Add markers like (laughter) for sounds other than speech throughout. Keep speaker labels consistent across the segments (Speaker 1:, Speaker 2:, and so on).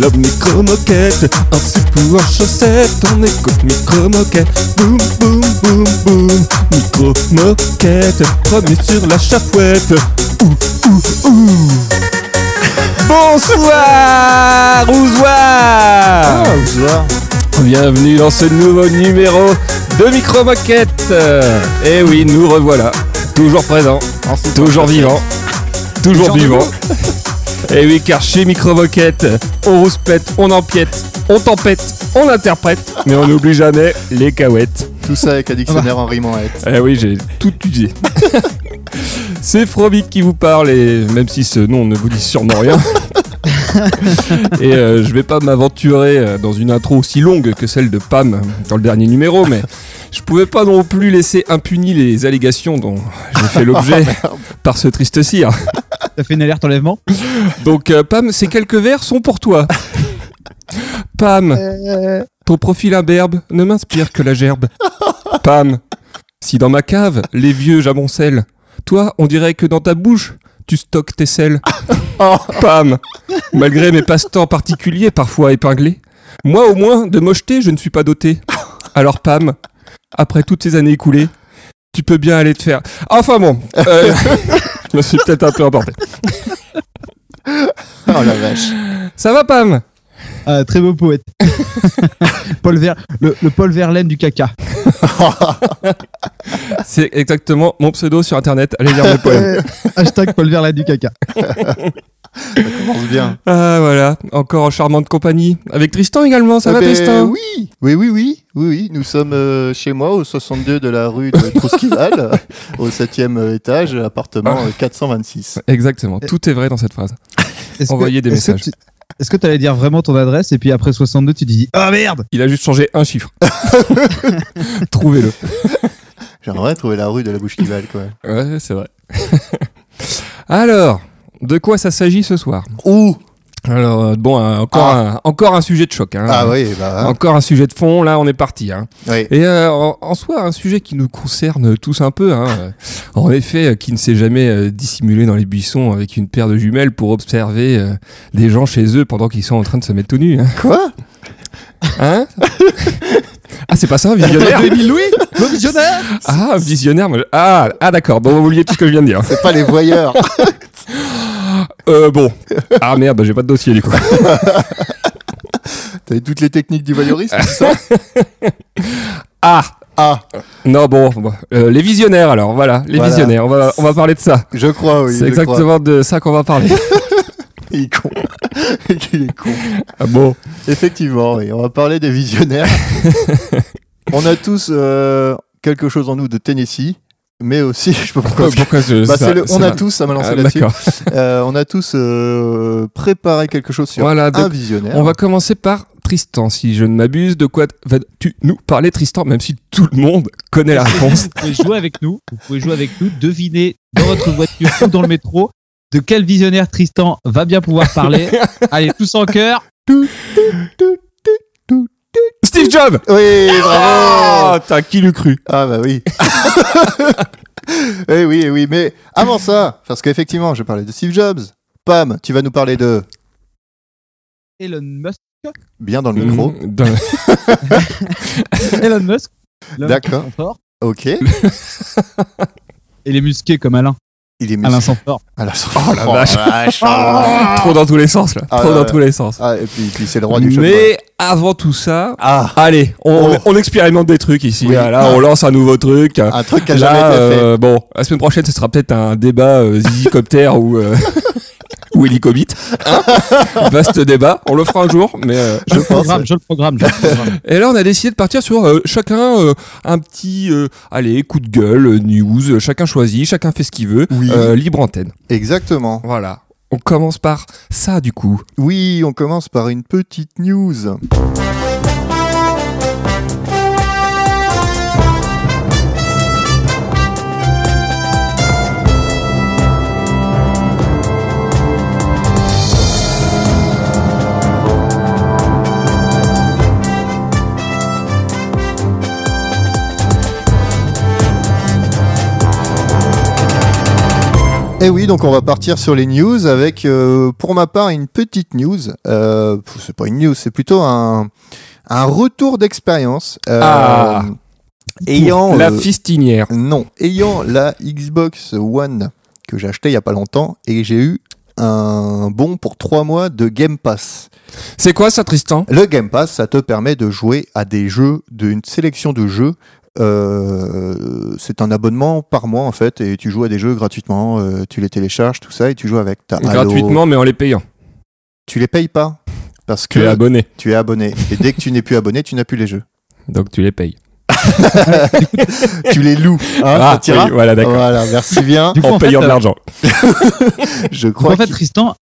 Speaker 1: love micro moquette, un soupe ou en chaussette, on écoute micro moquette, boum boum boum boum, micro moquette, promis sur la chafouette, ouh ouh ouh. Bonsoir, Ouzoir Bienvenue dans ce nouveau numéro de Micro Moquette. Et oui, nous revoilà, toujours présents,
Speaker 2: Hein,
Speaker 1: toujours vivants, toujours
Speaker 3: Genre de
Speaker 1: vivants. Et oui, car chez Micro Moquette, on rouspète, on empiète, on tempête, on interprète, mais on n'oublie jamais les cahuètes.
Speaker 2: Tout ça avec un dictionnaire en rime
Speaker 1: (laughs)
Speaker 2: en hête.
Speaker 1: Eh oui, j'ai tout (laughs) étudié. C'est Frobic qui vous parle, et même si ce nom ne vous dit sûrement (laughs) rien. et euh, je vais pas m'aventurer euh, dans une intro aussi longue que celle de Pam dans le dernier numéro, mais je pouvais pas non plus laisser impunies les allégations dont j'ai fait (laughs) l'objet par ce triste cire.
Speaker 3: T'as fait une alerte enlèvement
Speaker 1: Donc, euh, Pam, ces quelques vers sont pour toi. Pam, ton profil imberbe ne m'inspire que la gerbe. Pam, si dans ma cave, les vieux j'amoncelle, toi, on dirait que dans ta bouche, tu stockes tes selles. Pam, malgré mes passe-temps particuliers, parfois épinglés, moi au moins, de mocheté, je ne suis pas doté. Alors, Pam, après toutes ces années écoulées, tu peux bien aller te faire. Enfin bon, euh, (laughs) je me suis peut-être un peu emporté.
Speaker 2: Oh la vache.
Speaker 1: Ça va, Pam
Speaker 3: Ah, Très beau poète. (laughs) Paul Ver, le, le Paul Verlaine du caca.
Speaker 1: C'est exactement mon pseudo sur internet. Allez
Speaker 2: (laughs)
Speaker 1: lire mes poèmes.
Speaker 3: Euh, hashtag Paul Verlaine du caca.
Speaker 2: Ça commence bien.
Speaker 1: Ah voilà, encore en charmante compagnie. Avec Tristan également, ça
Speaker 2: Eh
Speaker 1: va
Speaker 2: ben,
Speaker 1: Tristan
Speaker 2: Oui, oui, oui, oui, oui, oui. Nous sommes euh, chez moi au 62 de la rue de
Speaker 1: (laughs)
Speaker 2: Trousquival, au 7 e étage, appartement
Speaker 1: Ah.
Speaker 2: euh, 426.
Speaker 1: Exactement,
Speaker 2: Eh.
Speaker 1: tout est vrai dans cette phrase.
Speaker 3: Est-ce
Speaker 1: Envoyez des
Speaker 3: est-ce
Speaker 1: messages.
Speaker 3: tu- Est-ce que t'allais dire vraiment ton adresse et puis après 62 tu dis Ah merde
Speaker 1: Il a juste changé un chiffre.
Speaker 2: (laughs)
Speaker 1: Trouvez-le.
Speaker 2: J'aimerais trouver la rue de la bouche qui vale, quoi.
Speaker 1: Ouais, c'est vrai. (laughs) Alors, de quoi ça s'agit ce soir
Speaker 2: Ouh
Speaker 1: Alors, euh, bon, euh, encore, un, encore un sujet de choc. hein.
Speaker 2: Ah oui, bah. hein.
Speaker 1: Encore un sujet de fond, là on est parti. Hein.
Speaker 2: Oui.
Speaker 1: Et euh, en, en soi, un sujet qui nous concerne tous un peu. Hein. Euh, En effet, euh, qui ne s'est jamais euh, dissimulé dans les buissons avec une paire de jumelles pour observer euh, des gens chez eux pendant qu'ils sont en train de se mettre tout nus. Hein,
Speaker 2: Quoi
Speaker 1: Hein Ah, c'est pas ça, un visionnaire
Speaker 3: Émile Louis Le visionnaire
Speaker 1: Ah, un visionnaire moi, je- Ah, ah d'accord, bon, vous oubliez tout ce que je viens de dire.
Speaker 2: C'est pas les voyeurs.
Speaker 1: Euh, bon. Ah merde, bah, j'ai pas de dossier du coup. (laughs)
Speaker 2: T'as eu toutes les techniques du voyeuriste, c'est ça
Speaker 1: Ah
Speaker 2: Ah,
Speaker 1: Non, bon, bon. Euh, les visionnaires alors, voilà, les
Speaker 2: Voilà.
Speaker 1: visionnaires, on va, on va parler de ça.
Speaker 2: je crois, oui.
Speaker 1: c'est
Speaker 2: je crois.
Speaker 1: exactement de ça qu'on va parler.
Speaker 2: Il est con. (laughs) Il est con.
Speaker 1: Ah, bon.
Speaker 2: Effectivement, oui. on va parler
Speaker 1: (laughs)
Speaker 2: des visionnaires. on a tous euh, quelque chose en nous de Tennessee, mais aussi, je sais pas pourquoi.
Speaker 1: Pourquoi, pourquoi je-
Speaker 2: Bah,
Speaker 1: ça-
Speaker 2: c'est le-
Speaker 1: ça
Speaker 2: on a
Speaker 1: m'a-
Speaker 2: tous, ça m'a lancé
Speaker 1: Ah,
Speaker 2: là-dessus.
Speaker 1: d'accord.
Speaker 2: Euh, on a tous euh, préparé quelque chose sur
Speaker 1: Voilà,
Speaker 2: un
Speaker 1: donc,
Speaker 2: visionnaire.
Speaker 1: on va commencer par Tristan, si je ne m'abuse. De quoi vas-tu nous parler, Tristan, même si tout le monde connaît la
Speaker 2: (laughs)
Speaker 1: réponse
Speaker 3: Vous pouvez jouer avec nous, vous pouvez jouer avec nous, deviner dans votre voiture ou dans le métro de quel visionnaire Tristan va bien pouvoir parler.
Speaker 1: (laughs)
Speaker 3: Allez, tous en cœur.
Speaker 1: Steve Jobs
Speaker 2: Oui, bravo
Speaker 1: (laughs) Ah, t'as qui l'eût cru
Speaker 2: Ah bah oui. (laughs) Eh oui, eh oui, mais avant ça, parce qu'effectivement, je parlais de Steve Jobs. Pam, tu vas nous parler de
Speaker 3: Elon Musk.
Speaker 2: bien dans le micro.
Speaker 1: Mmh, dans-
Speaker 2: Oh,
Speaker 3: Elon Musk. l'homme
Speaker 2: D'accord.
Speaker 3: sans fort.
Speaker 1: (laughs)
Speaker 2: Ok.
Speaker 3: Et les musqués comme Alain.
Speaker 2: Il est mis.
Speaker 3: Alain Sanfort.
Speaker 2: Alain
Speaker 1: Oh la vache. (laughs) Trop dans tous les sens, là.
Speaker 2: Ah,
Speaker 1: Trop
Speaker 2: là,
Speaker 1: dans
Speaker 2: là.
Speaker 1: tous les sens.
Speaker 2: Ah, et puis, puis c'est le roi du chocolat.
Speaker 1: Mais avant tout ça,
Speaker 2: Ah,
Speaker 1: allez, on,
Speaker 2: Oh.
Speaker 1: on expérimente des trucs ici.
Speaker 2: Oui. Ah.
Speaker 1: Là, on lance un nouveau truc.
Speaker 2: un truc qui a jamais
Speaker 1: Là,
Speaker 2: été fait.
Speaker 1: euh, bon, la semaine prochaine, ce sera peut-être un débat euh, zizicoptère ou,
Speaker 2: (laughs)
Speaker 1: euh, ou hélicobite. Hein Vaste débat. On le fera un jour, mais euh,
Speaker 3: Je le
Speaker 2: pense,
Speaker 3: programme,
Speaker 2: ouais.
Speaker 3: je le programme. Je le programme.
Speaker 1: Et là, on a décidé de partir sur euh, chacun euh, un petit, euh, allez, coup de gueule, euh, news. euh, Chacun choisit, chacun fait ce qu'il veut.
Speaker 2: Oui.
Speaker 1: Euh, libre antenne.
Speaker 2: Exactement.
Speaker 1: Voilà. On commence par ça, du coup.
Speaker 2: Oui, on commence par une petite news. Et Eh oui, donc on va partir sur les news avec, euh, pour ma part, une petite news. Euh, pff, c'est pas une news, c'est plutôt un, un retour d'expérience. Euh,
Speaker 1: Ah.
Speaker 2: ayant
Speaker 1: La
Speaker 2: euh,
Speaker 1: fistinière.
Speaker 2: non, ayant la Xbox One que j'ai acheté il y a pas longtemps et j'ai eu un bon pour trois mois de Game Pass.
Speaker 1: C'est quoi ça, Tristan
Speaker 2: Le Game Pass, ça te permet de jouer à des jeux, d'une sélection de jeux. Euh, c'est un abonnement par mois en fait, et tu joues à des jeux gratuitement. euh, tu les télécharges, tout ça, et tu joues avec ta. Halo.
Speaker 1: Gratuitement, mais en les payant.
Speaker 2: Tu les payes pas parce que
Speaker 1: Tu es abonné,
Speaker 2: tu es abonné. Et dès que tu n'es plus abonné, tu n'as plus
Speaker 1: (laughs)
Speaker 2: les jeux.
Speaker 1: donc tu les payes.
Speaker 2: Tu les loues. Hein, ça t'ira
Speaker 1: Ah,
Speaker 2: Ah
Speaker 1: oui, voilà, d'accord.
Speaker 2: Voilà,
Speaker 1: (laughs)
Speaker 2: merci bien.
Speaker 3: Du coup,
Speaker 1: en,
Speaker 3: en fait,
Speaker 2: (laughs)
Speaker 1: payant
Speaker 3: euh,
Speaker 1: de l'argent.
Speaker 2: Je
Speaker 3: Donc,
Speaker 2: crois
Speaker 3: en fait,
Speaker 2: qu'il-
Speaker 3: Tristan,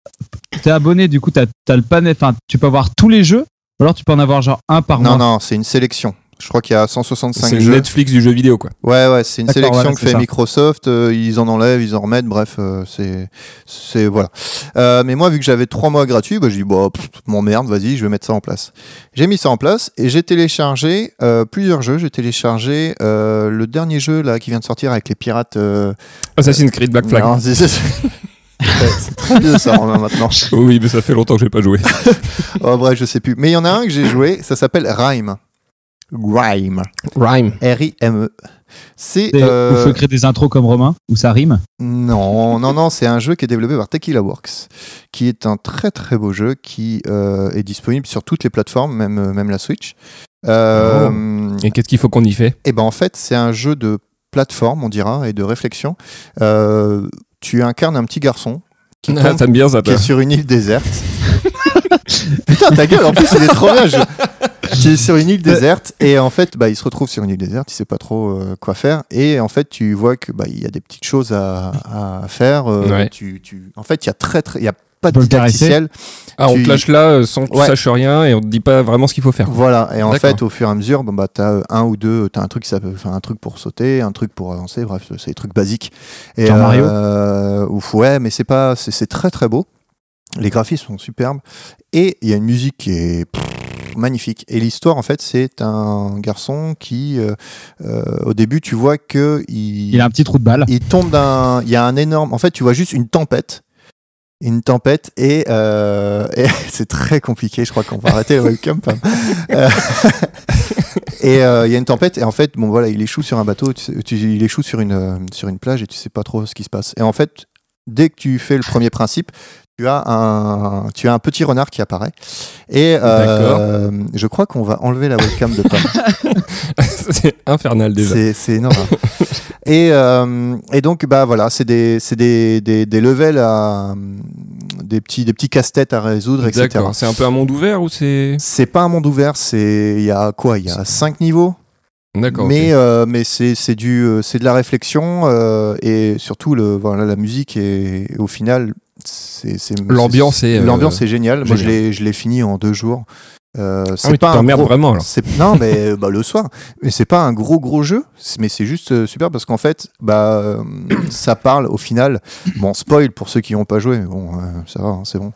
Speaker 3: t'es abonné, du coup, t'as as le panel, enfin, tu peux avoir tous les jeux, ou alors tu peux en avoir genre un par
Speaker 2: Non,
Speaker 3: mois.
Speaker 2: non, c'est une sélection. Je crois qu'il y a
Speaker 1: C'est
Speaker 2: 165
Speaker 1: le
Speaker 2: jeux.
Speaker 1: Netflix du jeu vidéo, quoi.
Speaker 2: Ouais, ouais, c'est une
Speaker 3: D'accord,
Speaker 2: sélection
Speaker 3: voilà,
Speaker 2: que
Speaker 3: c'est
Speaker 2: fait
Speaker 3: ça.
Speaker 2: Microsoft. euh, ils en enlèvent, ils en remettent. Bref, euh, c'est, c'est voilà. Euh, mais moi, vu que j'avais trois mois gratuits, bah, j'ai dit bon, pff, m'emmerde, vas-y, je vais mettre ça en place. J'ai mis ça en place et j'ai téléchargé euh, plusieurs jeux. J'ai téléchargé euh, le dernier jeu là qui vient de sortir avec les pirates. euh,
Speaker 1: Assassin's Creed Black Flag.
Speaker 2: Non, c'est, c'est- (laughs) Ouais, c'est très vieux ça Romain, maintenant.
Speaker 1: Oh Oui, mais ça fait longtemps que j'ai pas joué.
Speaker 2: Oh, bref, je sais plus. Mais il y en a un que j'ai joué, ça s'appelle Rhyme. (laughs) Rhyme.
Speaker 1: Rhyme.
Speaker 2: R-I-M-E. E. C'est.
Speaker 3: C'est-
Speaker 2: euh,
Speaker 3: Où faut créer des intros comme Romain, où ça rime.
Speaker 2: Non, non, non, c'est un jeu qui est développé par Tequila Works, qui est un très très beau jeu qui euh, est disponible sur toutes les plateformes, même, euh, même la Switch. Euh,
Speaker 1: Et qu'est-ce qu'il faut qu'on y fait
Speaker 2: (laughs) et ben en fait, c'est un jeu de plateforme, on dira, et de réflexion. Euh, tu incarnes un petit garçon qui tombe
Speaker 1: T'aimes bien Ah, ça,
Speaker 2: qui
Speaker 1: toi
Speaker 2: est sur une île déserte. (laughs) Putain, ta gueule, en plus, il est trop bien. je- Qui est sur une île déserte. Et en fait, bah, il se retrouve sur une île déserte, il sait pas trop euh, quoi faire. Et en fait, tu vois que bah, il y a des petites choses à, à faire. euh,
Speaker 1: Ouais.
Speaker 2: tu, tu... En fait, il y a très, très. Il y a pas de
Speaker 3: Peut le caresser.
Speaker 2: didacticiel.
Speaker 1: Ah, on
Speaker 2: Tu-
Speaker 1: te lâche là euh, sans que tu
Speaker 2: Ouais.
Speaker 1: saches rien et on te dit pas vraiment ce qu'il faut faire.
Speaker 2: Voilà. Et en
Speaker 1: D'accord.
Speaker 2: fait, au fur et à mesure, bon, bah, t'as euh, un ou deux, t'as un truc, ça peut, enfin, un truc pour sauter, un truc pour avancer. Bref, c'est des trucs basiques. Et,
Speaker 3: Genre Mario
Speaker 2: euh, ouf, ouais, mais c'est pas, c'est c'est très très beau. Les graphismes sont superbes et il y a une musique qui est pff, magnifique. Et l'histoire, en fait, c'est un garçon qui, euh, euh, au début, tu vois que il,
Speaker 3: Il a un petit trou de balle.
Speaker 2: il tombe d'un, il y a un énorme. En fait, tu vois juste une tempête. Une tempête et, euh, et (laughs) c'est très compliqué. Je crois qu'on va arrêter le webcam. Pam. Euh, (laughs) et euh, il y a une tempête et en fait, bon voilà, il échoue sur un bateau. tu sais- tu- il échoue sur une euh, sur une plage et tu sais pas trop ce qui se passe. Et en fait, dès que tu fais le premier principe, tu as un tu as un petit renard qui apparaît. Et euh, je crois qu'on va enlever la webcam de Pam.
Speaker 1: (laughs) c'est infernal déjà.
Speaker 2: C'est- C'est énorme. hein.
Speaker 1: (laughs)
Speaker 2: et, euh, et donc, bah voilà, c'est des, c'est des, des, des levels à. hum, des petits, des petits casse-têtes à résoudre, etc.
Speaker 1: D'accord. C'est un peu un monde ouvert ou c'est.
Speaker 2: C'est pas un monde ouvert, c'est. Il y a quoi Il y a cinq niveaux
Speaker 1: D'accord. ok.
Speaker 2: mais euh, mais c'est c'est du euh, c'est de la réflexion euh, et surtout le voilà la musique est au final c'est c'est-
Speaker 1: L'ambiance
Speaker 2: c'est-
Speaker 1: est, euh,
Speaker 2: l'ambiance est géniale. Moi je
Speaker 1: géniale.
Speaker 2: l'ai je l'ai fini en deux jours. Euh,
Speaker 1: Ah
Speaker 2: c'est
Speaker 1: oui, tu
Speaker 2: pas un
Speaker 1: t'emmerdes
Speaker 2: gros-
Speaker 1: vraiment alors.
Speaker 2: c'est- non, mais bah, le soir. Mais c'est pas un gros gros jeu, c'est- mais c'est juste euh, super parce qu'en fait, bah, euh, ça parle au final. Bon, spoil pour ceux qui n'ont pas joué, mais bon, euh, ça va, hein, c'est bon.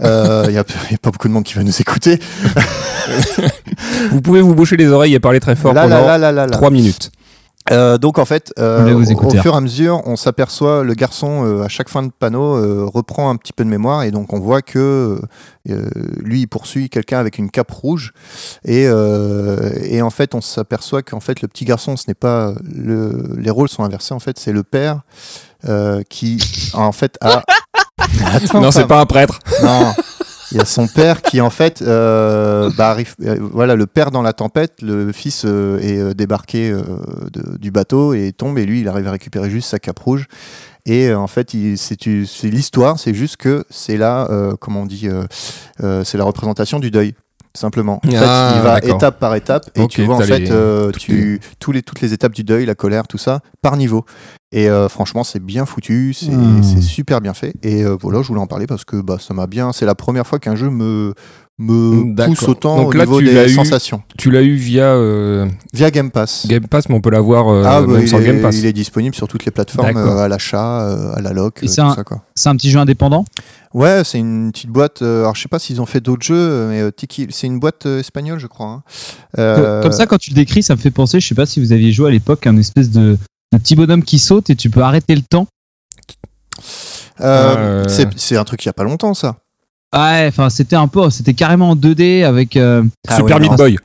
Speaker 2: Il n'y a, y a pas beaucoup de monde qui va nous écouter.
Speaker 1: Vous pouvez vous boucher les oreilles et parler très fort
Speaker 2: là, là,
Speaker 1: pendant
Speaker 2: là, là, là, là.
Speaker 1: 3 minutes.
Speaker 2: Euh, donc en fait, euh,
Speaker 3: Enlevez vos
Speaker 2: au, au
Speaker 1: hein.
Speaker 3: écouteurs.
Speaker 2: fur et à mesure, on s'aperçoit le garçon euh, à chaque fin de panneau euh, reprend un petit peu de mémoire et donc on voit que euh, lui il poursuit quelqu'un avec une cape rouge et, euh, et en fait on s'aperçoit qu'en fait le petit garçon ce n'est pas le, les rôles sont inversés en fait c'est le père euh, qui en fait a Attends,
Speaker 1: non, c'est
Speaker 2: Pam.
Speaker 1: pas un prêtre.
Speaker 2: Non. Il y a son père qui, en fait, euh, bah, arrive, euh, voilà, le père dans la tempête, le fils euh, est euh, débarqué euh, de- du bateau et tombe, et lui, il arrive à récupérer juste sa cape rouge. Et euh, en fait, il- c'est une- c'est l'histoire, c'est juste que c'est là, euh, comment on dit, euh, euh, c'est la représentation du deuil, tout simplement. En fait,
Speaker 1: Ah,
Speaker 2: il va
Speaker 1: d'accord.
Speaker 2: étape par étape, et
Speaker 1: Ok,
Speaker 2: tu vois, en
Speaker 1: t'as
Speaker 2: fait,
Speaker 1: les-
Speaker 2: euh,
Speaker 1: toutes
Speaker 2: tu, tous les, toutes les étapes du deuil, la colère, tout ça, par niveau. Et euh, franchement, c'est bien foutu, c'est
Speaker 3: Hmm.
Speaker 2: c'est super bien fait. Et euh, voilà, je voulais en parler parce que bah, ça m'a bien. C'est la première fois qu'un jeu me, me
Speaker 1: D'accord.
Speaker 2: pousse autant
Speaker 1: Donc
Speaker 2: au
Speaker 1: là,
Speaker 2: niveau
Speaker 1: tu l'as
Speaker 2: des
Speaker 1: eu
Speaker 2: sensations.
Speaker 1: Tu l'as eu via euh,
Speaker 2: Via Game Pass.
Speaker 1: Game Pass, mais on peut l'avoir euh,
Speaker 2: ah, bah,
Speaker 1: même
Speaker 2: il,
Speaker 1: sans
Speaker 2: est,
Speaker 1: Game Pass.
Speaker 2: il est disponible sur toutes les plateformes,
Speaker 1: D'accord.
Speaker 2: euh, à l'achat, euh, à la loc,
Speaker 3: Et
Speaker 2: euh,
Speaker 3: c'est
Speaker 2: tout
Speaker 3: un-
Speaker 2: ça quoi.
Speaker 3: C'est un petit jeu indépendant.
Speaker 2: Ouais, c'est une petite boîte. euh, alors je sais pas s'ils ont fait d'autres jeux, mais euh, Tiki, c'est une boîte euh, espagnole, je crois. hein. Euh,
Speaker 3: Comme ça, quand tu le décris, ça me fait penser, je sais pas si vous aviez joué à l'époque, un espèce de, de petit bonhomme qui saute et tu peux arrêter le temps.
Speaker 2: Euh,
Speaker 1: Euh.
Speaker 2: c'est- C'est un truc il y a pas longtemps, ça.
Speaker 3: Ouais, enfin, c'était un peu, c'était carrément en 2D avec. euh,
Speaker 2: Ah
Speaker 1: Super
Speaker 2: ouais,
Speaker 1: Meat
Speaker 2: non,
Speaker 1: Boy.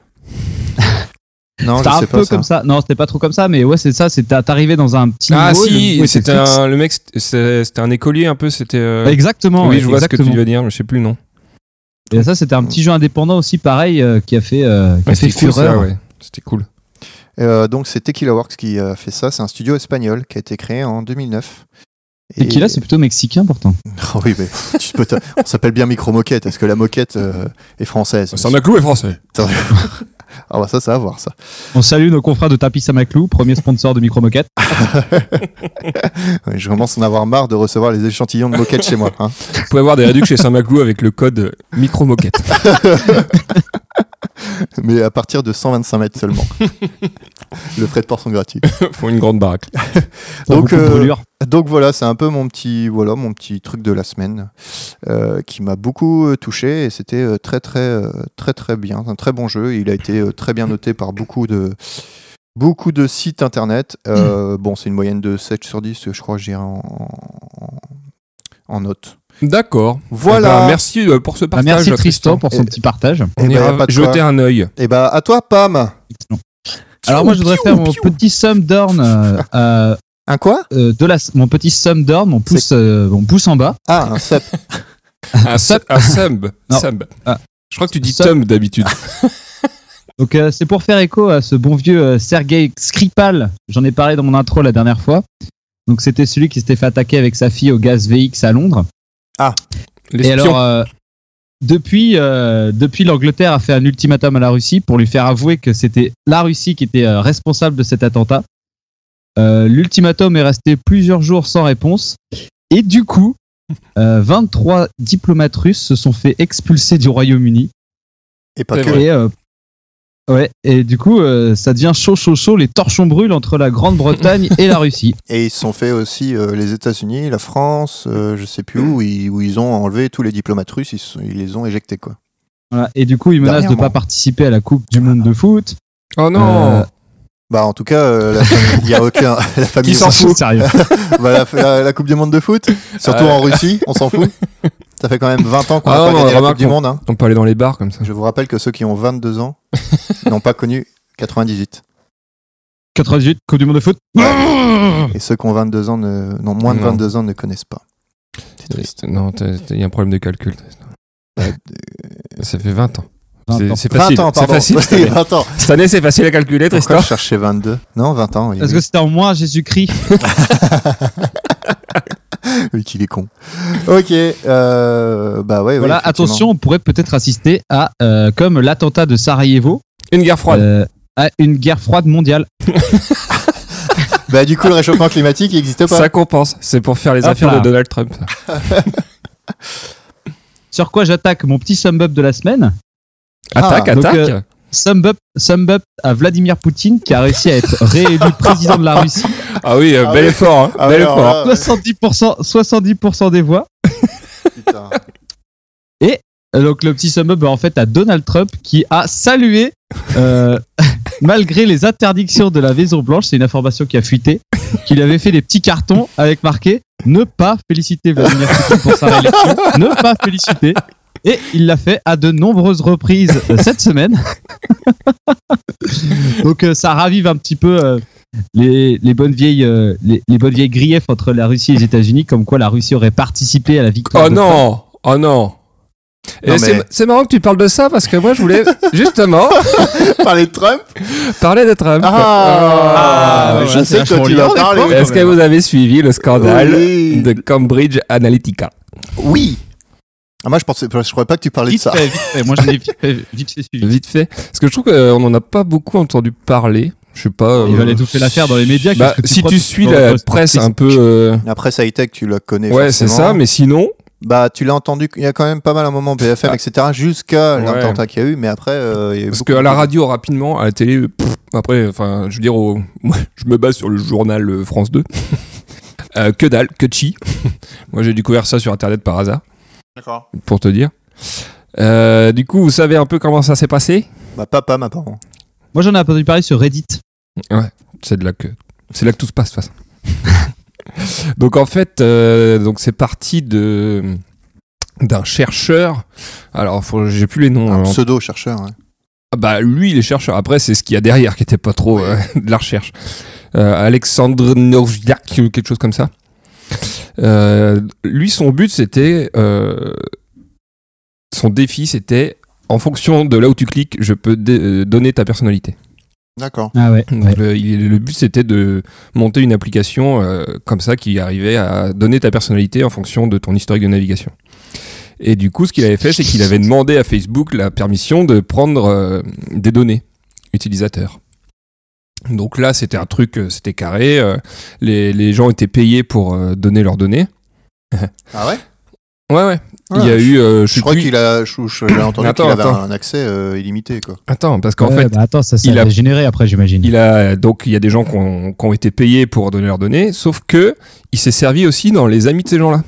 Speaker 2: Non,
Speaker 3: c'était
Speaker 2: je
Speaker 3: un
Speaker 2: sais
Speaker 3: peu
Speaker 2: pas ça.
Speaker 3: comme ça. Non, c'était pas trop comme ça, mais ouais, c'est ça. C'était t'arrivais dans un petit.
Speaker 1: Ah
Speaker 3: niveau, le niveau
Speaker 1: si,
Speaker 3: était
Speaker 1: c'était
Speaker 3: fixe.
Speaker 1: un, le mec, c'était- c'était un écolier un peu, c'était. euh,
Speaker 3: Exactement.
Speaker 1: oui,
Speaker 3: ouais,
Speaker 1: je vois ce que
Speaker 3: exactement.
Speaker 1: tu veux dire, mais je sais plus le nom.
Speaker 3: Et ça, c'était un petit jeu indépendant aussi, pareil, euh, qui a fait, euh, qui a
Speaker 1: Mais
Speaker 3: fait
Speaker 1: C'était cool,
Speaker 3: fureur.
Speaker 1: ça, ouais. C'était cool.
Speaker 2: Euh, donc c'est Tequila Works qui a fait ça. C'est un studio espagnol qui a été créé en 2009.
Speaker 3: Et qui là,
Speaker 2: (laughs)
Speaker 3: c'est plutôt mexicain pourtant.
Speaker 2: Oh oui, mais (laughs) tu peux te- on s'appelle bien Micro Moquette. Est-ce que la moquette euh, est française
Speaker 1: Ça m'a cloué français.
Speaker 2: Ah bah ça, ça va voir ça.
Speaker 3: On salue nos confrères de Tapis Samaclou, premier sponsor de Micro
Speaker 1: (laughs)
Speaker 3: Moquette.
Speaker 2: Ouais, je commence à en avoir marre de recevoir les échantillons de moquette chez moi. hein.
Speaker 1: Vous pouvez avoir des réductions chez Saint-Maclou avec le code micro-moquette. (laughs)
Speaker 2: Mais à partir de 125
Speaker 1: (laughs)
Speaker 2: mètres seulement. Le frais de port sont gratuits.
Speaker 1: Font une grande baraque.
Speaker 3: Pour
Speaker 2: Donc,
Speaker 3: beaucoup de
Speaker 2: euh,
Speaker 3: brûlures. Ah,
Speaker 2: Donc voilà, c'est un peu mon petit, voilà, mon petit truc de la semaine euh, qui m'a beaucoup euh, touché et c'était euh, très très euh, très très bien, un très bon jeu. Il a été euh, très bien noté par beaucoup de beaucoup de sites internet. Euh, Bon, c'est une moyenne de 7 sur 10, je crois, que j'irai en, en, en note.
Speaker 1: D'accord. Eh
Speaker 2: Voilà.
Speaker 1: ben, merci euh, pour ce
Speaker 3: Ah,
Speaker 1: partage.
Speaker 3: merci Tristan
Speaker 1: Tristan.
Speaker 3: pour son
Speaker 2: Et-
Speaker 3: petit partage.
Speaker 1: On
Speaker 2: Eh ben, y a
Speaker 1: ira
Speaker 2: pas de quoi.
Speaker 1: jeter un œil.
Speaker 2: Et bah à toi, Pam.
Speaker 3: Excellent. Alors moi, je voudrais
Speaker 1: piou,
Speaker 3: faire mon
Speaker 1: piou.
Speaker 3: petit
Speaker 1: (laughs)
Speaker 3: sum d'orne euh, euh,
Speaker 2: Un quoi
Speaker 3: euh, de la, mon petit sum d'orne, mon pouce, euh, mon pouce en bas.
Speaker 2: Ah, un sub. (laughs)
Speaker 1: Un, su- un sub.
Speaker 3: Non.
Speaker 1: Sub.
Speaker 3: Ah.
Speaker 1: Je crois que tu dis
Speaker 3: Sub.
Speaker 1: Tom d'habitude.
Speaker 3: Donc euh, c'est pour faire écho à ce bon vieux euh, Sergei Skripal. J'en ai parlé dans mon intro la dernière fois. Donc c'était celui qui s'était fait attaquer avec sa fille au gaz VX à Londres. Et
Speaker 1: L'espion.
Speaker 3: alors, euh, depuis, euh, depuis l'Angleterre a fait un ultimatum à la Russie pour lui faire avouer que c'était la Russie qui était euh, responsable de cet attentat. Euh, L'ultimatum est resté plusieurs jours sans réponse. Et du coup, euh, 23 diplomates russes se sont fait expulser du Royaume-Uni.
Speaker 2: Et pas
Speaker 1: C'est
Speaker 2: que.
Speaker 1: vrai.
Speaker 3: Et, euh, ouais, et du coup, euh, ça devient chaud, chaud, chaud. Les torchons brûlent entre la Grande-Bretagne et la Russie.
Speaker 2: Et ils se sont fait aussi euh, les États-Unis, la France, euh, je sais plus où, ils- où ils ont enlevé tous les diplomates russes, ils, se sont- ils les ont éjectés quoi.
Speaker 3: Voilà. Et du coup, ils menacent de ne
Speaker 2: Dernièrement.
Speaker 3: pas participer à la Coupe du Monde de foot.
Speaker 1: Oh non.
Speaker 3: Euh,
Speaker 2: Bah en tout cas,
Speaker 1: (laughs)
Speaker 2: euh, la famille- il y a aucun (laughs) la famille
Speaker 1: Qui s'en fout Ah
Speaker 3: Sérieux.
Speaker 2: Bah, la, la- la Coupe du Monde de foot, surtout
Speaker 1: Ouais.
Speaker 2: en Russie, on s'en fout. Ça fait quand même 20 ans qu'on
Speaker 1: Ah
Speaker 2: n'a
Speaker 1: non,
Speaker 2: pas
Speaker 1: non,
Speaker 2: gagné la
Speaker 1: remarque,
Speaker 2: Coupe du Monde. hein.
Speaker 1: On peut aller dans les bars comme ça.
Speaker 2: Je vous rappelle que ceux qui ont 22
Speaker 1: (laughs)
Speaker 2: ans n'ont pas connu 98.
Speaker 3: 98, Coupe du Monde de foot. Ah,
Speaker 2: Et ceux qui ont 22 ans, ne, non, moins de
Speaker 1: Non.
Speaker 2: 22 ans ne connaissent pas. C'est triste.
Speaker 1: Non, t'as- t'as- il y a un problème de calcul. Euh, Ça fait 20 ans.
Speaker 3: 20
Speaker 1: C'est
Speaker 3: ans.
Speaker 1: c'est
Speaker 2: 20
Speaker 1: facile.
Speaker 2: ans,
Speaker 1: C'est
Speaker 2: pardon.
Speaker 1: facile. cette
Speaker 2: (laughs) Oui,
Speaker 1: année.
Speaker 2: 20 ans.
Speaker 1: Cette année, c'est facile à calculer,
Speaker 2: Pourquoi
Speaker 1: Tristan.
Speaker 2: je cherchais 22 Non, 20 ans. oui,
Speaker 3: Parce
Speaker 2: oui.
Speaker 3: que c'était en moi, Jésus-Christ.
Speaker 2: Oui, qu'il est con. Ok, euh, bah ouais. ouais,
Speaker 3: voilà,
Speaker 2: effectivement.
Speaker 3: attention, on pourrait peut-être assister à, euh, comme l'attentat de Sarajevo,
Speaker 1: Une guerre froide.
Speaker 3: euh, à une guerre froide mondiale.
Speaker 2: Bah du coup, le réchauffement climatique, il existe pas.
Speaker 1: Ça compense. C'est pour faire les
Speaker 3: Hop
Speaker 1: affaires
Speaker 3: là.
Speaker 1: de Donald Trump. ça.
Speaker 3: Sur quoi j'attaque mon petit sum up de la semaine
Speaker 1: Attaque,
Speaker 3: donc,
Speaker 1: attaque.
Speaker 3: euh, Sum up, sum up à Vladimir Poutine qui a réussi à être réélu président de
Speaker 1: (laughs)
Speaker 3: la Russie.
Speaker 1: Ah oui, euh,
Speaker 2: Ah
Speaker 1: bel
Speaker 2: ouais.
Speaker 1: effort. hein,
Speaker 2: Ah ouais,
Speaker 1: bel
Speaker 2: alors
Speaker 1: effort.
Speaker 2: là,
Speaker 3: 70%, 70% des voix.
Speaker 2: putain.
Speaker 3: Euh, Donc le petit sum up en fait à Donald Trump qui a salué, euh, (laughs) malgré les interdictions de la Maison Blanche, c'est une information qui a fuité, qu'il avait fait des petits cartons avec marqué ne pas féliciter Vladimir Poutine pour sa réélection, ne pas féliciter. Et il l'a fait à de nombreuses reprises euh, cette semaine. (laughs) Donc euh, ça ravive un petit peu euh, les, les bonnes vieilles euh, les, les bonnes vieilles griefs entre la Russie et les États-Unis, comme quoi la Russie aurait participé à la
Speaker 2: euh,
Speaker 3: victoire.
Speaker 1: Oh
Speaker 3: de Trump.
Speaker 1: non Oh non Et
Speaker 2: Non,
Speaker 1: c'est-
Speaker 2: mais-
Speaker 1: C'est marrant que tu parles de ça parce que moi je
Speaker 2: (laughs)
Speaker 1: voulais justement
Speaker 2: Parler de Trump
Speaker 1: parler de Trump.
Speaker 2: Ah,
Speaker 3: Ah,
Speaker 2: mais
Speaker 3: voilà,
Speaker 2: je
Speaker 3: c'est
Speaker 2: sais que toi,
Speaker 3: vachement
Speaker 2: tu vas
Speaker 3: lié.
Speaker 2: parler.
Speaker 1: Est-ce que vous avez suivi le scandale
Speaker 2: Oui.
Speaker 1: de Cambridge Analytica
Speaker 2: Oui. Ah, moi, je pensais, je croyais pas que tu parlais de
Speaker 3: Vite
Speaker 2: ça.
Speaker 3: fait, vite fait. Moi, je l'ai vite fait, vite fait suivi.
Speaker 1: Vite fait. Parce que je trouve qu'on n'en a pas beaucoup entendu parler. Je sais pas.
Speaker 3: Il va
Speaker 1: euh,
Speaker 3: l'étouffer l'affaire dans les médias.
Speaker 1: bah,
Speaker 3: qu'est-ce que
Speaker 1: si
Speaker 3: crois
Speaker 1: tu
Speaker 3: que
Speaker 1: suis
Speaker 3: dans le
Speaker 1: la
Speaker 3: poste
Speaker 1: presse un
Speaker 3: Facebook
Speaker 1: peu. euh,
Speaker 2: Après, Hightech, tu la connais.
Speaker 1: Ouais, c'est
Speaker 2: forcément.
Speaker 1: ça, mais sinon.
Speaker 2: Bah, tu l'as entendu, il y a quand même pas mal un moment, BFM, etc., jusqu'à
Speaker 1: Ah. Ouais.
Speaker 2: l'attentat qu'il y a eu, mais après. euh, il y a eu
Speaker 1: Parce
Speaker 2: beaucoup
Speaker 1: qu'à la
Speaker 2: de-
Speaker 1: radio, rapidement, à la télé, euh, pff, après, enfin, je veux dire, au- (laughs) moi, je me base sur le journal euh, France 2. (laughs) Euh, que dalle, que chi. (laughs) moi, j'ai découvert ça sur Internet par hasard,
Speaker 2: D'accord.
Speaker 1: pour te dire. Euh, du coup, vous savez un peu comment ça s'est passé
Speaker 2: Bah, papa, ma parent.
Speaker 3: Moi, j'en ai entendu parler sur Reddit.
Speaker 1: C'est de là que, c'est là que tout se passe, de toute façon. (laughs) Donc en fait, euh, donc c'est parti de d'un chercheur. Alors faut- j'ai plus les noms.
Speaker 2: Un
Speaker 1: hein.
Speaker 2: pseudo chercheur. ouais.
Speaker 1: Ah Bah lui, il est chercheur. Après, c'est ce qu'il y a derrière qui était pas trop euh, de la recherche. Euh, Alexandre Novjak ou quelque chose comme ça. Euh, lui, son but, c'était euh, son défi, c'était en fonction de là où tu cliques, je peux dé- euh, donner ta personnalité.
Speaker 2: D'accord.
Speaker 3: Ah ouais.
Speaker 1: Donc, Le, il- le but c'était de monter une application euh, comme ça qui arrivait à donner ta personnalité en fonction de ton historique de navigation. Et du coup, ce qu'il avait fait, c'est qu'il avait demandé à Facebook la permission de prendre euh, des données utilisateurs. Donc là, c'était un truc, euh, c'était carré. euh, les, les gens étaient payés pour euh, donner leurs données.
Speaker 2: Ah ouais
Speaker 1: Ouais, ouais. il y a
Speaker 2: je,
Speaker 1: eu. euh,
Speaker 2: Je
Speaker 1: sais
Speaker 2: crois
Speaker 1: plus-
Speaker 2: qu'il a. je- je- J'ai entendu
Speaker 1: Attends,
Speaker 2: qu'il avait
Speaker 1: attends.
Speaker 2: un accès euh, illimité, quoi.
Speaker 1: Attends, parce qu'en
Speaker 3: Ouais,
Speaker 1: fait,
Speaker 3: bah attends, ça, ça
Speaker 1: il
Speaker 3: a...
Speaker 1: a-
Speaker 3: généré après, j'imagine.
Speaker 1: Il a donc il y a des gens qui ont, qui ont été payés pour donner leurs données, sauf que il s'est servi aussi dans les amis de ces gens-là,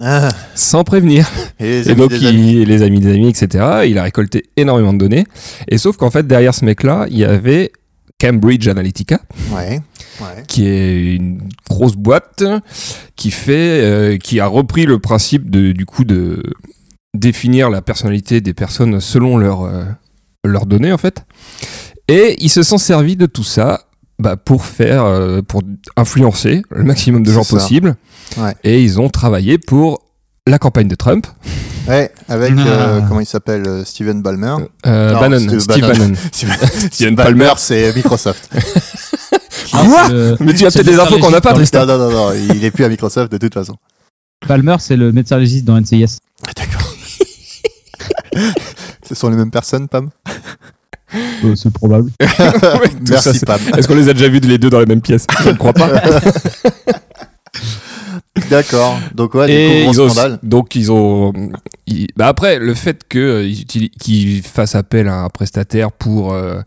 Speaker 2: Ah,
Speaker 1: sans prévenir.
Speaker 2: et les
Speaker 1: et
Speaker 2: amis
Speaker 1: donc
Speaker 2: des
Speaker 1: il-
Speaker 2: amis.
Speaker 1: les amis des amis, etc. Il a récolté énormément de données. Et sauf qu'en fait derrière ce mec-là, il y avait Cambridge Analytica,
Speaker 2: Ouais. ouais.
Speaker 1: qui est une grosse boîte qui fait, euh, qui a repris le principe de, du coup de définir la personnalité des personnes selon leurs euh, leurs données en fait. Et ils se sont servis de tout ça bah, pour faire, euh, pour influencer le maximum de
Speaker 2: C'est
Speaker 1: gens
Speaker 2: ça.
Speaker 1: possible.
Speaker 2: Ouais.
Speaker 1: Et ils ont travaillé pour la campagne de Trump,
Speaker 2: Ouais, avec.
Speaker 3: Ah.
Speaker 2: euh, comment il s'appelle euh, Steven Ballmer.
Speaker 1: Euh,
Speaker 2: Non,
Speaker 1: Bannon,
Speaker 2: c'est
Speaker 1: Steve
Speaker 2: Bannon.
Speaker 1: (laughs) Bannon.
Speaker 2: (laughs) Steven
Speaker 1: Palmer.
Speaker 2: Ballmer, c'est Microsoft.
Speaker 3: Ah,
Speaker 1: Quoi
Speaker 3: c'est le-
Speaker 1: Mais tu as
Speaker 3: C'est
Speaker 1: peut-être des
Speaker 3: le
Speaker 1: infos qu'on n'a pas,
Speaker 3: dans
Speaker 1: Tristan.
Speaker 2: non, non, non, non, il est plus à Microsoft de toute façon.
Speaker 3: Palmer, c'est le médecin légiste dans NCIS.
Speaker 2: Ah, D'accord. Ce sont les mêmes personnes, Pam
Speaker 3: Euh, c'est probable.
Speaker 1: Oui, tout ça,
Speaker 2: Merci,
Speaker 1: c'est-
Speaker 2: Pam. (laughs)
Speaker 1: Est-ce qu'on les a déjà vus les deux dans la même pièce Je ne crois pas.
Speaker 2: D'accord. Donc,
Speaker 1: (laughs)
Speaker 2: ouais,
Speaker 1: Et
Speaker 2: du coup,
Speaker 1: ils
Speaker 2: gros
Speaker 1: ont-
Speaker 2: scandale.
Speaker 1: donc ils ont. ils- bah après, le fait que euh, ils utilisent- qu'ils fassent appel à un prestataire pour euh,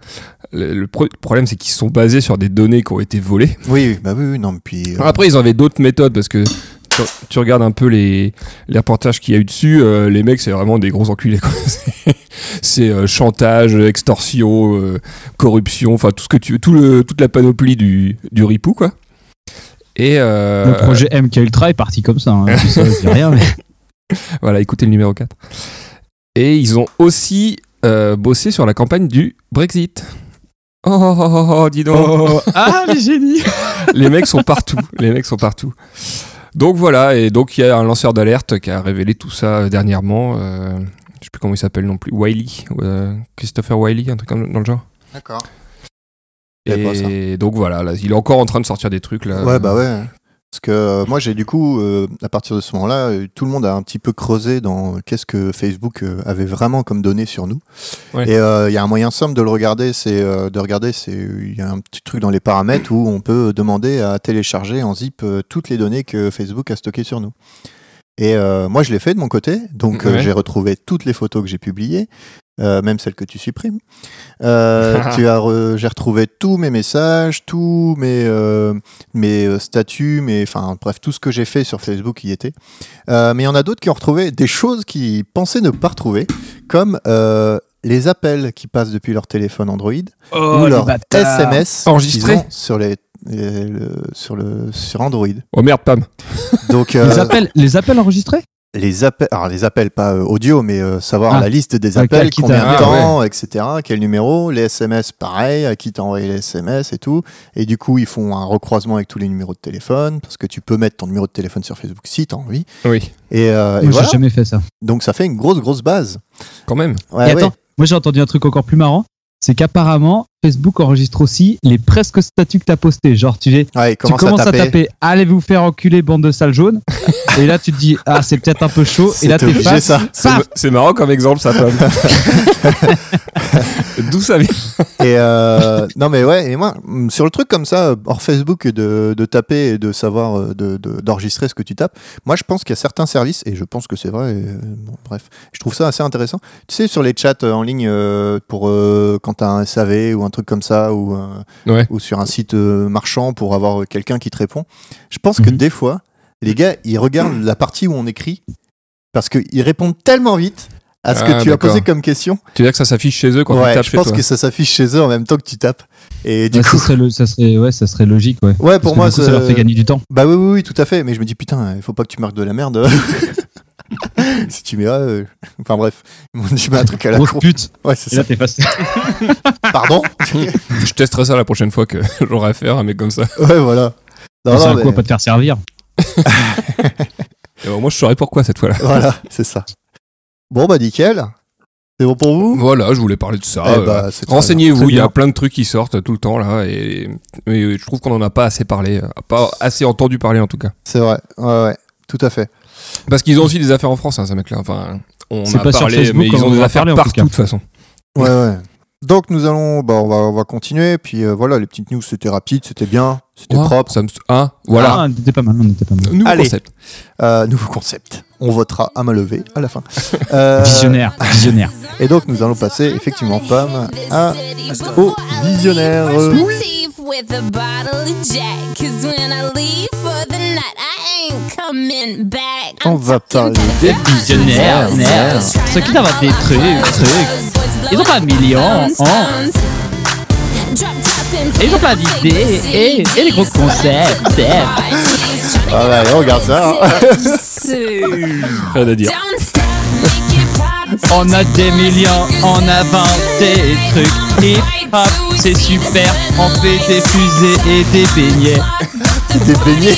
Speaker 1: le, le pro- le problème, c'est qu'ils sont basés sur des données qui ont été volées.
Speaker 2: Oui, oui, bah oui, oui, non, mais puis. euh,
Speaker 1: Après, ils avaient d'autres méthodes parce que tu, tu regardes un peu les, les reportages qu'il y a eu dessus. euh, les mecs, c'est vraiment des gros enculés. quoi. (laughs) C'est- C'est euh, chantage, extorsion, euh, corruption, enfin tout ce que tu, tout le, toute la panoplie du, du ripou quoi. Et euh,
Speaker 3: Le projet MK Ultra est parti
Speaker 1: (laughs)
Speaker 3: comme ça. Hein. Tout ça, je dis rien, mais...
Speaker 1: Voilà, écoutez le numéro 4. Et ils ont aussi euh, bossé sur la campagne du Brexit. Oh, oh, oh, oh, oh, dis donc.
Speaker 3: (laughs) Ah, les génies
Speaker 1: Les mecs sont partout. Les mecs sont partout. Donc voilà, et donc il y a un lanceur d'alerte qui a révélé tout ça euh, dernièrement. euh, je sais plus comment il s'appelle non plus. Wiley. euh, Christopher Wiley, un truc comme- dans le genre.
Speaker 2: D'accord. C'est pas
Speaker 1: Et donc voilà, là, il est encore en train de sortir des trucs là.
Speaker 2: Ouais, bah ouais. Parce que euh, moi, j'ai du coup, euh, à partir de ce moment-là, euh, tout le monde a un petit peu creusé dans euh, qu'est-ce que Facebook euh, avait vraiment comme données sur nous.
Speaker 1: Ouais.
Speaker 2: Et euh, il y a un moyen simple de le regarder, c'est euh, de regarder, c'est il y a un petit truc dans les paramètres où on peut demander à télécharger en zip euh, toutes les données que Facebook a stockées sur nous. Et euh, moi, je l'ai fait de mon côté, donc euh,
Speaker 1: Ouais.
Speaker 2: j'ai retrouvé toutes les photos que j'ai publiées, euh, même celles que tu supprimes. Euh, tu as re- j'ai retrouvé tous mes messages, tous mes euh, mes euh, statuts, mes enfin bref tout ce que j'ai fait sur Facebook y était. Euh, mais il y en a d'autres qui ont retrouvé des choses qu'ils pensaient ne pas retrouver, comme euh, les appels qui passent depuis leur téléphone Android
Speaker 3: Oh,
Speaker 2: ou
Speaker 3: les
Speaker 2: leur
Speaker 3: bâtards.
Speaker 2: SMS
Speaker 1: Enregistrés.
Speaker 2: qu'ils ont sur les, les- le- sur le sur Android.
Speaker 1: Oh merde, Pam.
Speaker 2: Donc
Speaker 3: Les
Speaker 2: euh,
Speaker 3: appels, les appels enregistrés
Speaker 2: les appels, alors les appels pas euh, audio, mais euh, savoir
Speaker 3: Ah.
Speaker 2: la liste des
Speaker 3: Ah,
Speaker 2: appels,
Speaker 3: qui t'a-
Speaker 2: combien de
Speaker 1: ah,
Speaker 2: temps, etc., quel numéro, les SMS pareil, à qui t'a envoyé les SMS et tout. Et du coup, ils font un recroisement avec tous les numéros de téléphone, parce que tu peux mettre ton numéro de téléphone sur Facebook si t'as envie.
Speaker 1: Oui,
Speaker 2: Et, euh, et
Speaker 3: Moi,
Speaker 2: voilà.
Speaker 3: j'ai jamais fait ça.
Speaker 2: Donc ça fait une grosse, grosse base.
Speaker 1: quand même.
Speaker 2: Ouais,
Speaker 3: Et
Speaker 2: ouais.
Speaker 3: attends, moi j'ai entendu un truc encore plus marrant, c'est qu'apparemment Facebook enregistre aussi les presque statuts que t'as postés. Genre tu, les- tu
Speaker 2: Ouais, ils commencent
Speaker 3: commences
Speaker 2: à taper. (laughs)
Speaker 3: allez vous faire enculer bande de sales jaunes. et là tu te dis ah c'est peut-être un peu chaud. Et
Speaker 2: C'était
Speaker 3: là t'es
Speaker 2: obligé,
Speaker 3: pas.
Speaker 2: ça.
Speaker 1: C'est
Speaker 3: Paf
Speaker 1: c'est marrant comme exemple, ça,
Speaker 2: (laughs)
Speaker 1: Pam. D'où ça vient
Speaker 2: Et euh, non mais ouais, et moi, mm, sur le truc comme ça, euh, hors Facebook, de, de taper et de savoir, euh, de- de- d'enregistrer ce que tu tapes, moi je pense qu'il y a certains services, et je pense que c'est vrai, et, euh, bon, bref, je trouve ça assez intéressant. Tu sais, sur les chats euh, en ligne, euh, pour euh, quand t'as un SAV ou un truc comme ça, ou, euh,
Speaker 1: Ouais.
Speaker 2: ou sur un site euh, marchand pour avoir euh, quelqu'un qui te répond, je pense que
Speaker 3: Mhm.
Speaker 2: des fois, les gars, ils regardent la partie où on écrit, parce qu'ils répondent tellement vite à ce que
Speaker 1: Ah,
Speaker 2: tu as
Speaker 1: d'accord.
Speaker 2: posé comme question.
Speaker 1: Tu veux dire que ça s'affiche chez eux quand tu
Speaker 2: ouais,
Speaker 1: tapes
Speaker 2: je
Speaker 1: chez
Speaker 2: pense
Speaker 1: toi
Speaker 2: que ça s'affiche chez eux en même temps que tu tapes. Et du
Speaker 3: Ouais,
Speaker 2: coup,
Speaker 3: ça, serait le- ça serait, ouais, ça serait logique, ouais.
Speaker 2: ouais,
Speaker 3: Parce
Speaker 2: pour
Speaker 3: que
Speaker 2: moi,
Speaker 3: du coup, ça
Speaker 2: ça-
Speaker 3: leur fait gagner du temps.
Speaker 2: Bah oui, oui, oui, tout à fait. Mais je me dis, putain, il faut pas que tu marques de la merde. (laughs) si tu mets là, euh, enfin bref, je mets bah, un truc à la
Speaker 3: Grosse
Speaker 2: con.
Speaker 3: pute.
Speaker 2: Ouais, c'est
Speaker 3: (laughs) Et
Speaker 2: ça.
Speaker 3: là, t'es face.
Speaker 2: Pardon (laughs)
Speaker 1: Je testerai ça la prochaine fois que (laughs) j'aurai affaire à un mec comme ça.
Speaker 2: Ouais, voilà. Non,
Speaker 3: Ça sert
Speaker 2: non,
Speaker 3: à
Speaker 2: mais-
Speaker 3: quoi pas te faire servir
Speaker 1: Et au moins, je saurai pourquoi cette fois-là.
Speaker 2: (laughs) Voilà, c'est ça. Bon, bah nickel. C'est bon pour vous
Speaker 1: Voilà, je voulais parler de ça.
Speaker 2: Eh
Speaker 1: euh,
Speaker 2: bah, c'est très
Speaker 1: Renseignez-vous,
Speaker 3: Très
Speaker 1: il y a
Speaker 3: bien.
Speaker 1: plein de trucs qui sortent tout le temps là, et, mais je trouve qu'on en a pas assez parlé, euh, pas assez entendu parler en tout cas.
Speaker 2: bien. C'est vrai, ouais, ouais, tout à fait.
Speaker 1: Parce qu'ils ont aussi des affaires en France, hein, ces mecs-là. Enfin, on
Speaker 3: C'est
Speaker 1: a
Speaker 3: pas sur
Speaker 1: parlé,
Speaker 3: Facebook
Speaker 1: mais
Speaker 3: qu'on
Speaker 1: ils ont
Speaker 3: en
Speaker 1: des
Speaker 3: a
Speaker 1: affaires
Speaker 3: parlé, en tout
Speaker 1: partout
Speaker 3: cas.
Speaker 1: de toute façon.
Speaker 2: Ouais,
Speaker 3: Mm.
Speaker 2: ouais. Donc nous allons, bah, on va, on va continuer. Puis euh, voilà, les petites news, c'était rapide, c'était bien, c'était
Speaker 1: Ouais,
Speaker 2: propre.
Speaker 1: ça me- hein, voilà.
Speaker 3: Ah, on était pas mal, on était pas mal.
Speaker 1: Nouveau
Speaker 2: Allez.
Speaker 1: concept.
Speaker 2: Euh, nouveau concept. On votera à main levée à la fin. Euh, (laughs)
Speaker 3: Visionnaire, visionnaire.
Speaker 2: Et donc nous allons passer effectivement, Pam, à, au visionnaire.
Speaker 4: With a bottle of Jack, 'cause when I leave for the night, I ain't coming back.
Speaker 2: On va parler
Speaker 4: des
Speaker 3: visionnaires, nerds. Ceux qui inventent des trucs,
Speaker 4: trucs.
Speaker 3: Ils ont pas de millions, hein. Et ils ont plein d'idées, et- et des gros concepts, hein.
Speaker 4: Ah
Speaker 2: ouais, bah, allez, on regarde ça, hein.
Speaker 4: (laughs)
Speaker 1: Rien à dire.
Speaker 3: On a des millions, on invente des trucs. Et hop, c'est super, on fait des fusées et des beignets.
Speaker 2: des beignets.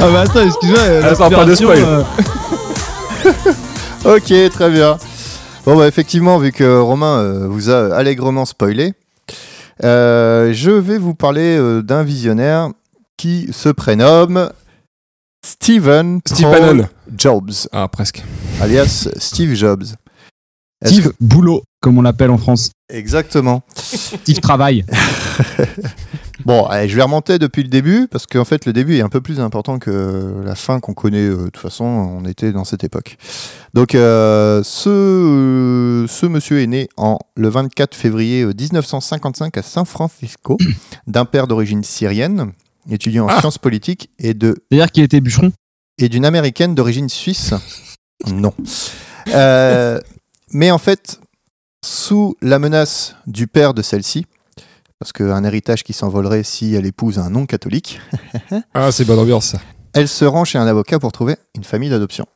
Speaker 3: Ah bah attends, excuse-moi. euh,
Speaker 1: Attends, pas de
Speaker 3: l'aspiration,
Speaker 1: spoil.
Speaker 3: euh,
Speaker 2: Ok, très bien. Bon, bah, effectivement, vu que Romain euh, vous a allègrement spoilé, euh, je vais vous parler euh, d'un visionnaire qui se prénomme Steven
Speaker 1: Steve
Speaker 2: Paul
Speaker 1: Bannon.
Speaker 2: Jobs,
Speaker 1: Ah, presque.
Speaker 2: alias Steve Jobs. Est-ce
Speaker 3: Steve
Speaker 2: que-
Speaker 3: Boulot, comme on l'appelle en France.
Speaker 2: Exactement.
Speaker 3: Steve Travail.
Speaker 2: Bon, allez, je vais remonter depuis le début, parce qu'en fait, le début est un peu plus important que la fin qu'on connaît. euh, De toute façon, on était dans cette époque. Donc, euh, ce, euh, ce monsieur est né en, le 24 février euh, 1955 à San Francisco, d'un père d'origine syrienne, étudiant en
Speaker 1: Ah.
Speaker 2: sciences politiques, et de
Speaker 3: C'est-à-dire qu'il était bûcheron.
Speaker 2: et d'une américaine d'origine suisse. Non. Euh, mais en fait, sous la menace du père de celle-ci, parce qu'un héritage qui s'envolerait si elle épouse un non-catholique,
Speaker 1: Ah, c'est bonne ambiance ça.
Speaker 2: elle se rend chez un avocat pour trouver une famille d'adoption.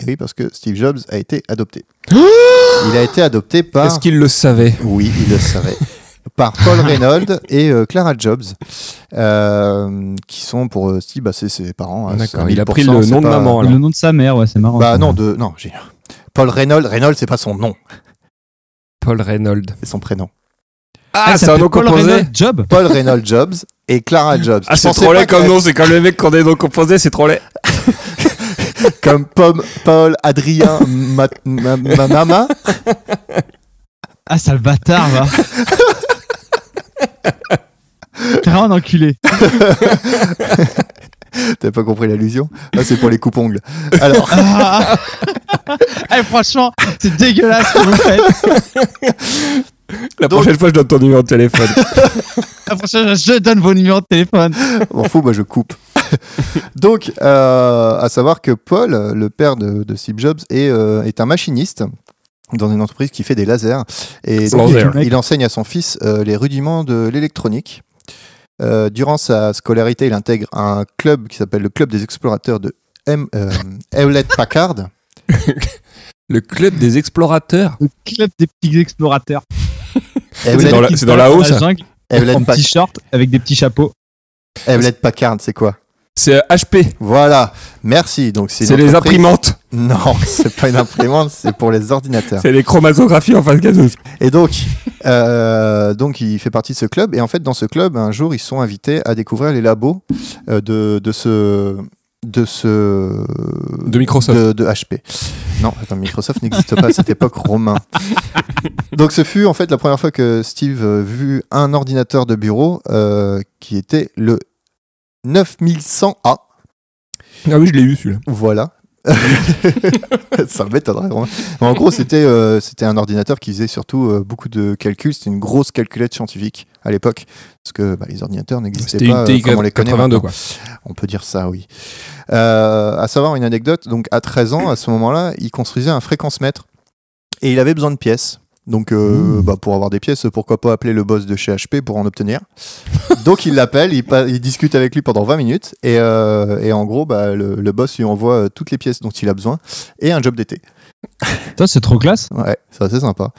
Speaker 2: Et oui, parce que Steve Jobs a été adopté. Il a été adopté par...
Speaker 1: Est-ce qu'ils le savaient
Speaker 2: Oui, il le savait. Par Paul Reynolds et euh, Clara Jobs, euh, qui sont pour euh, Steve, bah, c'est ses parents. hein,
Speaker 1: Ah, D'accord,
Speaker 2: c'est
Speaker 1: il a pris le
Speaker 2: 1000%,
Speaker 1: nom de
Speaker 2: c'est pas-
Speaker 1: maman. Voilà.
Speaker 3: Le nom de sa mère, ouais, c'est marrant.
Speaker 2: Bah
Speaker 3: ça.
Speaker 2: non, de non, j'ai Paul Reynolds, Reynolds c'est pas son nom,
Speaker 1: Paul Reynolds.
Speaker 2: c'est son prénom.
Speaker 1: Ah,
Speaker 3: il
Speaker 1: c'est un
Speaker 3: s'appelle
Speaker 1: nom
Speaker 3: Paul
Speaker 1: composé
Speaker 3: Reynolds Job.
Speaker 2: Paul Reynolds Jobs et Clara Jobs.
Speaker 1: Ah,
Speaker 2: Je
Speaker 1: c'est
Speaker 2: pensais
Speaker 1: trop
Speaker 2: pas
Speaker 1: laid comme
Speaker 2: qu'elle-
Speaker 1: nom, c'est comme les mecs qui ont des noms composés, c'est trop laid.
Speaker 2: (laughs) comme Pom, Paul, Adrien, ma, ma- ma- Mama.
Speaker 3: Ah, sale
Speaker 1: (laughs)
Speaker 3: bâtard, va. T'es vraiment un enculé.
Speaker 2: T'as pas compris l'allusion Là, c'est pour les coupes-ongles. Alors,
Speaker 3: Ah. (laughs) Eh, franchement, c'est dégueulasse ce que vous faites.
Speaker 1: La
Speaker 2: Donc-
Speaker 1: prochaine fois, je donne ton numéro de téléphone.
Speaker 3: La prochaine fois, Ah, je donne vos numéros de téléphone.
Speaker 2: m'en fous, moi je coupe. (laughs) Donc, euh, à savoir que Paul, le père de, de Steve Jobs, est, euh, est un machiniste dans une entreprise qui fait des lasers. Et donc,
Speaker 1: Laser.
Speaker 3: Mec.
Speaker 2: Il enseigne à son fils euh, les rudiments de l'électronique. Euh, durant sa scolarité, il intègre un club qui s'appelle le Club des explorateurs de M,
Speaker 1: (laughs)
Speaker 2: euh, Hewlett Packard.
Speaker 1: Le club des explorateurs.
Speaker 3: Le club des petits explorateurs.
Speaker 1: C'est
Speaker 2: Hewlett,
Speaker 1: Eh, dans la-
Speaker 3: Qui
Speaker 1: c'est
Speaker 3: se
Speaker 1: dans la
Speaker 3: passent
Speaker 1: hausse,
Speaker 3: dans
Speaker 1: ça.
Speaker 3: jungle,
Speaker 2: Hewlett
Speaker 3: en
Speaker 2: Pa-
Speaker 3: petit short avec des petits chapeaux.
Speaker 2: Hewlett Packard, c'est quoi
Speaker 1: C'est euh, HP,
Speaker 2: Voilà, merci. Donc une
Speaker 1: c'est les
Speaker 2: entreprise-
Speaker 1: imprimantes,
Speaker 2: Non, (laughs) c'est pas une imprimante, c'est pour les ordinateurs.
Speaker 1: c'est les chromatographies en face gazeuse.
Speaker 2: Et donc, (laughs) euh, donc, il fait partie de ce club. Et en fait, dans ce club, un jour, ils sont invités à découvrir les labos euh, de, de ce de ce
Speaker 1: De Microsoft.
Speaker 2: de, de HP. Non, attends, Microsoft n'existe pas à
Speaker 1: (laughs)
Speaker 2: cette époque romain. Donc ce fut en fait la première fois que Steve euh, vit un ordinateur de bureau euh, qui était le 9100A,
Speaker 1: Ah oui, je l'ai eu celui-là.
Speaker 2: voilà, (laughs) ça m'étonnerait. vraiment. Mais En gros, c'était euh, c'était un ordinateur qui faisait surtout euh, beaucoup de calculs. C'était une grosse calculette scientifique à l'époque, parce que bah, les ordinateurs
Speaker 1: C'était
Speaker 2: n'existaient
Speaker 1: une
Speaker 2: pas euh,
Speaker 1: TI
Speaker 2: comme on les connaît
Speaker 1: 82
Speaker 2: maintenant.
Speaker 1: quoi.
Speaker 2: On peut dire ça, oui. Euh, à savoir une anecdote, donc à 13 ans, à ce moment-là, il construisait un fréquence-mètre et il avait besoin de pièces. Donc euh, bah, pour avoir des pièces, pourquoi pas appeler le boss de chez HP pour en obtenir. (laughs) Donc il l'appelle, il, pa- il discute avec lui pendant 20 minutes et, euh, et en gros, bah, le, le boss lui envoie euh, toutes les pièces dont il a besoin et un job d'été.
Speaker 3: Putain, c'est trop classe.
Speaker 2: Ouais, c'est assez sympa.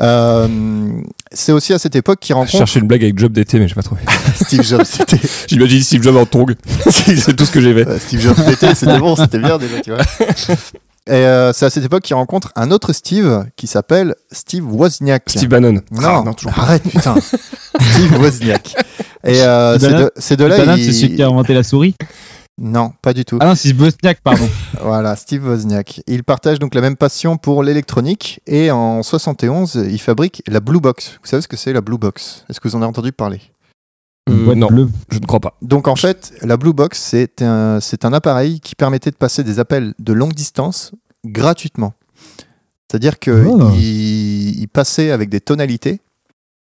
Speaker 2: Euh, c'est aussi à cette époque (laughs) qu'il
Speaker 1: Je
Speaker 2: rencontre
Speaker 1: cherchais une blague avec Job d'été mais j'ai pas trouvé. (laughs)
Speaker 2: Steve (laughs) Jobs. C'était-
Speaker 1: J'imagine Steve Job en (laughs) tong. C'est tout ce que j'ai fait.
Speaker 2: Euh, Steve Jobs pété, c'était bon, c'était bien déjà,
Speaker 3: (laughs)
Speaker 2: tu vois. Et euh, c'est à cette époque qu'il rencontre un autre Steve qui s'appelle Steve Wozniak.
Speaker 1: Steve Bannon.
Speaker 2: Non,
Speaker 1: Ah, non, toujours pas.
Speaker 2: arrête,
Speaker 3: (laughs)
Speaker 2: putain. Steve Wozniak. Et euh,
Speaker 3: Bannon-
Speaker 2: ces deux, là
Speaker 3: Banane, Bah, c'est celui qui a inventé la souris.
Speaker 2: Non, pas du tout.
Speaker 3: Ah non, c'est Bosniak, pardon.
Speaker 2: Voilà, Steve Wozniak. Ils partagent donc la même passion pour l'électronique et en 71, ils fabriquent la Blue Box. Vous savez ce que c'est la Blue Box Est-ce que vous en avez entendu parler
Speaker 1: Euh,
Speaker 3: Boîte
Speaker 1: non,
Speaker 3: bleue.
Speaker 1: je ne crois pas.
Speaker 2: Donc en fait, la Blue Box, c'est un, c'est un appareil qui permettait de passer des appels de longue distance gratuitement. C'est-à-dire que
Speaker 3: Oh.
Speaker 2: il, il passait avec des tonalités,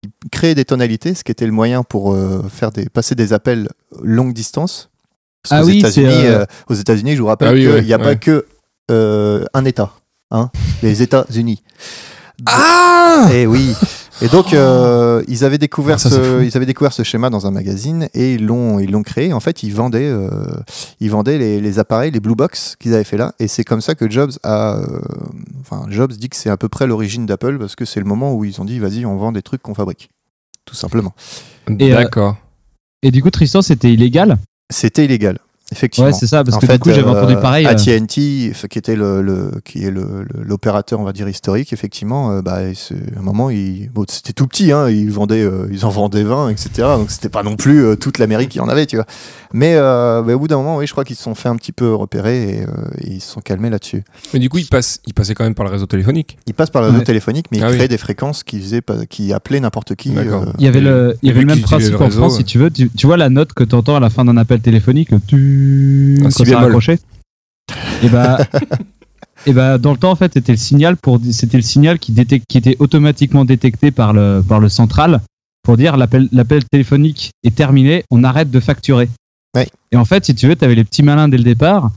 Speaker 2: il créait des tonalités, ce qui était le moyen pour euh, faire des, passer des appels longue distance.
Speaker 3: Ah
Speaker 2: aux
Speaker 3: oui, c'est,
Speaker 2: États-Unis,
Speaker 3: euh,
Speaker 2: aux États-Unis, je vous rappelle
Speaker 1: Ah oui,
Speaker 2: qu'il
Speaker 1: ouais,
Speaker 2: n'y a pas
Speaker 1: ouais.
Speaker 2: que euh, un État, hein, les États-Unis.
Speaker 1: Ah
Speaker 2: Et Eh oui. Et donc, euh, ils, avaient découvert
Speaker 1: Ah, ça, c'est
Speaker 2: ce,
Speaker 1: fou.
Speaker 2: ils avaient découvert ce schéma dans un magazine et ils l'ont, ils l'ont créé. En fait, ils vendaient, euh, ils vendaient les, les appareils, les Blue Box qu'ils avaient fait là. Et c'est comme ça que Jobs a. euh, Enfin, Jobs dit que c'est à peu près l'origine d'Apple parce que c'est le moment où ils ont dit vas-y, on vend des trucs qu'on fabrique. Tout simplement.
Speaker 3: Et, euh,
Speaker 1: D'accord.
Speaker 3: Et du coup, Tristan, c'était illégal.
Speaker 2: C'était illégal, effectivement.
Speaker 3: Ouais, c'est ça, Ah, parce
Speaker 2: En
Speaker 3: que
Speaker 2: fait,
Speaker 3: du coup, j'avais
Speaker 2: euh,
Speaker 3: entendu pareil. euh,
Speaker 2: AT&T, enfin, qui était le, le- qui est le- le- l'opérateur, on va dire historique, effectivement, euh, bah, c'est- à un moment, il, bon, c'était tout petit, hein, ils vendaient, euh, ils en vendaient 20, etc. Donc c'était pas non plus euh, toute l'Amérique qui en avait, tu vois. Mais, euh, mais au bout d'un moment, oui, je crois qu'ils se sont fait un petit peu repérer et, euh, et ils se sont calmés là-dessus.
Speaker 1: Mais du coup, il passe, il passait quand même par le réseau téléphonique.
Speaker 2: Ils passent par le réseau
Speaker 3: Ouais.
Speaker 2: téléphonique, mais ils
Speaker 1: Ah oui.
Speaker 2: créaient des fréquences qui faisaient, pas- qui appelaient n'importe qui.
Speaker 1: D'accord.
Speaker 2: euh,
Speaker 3: Il y avait le, il y avait
Speaker 1: Vu
Speaker 3: le même
Speaker 1: qu'ils utilisaient
Speaker 3: principe
Speaker 1: le
Speaker 3: en
Speaker 1: réseau,
Speaker 3: France,
Speaker 1: ouais.
Speaker 3: si tu veux. Tu, tu vois la note que tu entends à la fin d'un appel téléphonique, tu.
Speaker 1: Un
Speaker 3: quand
Speaker 1: si
Speaker 3: c'est
Speaker 1: bémol.
Speaker 3: raccroché. Et
Speaker 1: (laughs)
Speaker 3: bah. Et bah, dans le temps, en fait, c'était le signal pour, c'était le signal qui détec- qui était automatiquement détecté par le, par le central pour dire l'appel, l'appel téléphonique est terminé, on arrête de facturer.
Speaker 2: Ouais.
Speaker 3: Et en fait, si tu veux, t'avais les petits malins dès le départ,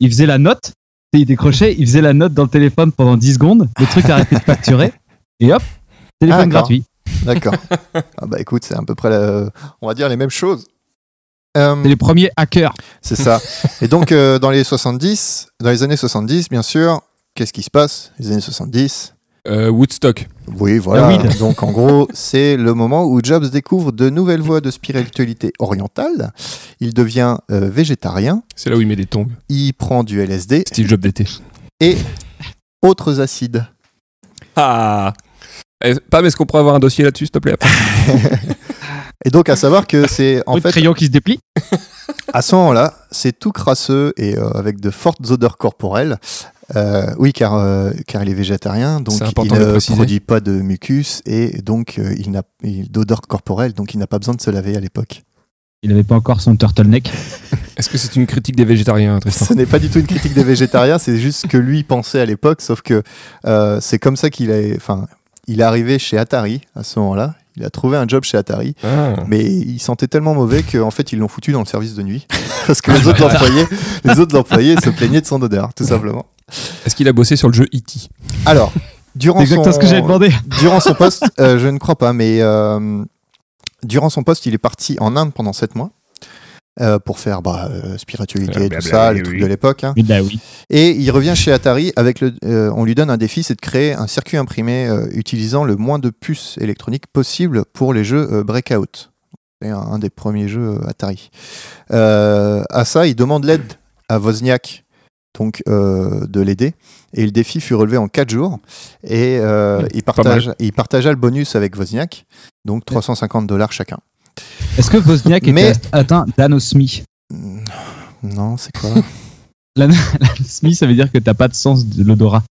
Speaker 3: ils faisaient la note, et ils décrochaient, ils faisaient la note dans le téléphone pendant 10 secondes, le truc arrêtait de facturer, et hop, téléphone
Speaker 1: Ah,
Speaker 2: d'accord.
Speaker 3: gratuit.
Speaker 1: (laughs)
Speaker 2: D'accord. ah bah écoute, c'est à peu près, la- on va dire les mêmes choses. Euh,
Speaker 3: C'est les premiers hackers.
Speaker 2: C'est ça. Et donc, euh, dans les 70, dans les années 70, bien sûr, qu'est-ce qui se passe Les années 70
Speaker 1: Euh, Woodstock.
Speaker 2: Oui, voilà.
Speaker 3: La weed.
Speaker 2: Donc, en gros, c'est le moment où Jobs découvre de nouvelles voies de spiritualité orientale. Il devient euh, végétarien,
Speaker 1: C'est là où il met des tongs.
Speaker 2: il prend du LSD,
Speaker 1: Steve Job d'été.
Speaker 2: autres acides. (laughs)
Speaker 1: Ah Eh, Pam, est-ce qu'on pourrait avoir un dossier là-dessus, s'il te plaît après
Speaker 2: Et donc, à savoir que c'est en
Speaker 3: Le
Speaker 2: fait
Speaker 3: crayon qui se déplie.
Speaker 2: À ce moment-là, c'est tout crasseux et euh, avec de fortes odeurs corporelles. Euh, oui, car, euh, car il est végétarien, donc
Speaker 1: C'est
Speaker 2: il
Speaker 1: important de le
Speaker 2: ne
Speaker 1: préciser.
Speaker 2: produit pas de mucus et donc euh, il n'a il- d'odeur corporelle, donc il n'a pas besoin de se laver
Speaker 1: (laughs)
Speaker 2: à l'époque.
Speaker 3: Il n'avait pas encore son turtleneck.
Speaker 1: Est-ce que c'est une critique des végétariens, Tristan
Speaker 2: Ce n'est pas du tout une critique des végétariens, c'est juste ce que lui pensait à l'époque, sauf que euh, c'est comme ça qu'il est, enfin, il est arrivé chez Atari à ce moment-là. Il a trouvé un job chez Atari,
Speaker 1: Ah.
Speaker 2: mais il sentait tellement mauvais qu'en fait ils l'ont foutu dans le service de nuit (laughs) parce que
Speaker 1: Ah,
Speaker 2: les autres employés, les autres employés se plaignaient de son odeur, tout simplement.
Speaker 1: Est-ce qu'il a bossé sur le jeu E E.T.
Speaker 2: Alors, durant
Speaker 3: C'est exactement
Speaker 2: son,
Speaker 3: ce que j'avais demandé.
Speaker 2: durant son poste, euh, je ne crois pas, mais euh, durant son poste, il est parti en Inde pendant 7 mois. euh, pour faire bah, euh, spiritualité et tout
Speaker 1: Blablabla,
Speaker 2: ça,
Speaker 1: oui,
Speaker 2: les trucs
Speaker 1: oui.
Speaker 2: de l'époque. hein.
Speaker 3: Mais bah oui.
Speaker 2: Et il revient chez Atari avec le. euh, on lui donne un défi, c'est de créer un circuit imprimé euh, utilisant le moins de puces électroniques possible pour les jeux euh, Breakout. C'est un, un des premiers jeux euh, Atari. Euh, à ça, il demande l'aide à Wozniak, donc euh, de l'aider. Et le défi fut relevé en 4 jours. Et euh, il, partage, il partagea le bonus avec Wozniak, donc 350 dollars chacun.
Speaker 3: Est-ce que Bosniak
Speaker 2: Mais-
Speaker 3: était atteint (laughs) d'anosmie
Speaker 1: Hmm.
Speaker 2: Mm, Non, c'est quoi
Speaker 3: Anosmie, ça veut dire que t'as pas de sens de l'odorat.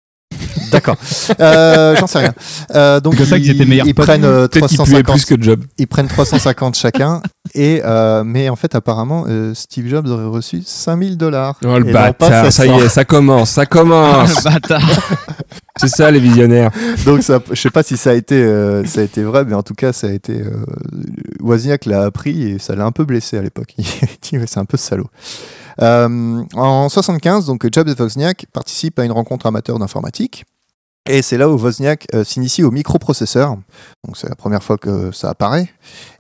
Speaker 2: D'accord. Euh, J'en sais rien. Euh, donc,
Speaker 3: C'est comme ça qu'ils
Speaker 2: ils,
Speaker 3: étaient meilleurs
Speaker 2: ils
Speaker 3: potes.
Speaker 2: prennent, euh,
Speaker 1: Peut-être qu'il puait
Speaker 2: 350,
Speaker 1: plus que Job.
Speaker 2: ils prennent 350 chacun. Et, euh, mais en fait, apparemment, euh, Steve Jobs aurait reçu 5000 dollars.
Speaker 1: Oh le bâtard, ça y est, ça commence, ça
Speaker 2: Ah. (laughs)
Speaker 3: (laughs)
Speaker 1: commence.
Speaker 3: Bâtard.
Speaker 1: C'est ça les visionnaires.
Speaker 2: Donc, ça, je sais pas si ça a, été, euh, ça a été vrai, mais en tout cas, ça a été. Euh, Wozniak l'a appris et ça l'a un peu blessé à l'époque. (laughs) Il dit, mais c'est un peu salaud. Euh, en 75, donc, Jobs et Wozniak participent à une rencontre amateur d'informatique. Et c'est là où Wozniak euh, s'initie au microprocesseur. Donc, c'est la première fois que ça apparaît.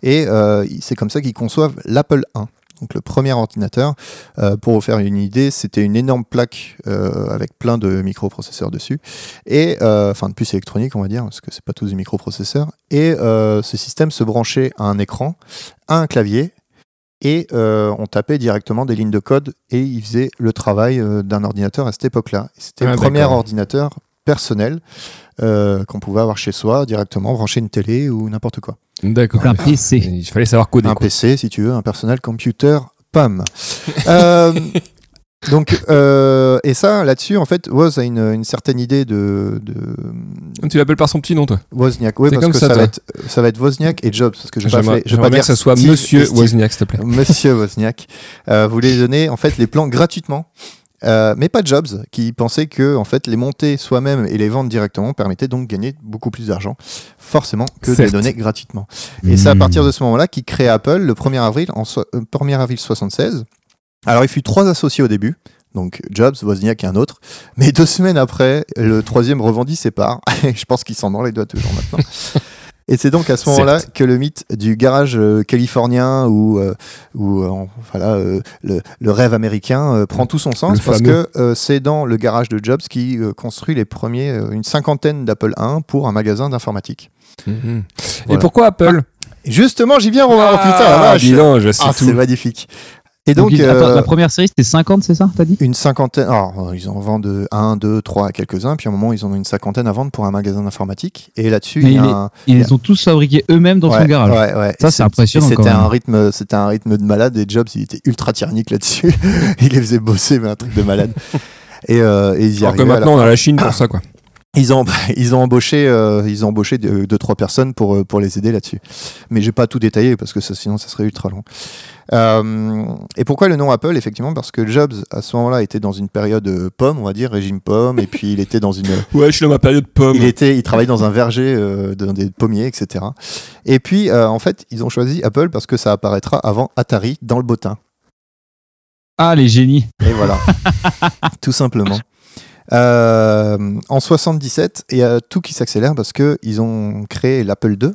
Speaker 2: Et euh, il- c'est comme ça qu'ils conçoivent l'Apple 1. Donc le premier ordinateur, Euh, pour vous faire une idée, c'était une énorme plaque euh, avec plein de microprocesseurs dessus et euh, enfin de puces électroniques on va dire parce que c'est pas tous des microprocesseurs et euh, ce système se branchait à un écran à un clavier et euh, on tapait directement des lignes de code et il faisait le travail euh, d'un ordinateur à cette époque-là. Et C'était
Speaker 1: Ah,
Speaker 2: le premier
Speaker 1: d'accord.
Speaker 2: ordinateur personnel euh, qu'on pouvait avoir chez soi directement brancher une télé ou n'importe quoi.
Speaker 1: D'accord.
Speaker 3: Un PC.
Speaker 1: Il fallait savoir coder.
Speaker 2: Un
Speaker 1: quoi.
Speaker 2: PC, si tu veux, un personal computer, PAM.
Speaker 1: (laughs)
Speaker 2: Euh, donc, euh, et ça, là-dessus, en fait, Woz a une, une certaine idée de, de
Speaker 1: Tu l'appelles par son petit nom toi.
Speaker 2: Wozniak. Oui,
Speaker 1: C'est
Speaker 2: parce
Speaker 1: comme
Speaker 2: que
Speaker 1: ça,
Speaker 2: ça,
Speaker 1: toi.
Speaker 2: va être, ça va être Wozniak et Jobs. Parce que je vais pas,
Speaker 1: J'aimerais
Speaker 2: fait- je vais pas
Speaker 1: j'aimerais bien que
Speaker 2: dire
Speaker 1: ça soit
Speaker 2: Steve et
Speaker 1: Monsieur
Speaker 2: Steve.
Speaker 1: Wozniak, s'il te plaît.
Speaker 2: (laughs) Monsieur Wozniak. Euh, voulait donner, en fait, les plans gratuitement. Euh, mais pas Jobs, qui pensait que en fait, les monter soi-même et les vendre directement permettaient donc de gagner beaucoup plus d'argent, forcément, que de les
Speaker 1: Certes.
Speaker 2: donner gratuitement. Et
Speaker 1: Hmm.
Speaker 2: c'est à partir de ce moment-là qu'il crée Apple le 1er avril, en so- euh, 1er avril 76. Alors il fut trois associés au début, donc Jobs, Wozniak et un autre. Mais deux semaines après, le troisième revendit ses parts. (laughs) Et je pense qu'il s'en mord les doigts toujours
Speaker 1: (laughs)
Speaker 2: maintenant. Et c'est donc à ce moment-là que le mythe du garage euh, californien ou euh, ou euh, en- voilà euh, le, le rêve américain euh, prend tout son sens
Speaker 1: Le
Speaker 2: parce
Speaker 1: fameux.
Speaker 2: que euh, c'est dans le garage de Jobs qui euh, construit les premiers euh, une cinquantaine d'Apple 1 pour un magasin d'informatique.
Speaker 1: Mhm. Et
Speaker 2: Mm-hmm. Voilà.
Speaker 1: pourquoi Apple
Speaker 2: Et Justement, j'y viens Romain. Oh, putain, la vache.
Speaker 1: dis donc, je sais
Speaker 2: Ah, c'est
Speaker 1: tout.
Speaker 2: magnifique. Et
Speaker 3: Donc,
Speaker 2: donc,
Speaker 3: il- attends,
Speaker 2: euh,
Speaker 3: la première série, c'était 50, c'est ça, t'as dit
Speaker 2: une cinquantaine. Alors, euh, ils en vendent 1, 2, 3 à quelques-uns, puis à un moment, ils en ont une cinquantaine à vendre pour un magasin d'informatique. Et là-dessus,
Speaker 3: Mais
Speaker 2: il y a
Speaker 3: il est
Speaker 2: un.
Speaker 3: Ils les ont tous fabriqués eux-mêmes dans son
Speaker 2: Ouais,
Speaker 3: garage.
Speaker 2: ouais, ouais.
Speaker 3: Ça,
Speaker 2: Et
Speaker 3: c'est impressionnant,
Speaker 2: et C'était
Speaker 3: quand même.
Speaker 2: un, rythme, c'était un rythme de malade, et Jobs, il était ultra tyrannique là-dessus. (laughs) il les faisait bosser, mais un truc de malade. Et, euh, et ils y
Speaker 1: Alors que
Speaker 2: arrivaient à la Ah.
Speaker 1: maintenant, on a la Chine pour ça, quoi.
Speaker 2: Ils ont, (laughs) ils ont embauché, euh, ils ont embauché deux, deux, trois personnes pour, euh, pour les aider là-dessus. Mais j'ai pas tout détaillé parce que ça, sinon ça serait ultra long. Euh, et pourquoi le nom Apple Effectivement, parce que Jobs à ce moment-là était dans une période euh, pomme, on va dire régime pomme, et puis il était dans une,
Speaker 1: Ouais, je suis dans ma période pomme.
Speaker 2: il était, il travaillait dans un verger, euh, dans des pommiers, etc. Et puis euh, en fait, ils ont choisi Apple parce que ça apparaîtra avant Atari dans le bottin.
Speaker 3: Ah, les génies.
Speaker 2: Et voilà. (laughs) tout simplement. Euh, en 77, il y a tout qui s'accélère parce que ils ont créé l'Apple II.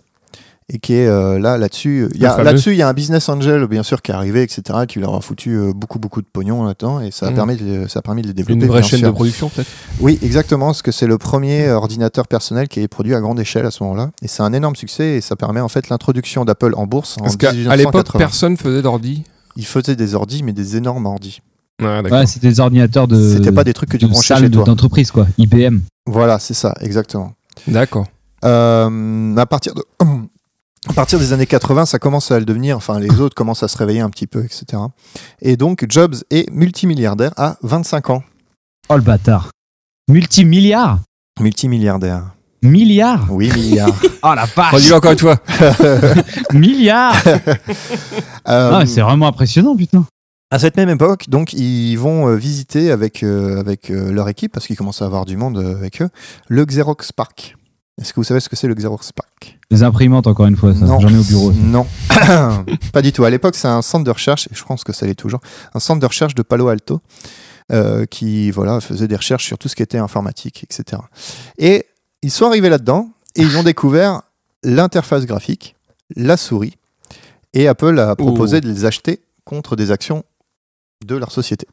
Speaker 2: Et qui est euh, là, là-dessus, il y
Speaker 1: Le
Speaker 2: a,
Speaker 1: fameux.
Speaker 2: là-dessus, il y a un business angel, bien sûr, qui est arrivé, etc., qui leur a foutu euh, beaucoup, beaucoup de pognon là-dedans, et ça a,
Speaker 1: Mm.
Speaker 2: permis de, ça a permis de les développer.
Speaker 1: Une vraie
Speaker 2: bien
Speaker 1: chaîne
Speaker 2: sûr.
Speaker 1: de production, peut-être
Speaker 2: Oui, exactement, parce que c'est le premier euh, ordinateur personnel qui est produit à grande échelle à ce moment-là, et c'est un énorme succès, et ça permet en fait l'introduction d'Apple en bourse en
Speaker 1: Parce qu'à à
Speaker 2: 1880.
Speaker 1: l'époque, personne faisait d'ordi.
Speaker 2: Ils faisaient des ordis, mais des énormes ordis.
Speaker 1: Ouais, d'accord.
Speaker 3: Ouais, c'était des ordinateurs de.
Speaker 2: C'était pas des trucs que tu
Speaker 3: de
Speaker 2: branchais
Speaker 3: salle
Speaker 2: chez
Speaker 3: de-
Speaker 2: toi.
Speaker 3: d'entreprise, quoi. IBM.
Speaker 2: Voilà, c'est ça, exactement.
Speaker 1: D'accord.
Speaker 2: Euh, à partir de (clears throat) à partir des années 80, ça commence à le devenir. Enfin, les
Speaker 3: (clears throat)
Speaker 2: autres commencent à se réveiller un petit peu, etc. Et donc, Jobs est multimilliardaire à 25 ans.
Speaker 3: Oh, le bâtard. Multimilliard
Speaker 2: Multimilliardaire.
Speaker 3: Milliard (laughs)
Speaker 2: Oui, milliard. (laughs)
Speaker 3: Oh la
Speaker 2: Ah,
Speaker 3: vache
Speaker 1: Redis-le encore une fois.
Speaker 2: (laughs)
Speaker 3: Milliard
Speaker 2: Euh,
Speaker 3: Ah, C'est vraiment impressionnant, putain.
Speaker 2: À cette même époque, donc, ils vont euh, visiter avec, euh, avec euh, leur équipe, parce qu'ils commencent à avoir du monde euh, avec eux, le Xerox Park. Est-ce que vous savez ce que c'est le Xerox Park
Speaker 3: Les imprimantes, encore une fois, ça.
Speaker 2: Non.
Speaker 3: J'en ai au bureau.
Speaker 2: Non, (coughs) pas du tout. À l'époque, c'est un centre de recherche, et je pense que ça l'est toujours, un centre de recherche de Palo Alto, euh, qui voilà, faisait des recherches sur tout ce qui était informatique, etc. Et ils sont arrivés là-dedans, et ils ont découvert l'interface graphique, la souris, et Apple a proposé
Speaker 1: Oh.
Speaker 2: de les acheter contre des actions de leur société.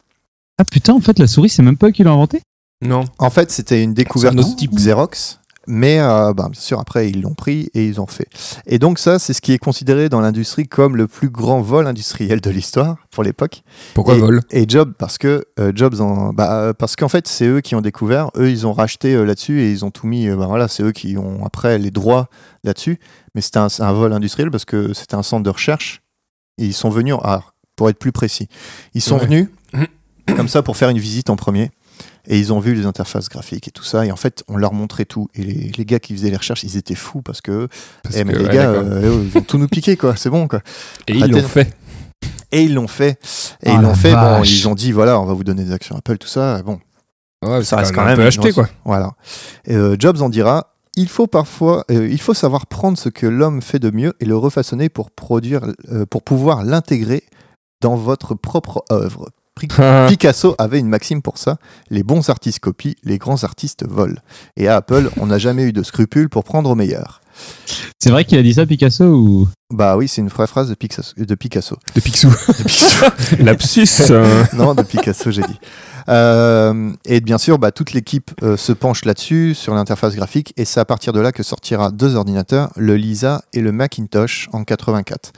Speaker 3: Ah, putain, en fait, la souris, c'est même pas eux qui l'ont inventée
Speaker 1: Non.
Speaker 2: En fait, c'était une découverte
Speaker 1: C'est un autre type.
Speaker 2: Xerox. Mais euh, bah, bien sûr, après, ils l'ont pris et ils ont fait. Et donc ça, c'est ce qui est considéré dans l'industrie comme le plus grand vol industriel de l'histoire pour l'époque.
Speaker 1: Pourquoi
Speaker 2: Et-
Speaker 1: vol
Speaker 2: Et Jobs, parce que euh, Jobs, en, bah, euh, parce qu'en fait, c'est eux qui ont découvert, eux, ils ont racheté euh, là-dessus et ils ont tout mis. euh, bah, voilà, c'est eux qui ont après les droits là-dessus. Mais c'était un, un vol industriel parce que c'était un centre de recherche. Et ils sont venus, ah, pour être plus précis, ils
Speaker 1: (clears throat)
Speaker 2: sont
Speaker 1: Ouais.
Speaker 2: venus comme ça pour faire une visite en premier. Et ils ont vu les interfaces graphiques et tout ça. Et en fait, on leur montrait tout. Et les, les gars qui faisaient les recherches, ils étaient fous parce que,
Speaker 1: Parce
Speaker 2: eh, mais
Speaker 1: que,
Speaker 2: les
Speaker 1: ouais,
Speaker 2: gars,
Speaker 1: d'accord.
Speaker 2: euh, eh, oh, ils ont tout nous piqué, quoi. C'est bon, quoi.
Speaker 1: et ils l'ont
Speaker 2: Athènes-
Speaker 1: fait.
Speaker 2: Et ils l'ont fait. Et
Speaker 3: Oh,
Speaker 2: ils
Speaker 3: la
Speaker 2: l'ont fait. Bon,
Speaker 3: vache.
Speaker 2: ils ont dit, voilà, on va vous donner des actions Apple, tout ça. Bon,
Speaker 1: Ouais,
Speaker 2: ça
Speaker 1: c'est
Speaker 2: reste quand
Speaker 1: un
Speaker 2: même
Speaker 1: peu
Speaker 2: une
Speaker 1: acheté,
Speaker 2: grosse-
Speaker 1: quoi.
Speaker 2: Voilà. Et, euh, Jobs en dira il faut parfois, euh, il faut savoir prendre ce que l'homme fait de mieux et le refaçonner pour produire, euh, pour pouvoir l'intégrer dans votre propre œuvre. Pri- (laughs)
Speaker 1: Ah,
Speaker 2: Picasso avait une maxime pour ça les bons artistes copient, les grands artistes volent. Et à Apple, on n'a jamais eu de scrupules pour prendre au meilleur.
Speaker 3: C'est vrai qu'il a dit ça, Picasso ou...
Speaker 2: Bah oui, c'est une vraie phrase de Picasso. De Picasso.
Speaker 1: de Picsou.
Speaker 2: De Picasso.
Speaker 1: (laughs) Lapsus. euh.
Speaker 2: non, de Picasso, j'ai dit. Euh, et bien sûr, bah, toute l'équipe euh, se penche là-dessus, sur l'interface graphique, et c'est à partir de là que sortira deux ordinateurs, le Lisa et le Macintosh en 84,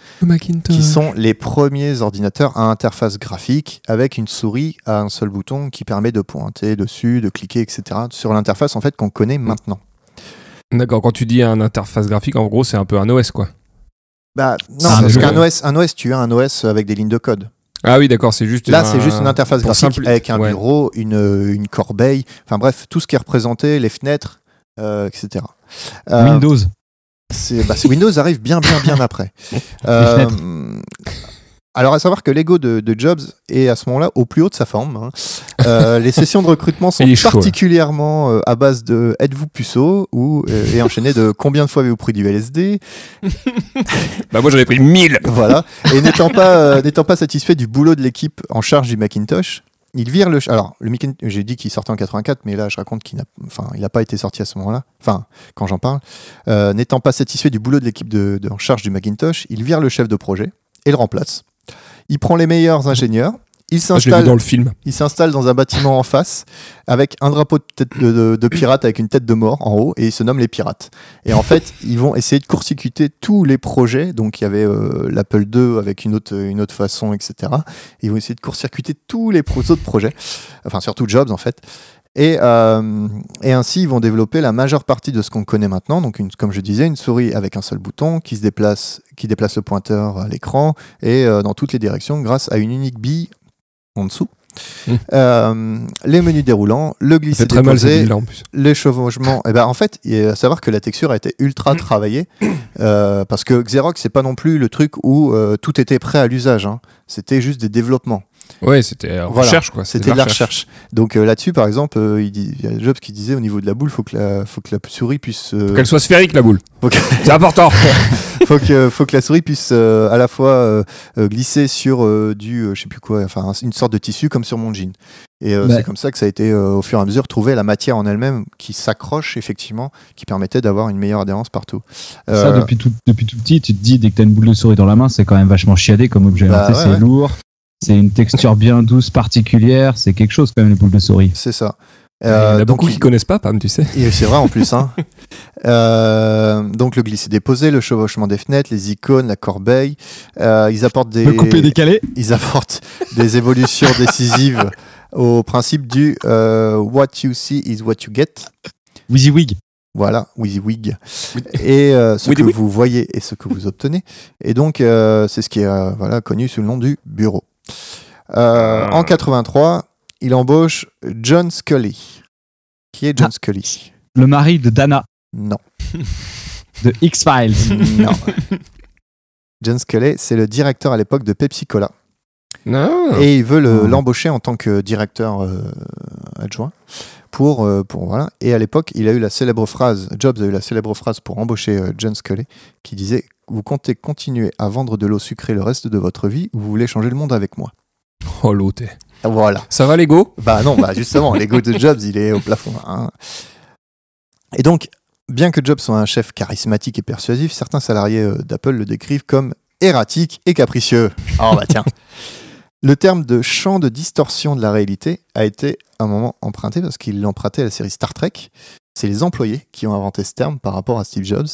Speaker 2: qui sont les premiers ordinateurs à interface graphique avec une souris à un seul bouton qui permet de pointer dessus, de cliquer, etc. sur l'interface en fait qu'on connaît maintenant.
Speaker 1: D'accord, quand tu dis un interface graphique, en gros, c'est un peu un OS, quoi.
Speaker 2: Bah, non,
Speaker 3: Ah,
Speaker 2: parce
Speaker 1: mais
Speaker 2: qu'un
Speaker 1: le-
Speaker 2: OS, un OS, tu as un OS avec des lignes de code.
Speaker 1: Ah oui, d'accord, c'est juste.
Speaker 2: Là,
Speaker 1: un-
Speaker 2: c'est juste une interface
Speaker 1: pour
Speaker 2: graphique
Speaker 1: simpli-
Speaker 2: avec un
Speaker 1: ouais.
Speaker 2: bureau, une, euh, une corbeille, enfin bref, tout ce qui est représenté, les fenêtres, euh, etc. Euh,
Speaker 3: Windows
Speaker 2: c'est- bah, c'est- Windows arrive bien, bien,
Speaker 1: (laughs)
Speaker 2: bien après. Euh,
Speaker 3: fenêtres.
Speaker 2: alors, à savoir que l'ego de, de Jobs est à ce moment-là au plus haut de sa forme. hein. Euh, les sessions de recrutement
Speaker 1: (laughs)
Speaker 2: sont
Speaker 1: Il est chaud, hein. là.
Speaker 2: particulièrement euh, à base de êtes-vous puceau ou euh, et enchaîné de combien de fois avez-vous pris du LSD
Speaker 1: Bah, moi, j'en ai pris 1000
Speaker 2: voilà. Et n'étant pas, euh, n'étant pas satisfait du boulot de l'équipe en charge du Macintosh, il vire le. ch- Alors, le Macin- j'ai dit qu'il sortait en 84, mais là, je raconte qu'il n'a, enfin, il n'a pas été sorti à ce moment-là. Enfin, quand j'en parle, Euh, n'étant pas satisfait du boulot de l'équipe de, de- en charge du Macintosh, il vire le chef de projet et le remplace. Il prend les meilleurs ingénieurs. Il
Speaker 1: Ah, Je l'ai vu
Speaker 2: s'installe,
Speaker 1: dans le film.
Speaker 2: il s'installe dans un bâtiment en face avec un drapeau de, tête de, de- de pirate avec une tête de mort en haut et ils se nomment les pirates. Et en fait, ils vont essayer de court-circuiter tous les projets. Donc il y avait euh, l'Apple II avec une autre, une autre façon, etc. Ils vont essayer de court-circuiter tous les pro- autres projets, enfin surtout Jobs en fait. Et, euh, et ainsi, ils vont développer la majeure partie de ce qu'on connaît maintenant. Donc, une- comme je disais, une souris avec un seul bouton qui se déplace, qui déplace le pointeur à l'écran et euh, dans toutes les directions grâce à une unique bille en dessous.
Speaker 1: Mmh.
Speaker 2: Euh, les menus déroulants, le
Speaker 1: C'est
Speaker 2: glisser
Speaker 1: très mal, cette
Speaker 2: déposer,
Speaker 1: ville-là, en plus.
Speaker 2: les chevauchements. Et ben en fait, il est à savoir que la texture a été ultra travaillée euh, parce que Xerox, c'est pas non plus le truc où euh, tout était prêt à l'usage. hein. C'était juste des développements.
Speaker 1: Ouais, c'était euh,
Speaker 2: Voilà.
Speaker 1: recherche, quoi.
Speaker 2: C'était de la recherche. Donc euh, là-dessus, par exemple, euh, il, dit- il y a Jobs qui disait au niveau de la boule, faut que la, faut que la souris puisse, euh,
Speaker 1: Faut Qu'elle soit sphérique, la boule.
Speaker 2: Faut que-
Speaker 1: (laughs) C'est
Speaker 2: (laughs)
Speaker 1: important.
Speaker 2: Euh, faut que, faut que la souris puisse euh, à la fois euh, euh, glisser sur euh, du, euh, je sais plus quoi, enfin un- une sorte de tissu comme sur mon jean. Et euh,
Speaker 3: Ouais.
Speaker 2: c'est comme ça que ça a été euh, au fur et à mesure trouver la matière en elle-même qui s'accroche effectivement, qui permettait d'avoir une meilleure adhérence partout.
Speaker 3: Ça,
Speaker 2: Euh,
Speaker 3: depuis tout, depuis tout petit, tu te dis, dès que t'as une boule de souris dans la main, c'est quand même vachement chiadé comme objet.
Speaker 2: Bah,
Speaker 3: Tu sais,
Speaker 2: ouais,
Speaker 3: c'est
Speaker 2: ouais.
Speaker 3: lourd, c'est une texture bien douce, particulière, c'est quelque chose quand même, les boules de souris.
Speaker 2: C'est ça.
Speaker 1: il y en
Speaker 2: Euh,
Speaker 1: a
Speaker 2: donc,
Speaker 1: beaucoup qui
Speaker 2: il-
Speaker 1: connaissent pas, Pam, tu sais.
Speaker 2: Et c'est vrai en
Speaker 1: (laughs)
Speaker 2: plus. Hein. Euh, donc le glisser-déposer, le chevauchement des fenêtres, les icônes, la corbeille. Euh, ils apportent des,
Speaker 3: Le couper décalé
Speaker 2: ils apportent des évolutions décisives au principe du euh, What you see is what you get.
Speaker 3: WYSIWYG.
Speaker 2: Voilà, WYSIWYG. Et euh, ce
Speaker 1: Oui,
Speaker 2: que
Speaker 1: oui.
Speaker 2: vous voyez et ce que vous obtenez. Et donc, euh, c'est ce qui est euh, voilà, connu sous le nom du bureau. Euh,
Speaker 1: Ah.
Speaker 2: En 83, il embauche John Scully. Qui est
Speaker 1: Ah.
Speaker 2: John Scully
Speaker 3: Le mari de Dana,
Speaker 2: Non.
Speaker 3: de X-Files.
Speaker 2: (laughs) Non. John Sculley, c'est le directeur à l'époque de Pepsi Cola.
Speaker 1: Non.
Speaker 2: Et il veut le-
Speaker 3: Ah.
Speaker 2: l'embaucher en tant que directeur euh, adjoint. Pour, euh, pour, voilà. Et à l'époque, il a eu la célèbre phrase, Jobs a eu la célèbre phrase pour embaucher euh, John Sculley, qui disait Vous comptez continuer à vendre de l'eau sucrée le reste de votre vie ou vous voulez changer le monde avec moi
Speaker 1: Oh, l'autre.
Speaker 2: Voilà.
Speaker 1: Ça va, Lego
Speaker 2: Bah non, bah justement, l'ego de Jobs, il est au plafond. hein. Et donc, bien que Jobs soit un chef charismatique et persuasif, certains salariés euh, d'Apple le décrivent comme erratique et capricieux. Oh bah tiens. (laughs) Le terme de champ de distorsion de la réalité a été à un moment emprunté parce qu'il l'empruntait à la série Star Trek. C'est les employés qui ont inventé ce terme par rapport à Steve Jobs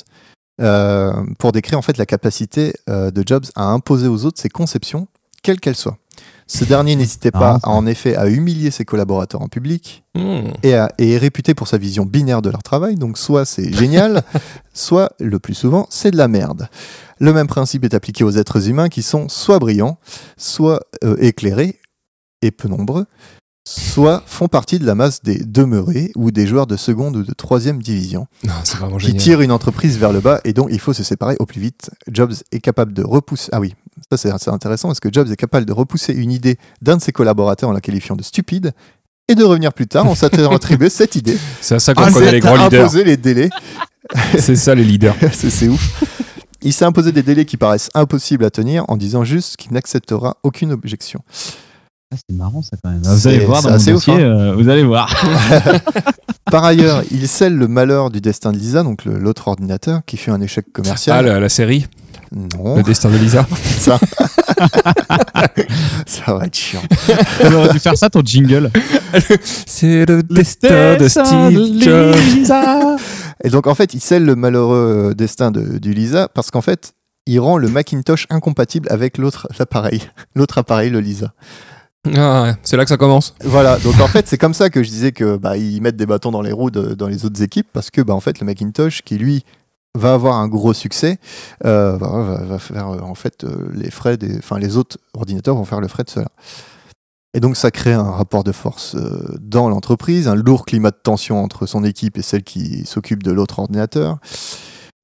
Speaker 2: euh, pour décrire en fait la capacité euh, de Jobs à imposer aux autres ses conceptions, quelles qu'elles soient. Ce dernier n'hésitait pas,
Speaker 3: Ah.
Speaker 2: en effet, à humilier ses collaborateurs en public,
Speaker 1: Hmm.
Speaker 2: et, à- et est réputé pour sa vision binaire de leur travail. Donc soit c'est génial, soit le plus souvent c'est de la merde. Le même principe est appliqué aux êtres humains qui sont soit brillants, soit euh, éclairés et peu nombreux, soit font partie de la masse des demeurés ou des joueurs de seconde ou de troisième division
Speaker 1: Non, c'est vraiment
Speaker 2: qui tirent une entreprise vers le bas et dont il faut se séparer au plus vite. Jobs est capable de repousser. Ah oui, ça c'est c'est intéressant. Est-ce que Jobs est capable de repousser une idée d'un de ses collaborateurs en la qualifiant de stupide et de revenir plus tard en
Speaker 1: (laughs)
Speaker 2: s'attirant attribuer cette idée
Speaker 1: C'est à ça qu'on
Speaker 2: Ah,
Speaker 1: connaît les grands leaders.
Speaker 2: imposer les délais. (laughs)
Speaker 1: C'est ça les leaders.
Speaker 2: c'est c'est ouf. Il s'est imposé des délais qui paraissent impossibles à tenir en disant juste qu'il n'acceptera
Speaker 1: (laughs)
Speaker 2: aucune objection.
Speaker 3: Ah, c'est marrant ça quand même.
Speaker 2: C'est-
Speaker 3: Vous allez voir
Speaker 2: c'est
Speaker 3: dans mon
Speaker 2: assez ouf, hein.
Speaker 3: dossier, euh, vous allez voir.
Speaker 2: (laughs) Par ailleurs, il scelle le malheur du destin de Lisa, donc le- l'autre ordinateur, qui fut un échec
Speaker 1: Ah,
Speaker 2: commercial.
Speaker 1: la, la série,
Speaker 2: Non,
Speaker 1: Ah, le destin de Lisa.
Speaker 2: ça. ça va être chiant.
Speaker 3: On aurait dû faire ça ton
Speaker 2: (laughs)
Speaker 3: jingle.
Speaker 1: C'est le, destin de Steve Jobs.
Speaker 3: Lisa.
Speaker 2: Et donc, en fait, il scelle le malheureux euh, destin de, du Lisa parce qu'en fait, il rend le Macintosh incompatible avec l'autre appareil, (laughs) l'autre appareil, le Lisa.
Speaker 1: Ah, ouais, c'est là que ça commence.
Speaker 2: Voilà, donc en fait, c'est comme ça que je disais que bah, ils mettent des bâtons dans les roues de- dans les autres équipes parce que bah, en fait, le Macintosh qui lui va avoir un gros succès, euh, va, va- va faire euh, en fait euh, les frais des, enfin les autres ordinateurs vont faire le frais de cela. Et donc ça crée un rapport de force euh, dans l'entreprise, un lourd climat de tension entre son équipe et celle qui s'occupe de l'autre ordinateur.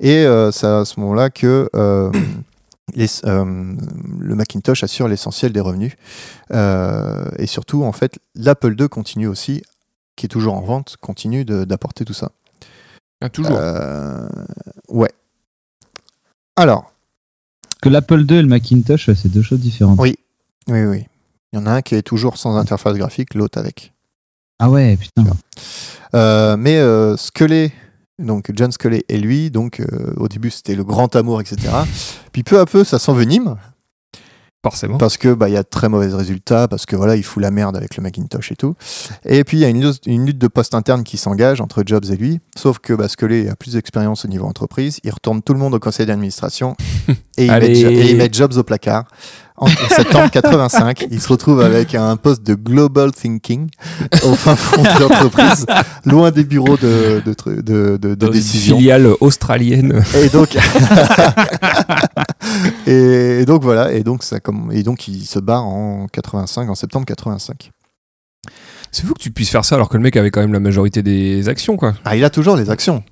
Speaker 2: Et euh, c'est à ce moment-là que euh, (clears throat) les- euh, le Macintosh assure l'essentiel des revenus. Euh, et surtout, en fait, l'Apple II continue aussi, qui est toujours en vente, continue de- d'apporter tout ça.
Speaker 1: Ah, toujours.
Speaker 2: Euh, ouais. Alors,
Speaker 3: Que l'Apple II et le Macintosh, ouais, c'est deux choses différentes.
Speaker 2: Oui. oui, oui. Il y en a un qui est toujours sans interface graphique, l'autre avec.
Speaker 3: Ah ouais, putain.
Speaker 2: Euh, mais euh, Scully, donc John Scully et lui, donc euh, au début c'était le grand amour, etc. Puis peu à peu ça s'envenime
Speaker 1: Forcément.
Speaker 2: parce que bah il y a de très mauvais résultats, parce que voilà il fout la merde avec le Macintosh et tout. Et puis il y a une, lutte- une lutte de poste interne qui s'engage entre Jobs et lui. Sauf que bah, Scully a plus d'expérience au niveau entreprise, il retourne tout le monde au
Speaker 1: (laughs)
Speaker 2: conseil d'administration et il, met,
Speaker 1: Allez.
Speaker 2: Jo- et il met Jobs au placard. En
Speaker 1: (laughs)
Speaker 2: septembre 85, il se retrouve avec un poste de global thinking au fin fond
Speaker 1: (laughs)
Speaker 2: de l'entreprise, loin des bureaux de, de, tru- de- de- de
Speaker 1: Dans une
Speaker 2: décision.
Speaker 1: filiale australienne.
Speaker 2: Et donc, (laughs) et, donc voilà, et donc ça comme et donc il se barre en 85, en septembre 85.
Speaker 1: C'est fou que tu puisses faire ça alors que le mec avait quand même la majorité des actions, quoi.
Speaker 2: Ah, il a toujours les actions.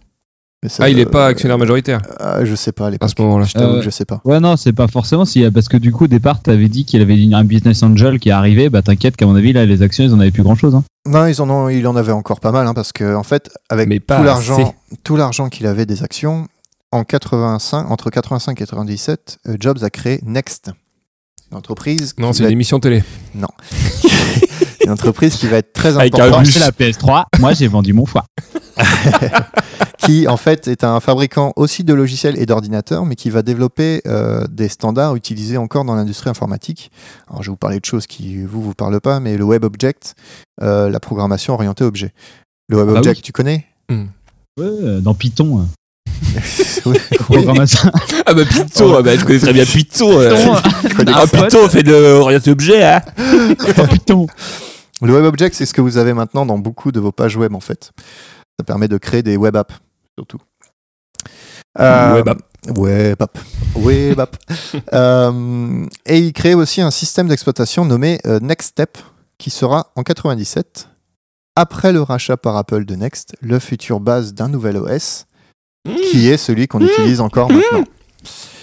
Speaker 2: Mais ça,
Speaker 1: Ah, il est
Speaker 2: euh,
Speaker 1: pas actionnaire majoritaire
Speaker 2: ah, je sais pas à
Speaker 1: à
Speaker 2: l'époque.
Speaker 1: ce Ah moment-là.
Speaker 2: Je t'avoue
Speaker 3: Euh,
Speaker 2: que je sais pas.
Speaker 3: Ouais, non, c'est pas forcément si, parce que du coup, au départ, t'avais dit qu'il avait une- un business angel qui est arrivé. Bah, t'inquiète qu'à mon avis, là, les actions, ils en avaient plus grand chose. Hein.
Speaker 2: Non, ils en ont, il en avait encore pas mal hein, parce que en fait, avec
Speaker 1: Mais pas
Speaker 2: tout
Speaker 1: assez.
Speaker 2: l'argent, tout l'argent qu'il avait des actions en 85, entre 85 et 97, euh, Jobs a créé Next, une entreprise.
Speaker 1: Non,
Speaker 2: qui
Speaker 1: c'est
Speaker 2: va
Speaker 1: une émission télé.
Speaker 2: être- une entreprise qui va être très
Speaker 1: Avec un
Speaker 2: importante.
Speaker 1: bus.
Speaker 3: C'est la PS3. (laughs) Moi, j'ai vendu mon foie.
Speaker 2: qui en fait est un fabricant aussi de logiciels et d'ordinateurs, mais qui va développer euh, des standards utilisés encore dans l'industrie informatique. Alors je vais vous parler de choses qui vous vous parlent pas, mais le Web Object, euh, la programmation orientée objet. Le Web
Speaker 3: Ah bah
Speaker 2: Object,
Speaker 3: oui.
Speaker 2: tu connais (laughs)
Speaker 3: Ouais, euh, dans Python. euh, (laughs)
Speaker 2: Oui.
Speaker 3: programmation.
Speaker 1: Ah bah Pito, ah bah, je connais très (laughs) bien Pito. euh. Ah,
Speaker 3: pote.
Speaker 1: Pito fait de orienter objet, hein.
Speaker 3: (laughs) dans Python.
Speaker 2: euh. Le Web Object, c'est ce que vous avez maintenant dans beaucoup de vos pages web en fait. Ça permet de créer des web apps surtout. Euh,
Speaker 1: Web app.
Speaker 2: Web app. Web app. (laughs) Euh, et il crée aussi un système d'exploitation nommé euh, Next Step, qui sera en 97, après le rachat par Apple de Next, le futur base d'un nouvel OS, qui est celui qu'on utilise encore maintenant.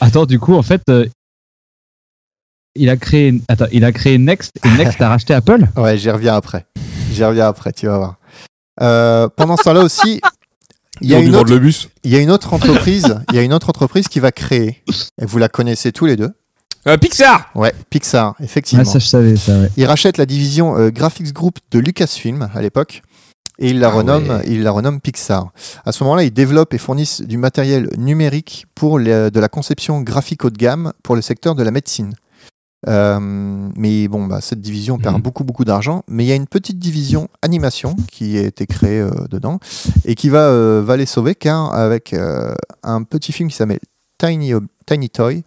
Speaker 3: Attends, du coup, en fait, euh, il a créé, attends, il a créé Next et Next a racheté Apple.
Speaker 2: Ouais, j'y reviens après. J'y reviens après, tu vas voir. Euh, pendant ce temps-là
Speaker 1: (laughs)
Speaker 2: aussi, il y a
Speaker 1: Ils ont dû
Speaker 2: une autre
Speaker 1: vendre le bus.
Speaker 2: Il y a une autre entreprise, il y a une autre entreprise qui va créer. Et vous la connaissez tous les deux.
Speaker 1: Euh, Pixar
Speaker 2: Ouais, Pixar, (laughs) effectivement.
Speaker 3: Ah, ça, je savais, ça, ouais.
Speaker 2: Il rachète la division euh, Graphics Group de Lucasfilm à l'époque et il la,
Speaker 1: Ah
Speaker 2: renomme,
Speaker 1: ouais.
Speaker 2: il la renomme Pixar. À ce moment-là, ils développent et fournissent du matériel numérique pour les- euh, de la conception graphique haut de gamme pour le secteur de la médecine. Euh, mais bon, bah, cette division perd
Speaker 1: Mhm.
Speaker 2: beaucoup, beaucoup d'argent. Mais il y a une petite division animation qui a été créée euh, dedans et qui va, euh, va les sauver car avec euh, un petit film qui s'appelle Tiny, Ob- Tiny Toy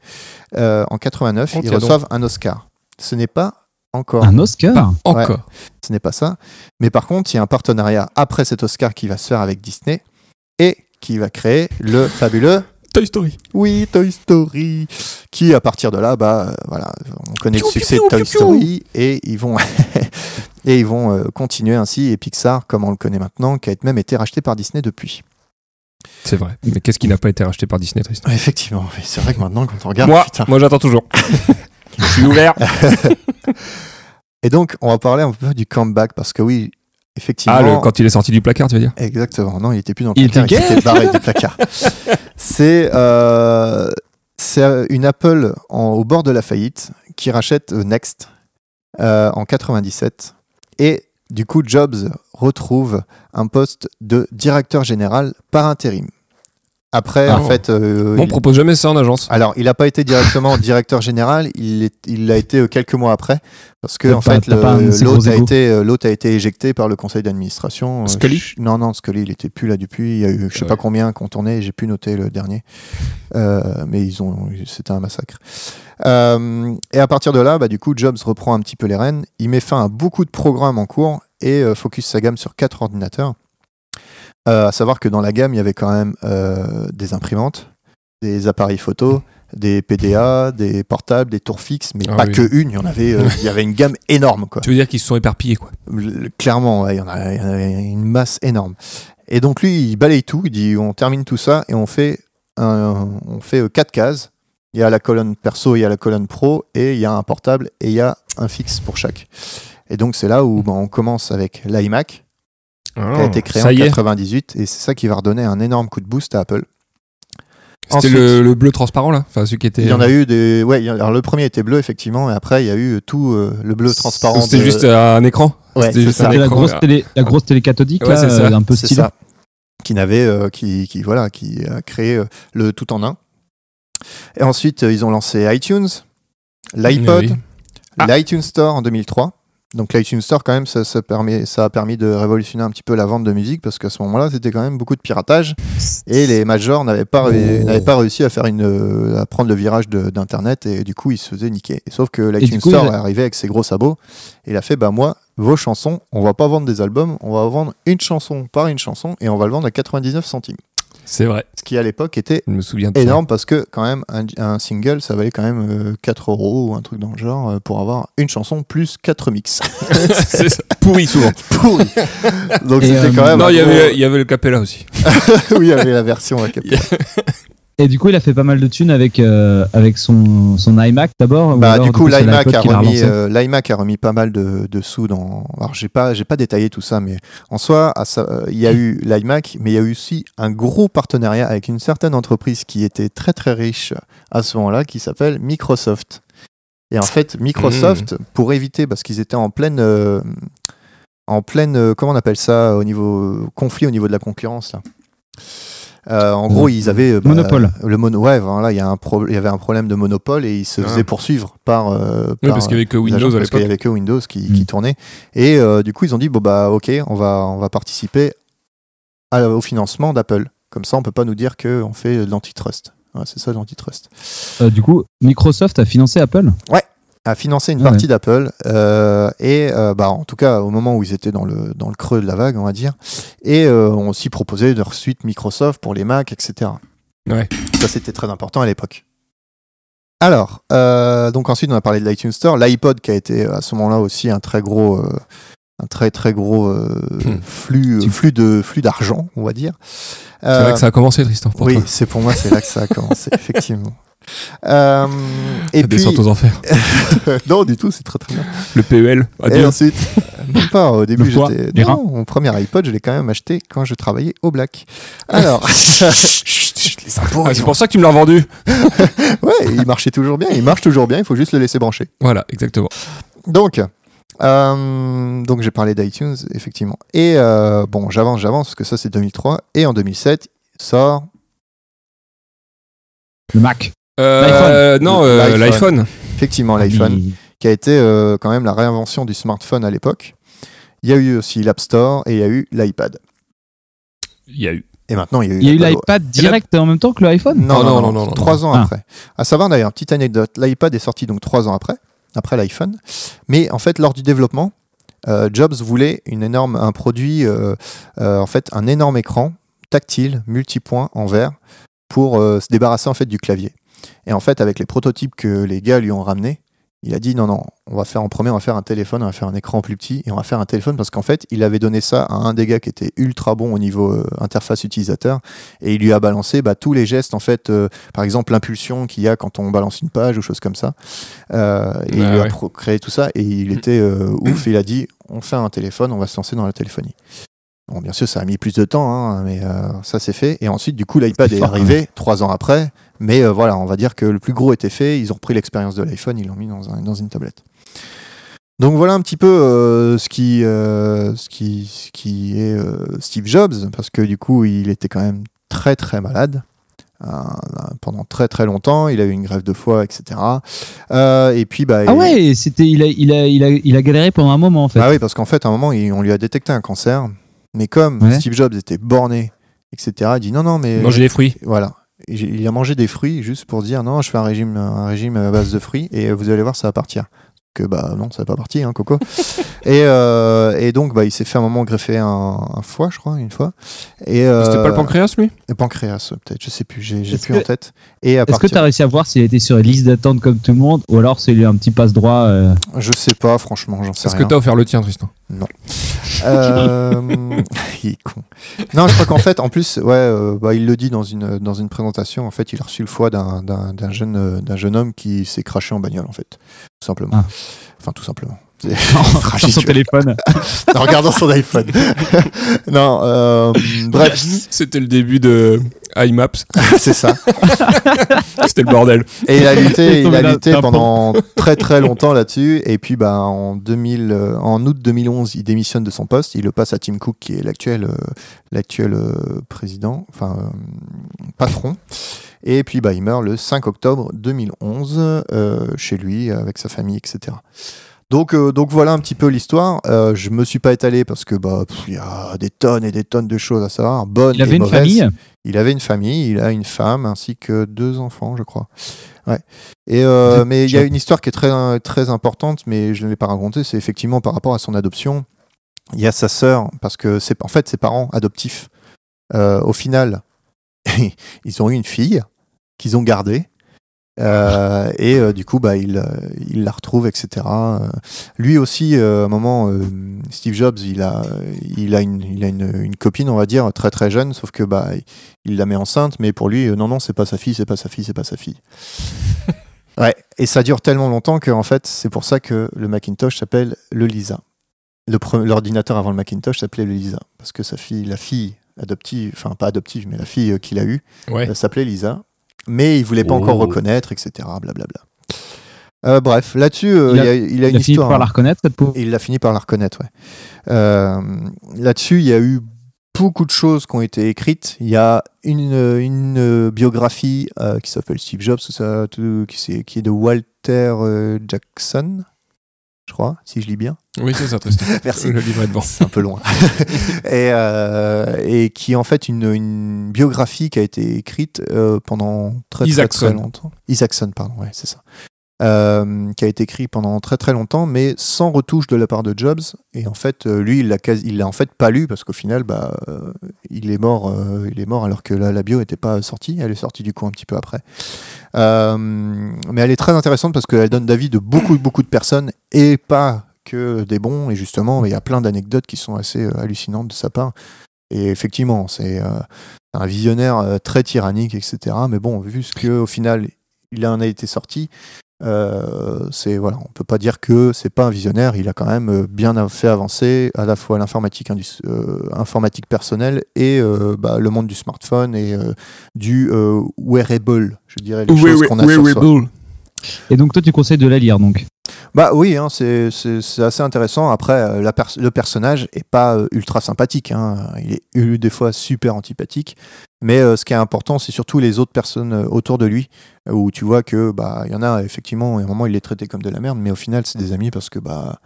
Speaker 2: euh, en 89,
Speaker 1: Oh,
Speaker 2: ils
Speaker 1: tiens donc.
Speaker 2: reçoivent un Oscar. Ce n'est pas encore
Speaker 3: Un Oscar.
Speaker 1: Encore.
Speaker 2: ce n'est pas ça. Mais par contre, il y a un partenariat après cet Oscar qui va se faire avec Disney et qui va créer le fabuleux
Speaker 1: Toy Story.
Speaker 2: Oui Toy Story, qui à partir de là, bah euh, voilà, on connaît le
Speaker 1: Piou,
Speaker 2: succès
Speaker 1: piou,
Speaker 2: de Toy
Speaker 1: piou, piou.
Speaker 2: Story et ils vont (laughs) et ils vont euh, continuer ainsi. Et Pixar, comme on le connaît maintenant, qui a même été racheté par Disney depuis.
Speaker 1: C'est vrai. Mais qu'est-ce qui n'a pas été racheté par Disney, Tristan
Speaker 2: Ouais, effectivement, oui, c'est vrai que maintenant quand on regarde,
Speaker 1: Moi,
Speaker 2: putain.
Speaker 1: moi j'attends (laughs) toujours. Je suis ouvert.
Speaker 2: Et donc on va parler un peu du comeback parce que oui, effectivement.
Speaker 1: Ah, le, quand il est sorti du placard, tu veux dire
Speaker 2: Exactement. Non, il était plus dans le
Speaker 3: Il
Speaker 2: placard.
Speaker 3: était
Speaker 2: Il
Speaker 3: gay
Speaker 2: s'était barré
Speaker 3: (laughs)
Speaker 2: du placard. C'est euh, c'est une Apple en- au bord de la faillite qui rachète euh, Next euh, en 97 et du coup Jobs retrouve un poste de directeur général par intérim. Après,
Speaker 1: Ah
Speaker 2: en
Speaker 1: bon.
Speaker 2: fait, euh,
Speaker 1: On
Speaker 2: il-
Speaker 1: propose jamais ça en agence.
Speaker 2: alors il n'a pas été directement directeur général, il est- il l'a été euh, quelques mois après parce que
Speaker 3: T'as
Speaker 2: en
Speaker 3: pas-
Speaker 2: fait
Speaker 3: t'as pas un
Speaker 2: le-
Speaker 3: si gros
Speaker 2: l'autre a
Speaker 3: ego.
Speaker 2: été euh, l'autre a été éjecté par le conseil d'administration. euh,
Speaker 1: Scully
Speaker 2: non, non, Scully, il était plus là depuis. Il y a eu, je sais
Speaker 1: Ouais.
Speaker 2: pas combien qu'on tournait, j'ai pu noter le dernier. Euh, mais ils ont, c'était un massacre. Euh, et à partir de là, bah, du coup, Jobs reprend un petit peu les rênes. Il met fin à beaucoup de programmes en cours et euh, focus sa gamme sur quatre ordinateurs. Euh, à savoir que dans la gamme, il y avait quand même euh, des imprimantes, des appareils photo, des PDA, des portables, des tours fixes, mais
Speaker 1: Ah
Speaker 2: pas
Speaker 1: oui.
Speaker 2: que une. Il y en avait, euh, il y avait une gamme énorme, quoi.
Speaker 1: Tu veux dire qu'ils se sont éparpillés, quoi.
Speaker 2: Le- Clairement, ouais, il y en a il y en a une masse énorme. Et donc lui, il balaye tout, il dit on termine tout ça et on fait, un- on fait euh, quatre cases. Il y a la colonne perso, il y a la colonne pro, et il y a un portable, et il y a un fixe pour chaque. Et donc c'est là où bah, on commence avec l'iMac, qui a été créé
Speaker 1: Oh, ça
Speaker 2: en
Speaker 1: y est,
Speaker 2: 98, et c'est ça qui va redonner un énorme coup de boost à Apple.
Speaker 1: c'était
Speaker 2: Ensuite-
Speaker 1: le, le bleu transparent, là. Enfin, celui qui était.
Speaker 2: Il y en a eu des... Ouais, il y en- alors le premier était bleu, effectivement, et après il y a eu tout euh, le bleu transparent.
Speaker 1: C'était
Speaker 2: de-
Speaker 1: juste euh, un écran.
Speaker 2: Ouais,
Speaker 1: c'était
Speaker 2: c'est
Speaker 1: juste un
Speaker 2: ça.
Speaker 3: C'était la
Speaker 1: écran,
Speaker 3: grosse
Speaker 1: là.
Speaker 3: télé, la grosse télé cathodique,
Speaker 1: Ouais,
Speaker 3: là,
Speaker 1: c'est ça.
Speaker 3: euh, un peu
Speaker 2: C'est
Speaker 3: stylé.
Speaker 2: ça. Qui n'avait, euh, qui, qui, voilà, qui a créé euh, le tout en un. Et ensuite, euh, ils ont lancé iTunes, l'iPod,
Speaker 1: Oui. Ah.
Speaker 2: l'iTunes Store en 2003. Donc l'iTunes Store, quand même, ça, ça permet, ça a permis de révolutionner un petit peu la vente de musique parce qu'à ce moment-là, c'était quand même beaucoup de piratage et les majors n'avaient pas, ré-
Speaker 1: Oh.
Speaker 2: n'avaient pas réussi à faire une, euh, à prendre le virage de- d'Internet et du coup, ils se faisaient niquer. Et sauf que l'iTunes
Speaker 3: du coup,
Speaker 2: Store
Speaker 3: ils-
Speaker 2: est arrivé avec ses gros sabots et il a fait, bah moi, vos chansons, on va pas vendre des albums, on va vendre une chanson par une chanson et on va le vendre à 99 centimes.
Speaker 1: C'est vrai.
Speaker 2: Ce qui à l'époque était
Speaker 1: Je me souviens de ça.
Speaker 2: énorme parce que quand même un, un single ça valait quand même euh, 4 euros ou un truc dans le genre euh, pour avoir une chanson plus 4 mix
Speaker 1: (laughs)
Speaker 2: (laughs)
Speaker 1: C'est ça. Pourri, souvent.
Speaker 3: (laughs)
Speaker 2: Pourri. donc
Speaker 3: Et,
Speaker 2: c'était
Speaker 3: euh,
Speaker 2: quand même
Speaker 1: non,
Speaker 2: un
Speaker 1: il y
Speaker 2: gros- (laughs)
Speaker 1: avait, il y avait le capella aussi.
Speaker 2: oui, il y avait la version à capella.
Speaker 3: Et du coup, il a fait pas mal de thunes avec, euh, avec son, son iMac d'abord. ou
Speaker 2: bah
Speaker 3: alors,
Speaker 2: du coup
Speaker 3: c'est
Speaker 2: l'iMac
Speaker 3: l'iPod
Speaker 2: a
Speaker 3: qui l'a
Speaker 2: remis
Speaker 3: relancé.
Speaker 2: euh, l'iMac a remis pas mal de, de sous dans alors j'ai pas j'ai pas détaillé tout ça mais en soi à sa- euh, il y a eu l'iMac mais il y a eu aussi un gros partenariat avec une certaine entreprise qui était très très riche à ce moment-là qui s'appelle Microsoft et en fait Microsoft pour éviter parce qu'ils étaient en pleine euh, en pleine euh, comment on appelle ça au niveau conflit au niveau de la concurrence là Euh, en gros, ils avaient euh, bah,
Speaker 3: Monopole.
Speaker 2: le mono, ouais, voilà, il y, a un pro- il y avait un problème de monopole et ils se
Speaker 1: Ah.
Speaker 2: faisaient poursuivre par, euh,
Speaker 1: Oui,
Speaker 2: par,
Speaker 1: parce qu'il n'y avait que
Speaker 2: euh, les agents,
Speaker 1: Windows à
Speaker 2: parce qu'il y
Speaker 1: l'époque.
Speaker 2: avait que Windows qui,
Speaker 3: Mm.
Speaker 2: qui tournait. Et euh, du coup, ils ont dit bon bah ok, on va on va participer à- au financement d'Apple. Comme ça, on peut pas nous dire que on fait de l'antitrust. Ouais, c'est ça de l'antitrust.
Speaker 3: Euh, du coup, Microsoft a financé Apple.
Speaker 2: À financer une
Speaker 3: Ah ouais.
Speaker 2: partie d'Apple euh, et euh, bah en tout cas au moment où ils étaient dans le dans le creux de la vague, on va dire. Et euh, on s'y proposait de suite Microsoft pour les Mac, etc.
Speaker 1: Ouais.
Speaker 2: Ça, c'était très important à l'époque. Alors, euh, donc ensuite, on a parlé de l'iTunes Store, l'iPod qui a été à ce moment-là aussi un très gros, euh, un très très gros euh,
Speaker 1: Hmm.
Speaker 2: flux,
Speaker 3: Tu-
Speaker 2: flux de flux d'argent, on va dire.
Speaker 1: C'est
Speaker 2: Euh,
Speaker 1: là que ça a commencé, Tristan, pour
Speaker 2: oui,
Speaker 1: toi.
Speaker 2: c'est pour moi, c'est là que ça
Speaker 1: (laughs)
Speaker 2: a commencé, effectivement. Euh, et
Speaker 1: la
Speaker 2: puis,
Speaker 1: descente aux enfers.
Speaker 2: (laughs) non, du tout, c'est très très bien.
Speaker 1: Le PEL.
Speaker 2: Et
Speaker 1: Adieu.
Speaker 2: ensuite, Euh, (laughs) même pas, au début,
Speaker 3: Le foie,
Speaker 2: j'étais.
Speaker 3: les
Speaker 2: Non,
Speaker 3: reins.
Speaker 2: mon premier iPod, je l'ai quand même acheté quand je travaillais au Black. (laughs) Alors, les impôts,
Speaker 1: Ah,
Speaker 2: ils
Speaker 1: c'est
Speaker 2: ont-
Speaker 1: pour ça que tu me l'as vendu.
Speaker 2: Ouais, il marchait toujours bien, il marche toujours bien, il faut juste le laisser brancher.
Speaker 1: Voilà, exactement.
Speaker 2: Donc, euh, donc j'ai parlé d'iTunes, effectivement. Et euh, bon, j'avance, j'avance, parce que ça c'est 2003. Et en 2007, sort
Speaker 3: Le Mac.
Speaker 1: Euh, non, euh,
Speaker 2: L'iPhone.
Speaker 1: l'iPhone.
Speaker 2: effectivement l'iPhone, qui a été euh, quand même la réinvention du smartphone à l'époque. Il y a eu aussi l'App Store et il y a eu l'iPad.
Speaker 1: Il y a eu.
Speaker 2: Et maintenant, il y a eu
Speaker 3: Il y a eu
Speaker 2: l'iPad.
Speaker 3: l'iPad direct en même temps que l'iPhone.
Speaker 2: Non,
Speaker 1: Oh,
Speaker 2: non, non, non,
Speaker 1: non,
Speaker 2: Trois ans
Speaker 3: Ah.
Speaker 2: après. À savoir d'ailleurs, petite anecdote, l'iPad est sorti donc trois ans après, après l'iPhone. Mais en fait, lors du développement, euh, Jobs voulait une énorme, un produit, euh, euh, en fait, un énorme écran tactile, multipoint en verre, pour euh, se débarrasser en fait du clavier. Et en fait, avec les prototypes que les gars lui ont ramenés, il a dit non, non, on va faire en premier, on va faire un téléphone, on va faire un écran plus petit et on va faire un téléphone parce qu'en fait, il avait donné ça à un des gars qui était ultra bon au niveau euh, interface utilisateur et il lui a balancé bah, tous les gestes, en fait, euh, par exemple l'impulsion qu'il y a quand on balance une page ou choses comme ça. Euh, et il
Speaker 1: Ah
Speaker 2: lui a
Speaker 1: ouais.
Speaker 2: pro- créé tout ça et
Speaker 1: (clears throat)
Speaker 2: il était euh, ouf, il a dit on fait un téléphone, on va se lancer dans la téléphonie. Bon, bien sûr, ça a mis plus de temps, hein, mais euh, ça c'est fait. Et ensuite, du coup, l'iPad est
Speaker 3: Fort,
Speaker 2: arrivé trois ans après. Mais euh, voilà, on va dire que le plus gros était fait. Ils ont repris l'expérience de l'iPhone, ils l'ont mis dans, un- dans une tablette. Donc voilà un petit peu euh, ce, qui, euh, ce, qui, ce qui est euh, Steve Jobs, parce que du coup, il était quand même très très malade. Euh, pendant très très longtemps, il a eu une grève de foie, etc. Euh, et puis, bah,
Speaker 3: Ah
Speaker 2: il-
Speaker 3: ouais, c'était, il, a, il, a, il, a, il a galéré pendant un moment en fait.
Speaker 2: bah oui, parce qu'en fait, à un moment, il- on lui a détecté un cancer. Mais comme
Speaker 3: Ouais.
Speaker 2: Steve Jobs était borné, etc., il dit non, non, mais.
Speaker 1: Manger des fruits.
Speaker 2: Voilà. Et j'ai- Il a mangé des fruits juste pour dire non, je fais un régime, un régime à base de fruits et vous allez voir, ça va partir. Que bah non, ça va pas partir, hein, Coco. et, euh, et donc, bah, il s'est fait un moment greffer un, un foie, je crois, une fois. Et, euh,
Speaker 1: C'était pas le pancréas, lui
Speaker 2: le pancréas, peut-être, je sais plus, j'ai j'ai
Speaker 3: Est-ce
Speaker 2: plus
Speaker 3: que-
Speaker 2: en tête. Et à
Speaker 3: Est-ce que
Speaker 2: partir,
Speaker 3: tu as réussi à voir s'il était sur une liste d'attente comme tout le monde ou alors s'il a eu un petit
Speaker 2: (laughs)
Speaker 3: passe-droit euh,
Speaker 2: je sais pas, franchement, j'en sais
Speaker 1: Est-ce
Speaker 2: rien.
Speaker 1: que t'as offert le tien, Tristan
Speaker 2: Euh, (laughs) il est con. Non, je crois qu'en fait, en plus, ouais, euh, bah, il le dit dans une, dans une présentation. En fait, il a reçu le foie d'un- d'un d'un jeune, euh, d'un jeune homme qui s'est craché en bagnole, en fait. Tout simplement.
Speaker 3: Ah.
Speaker 2: Enfin, tout simplement.
Speaker 3: (laughs) sur son téléphone
Speaker 2: en regardant son
Speaker 3: (laughs)
Speaker 2: iPhone. non, euh, (laughs) bref,
Speaker 1: C'était le début de iMaps.
Speaker 2: (laughs) c'est ça.
Speaker 1: C'était le bordel.
Speaker 2: Et il a lutté,
Speaker 3: (laughs) Non,
Speaker 2: il
Speaker 3: mais
Speaker 2: a
Speaker 3: là,
Speaker 2: lutté
Speaker 3: t'as un
Speaker 2: pendant très très longtemps là-dessus. Et puis bah, en, 2000, euh, en août 2011, il démissionne de son poste. Il le passe à Tim Cook, qui est l'actuel euh, l'actuel euh, président, enfin euh, patron. Et puis bah, il meurt le 5 octobre 2011 euh, chez lui, avec sa famille, etc. Donc, euh, donc voilà un petit peu l'histoire. Euh, je me suis pas étalé parce que bah pff, il y a des tonnes et des tonnes de choses à savoir, bonnes
Speaker 3: Il avait
Speaker 2: et
Speaker 3: une
Speaker 2: mauvaises.
Speaker 3: famille
Speaker 2: Il avait une famille, il a une femme ainsi que deux enfants, je crois. Ouais. Et euh, mais il y a une histoire qui est très très importante, mais je ne l'ai pas racontée. C'est effectivement par rapport à son adoption. Il y a sa sœur parce que c'est en fait ses parents adoptifs. euh, au final, (laughs) ils ont eu une fille qu'ils ont gardée. Euh, et euh, du coup, bah, il, euh, il la retrouve, etc. Euh, lui aussi, euh, à un moment, euh, Steve Jobs, il a, il a, une, il a une, une copine, on va dire, très très jeune, sauf que bah, il la met enceinte, mais pour lui, euh, non, non, c'est pas sa fille, c'est pas sa fille, c'est pas sa fille. (laughs) ouais, et ça dure tellement longtemps que, en fait, c'est pour ça que le Macintosh s'appelle le Lisa. Le pre- L'ordinateur avant le Macintosh s'appelait le Lisa, parce que sa fille, la fille adoptive, enfin pas adoptive, mais la fille euh, qu'il a eue,
Speaker 1: Ouais.
Speaker 2: elle s'appelait Lisa, mais il voulait pas
Speaker 1: Oh.
Speaker 2: encore reconnaître, etc. Blablabla. Euh, bref, là-dessus, euh, il,
Speaker 3: Il
Speaker 2: y
Speaker 3: a-
Speaker 2: a, il a
Speaker 3: Il
Speaker 2: une
Speaker 3: a fini
Speaker 2: histoire.
Speaker 3: par la
Speaker 2: hein.
Speaker 3: reconnaître cette pauvre.
Speaker 2: Et il a fini par la reconnaître, ouais. Euh, Là-dessus, il y a eu beaucoup de choses qui ont été écrites. Il y a une, euh, une, euh, biographie euh, qui s'appelle Steve Jobs, tout ça, tout- qui, c'est- qui est de Walter euh, Jackson, je crois, si je lis bien. (laughs)
Speaker 1: Oui, c'est ça, Tristan.
Speaker 2: Merci.
Speaker 1: Le livre est devant.
Speaker 2: C'est un peu loin. (laughs) et, euh, et qui est en fait une, une biographie qui a été écrite euh, pendant très, très,
Speaker 1: Isaacson.
Speaker 2: très longtemps. Isaacson, pardon, ouais, c'est ça. Euh, qui a été écrit pendant très très longtemps, mais sans retouche de la part de Jobs. Et en fait, euh, lui, il l'a quasi- il l'a en fait pas lu parce qu'au final, bah, euh, il est mort, euh, il est mort alors que la, la bio n'était pas sortie. Elle est sortie du coup un petit peu après. Euh, mais elle est très intéressante parce qu'elle donne l'avis de beaucoup, beaucoup de personnes et pas que des bons. Et justement, il y a plein d'anecdotes qui sont assez euh, hallucinantes de sa part. Et effectivement, c'est euh, un visionnaire euh, très tyrannique, etc. Mais bon, vu ce que au final il en a été sorti, euh, c'est voilà, on peut pas dire que c'est pas un visionnaire. Il a quand même euh, bien av- fait avancer à la fois l'informatique indus- euh, informatique personnelle et euh, bah, le monde du smartphone et euh, du euh, wearable, je dirais les choses qu'on a sur soi.
Speaker 3: Et donc toi tu conseilles de la lire donc.
Speaker 2: Bah oui, hein, c'est- c'est c'est assez intéressant. Après, euh, la pers- le personnage est pas euh, ultra sympathique. hein. Il est eu des fois super antipathique. Mais euh, ce qui est important, c'est surtout les autres personnes euh, autour de lui, euh, où tu vois que bah il y en a effectivement. À un moment, il est traité comme de la merde, mais au final, c'est des amis parce que bah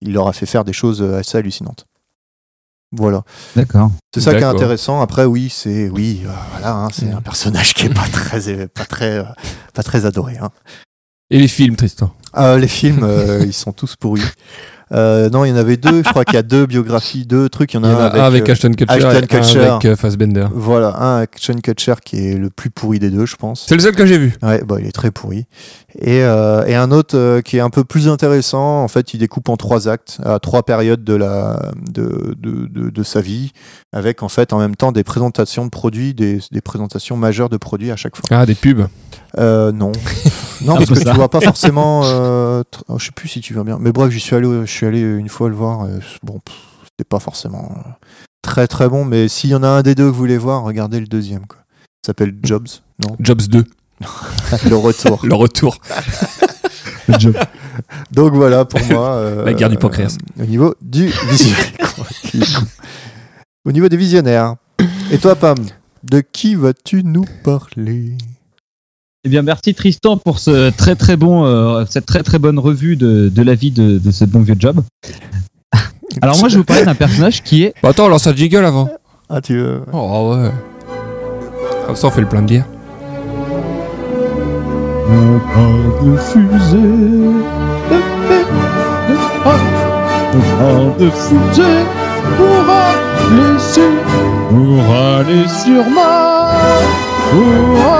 Speaker 2: il leur a fait faire des choses euh, assez hallucinantes. Voilà.
Speaker 3: D'accord.
Speaker 2: C'est ça qui est
Speaker 1: D'accord.
Speaker 2: intéressant. Après, oui, c'est oui, euh, voilà, hein, c'est un personnage qui est pas très, pas très, euh, pas très adoré. hein.
Speaker 1: Et les films, Tristan
Speaker 2: Euh, les films, euh, ils sont tous pourris. Euh, non, il y en avait deux. Je crois qu'il y a deux biographies, deux trucs. Il y en a,
Speaker 1: Il y en a
Speaker 2: un
Speaker 1: un avec
Speaker 2: euh,
Speaker 1: Ashton Kutcher
Speaker 2: Ashton
Speaker 1: et un
Speaker 2: Kutcher.
Speaker 1: avec euh, Fassbender.
Speaker 2: Voilà, un avec Ashton Kutcher qui est le plus pourri des deux, je pense.
Speaker 1: C'est le seul que j'ai vu.
Speaker 2: Ouais, bah, il est très pourri. Et, euh, et un autre euh, qui est un peu plus intéressant, en fait, il découpe en trois actes, à trois périodes de, la, de, de, de, de sa vie, avec en fait en même temps des présentations de produits, des, des présentations majeures de produits à chaque fois.
Speaker 1: Ah, des pubs. (laughs)
Speaker 2: Euh, non. non,
Speaker 3: Un
Speaker 2: parce
Speaker 3: peu
Speaker 2: que
Speaker 3: ça.
Speaker 2: tu vois pas forcément. euh, tr- oh, je sais plus si tu vois bien. Mais bref, j'y suis allé, je suis allé une fois le voir. euh, bon, pff, c'était pas forcément euh, très très bon, mais s'il y en a un des deux que vous voulez voir, regardez le deuxième. Quoi. Il s'appelle Jobs,
Speaker 1: (laughs)
Speaker 2: non
Speaker 1: Jobs 2,
Speaker 2: Le retour.
Speaker 1: le retour.
Speaker 2: (laughs)
Speaker 3: Le job.
Speaker 2: Donc
Speaker 1: (laughs)
Speaker 2: voilà pour moi. euh,
Speaker 1: La guerre du pancréas.
Speaker 2: euh, au niveau du visionnaire.
Speaker 1: (laughs)
Speaker 2: quoi. Il est con. au niveau des visionnaires. Et toi, Pam, de qui vas-tu nous parler
Speaker 3: Eh bien, merci Tristan pour ce très très bon, euh, cette très très bonne revue de, de la vie de, de ce bon vieux
Speaker 2: (laughs)
Speaker 3: job. Alors moi, je vais vous parler d'un personnage qui est
Speaker 1: Bah, attends, lance un jingle avant.
Speaker 2: Ah, tu veux.
Speaker 1: Oh ouais. Comme ça, on fait le plein de bière.
Speaker 3: Le bras de fusée. De fée, de ah. Le bras de fusée pour aller sur, pour aller sur Mars, pour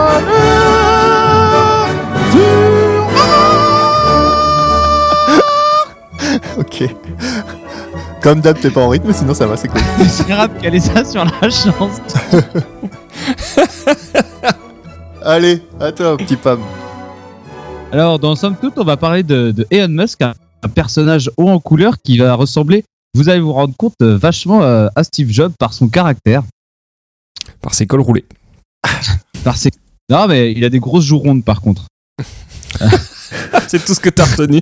Speaker 3: aller sur
Speaker 2: Ok. Comme d'hab, t'es pas en rythme, sinon ça va, c'est cool.
Speaker 3: C'est grave qu'elle est ça sur la chance.
Speaker 2: Allez, à toi, petit Pam.
Speaker 3: Alors, dans Somme Toute, on va parler de, de Elon Musk, un, un personnage haut en couleur qui va ressembler, vous allez vous rendre compte, euh, vachement euh, à Steve Jobs par son caractère.
Speaker 1: Par ses cols roulés.
Speaker 3: Par ses... Non, mais il a des grosses joues rondes par contre.
Speaker 1: (laughs) C'est tout ce que t'as retenu.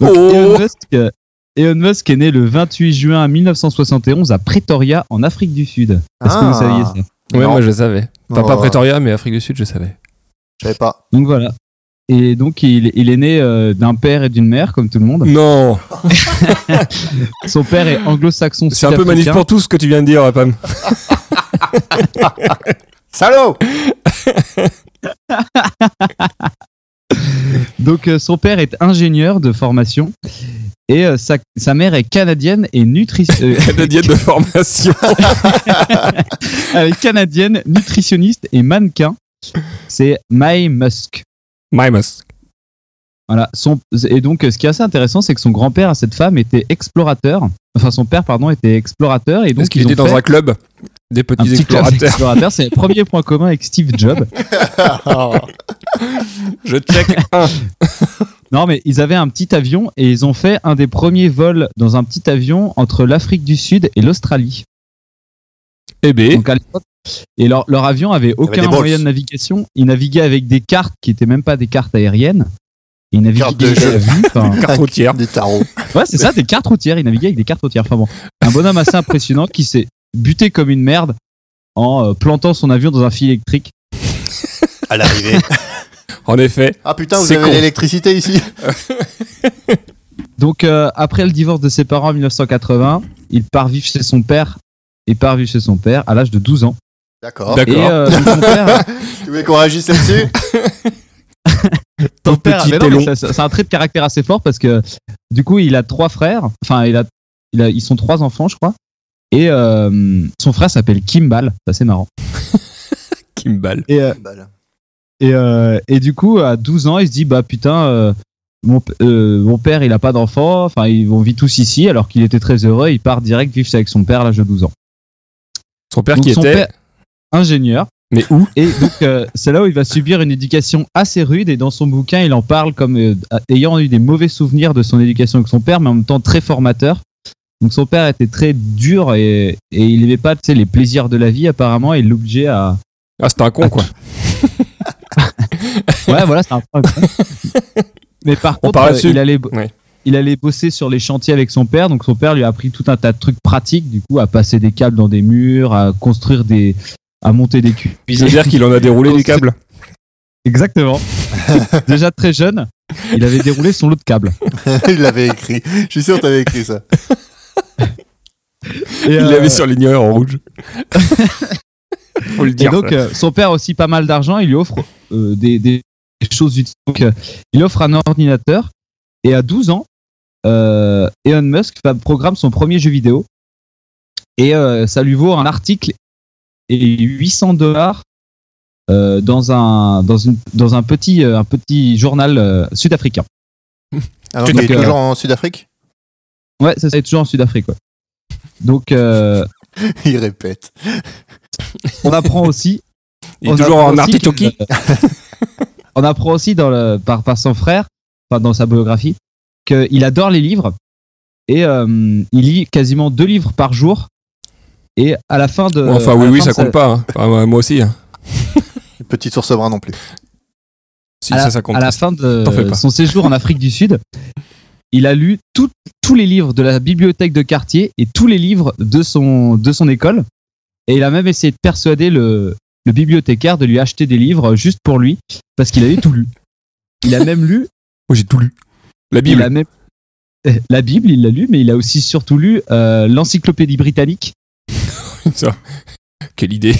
Speaker 3: Donc,
Speaker 1: Oh.
Speaker 3: Elon, Musk, euh, Elon Musk est né le 28 juin 1971 à Pretoria, en Afrique du Sud. Est-ce que vous
Speaker 1: Ah.
Speaker 2: Ah.
Speaker 3: saviez ça
Speaker 1: Ouais,
Speaker 2: Non.
Speaker 1: moi je savais. Enfin,
Speaker 2: Non,
Speaker 1: pas
Speaker 2: euh,
Speaker 1: Pretoria, mais Afrique du Sud, je savais.
Speaker 2: Je savais pas.
Speaker 3: Donc voilà. Et donc, il, il est né euh, d'un père et d'une mère, comme tout le monde.
Speaker 1: Non
Speaker 3: Son père est anglo-saxon.
Speaker 1: C'est un peu manif
Speaker 3: sud-africain.
Speaker 1: pour tout ce que tu viens de dire, Pam.
Speaker 2: (laughs) Salaud
Speaker 3: Donc euh, son père est ingénieur de formation et euh, sa, sa mère est canadienne et euh, nutritionniste. (laughs)
Speaker 1: Canadienne de (laughs) formation.
Speaker 3: canadienne, nutritionniste et mannequin. C'est Mae Musk.
Speaker 1: Mimus.
Speaker 3: Voilà. Son, et donc euh, ce qui est assez intéressant, c'est que son grand-père à cette femme était explorateur. Enfin son père pardon était explorateur et
Speaker 1: Parce
Speaker 3: donc
Speaker 1: qu'il
Speaker 3: ils ont
Speaker 1: était dans
Speaker 3: fait
Speaker 1: un club des
Speaker 3: un
Speaker 1: petits
Speaker 3: petit club (laughs)
Speaker 1: explorateurs.
Speaker 3: d'explorateurs. C'est le premier point commun avec Steve Jobs. Ah.
Speaker 1: (laughs) Je check un.
Speaker 3: Non, mais ils avaient un petit avion et ils ont fait un des premiers vols dans un petit avion entre l'Afrique du Sud et l'Australie.
Speaker 1: Eh ben,
Speaker 3: Donc, à l'époque- et leur, leur avion avait
Speaker 2: avait
Speaker 3: aucun
Speaker 2: des box.
Speaker 3: moyen de navigation. Ils naviguaient avec des cartes qui n'étaient même pas des cartes aériennes. Ils
Speaker 2: Cartes de
Speaker 3: naviguaient à
Speaker 2: jeu.
Speaker 3: la vue. enfin,
Speaker 1: carte routière.
Speaker 2: Des tarots.
Speaker 3: ouais, c'est (laughs) ça, des cartes routières. Ils naviguaient avec des cartes routières. Enfin bon, un bonhomme assez impressionnant qui s'est buté comme une merde en euh, plantant son avion dans un fil électrique.
Speaker 2: À l'arrivée.
Speaker 1: En effet.
Speaker 2: (laughs) Ah putain, vous
Speaker 1: C'est con.
Speaker 2: avez l'électricité ici
Speaker 3: Donc, euh, après le divorce de ses parents en 1980, il part vivre chez son père. Il part vivre chez son père à l'âge de 12 ans.
Speaker 2: D'accord.
Speaker 1: D'accord.
Speaker 3: Et euh, donc, son (laughs) père,
Speaker 2: Tu voulais qu'on réagisse
Speaker 3: (laughs)
Speaker 2: là-dessus
Speaker 3: Ton
Speaker 1: Pauvre
Speaker 3: père, euh,
Speaker 1: petit
Speaker 3: mais non,
Speaker 1: Télon.
Speaker 3: mais ça- ça- c'est un trait de caractère assez fort parce que du coup, il a trois frères. Enfin, il a, il a- ils sont trois enfants, je crois. Et euh, son frère s'appelle Kimball. Ça, c'est marrant.
Speaker 1: Kimball.
Speaker 3: Et, euh,
Speaker 2: Balle.
Speaker 3: et, euh, et du coup, à 12 ans, il se dit Bah putain, euh, mon, p- euh, mon père, il a pas d'enfant. Enfin, ils- on vit tous ici. Alors qu'il était très heureux, il part direct vivre avec son père à l'âge de 12 ans.
Speaker 1: Son père
Speaker 3: Donc,
Speaker 1: qui
Speaker 3: son
Speaker 1: était.
Speaker 3: père, ingénieur.
Speaker 1: Mais où
Speaker 3: Et donc, euh, (laughs) c'est là où il va subir une éducation assez rude. Et dans son bouquin, il en parle comme euh, ayant eu des mauvais souvenirs de son éducation avec son père, mais en même temps très formateur. Donc, son père était très dur et, et il n'aimait pas tu sais, les plaisirs de la vie, apparemment. Et il l'obligeait à.
Speaker 1: Ah, c'était un con, quoi. (laughs)
Speaker 3: Ouais, voilà, c'est un problème. Mais par contre,
Speaker 1: parle
Speaker 3: euh,
Speaker 1: là-dessus.
Speaker 3: il, allait, bo-
Speaker 1: Ouais.
Speaker 3: il allait bosser sur les chantiers avec son père. Donc, son père lui a appris tout un tas de trucs pratiques, du coup, à passer des câbles dans des murs, à construire des. à monter des cuisines.
Speaker 1: Je veux dire qu'il en a déroulé du
Speaker 3: Construit-
Speaker 1: câble. (laughs)
Speaker 3: Exactement. Déjà très jeune, il avait déroulé son lot de câbles.
Speaker 2: (laughs) Il l'avait écrit. Je suis sûr que t'avais écrit ça.
Speaker 3: Et,
Speaker 1: Il
Speaker 3: euh,
Speaker 1: l'avait surligné en
Speaker 3: (laughs)
Speaker 1: rouge. Faut le
Speaker 3: et
Speaker 1: dire.
Speaker 3: donc, euh, son père a aussi pas mal d'argent, il lui offre euh, des, des choses utiles. Donc, euh, il offre un ordinateur et à 12 ans, euh, euh, Elon Musk fa- programme son premier jeu vidéo. Et euh, ça lui vaut un article et 800 dollars euh, dans, un, dans, une, dans un, petit, euh, un petit journal euh, sud-africain.
Speaker 2: Alors
Speaker 3: Tu
Speaker 2: qu'il est
Speaker 3: dis que-
Speaker 2: toujours en Sud-Afrique (laughs)
Speaker 3: Ouais, ça, c'est toujours en Sud-Afrique. ouais. Donc, euh,
Speaker 2: Il répète.
Speaker 3: on apprend aussi
Speaker 1: Il est
Speaker 3: On
Speaker 1: toujours
Speaker 3: apprend
Speaker 1: en
Speaker 3: aussi euh, que-
Speaker 1: artichoki.
Speaker 3: (laughs) on apprend aussi dans le, par, par son frère, enfin dans sa biographie, qu'il adore les livres et euh, il lit quasiment deux livres par jour. Et à la fin de.
Speaker 1: Ouais, enfin,
Speaker 3: à
Speaker 1: oui,
Speaker 3: la
Speaker 1: oui,
Speaker 3: fin
Speaker 1: ça
Speaker 3: de sa-
Speaker 1: compte pas. hein. Enfin, moi- moi aussi. hein.
Speaker 2: Petite source bras non plus.
Speaker 3: Euh.
Speaker 1: Si,
Speaker 3: à la,
Speaker 1: ça, ça compte.
Speaker 3: à la fin de
Speaker 1: T'en fais pas.
Speaker 3: son séjour en Afrique du Sud, il a lu tout- tous les livres de la bibliothèque de quartier et tous les livres de son, de son école. Et il a même essayé de persuader le, le bibliothécaire de lui acheter des livres juste pour lui, parce qu'il avait tout lu. Il a même lu
Speaker 1: Oh, J'ai tout lu. La
Speaker 3: il
Speaker 1: Bible.
Speaker 3: a même- (laughs) La Bible, il l'a lu, mais il a aussi surtout lu euh, l'Encyclopédie britannique.
Speaker 1: (laughs) Ça. Quelle idée.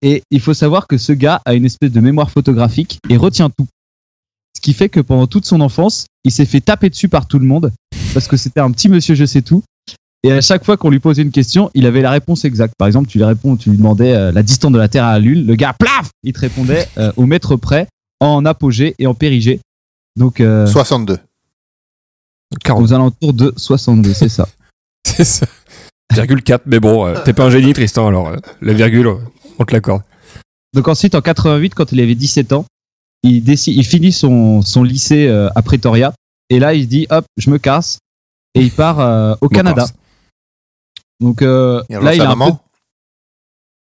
Speaker 3: Et il faut savoir que ce gars a une espèce de mémoire photographique et retient tout. Ce qui fait que pendant toute son enfance, il s'est fait taper dessus par tout le monde parce que c'était un petit monsieur je sais tout. Et à chaque fois qu'on lui posait une question, il avait la réponse exacte. Par exemple, tu lui réponds, tu lui demandais euh, la distance de la Terre à la Lune, le gars, plaf, il te répondait euh, au mètre près, en apogée et en périgée. Donc euh,
Speaker 2: 62.
Speaker 3: aux alentours de 62, c'est ça.
Speaker 1: (laughs) C'est ça. Virgule 4, mais bon, euh, t'es pas un génie, Tristan, alors euh, la virgule, euh, on te l'accorde.
Speaker 3: Donc ensuite, en 88, quand il avait 17 ans, il, décide, il finit son, son lycée euh, à Pretoria. Et là, il se dit, hop, je me casse. Et il part euh, au
Speaker 1: Bon,
Speaker 3: Canada.
Speaker 1: passe.
Speaker 3: Donc euh,
Speaker 2: Il
Speaker 3: là,
Speaker 2: rejoint
Speaker 3: il
Speaker 2: sa
Speaker 3: a un
Speaker 2: maman.
Speaker 3: peu-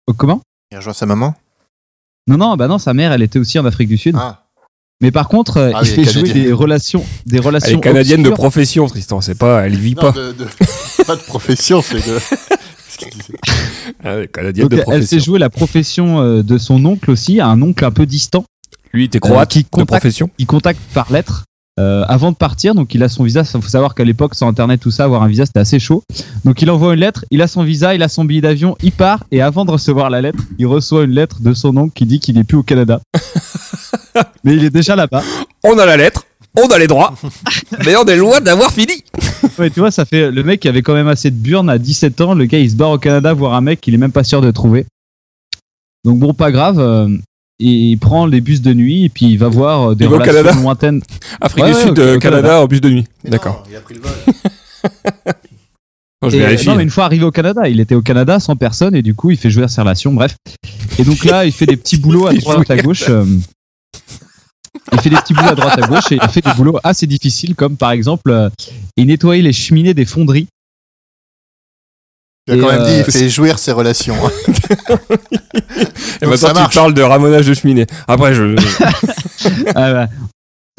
Speaker 3: Oh, Comment
Speaker 2: Il rejoint sa maman.
Speaker 3: Non, non, bah non, sa mère, elle était aussi en Afrique du Sud.
Speaker 2: Ah,
Speaker 3: Mais par contre, euh,
Speaker 2: Ah
Speaker 3: il
Speaker 2: oui,
Speaker 3: fait jouer
Speaker 2: Canadienne.
Speaker 3: des relations, des relations.
Speaker 1: Elle est canadienne de
Speaker 3: obscures.
Speaker 1: profession, Tristan, c'est pas, elle vit
Speaker 2: Non,
Speaker 1: pas.
Speaker 2: de- de- (laughs) pas de profession, c'est
Speaker 3: (laughs)
Speaker 2: de. Qu'est-ce qu'il disait
Speaker 1: Ah, elle est canadienne
Speaker 3: Donc,
Speaker 1: de
Speaker 3: elle
Speaker 1: profession.
Speaker 3: s'est jouée la profession euh, de son oncle aussi, un oncle un peu distant.
Speaker 1: Lui, t'es croate,
Speaker 3: Euh, qui
Speaker 1: de
Speaker 3: contacte-
Speaker 1: profession.
Speaker 3: il contacte par lettre euh, avant de partir. Donc il a son visa. Il faut savoir qu'à l'époque, sans internet, tout ça, avoir un visa, c'était assez chaud. Donc il envoie une lettre, il a son visa, il a son billet d'avion, il part. Et avant de recevoir la lettre, il reçoit une lettre de son oncle qui dit qu'il n'est plus
Speaker 1: (laughs)
Speaker 3: au Canada. Mais il est déjà là-bas.
Speaker 1: On a la lettre, on a les
Speaker 3: (laughs)
Speaker 1: droits, mais on est loin d'avoir fini.
Speaker 3: Ouais, tu vois, ça fait le mec qui avait quand même assez de burn à 17 ans. Le gars, il se barre au Canada voir un mec qu'il est même pas sûr de trouver. Donc bon, pas grave. euh, il prend les bus de nuit et puis il va voir euh, des
Speaker 1: Il va au
Speaker 3: relations
Speaker 1: Canada
Speaker 3: lointaines.
Speaker 1: Afrique
Speaker 3: Ouais,
Speaker 1: du
Speaker 3: ouais,
Speaker 1: Sud,
Speaker 3: ok,
Speaker 1: euh,
Speaker 3: au
Speaker 1: Canada,
Speaker 3: Canada.
Speaker 1: en bus de nuit. D'accord.
Speaker 2: Il a pris le vol.
Speaker 1: Non, Je
Speaker 3: Et, euh,
Speaker 1: vérifie.
Speaker 3: non, mais une fois arrivé au Canada, il était au Canada sans personne et du coup, il fait jouer ses relations, bref. Et donc là, il fait des petits boulots à
Speaker 1: (laughs) Il fait
Speaker 3: droite à
Speaker 1: jouer.
Speaker 3: gauche. euh, il fait des petits boulots à droite à gauche et il fait des boulots assez difficiles, comme par exemple, euh, il nettoyait les cheminées des fonderies.
Speaker 2: Tu as quand
Speaker 3: Et,
Speaker 2: même dit,
Speaker 3: euh,
Speaker 2: il fait jouir ses
Speaker 3: (laughs)
Speaker 2: relations.
Speaker 1: Et
Speaker 2: donc
Speaker 1: maintenant,
Speaker 2: ça
Speaker 1: tu
Speaker 2: marche.
Speaker 1: parles de ramonage de cheminée. Après, je.
Speaker 3: (laughs) Ah, bah,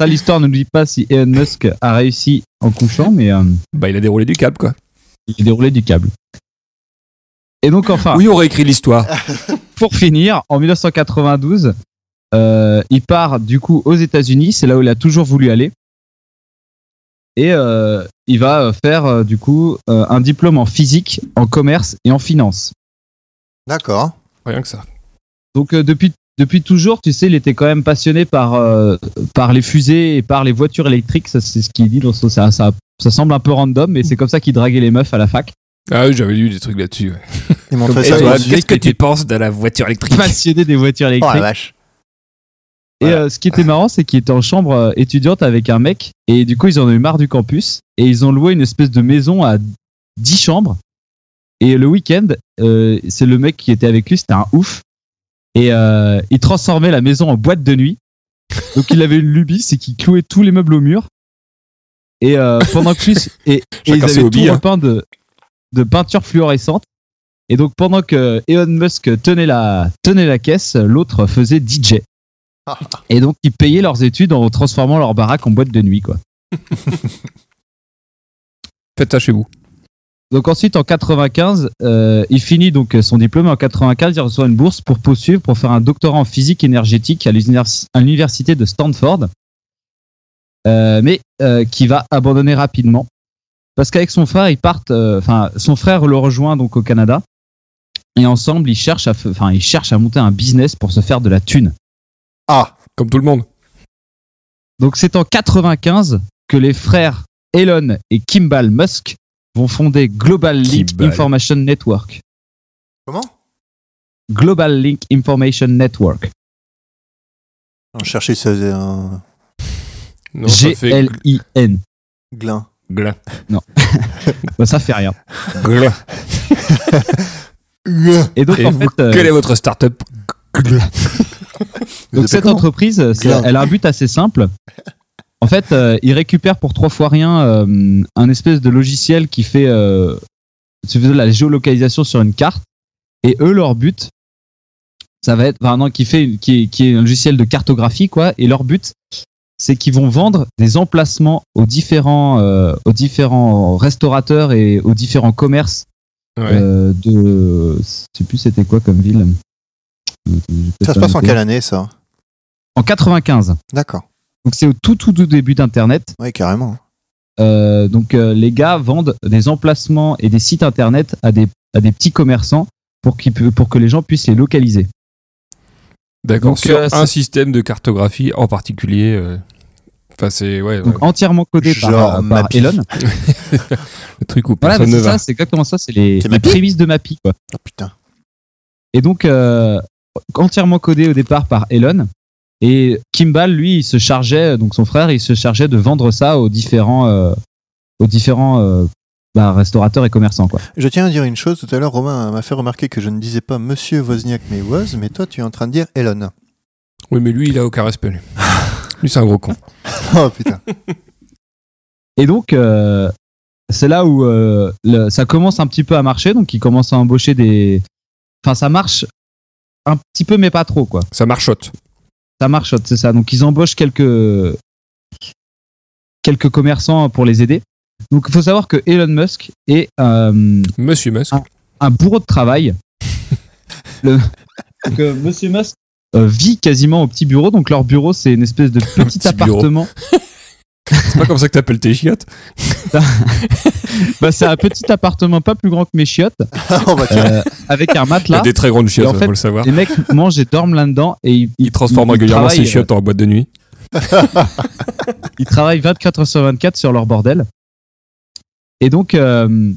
Speaker 3: ça, l'histoire ne nous dit pas si Elon Musk a réussi en couchant, mais euh,
Speaker 1: bah, il a déroulé du câble, quoi.
Speaker 3: il déroulait du câble. Et donc, enfin,
Speaker 1: Oui, on réécrit l'histoire.
Speaker 2: Ah.
Speaker 3: pour finir, en 1992, euh, il part du coup aux États-Unis, c'est là où il a toujours voulu aller. Et euh, il va euh, faire euh, du coup euh, un diplôme en physique, en commerce et en finance.
Speaker 2: D'accord.
Speaker 1: Rien que ça.
Speaker 3: Donc euh, depuis, depuis toujours, tu sais, il était quand même passionné par, euh, par les fusées et par les voitures électriques. Ça, c'est ce qu'il dit. dans son- ça, ça, ça semble un peu random, mais c'est comme ça qu'il draguait les meufs à la fac.
Speaker 1: Ah oui, j'avais lu des trucs là-dessus. ouais.
Speaker 2: Il montrait
Speaker 1: Et
Speaker 2: ça
Speaker 1: toi,
Speaker 2: aux yeux.
Speaker 1: qu'est-ce que tu penses de la voiture électrique
Speaker 3: Passionné des voitures
Speaker 2: Oh la
Speaker 3: électriques.
Speaker 2: vache.
Speaker 3: Et euh, ce qui était marrant, c'est qu'il était en chambre euh, étudiante avec un mec, et du coup, ils en ont eu marre du campus, et ils ont loué une espèce de maison à 10 chambres. Et le week-end, euh, c'est le mec qui était avec lui, c'était un ouf, et euh, il transformait la maison en boîte de nuit. Donc il avait une lubie, c'est qu'il clouait tous les meubles au mur. Et euh,
Speaker 1: (laughs)
Speaker 3: pendant que lui, et, et
Speaker 1: Chacun
Speaker 3: ils
Speaker 1: ses
Speaker 3: avaient
Speaker 1: hobbies,
Speaker 3: tout
Speaker 1: hein.
Speaker 3: repeint de, de peinture fluorescente. Et donc pendant que Elon Musk tenait la, tenait la caisse, l'autre faisait DJ.
Speaker 1: Ah.
Speaker 3: Et donc, ils payaient leurs études en transformant leur baraque en boîte de nuit, quoi.
Speaker 1: Faites ça chez vous.
Speaker 3: Donc ensuite, en 95, euh, il finit donc son diplôme. En 95, il reçoit une bourse pour poursuivre, pour faire un doctorat en physique énergétique à l'univers- à l'université de Stanford, Euh, mais euh, qui va abandonner rapidement parce qu'avec son frère, ils partent. euh, Enfin, son frère le rejoint donc au Canada et ensemble, ils cherchent à, f- enfin, ils cherchent à monter un business pour se faire de la thune.
Speaker 2: Ah,
Speaker 1: Comme tout le monde.
Speaker 3: Donc c'est en 95 que les frères Elon et Kimball Musk vont fonder Global Link
Speaker 5: Kimball.
Speaker 3: Information Network.
Speaker 2: Comment
Speaker 3: Global Link Information Network.
Speaker 2: On cherchait ça faisait un
Speaker 1: Non, ça fait gl-
Speaker 3: G-L-I-N.
Speaker 2: glin.
Speaker 5: Glin.
Speaker 3: Bah, ça fait rien.
Speaker 1: glin.
Speaker 3: Et donc,
Speaker 1: Et
Speaker 3: en
Speaker 1: vous,
Speaker 3: fait, euh,
Speaker 1: Quelle est votre startup
Speaker 3: donc cette entreprise, c'est-
Speaker 2: Claire.
Speaker 3: elle a un but assez simple. En fait, euh, ils récupèrent pour trois fois rien euh, un espèce de logiciel qui fait, euh, qui fait de la géolocalisation sur une carte. Et eux, leur but, ça va être, enfin, non, qui fait, qui, est- qui est un logiciel de cartographie, quoi. Et leur but, c'est qu'ils vont vendre des emplacements aux différents, euh, aux différents restaurateurs et aux différents commerces euh, de. Je sais plus c'était quoi comme ville. Attends, j'ai peut-être
Speaker 2: Ça se passe en
Speaker 3: arrêté.
Speaker 2: quelle année ça
Speaker 3: En 95.
Speaker 2: D'accord.
Speaker 3: Donc c'est au tout tout tout début d'Internet.
Speaker 2: Oui, carrément.
Speaker 3: Euh, donc euh, les gars vendent des emplacements et des sites Internet à des, à des petits commerçants pour, qu'ils pu- pour que les gens puissent les localiser.
Speaker 1: D'accord.
Speaker 3: Donc,
Speaker 1: Sur
Speaker 3: euh,
Speaker 1: un
Speaker 3: c'est-
Speaker 1: système de cartographie en particulier. euh, Enfin, c'est ouais, ouais,
Speaker 3: Donc entièrement codé par,
Speaker 2: Genre
Speaker 3: euh, par
Speaker 2: Mappy.
Speaker 3: Elon.
Speaker 1: le truc où
Speaker 3: Voilà,
Speaker 1: personne
Speaker 3: c'est
Speaker 1: ne va.
Speaker 3: ça, c'est exactement ça, c'est les,
Speaker 2: C'est
Speaker 3: les
Speaker 2: Mappy
Speaker 3: prémices de Mappy. Quoi.
Speaker 2: Oh putain.
Speaker 3: Et donc, euh, entièrement codé au départ par Elon. Et Kimball, lui, il se chargeait, donc son frère, il se chargeait de vendre ça aux différents, euh, aux différents euh, bah, restaurateurs et commerçants. Quoi.
Speaker 2: Je tiens à dire une chose. Tout à l'heure, Romain m'a fait remarquer que je ne disais pas Monsieur Wozniak, mais Woz, mais toi, tu es en train de dire Elon.
Speaker 1: Oui, mais lui, il a aucun
Speaker 3: (laughs)
Speaker 1: respect. Lui, Lui, c'est un gros con.
Speaker 2: Oh putain.
Speaker 3: Et donc, euh, c'est là où euh, le- ça commence un petit peu à marcher. Donc, ils commencent à embaucher des. Enfin, ça marche un petit peu, mais pas trop, quoi.
Speaker 1: Ça marchote.
Speaker 3: Ça marche, c'est ça. Donc, ils embauchent quelques quelques commerçants pour les aider. Donc, il faut savoir que Elon Musk est euh,
Speaker 1: Monsieur Musk.
Speaker 3: Ah. un bourreau de (laughs) travail. Le- Donc, euh, Monsieur Musk euh, vit quasiment au petit bureau. Donc, leur bureau, c'est une espèce (laughs) de petit,
Speaker 1: petit bureau.
Speaker 3: appartement.
Speaker 1: C'est pas comme ça que t'appelles tes chiottes.
Speaker 3: Bah, c'est un petit appartement pas plus grand que mes chiottes,
Speaker 2: Oh, bah, tiens.
Speaker 3: euh, avec un
Speaker 1: (laughs) Il y a
Speaker 3: matelas.
Speaker 1: des très grandes chiottes,
Speaker 3: Et en
Speaker 1: il
Speaker 3: fait,
Speaker 1: faut le savoir.
Speaker 3: Les mecs mangent et dorment là-dedans et ils,
Speaker 1: Il transforme
Speaker 3: ils- ils
Speaker 1: régulièrement ses
Speaker 3: travaillent,
Speaker 1: chiottes en boîte de nuit.
Speaker 3: euh, Ils travaillent 24 heures sur 24 sur leur bordel. Et donc, euh,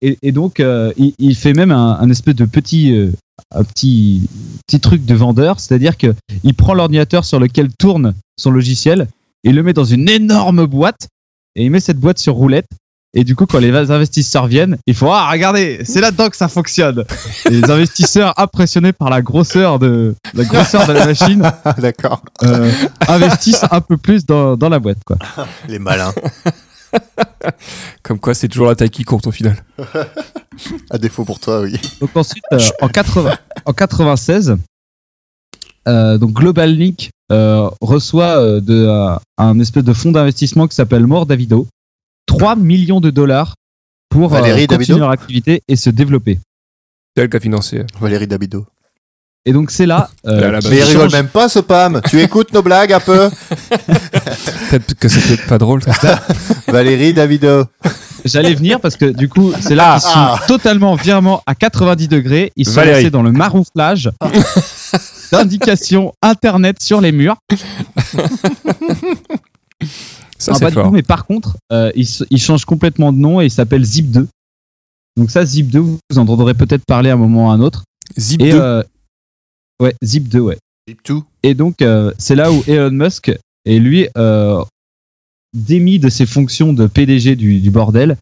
Speaker 3: et, et donc euh, il, il fait même un, un espèce de petit, euh, un petit, petit truc de vendeur, c'est-à-dire que il prend l'ordinateur sur lequel tourne son logiciel et il le met dans une énorme boîte et il met cette boîte sur roulette. Et du coup, quand les investisseurs viennent, ils font Ah, regardez, c'est là-dedans que ça fonctionne. Et les investisseurs, impressionnés par la grosseur de, la grosseur de la machine,
Speaker 2: D'accord.
Speaker 3: euh, investissent un peu plus dans, dans la boîte. Quoi.
Speaker 2: Les malins.
Speaker 1: Comme quoi, c'est toujours la taille qui compte au final.
Speaker 2: À défaut pour toi, oui.
Speaker 3: Donc ensuite, euh, en, 80 en 96, euh, donc Global Link euh, reçoit euh, de, euh, un espèce de fonds d'investissement qui s'appelle More Davido 3 millions de dollars pour euh,
Speaker 2: Valérie
Speaker 3: continuer
Speaker 2: Davido
Speaker 3: leur activité et se développer.
Speaker 1: C'est elle qui a financé. euh.
Speaker 2: Valérie Dabido.
Speaker 3: Et donc c'est là, euh,
Speaker 1: Là, là,
Speaker 3: qu'ils
Speaker 1: bah,
Speaker 2: Mais il rigole
Speaker 3: changent-
Speaker 2: même pas, ce Pam. Tu écoutes nos blagues un peu
Speaker 1: Peut-être que c'était pas
Speaker 3: (laughs)
Speaker 1: drôle.
Speaker 2: Valérie Davido.
Speaker 3: J'allais venir parce que du coup, c'est là qu'ils sont
Speaker 2: Ah,
Speaker 3: totalement virement à 90 degrés. Ils sont
Speaker 1: Valérie.
Speaker 3: lancés dans
Speaker 2: (laughs)
Speaker 3: le marouflage d'indications internet sur les murs.
Speaker 1: Ça,
Speaker 3: Non, pas
Speaker 1: c'est
Speaker 3: du tout,
Speaker 1: fort.
Speaker 3: mais par contre, euh, ils, se- ils changent complètement de nom et ils s'appellent Zip2. Donc ça, Zip2, vous en entendrez peut-être parler à un moment ou à un autre.
Speaker 1: Zip
Speaker 3: Et
Speaker 1: 2.
Speaker 3: euh, ouais, Zip2, ouais.
Speaker 2: tout.
Speaker 3: Et donc, euh, c'est là où Elon Musk est lui euh, démis de ses fonctions de PDG du, du bordel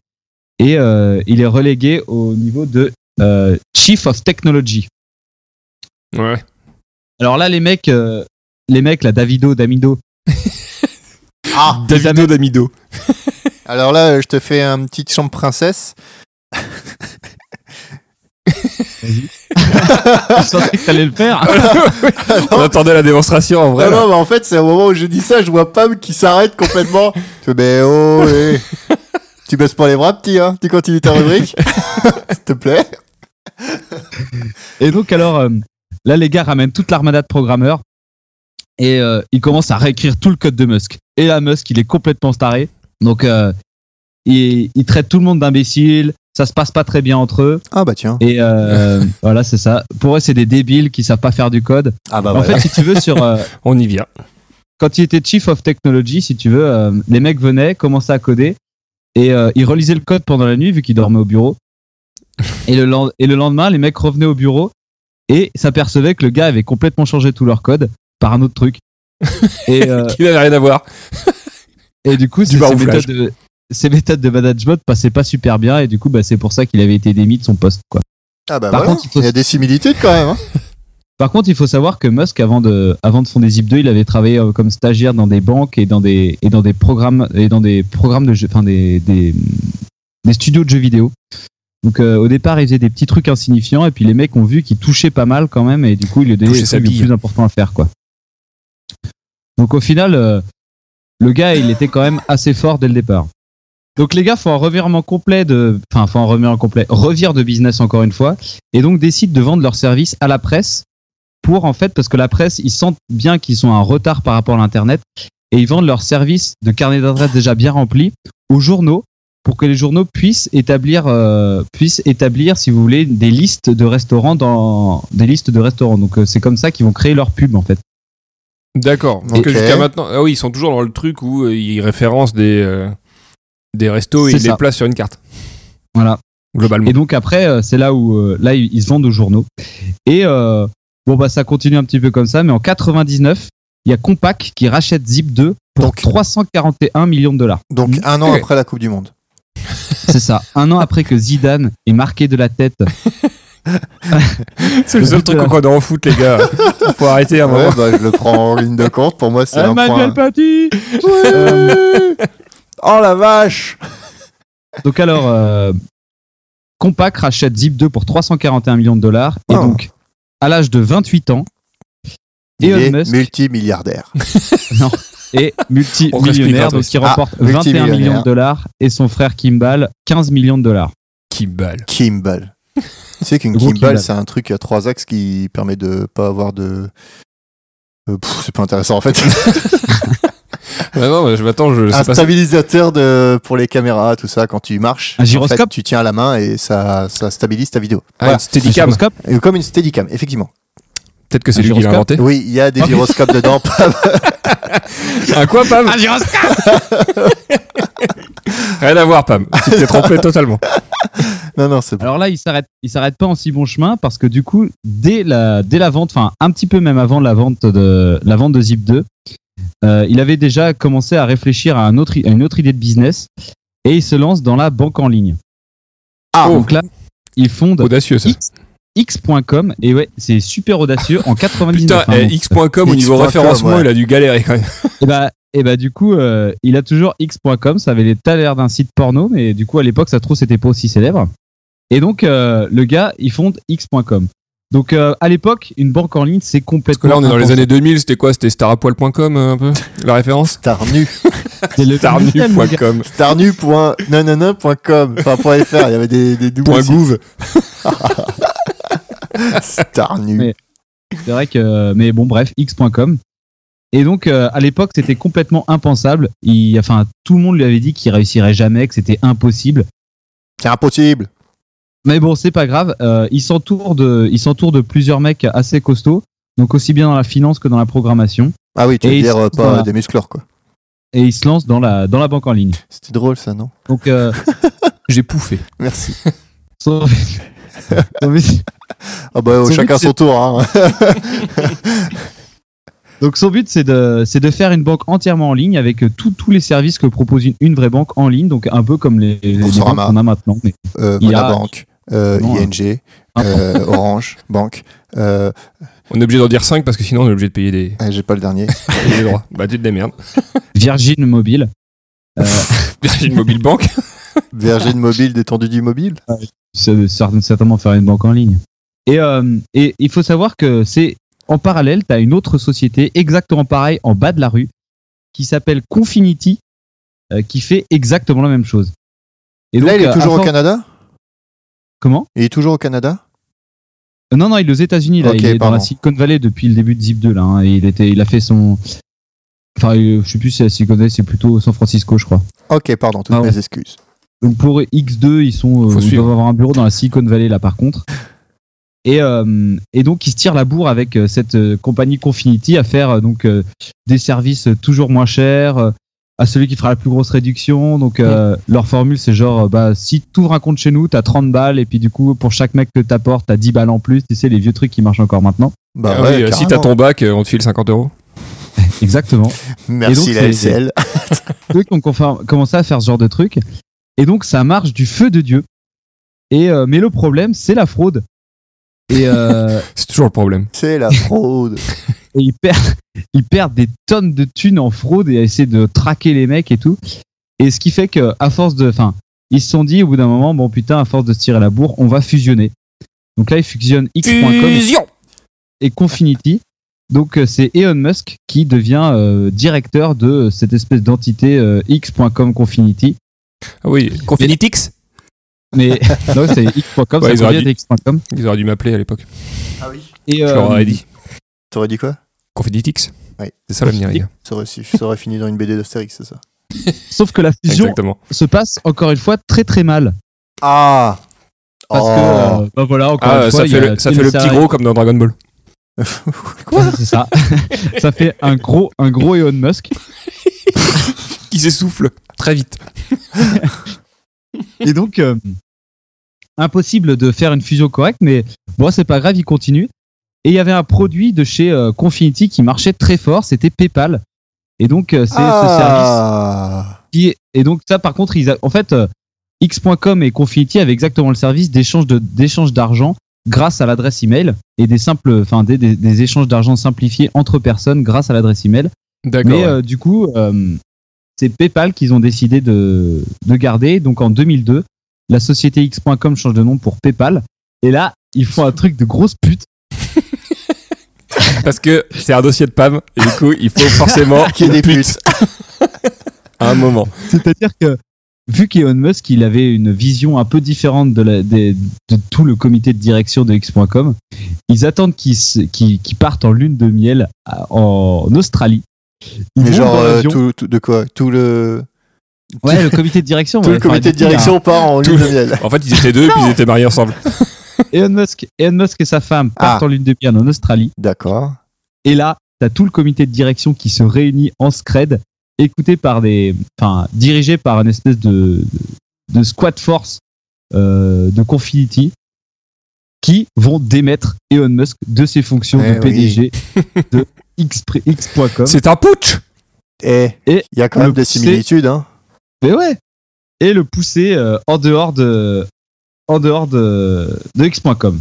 Speaker 3: et euh, il est relégué au niveau de euh, Chief of Technology.
Speaker 1: Ouais.
Speaker 3: Alors là, les mecs, euh, les mecs, là, Davido, Damido,
Speaker 2: Ah
Speaker 1: Davido
Speaker 3: (laughs)
Speaker 1: Damido. (laughs)
Speaker 2: Alors là, je te fais un petit chambre princesse.
Speaker 3: je sentais que t'allais le faire.
Speaker 1: On attendait la démonstration en vrai.
Speaker 2: non,
Speaker 1: là.
Speaker 2: non, mais en fait, c'est au moment où je dis ça, je vois Pam qui s'arrête complètement. (laughs) Je fais, mais oh, hé. tu baisses pas les bras, petit, hein. Tu continues ta (laughs) rubrique. S'il te plaît.
Speaker 3: Et donc, alors, euh, là, les gars ramènent toute l'armada de programmeurs et euh, ils commencent à réécrire tout le code de Musk. Et là, Musk, il est complètement staré. Donc, euh, il, il traite tout le monde d'imbéciles. Ça se passe pas très bien entre eux.
Speaker 2: Ah bah tiens.
Speaker 3: Et euh, voilà, c'est ça. Pour eux, c'est des débiles qui savent pas faire du code.
Speaker 2: Ah bah
Speaker 3: en fait, si tu veux, sur, euh,
Speaker 1: On y vient.
Speaker 3: quand il était chief of technology, si tu veux, euh, les mecs venaient, commençaient à coder et euh, ils relisaient le code pendant la nuit vu qu'ils dormaient au bureau. Et le, len- et le lendemain, les mecs revenaient au bureau et s'apercevaient que le gars avait complètement changé tout leur code par un autre truc. Et, euh,
Speaker 1: Qui n'avait rien à voir.
Speaker 3: et du coup,
Speaker 1: Du
Speaker 3: ces- ces
Speaker 1: barouflage.
Speaker 3: méthodes, de, ces méthodes de management passaient pas super bien et du coup, bah, c'est pour ça qu'il avait été démis de son poste. Quoi.
Speaker 2: Ah bah
Speaker 3: Par
Speaker 2: voilà,
Speaker 3: contre, il faut-
Speaker 2: il y a des similitudes quand même. hein.
Speaker 3: Par contre, il faut savoir que Musk, avant de, avant de fonder Zip2, il avait travaillé euh, comme stagiaire dans des banques et dans des, et dans des programmes et dans des programmes de jeux, enfin des, des, des studios de jeux vidéo. Donc euh, au départ, il faisait des petits trucs insignifiants et puis les mecs ont vu qu'il touchait pas mal quand même et du coup, il lui donnait
Speaker 1: Touchait
Speaker 3: les
Speaker 1: sa
Speaker 3: trucs les
Speaker 1: bille.
Speaker 3: plus importants à faire quoi. Donc au final, euh, le gars, il était quand même assez fort dès le départ. Donc les gars font un revirement complet de, enfin font un revirement complet, revire de business encore une fois, et donc décident de vendre leurs services à la presse pour en fait parce que la presse ils sentent bien qu'ils sont en retard par rapport à l'internet et ils vendent leurs services de carnet d'adresse déjà bien rempli aux journaux pour que les journaux puissent établir euh, puissent établir si vous voulez des listes de restaurants dans des listes de restaurants. Donc euh, c'est comme ça qu'ils vont créer leur pub en fait.
Speaker 1: D'accord. Donc
Speaker 2: Ok.
Speaker 1: jusqu'à maintenant, ah oui, ils sont toujours dans le truc où euh, ils référencent des euh, des restos et
Speaker 3: C'est
Speaker 1: ils
Speaker 3: ça.
Speaker 1: les placent sur une carte
Speaker 3: Voilà.
Speaker 1: globalement.
Speaker 3: Et donc après, euh, c'est là où euh, là ils ils se vendent aux journaux. Et euh, bon bah ça continue un petit peu comme ça, mais en 99, il y a Compaq qui rachète Zip 2 pour
Speaker 2: Donc.
Speaker 3: 341 millions de dollars.
Speaker 2: Donc
Speaker 3: Mm.
Speaker 2: un an
Speaker 1: Ok.
Speaker 2: après la Coupe du Monde.
Speaker 3: C'est ça. Un an après que Zidane est marqué de la tête.
Speaker 1: C'est le
Speaker 3: Le
Speaker 1: seul
Speaker 2: (laughs)
Speaker 3: but
Speaker 1: truc
Speaker 3: de la-
Speaker 1: qu'on connaît en foot, les gars. Faut arrêter à un moment.
Speaker 2: Ouais, Ah, bah, je le prends en ligne de compte. Pour moi, (laughs) c'est un point.
Speaker 3: Paty
Speaker 2: Ouais. oh la vache
Speaker 3: Donc alors, euh, Compaq rachète Zip 2 pour 341 millions de dollars. Et
Speaker 2: Ah.
Speaker 3: donc, à l'âge de 28 ans,
Speaker 2: Il
Speaker 3: Elon
Speaker 2: est
Speaker 3: Musk.
Speaker 2: (laughs) multimilliardaire.
Speaker 3: est
Speaker 1: On respectera toi
Speaker 3: multimillionnaire, donc
Speaker 1: aussi.
Speaker 3: qui remporte
Speaker 2: Ah,
Speaker 3: 21
Speaker 2: multimillionnaire.
Speaker 3: millions de dollars. Et son frère Kimball, 15 millions de dollars.
Speaker 1: Qui balle.
Speaker 2: Kimball. tu sais qu'une
Speaker 3: Gros
Speaker 2: Kimball,
Speaker 3: Kimball.
Speaker 2: c'est un truc à trois axes qui permet de pas avoir de. Euh, pff, c'est pas intéressant en fait.
Speaker 1: Ah non, mais je m'attends, je
Speaker 2: un
Speaker 1: sais pas.
Speaker 2: stabilisateur de, pour les caméras, tout ça, quand tu marches.
Speaker 3: Un
Speaker 2: En
Speaker 3: gyroscope
Speaker 2: fait, tu tiens la main et ça, ça stabilise ta vidéo.
Speaker 1: Ah,
Speaker 2: Voilà.
Speaker 1: une Steadicam.
Speaker 3: Un gyroscope
Speaker 2: Et Comme une steadicam, effectivement.
Speaker 1: Peut-être que c'est
Speaker 3: Un
Speaker 1: lui qui l'a
Speaker 3: gyroscope.
Speaker 1: inventé.
Speaker 2: Oui, il y a des gyroscopes dedans.
Speaker 3: (laughs)
Speaker 1: Un quoi, Pam Rien à voir,
Speaker 2: (laughs)
Speaker 1: Pam. Tu t'es trompé totalement.
Speaker 2: Non, non, c'est bon.
Speaker 3: Alors là, il s'arrête, il s'arrête pas en si bon chemin parce que du coup, dès la, dès la vente, enfin un petit peu même avant la vente de la vente de Zip 2, euh, il avait déjà commencé à réfléchir à, un autre, i- à une autre idée de business et il se lance dans la banque en ligne.
Speaker 2: Ah,
Speaker 3: donc là, il fonde
Speaker 1: Audacieux, ça.
Speaker 3: X- X.com et ouais, c'est super audacieux
Speaker 1: (laughs)
Speaker 3: en 99.
Speaker 1: Putain,
Speaker 3: hein,
Speaker 1: eh,
Speaker 3: donc,
Speaker 1: X.com, au niveau
Speaker 2: X.com,
Speaker 1: référencement,
Speaker 2: ouais.
Speaker 1: il a dû galérer quand même.
Speaker 3: et bah, et bah du coup, euh, il a toujours X.com, ça avait les l'air d'un site porno, mais du coup à l'époque, ça se trouve, c'était pas aussi célèbre. Et donc euh, le gars, il fonde X.com. Donc euh, à l'époque, une banque en ligne, c'est
Speaker 1: Parce que
Speaker 3: complètement.
Speaker 1: là, on est dans les
Speaker 3: impensable.
Speaker 1: années 2000, c'était quoi C'était starapoil.com, euh, un peu La
Speaker 2: (laughs)
Speaker 1: référence
Speaker 2: Starnu.
Speaker 3: C'est
Speaker 1: (laughs)
Speaker 3: le Minitel, le gars.
Speaker 1: Starnu.com.
Speaker 2: Starnu.nanana.com. Enfin, point .fr, il y avait des, des doubles.
Speaker 1: Point
Speaker 2: sites.
Speaker 1: gouv.
Speaker 2: Starnu.
Speaker 3: Mais- C'est vrai que, mais bon, bref, x.com. Et donc, euh, à l'époque, c'était complètement impensable. Il, enfin, tout le monde lui avait dit qu'il réussirait jamais, que c'était impossible.
Speaker 2: C'est impossible.
Speaker 3: Mais bon, c'est pas grave. Euh, il s'entoure de, il s'entoure de plusieurs mecs assez costauds. Donc aussi bien dans la finance que dans la programmation.
Speaker 2: Ah oui, tu veux
Speaker 3: Et
Speaker 2: dire
Speaker 3: ils-
Speaker 2: euh, pas
Speaker 3: voilà.
Speaker 2: des muscleurs, quoi.
Speaker 3: Et il se lance dans la, dans la banque en ligne.
Speaker 2: C'était drôle, ça, non
Speaker 3: Donc, euh,
Speaker 1: J'ai pouffé.
Speaker 2: Merci.
Speaker 3: son- son but-
Speaker 2: Ah bah, euh,
Speaker 3: Sans
Speaker 2: chacun
Speaker 3: doute,
Speaker 2: son tour,
Speaker 3: (laughs)
Speaker 2: hein.
Speaker 3: Donc son but c'est de c'est de faire une banque entièrement en ligne avec euh, tous tous les services que propose une, une vraie banque en ligne, donc un peu comme les, les banques
Speaker 2: Boursorama.
Speaker 3: qu'on a maintenant. Mais
Speaker 2: Euh,
Speaker 3: Il y a-
Speaker 2: Monabank, euh,
Speaker 3: Non, hein.
Speaker 2: ING, euh, Orange, Banque. Euh,
Speaker 1: On est obligé d'en dire 5 parce que sinon, on est obligé de payer des,
Speaker 2: ah, J'ai pas le
Speaker 3: (laughs)
Speaker 2: dernier.
Speaker 1: payer des droits. Bah, tu te (laughs) démerdes.
Speaker 3: Virgin Mobile. Euh,
Speaker 1: Virgin Mobile Bank.
Speaker 2: Virgin Mobile, détendu du mobile.
Speaker 3: c'est- c'est certainement faire une banque en ligne. Et, euh, et il faut savoir que c'est en parallèle, tu as une autre société exactement pareille en bas de la rue qui s'appelle Confinity euh, qui fait exactement la même chose. Et
Speaker 2: Là,
Speaker 3: donc,
Speaker 2: il est
Speaker 3: euh,
Speaker 2: toujours
Speaker 3: avant-
Speaker 2: au Canada
Speaker 3: Comment
Speaker 2: Il est toujours au Canada
Speaker 3: Euh, Non, non, il est aux États-Unis. là.
Speaker 2: Ok,
Speaker 3: il est dans
Speaker 2: pardon.
Speaker 3: la Silicon Valley depuis le début de Zip 2. Là, hein, et il, était, il a fait son. Enfin, euh, je sais plus si c'est la Silicon Valley, c'est plutôt San Francisco, je crois.
Speaker 2: Ok, pardon, toutes
Speaker 3: Ah ouais.
Speaker 2: mes excuses.
Speaker 3: Donc pour X2, ils sont. euh,
Speaker 1: Faut
Speaker 3: ils
Speaker 1: suivre.
Speaker 3: doivent avoir un bureau dans la Silicon Valley là par contre. Et, euh, et donc, il se tire la bourre avec euh, cette euh, compagnie Confinity à faire euh, donc euh, des services euh, toujours moins chers euh, à celui qui fera la plus grosse réduction. Donc, euh, leur formule, c'est genre, euh, bah, si t'ouvres un compte chez nous, t'as 30 balles, et puis du coup, pour chaque mec que t'apportes, t'as 10 balles en plus. Tu sais, les vieux trucs qui marchent encore maintenant.
Speaker 2: Bah
Speaker 1: Ah
Speaker 2: ouais,
Speaker 1: oui, euh, si
Speaker 2: carrément.
Speaker 1: t'as ton bac, euh, on te file 50 euros.
Speaker 3: Exactement.
Speaker 2: Merci
Speaker 3: Et donc,
Speaker 2: la
Speaker 3: c'est-
Speaker 2: LCL.
Speaker 3: Eux qui ont confin- commencé à faire ce genre de truc. Et donc, ça marche du feu de Dieu. Et, euh, mais le problème, c'est la fraude. Et, euh,
Speaker 1: C'est toujours le problème.
Speaker 2: (laughs) C'est la fraude.
Speaker 3: et ils perdent, (laughs) ils perdent des tonnes de thunes en fraude et à essayer de traquer les mecs et tout. Et ce qui fait que, à force de, enfin, ils se sont dit au bout d'un moment, bon putain, à force de se tirer la bourre, on va fusionner. Donc là, ils fusionnent X.com et Confinity. Donc euh, c'est Elon Musk qui devient euh, directeur de cette espèce d'entité euh, X.com Confinity.
Speaker 1: Ah oui, Confinitix
Speaker 3: Mais (laughs) non, c'est X.com,
Speaker 1: Ouais,
Speaker 3: ça
Speaker 1: ils auraient
Speaker 3: vient
Speaker 1: dû-
Speaker 3: de X.com.
Speaker 1: Ils auraient dû m'appeler à l'époque.
Speaker 2: Ah oui.
Speaker 3: Et,
Speaker 1: Je
Speaker 3: euh,
Speaker 1: leur aurais dit.
Speaker 2: T'aurais dit quoi
Speaker 1: Confinitix
Speaker 2: Ouais.
Speaker 1: C'est ça l'avenir, les gars.
Speaker 2: ça aurait, su- ça aurait fini dans une BD d'Astérix, c'est ça
Speaker 3: Sauf que la fusion
Speaker 1: Exactement.
Speaker 3: se passe encore une fois très très mal.
Speaker 2: Ah
Speaker 3: Parce
Speaker 2: Oh.
Speaker 3: que, euh, bah voilà, encore
Speaker 1: Ah,
Speaker 3: une fois,
Speaker 1: ça
Speaker 3: il y
Speaker 1: fait,
Speaker 3: a
Speaker 1: le, ça fait le petit
Speaker 3: Telesat-
Speaker 1: gros comme dans Dragon Ball.
Speaker 2: Oh.
Speaker 3: Ouais, c'est ça. (laughs) ça fait un gros, un gros Elon Musk.
Speaker 1: Qui s'essouffle très vite.
Speaker 3: Et donc, euh, impossible de faire une fusion correcte, mais bon, c'est pas grave, il continue. Et il y avait un produit de chez euh, Confinity qui marchait très fort, c'était PayPal. Et donc, euh, c'est ce service
Speaker 2: (laughs) Ah
Speaker 3: qui- Et donc, ça, par contre, ils a- en fait, euh, X.com et Confinity avaient exactement le service d'échange de- d'échange d'argent grâce à l'adresse email et des simples, enfin, des- des- des échanges d'argent simplifiés entre personnes grâce à l'adresse email.
Speaker 1: D'accord.
Speaker 3: Mais euh, du coup, euh, c'est PayPal qu'ils ont décidé de, de garder. Donc en 2002, la société X.com change de nom pour PayPal. Et là, ils font un truc de grosse pute.
Speaker 1: Parce que c'est un dossier de PAM, et du coup, il faut (laughs) forcément
Speaker 2: Qui est des putes
Speaker 1: (laughs) à un moment.
Speaker 3: C'est-à-dire que vu qu'Elon Musk, il avait une vision un peu différente de, la- des- de tout le comité de direction de X.com, ils attendent qu'ils se- qu'ils- qu'ils partent en lune de miel à- en Australie. Ils
Speaker 2: Mais
Speaker 3: vont
Speaker 2: genre,
Speaker 3: dans
Speaker 2: euh,
Speaker 3: l'avion.
Speaker 2: tout, tout- de quoi Tout le,
Speaker 3: Ouais, le comité de
Speaker 2: (laughs)
Speaker 3: direction.
Speaker 2: tout
Speaker 3: ouais.
Speaker 2: le
Speaker 3: Enfin, hein.
Speaker 2: comité de
Speaker 3: du coup, il y a un-
Speaker 2: direction part en
Speaker 1: Tout
Speaker 2: lune de
Speaker 1: le-
Speaker 2: miel.
Speaker 1: En fait, ils étaient deux, et puis ils étaient mariés ensemble.
Speaker 3: Elon Musk, Elon Musk et sa femme partent
Speaker 2: Ah.
Speaker 3: en lune de miel en Australie.
Speaker 2: D'accord.
Speaker 3: Et là, t'as tout le comité de direction qui se réunit en scred, écouté par des, enfin, dirigé par une espèce de de squad force euh, de Confinity, qui vont démettre Elon Musk de ses fonctions
Speaker 2: Eh oui.
Speaker 3: de
Speaker 2: (laughs)
Speaker 3: PDG de X.com. X.com.
Speaker 1: C'est un putsch
Speaker 2: Et
Speaker 3: Et
Speaker 2: Eh, il y a quand
Speaker 3: le
Speaker 2: même des
Speaker 3: poussé-
Speaker 2: similitudes, hein.
Speaker 3: Mais ouais. Et le pousser euh, en dehors de en dehors de,
Speaker 2: (laughs)
Speaker 3: de X.com.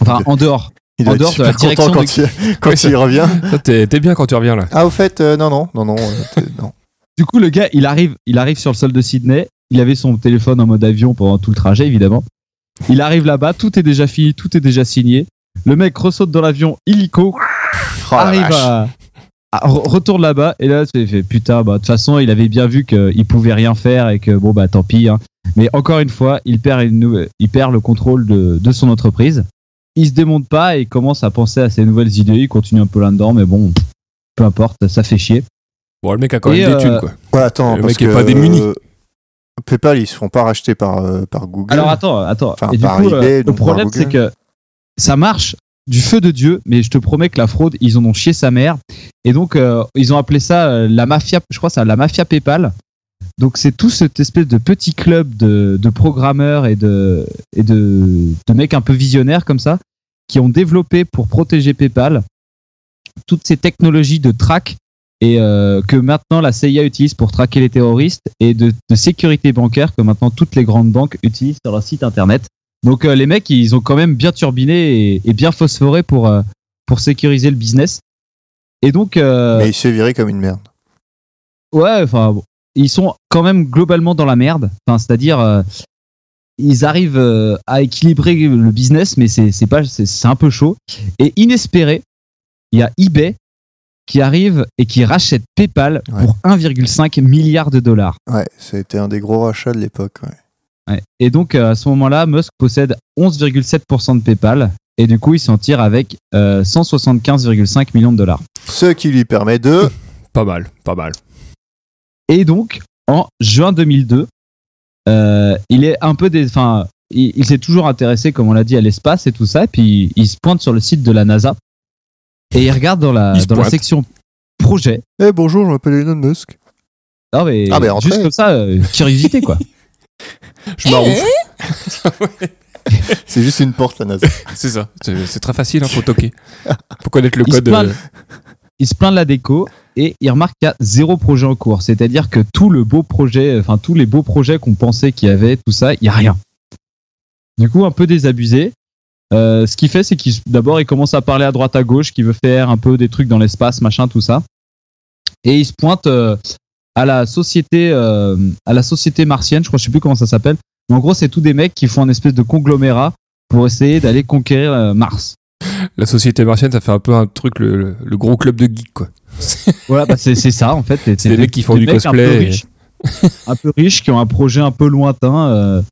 Speaker 3: Enfin, en dehors.
Speaker 2: Il doit
Speaker 3: En
Speaker 2: être
Speaker 3: dehors de la
Speaker 2: super content quand,
Speaker 3: direction
Speaker 2: il, (laughs) quand
Speaker 1: Oui, ça-
Speaker 2: il revient.
Speaker 1: Toi, T'es t'es bien quand tu reviens, là.
Speaker 2: Ah, au fait, euh, non, non, non, non, euh, t'es- non.
Speaker 3: Du coup, le gars, il arrive, il arrive sur le sol de Sydney. Il avait son téléphone en mode avion pendant tout le trajet, évidemment. Il arrive là-bas, tout est déjà fini, tout est déjà signé. Le mec ressaute dans l'avion
Speaker 2: Oh,
Speaker 3: illico,
Speaker 2: la
Speaker 3: arrive
Speaker 2: vache.
Speaker 3: à, à- re- retourne là-bas et là, il fait putain, bah de toute façon, il avait bien vu qu'il pouvait rien faire et que bon bah tant pis. hein. Mais encore une fois, il perd une nouvelle- il perd le contrôle de, de son entreprise. Il se démonte pas et commence à penser à ses nouvelles idées. Il continue un peu là-dedans, mais bon, peu importe, ça fait chier.
Speaker 1: Bon, le mec a quand
Speaker 3: Et,
Speaker 1: même des
Speaker 3: euh,
Speaker 1: thunes, quoi.
Speaker 2: Ouais, attends,
Speaker 1: Le
Speaker 2: parce
Speaker 1: mec est
Speaker 2: que,
Speaker 1: pas démuni.
Speaker 2: euh, PayPal, ils se font pas racheter par, euh, par Google.
Speaker 3: Alors attends, attends.
Speaker 2: Enfin,
Speaker 3: et du
Speaker 2: par
Speaker 3: coup,
Speaker 2: eBay,
Speaker 3: euh, le
Speaker 2: donc par
Speaker 3: problème,
Speaker 2: Google.
Speaker 3: c'est que ça marche du feu de Dieu, mais je te promets que la fraude, ils en ont chié sa mère. Et donc, euh, ils ont appelé ça euh, la mafia, je crois ça, la mafia PayPal. Donc, c'est tout cette espèce de petit club de, de programmeurs et, de, et de, de mecs un peu visionnaires comme ça, qui ont développé pour protéger PayPal toutes ces technologies de track et euh, que maintenant la CIA utilise pour traquer les terroristes et de, de sécurité bancaire que maintenant toutes les grandes banques utilisent sur leur site internet. Donc euh, les mecs, ils ont quand même bien turbiné et, et bien phosphoré pour, euh, pour sécuriser le business. Et donc, euh,
Speaker 2: Mais il s'est viré comme une merde.
Speaker 3: ouais, enfin, bon, ils sont quand même globalement dans la merde. Enfin, c'est-à-dire, euh, ils arrivent euh, à équilibrer le business, mais c'est c'est pas, c'est c'est un peu chaud. Et inespéré, il y a eBay qui arrive et qui rachète PayPal
Speaker 2: Ouais.
Speaker 3: pour 1,5 milliard de dollars.
Speaker 2: Ouais, c'était un des gros rachats de l'époque. ouais.
Speaker 3: Ouais. Et donc, euh, à ce moment-là, Musk possède 11,7% de PayPal. Et du coup, il s'en tire avec euh, 175,5 millions de dollars.
Speaker 2: Ce qui lui permet de.
Speaker 1: Pas mal, pas mal.
Speaker 3: Et donc, en juin 2002, euh, il est un peu, dé- enfin, il, il s'est toujours intéressé, comme on l'a dit, à l'espace et tout ça. Et puis il se pointe sur le site de la NASA et il regarde dans la,
Speaker 1: Il se
Speaker 3: dans la
Speaker 1: pointe.
Speaker 3: section projet.
Speaker 2: Eh bonjour, je m'appelle Elon Musk.
Speaker 3: Non, mais,
Speaker 2: Ah, mais entrez.
Speaker 3: juste comme ça, euh, curiosité quoi.
Speaker 2: Eh
Speaker 1: Je m'arrouffe.
Speaker 2: C'est juste une porte, la NASA.
Speaker 1: C'est ça. C'est c'est très facile, hein, faut (laughs) toquer. Faut connaître le
Speaker 3: Il se
Speaker 1: code.
Speaker 3: plaint.
Speaker 1: euh,
Speaker 3: il se plaint de la déco et il remarque qu'il y a zéro projet en cours. C'est-à-dire que tout le beau projet, enfin tous les beaux projets qu'on pensait qu'il y avait, tout ça, il n'y a rien. Du coup, un peu désabusé. Euh, ce qu'il fait, c'est qu'il d'abord il commence à parler à droite à gauche, qu'il veut faire un peu des trucs dans l'espace, machin, tout ça. Et il se pointe euh, à la société, euh, à la société martienne. Je crois, je sais plus comment ça s'appelle. Mais en gros, c'est tous des mecs qui font un espèce de conglomérat pour essayer d'aller conquérir euh, Mars.
Speaker 1: La société martienne, ça fait un peu un truc, le, le- le gros club de geeks, quoi.
Speaker 3: Voilà, bah, c'est c'est ça en fait.
Speaker 1: C'est des mecs qui font du
Speaker 3: mecs Un peu,
Speaker 1: cosplay.
Speaker 3: riches, un peu riches, qui ont un projet un peu lointain euh,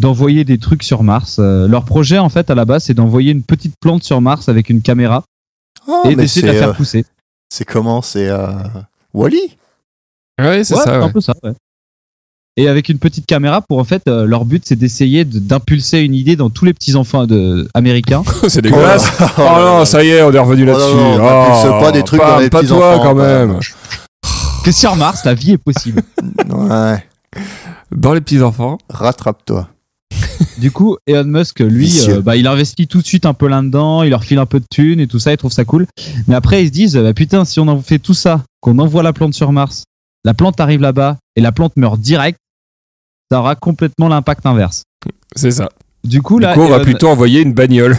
Speaker 3: d'envoyer des trucs sur Mars. Euh, leur projet en fait à la base c'est d'envoyer une petite plante sur Mars avec une caméra
Speaker 2: Ah,
Speaker 3: et
Speaker 2: mais
Speaker 3: d'essayer de la
Speaker 2: c'est
Speaker 3: faire
Speaker 2: euh,
Speaker 3: pousser.
Speaker 2: c'est comment C'est euh, Wally
Speaker 1: (laughs) Ouais, c'est
Speaker 3: Ouais,
Speaker 1: ça.
Speaker 3: un
Speaker 1: ouais.
Speaker 3: peu ça. ouais. Et avec une petite caméra pour en fait euh, leur but c'est d'essayer de- d'impulser une idée dans tous les petits enfants de, américains.
Speaker 1: c'est dégueulasse.
Speaker 2: Oh,
Speaker 1: Oh, non, ça y est, on est revenu
Speaker 2: Oh non,
Speaker 1: là-dessus.
Speaker 2: non,
Speaker 1: Oh,
Speaker 2: n'impulse pas des trucs dans les
Speaker 1: pas
Speaker 2: petits
Speaker 1: toi,
Speaker 2: enfants,
Speaker 1: quand
Speaker 2: quoi.
Speaker 1: même.
Speaker 3: que sur Mars la vie est possible.
Speaker 2: Ouais,
Speaker 1: Dans les petits enfants.
Speaker 2: rattrape-toi.
Speaker 3: Du coup, Elon Musk, lui,
Speaker 2: Vicieux.
Speaker 3: euh, bah, il investit tout de suite un peu là-dedans, il leur file un peu de thunes et tout ça, il trouve ça cool. Mais après, ils se disent, bah, putain, si on en fait tout ça, qu'on envoie la plante sur Mars, la plante arrive là-bas et la plante meurt direct, ça aura complètement l'impact inverse.
Speaker 1: C'est ça.
Speaker 3: Du coup, là,
Speaker 1: du coup, on va
Speaker 3: Elon-
Speaker 1: plutôt envoyer une
Speaker 2: (laughs)
Speaker 1: bagnole.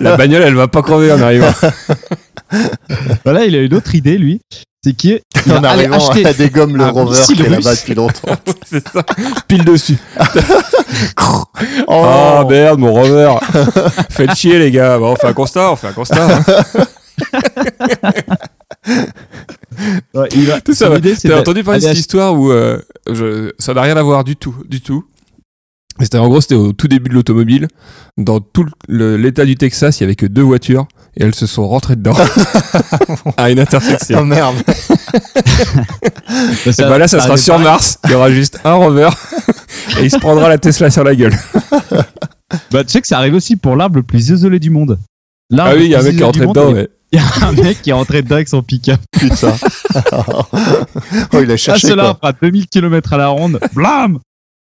Speaker 1: La bagnole, elle va pas crever en arrivant.
Speaker 3: (laughs) voilà, il a une autre idée, lui, c'est qu'il il
Speaker 2: En
Speaker 3: va aller
Speaker 2: arrivant, (laughs)
Speaker 3: acheter
Speaker 2: elle dégomme le
Speaker 3: un
Speaker 2: rover
Speaker 3: missile
Speaker 2: qui est là-bas
Speaker 3: russe.
Speaker 2: depuis longtemps.
Speaker 1: (laughs) c'est ça. Pile dessus.
Speaker 2: oh,
Speaker 1: Ah merde, mon rover. Faites chier, les gars. Bon, on fait un constat, on fait un constat. hein.
Speaker 3: Ouais, il va-
Speaker 1: Tout ça
Speaker 3: son
Speaker 1: va.
Speaker 3: idée, c'est
Speaker 1: T'as
Speaker 3: d'a-
Speaker 1: entendu parler de
Speaker 3: aller
Speaker 1: cette histoire où euh, je- ça n'a rien à voir du tout, du tout. Mais C'était en gros, c'était au tout début de l'automobile. Dans tout le- l'État du Texas, il y avait que deux voitures et elles se sont rentrées
Speaker 3: (laughs)
Speaker 1: dedans à une intersection.
Speaker 2: oh, merde.
Speaker 3: acheter-
Speaker 1: Et bah là, ça sera
Speaker 3: Ah, arrive
Speaker 1: sur
Speaker 3: pas.
Speaker 1: Mars. Il y aura juste un rover et il se prendra la Tesla sur la gueule.
Speaker 3: Bah, tu sais que ça arrive aussi pour l'arbre le plus isolé du monde. L'arbre
Speaker 1: Ah oui, il y a un
Speaker 3: le
Speaker 1: mec
Speaker 3: plus
Speaker 1: qui est rentré
Speaker 3: isolé du
Speaker 1: dedans.
Speaker 3: monde,
Speaker 1: Mais...
Speaker 3: Il y a un mec qui est rentré dedans avec son pick-up.
Speaker 2: Putain. (laughs) oh, il l'a
Speaker 3: Ah,
Speaker 2: cherché.
Speaker 3: cela
Speaker 2: Quoi.
Speaker 3: à 2000 km à la ronde. Blam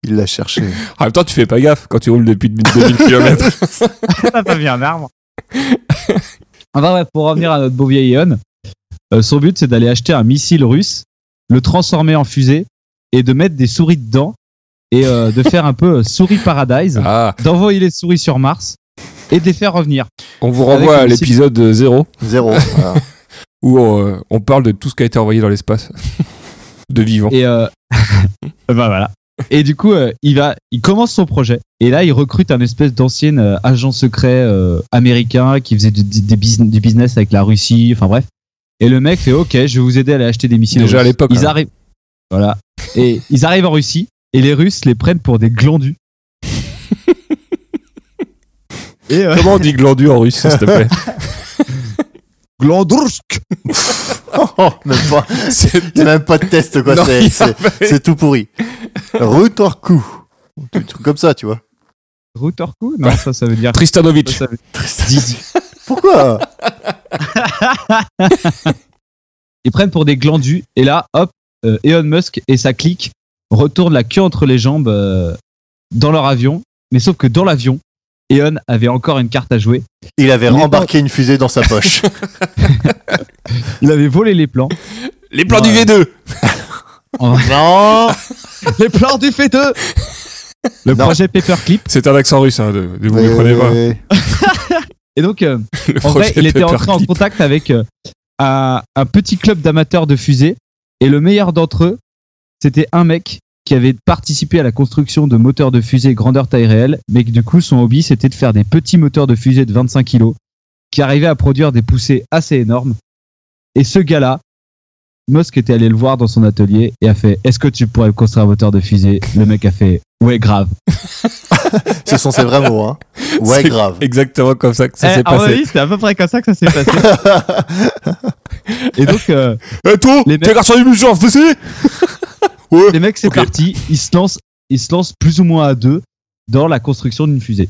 Speaker 2: Il l'a cherché.
Speaker 1: Ah, En même temps, tu fais pas gaffe quand tu roules depuis
Speaker 3: (laughs)
Speaker 1: 2000 km.
Speaker 3: On n'a pas vu un arbre. Enfin bref, Ah bah pour revenir à notre beau vieil Eon, euh, son but c'est d'aller acheter un missile russe, le transformer en fusée et de mettre des souris dedans et euh, de faire un peu euh, souris paradise,
Speaker 1: Ah,
Speaker 3: d'envoyer les souris sur Mars et de les faire revenir.
Speaker 1: on vous
Speaker 3: Avec
Speaker 1: renvoie à
Speaker 3: une cible.
Speaker 1: l'épisode 0 (laughs)
Speaker 2: Zéro. voilà.
Speaker 1: où euh, on parle de tout ce qui a été envoyé dans
Speaker 3: (laughs)
Speaker 1: l'espace de vivant.
Speaker 3: Et euh, (laughs) bah voilà. Et du coup, euh, il va, il commence son projet. Et là, il recrute un espèce d'ancien euh, agent secret euh, américain qui faisait du, des business, du business avec la Russie. Enfin bref. Et le mec fait OK, je vais vous aider à aller acheter des missiles.
Speaker 1: Déjà à
Speaker 3: russes.
Speaker 1: l'époque,
Speaker 3: Ils
Speaker 1: hein.
Speaker 3: arrivent. Voilà. Et ils arrivent en Russie. Et les Russes les prennent pour des glandus. et euh,
Speaker 1: Comment on dit glandu en russe, s'il te plaît
Speaker 3: glandursk.
Speaker 2: Oh, oh, même pas.
Speaker 1: C'est-
Speaker 2: Il n'y a même pas de test, quoi.
Speaker 1: Non, il y
Speaker 2: C'est-
Speaker 1: a
Speaker 2: C'est
Speaker 1: pas-
Speaker 2: c'est tout pourri. Retorcou. Un truc comme ça, tu vois.
Speaker 3: Routorku Non, ça, ça veut dire. ça,
Speaker 1: Tristanovic.
Speaker 3: ça veut-
Speaker 2: Triste. Pourquoi
Speaker 3: ils prennent pour des glandus et là hop euh, Elon Musk et sa clique retournent la queue entre les jambes euh, dans leur avion mais sauf que dans l'avion Elon avait encore une carte à jouer
Speaker 2: Il avait
Speaker 3: Il est
Speaker 2: rembarqué une fusée dans
Speaker 1: (laughs)
Speaker 2: sa poche.
Speaker 3: il avait volé les plans
Speaker 1: Les plans
Speaker 3: Ouais.
Speaker 1: du V2
Speaker 2: non
Speaker 3: (laughs) les plans du fêteux le
Speaker 2: Non.
Speaker 3: projet Paperclip
Speaker 1: C'est un accent russe, hein, de, de- vous ne comprenez pas.
Speaker 2: Euh,
Speaker 3: et donc euh,
Speaker 1: Le
Speaker 3: en vrai
Speaker 1: projet
Speaker 3: il était entré en
Speaker 1: Paperclip.
Speaker 3: contact avec euh, un, un petit club d'amateurs de fusées et le meilleur d'entre eux c'était un mec qui avait participé à la construction de moteurs de fusée grandeur taille réelle, mais que du coup son hobby c'était de faire des petits moteurs de fusée de 25 kilos qui arrivaient à produire des poussées assez énormes. Et ce gars-là, Musk était allé le voir dans son atelier et a fait Est-ce que tu pourrais me construire un moteur de fusée Le mec a fait Ouais, grave.
Speaker 2: Ce sont ses vrais mots, hein. Ouais,
Speaker 1: C'est (laughs)
Speaker 2: grave.
Speaker 1: Exactement comme ça que ça
Speaker 3: Eh,
Speaker 1: s'est
Speaker 3: à mon
Speaker 1: passé.
Speaker 3: avis, c'était à peu près comme ça que ça s'est
Speaker 1: (laughs)
Speaker 3: passé. et donc, euh,
Speaker 1: Eh toi,
Speaker 3: Les
Speaker 1: t'es garçon du musée, vous savez
Speaker 3: les mecs, c'est
Speaker 1: Ok.
Speaker 3: parti. Ils se lancent, ils se lancent plus ou moins à deux. dans la construction d'une fusée.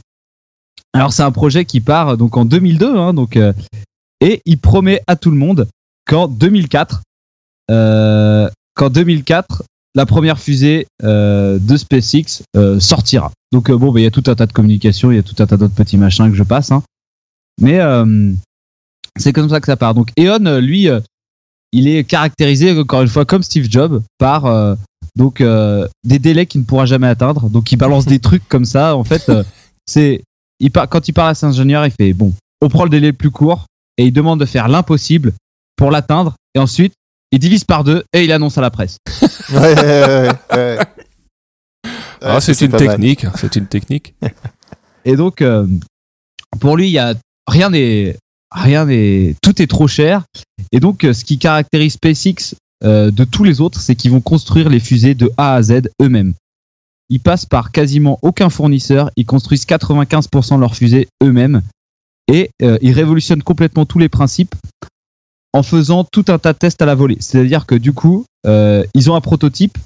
Speaker 3: Alors c'est un projet qui part donc en 2002, hein, donc euh, et il promet à tout le monde qu'en 2004, euh, qu'en 2004, la première fusée euh, de SpaceX euh, sortira. Donc euh, bon, bah, il y a tout un tas de communications, il y a tout un tas d'autres petits machins que je passe, hein. mais euh, c'est comme ça que ça part. Donc Eon, euh, lui, euh, il est caractérisé encore une fois comme Steve Jobs par euh, donc euh, des délais qu'il ne pourra jamais atteindre. Donc il balance des trucs comme ça. En fait, euh, c'est il par- quand il parle à ses ingénieurs, il fait bon, on prend le délai le plus court et il demande de faire l'impossible pour l'atteindre. Et ensuite, il divise par deux et il annonce à la presse.
Speaker 2: Ouais, ouais, ouais, ouais.
Speaker 1: Ah,
Speaker 2: Ouais,
Speaker 1: c'est une
Speaker 2: pas mal.
Speaker 1: technique, c'est une technique.
Speaker 3: Et donc, euh, pour lui, il y a rien n'est rien n'est tout est trop cher. Et donc, euh, ce qui caractérise SpaceX euh, de tous les autres, c'est qu'ils vont construire les fusées de A à Z eux-mêmes. Ils passent par quasiment aucun fournisseur. Ils construisent 95% de leurs fusées eux-mêmes et euh, ils révolutionnent complètement tous les principes en faisant tout un tas de tests à la volée. C'est-à-dire que du coup, euh, ils ont un prototype.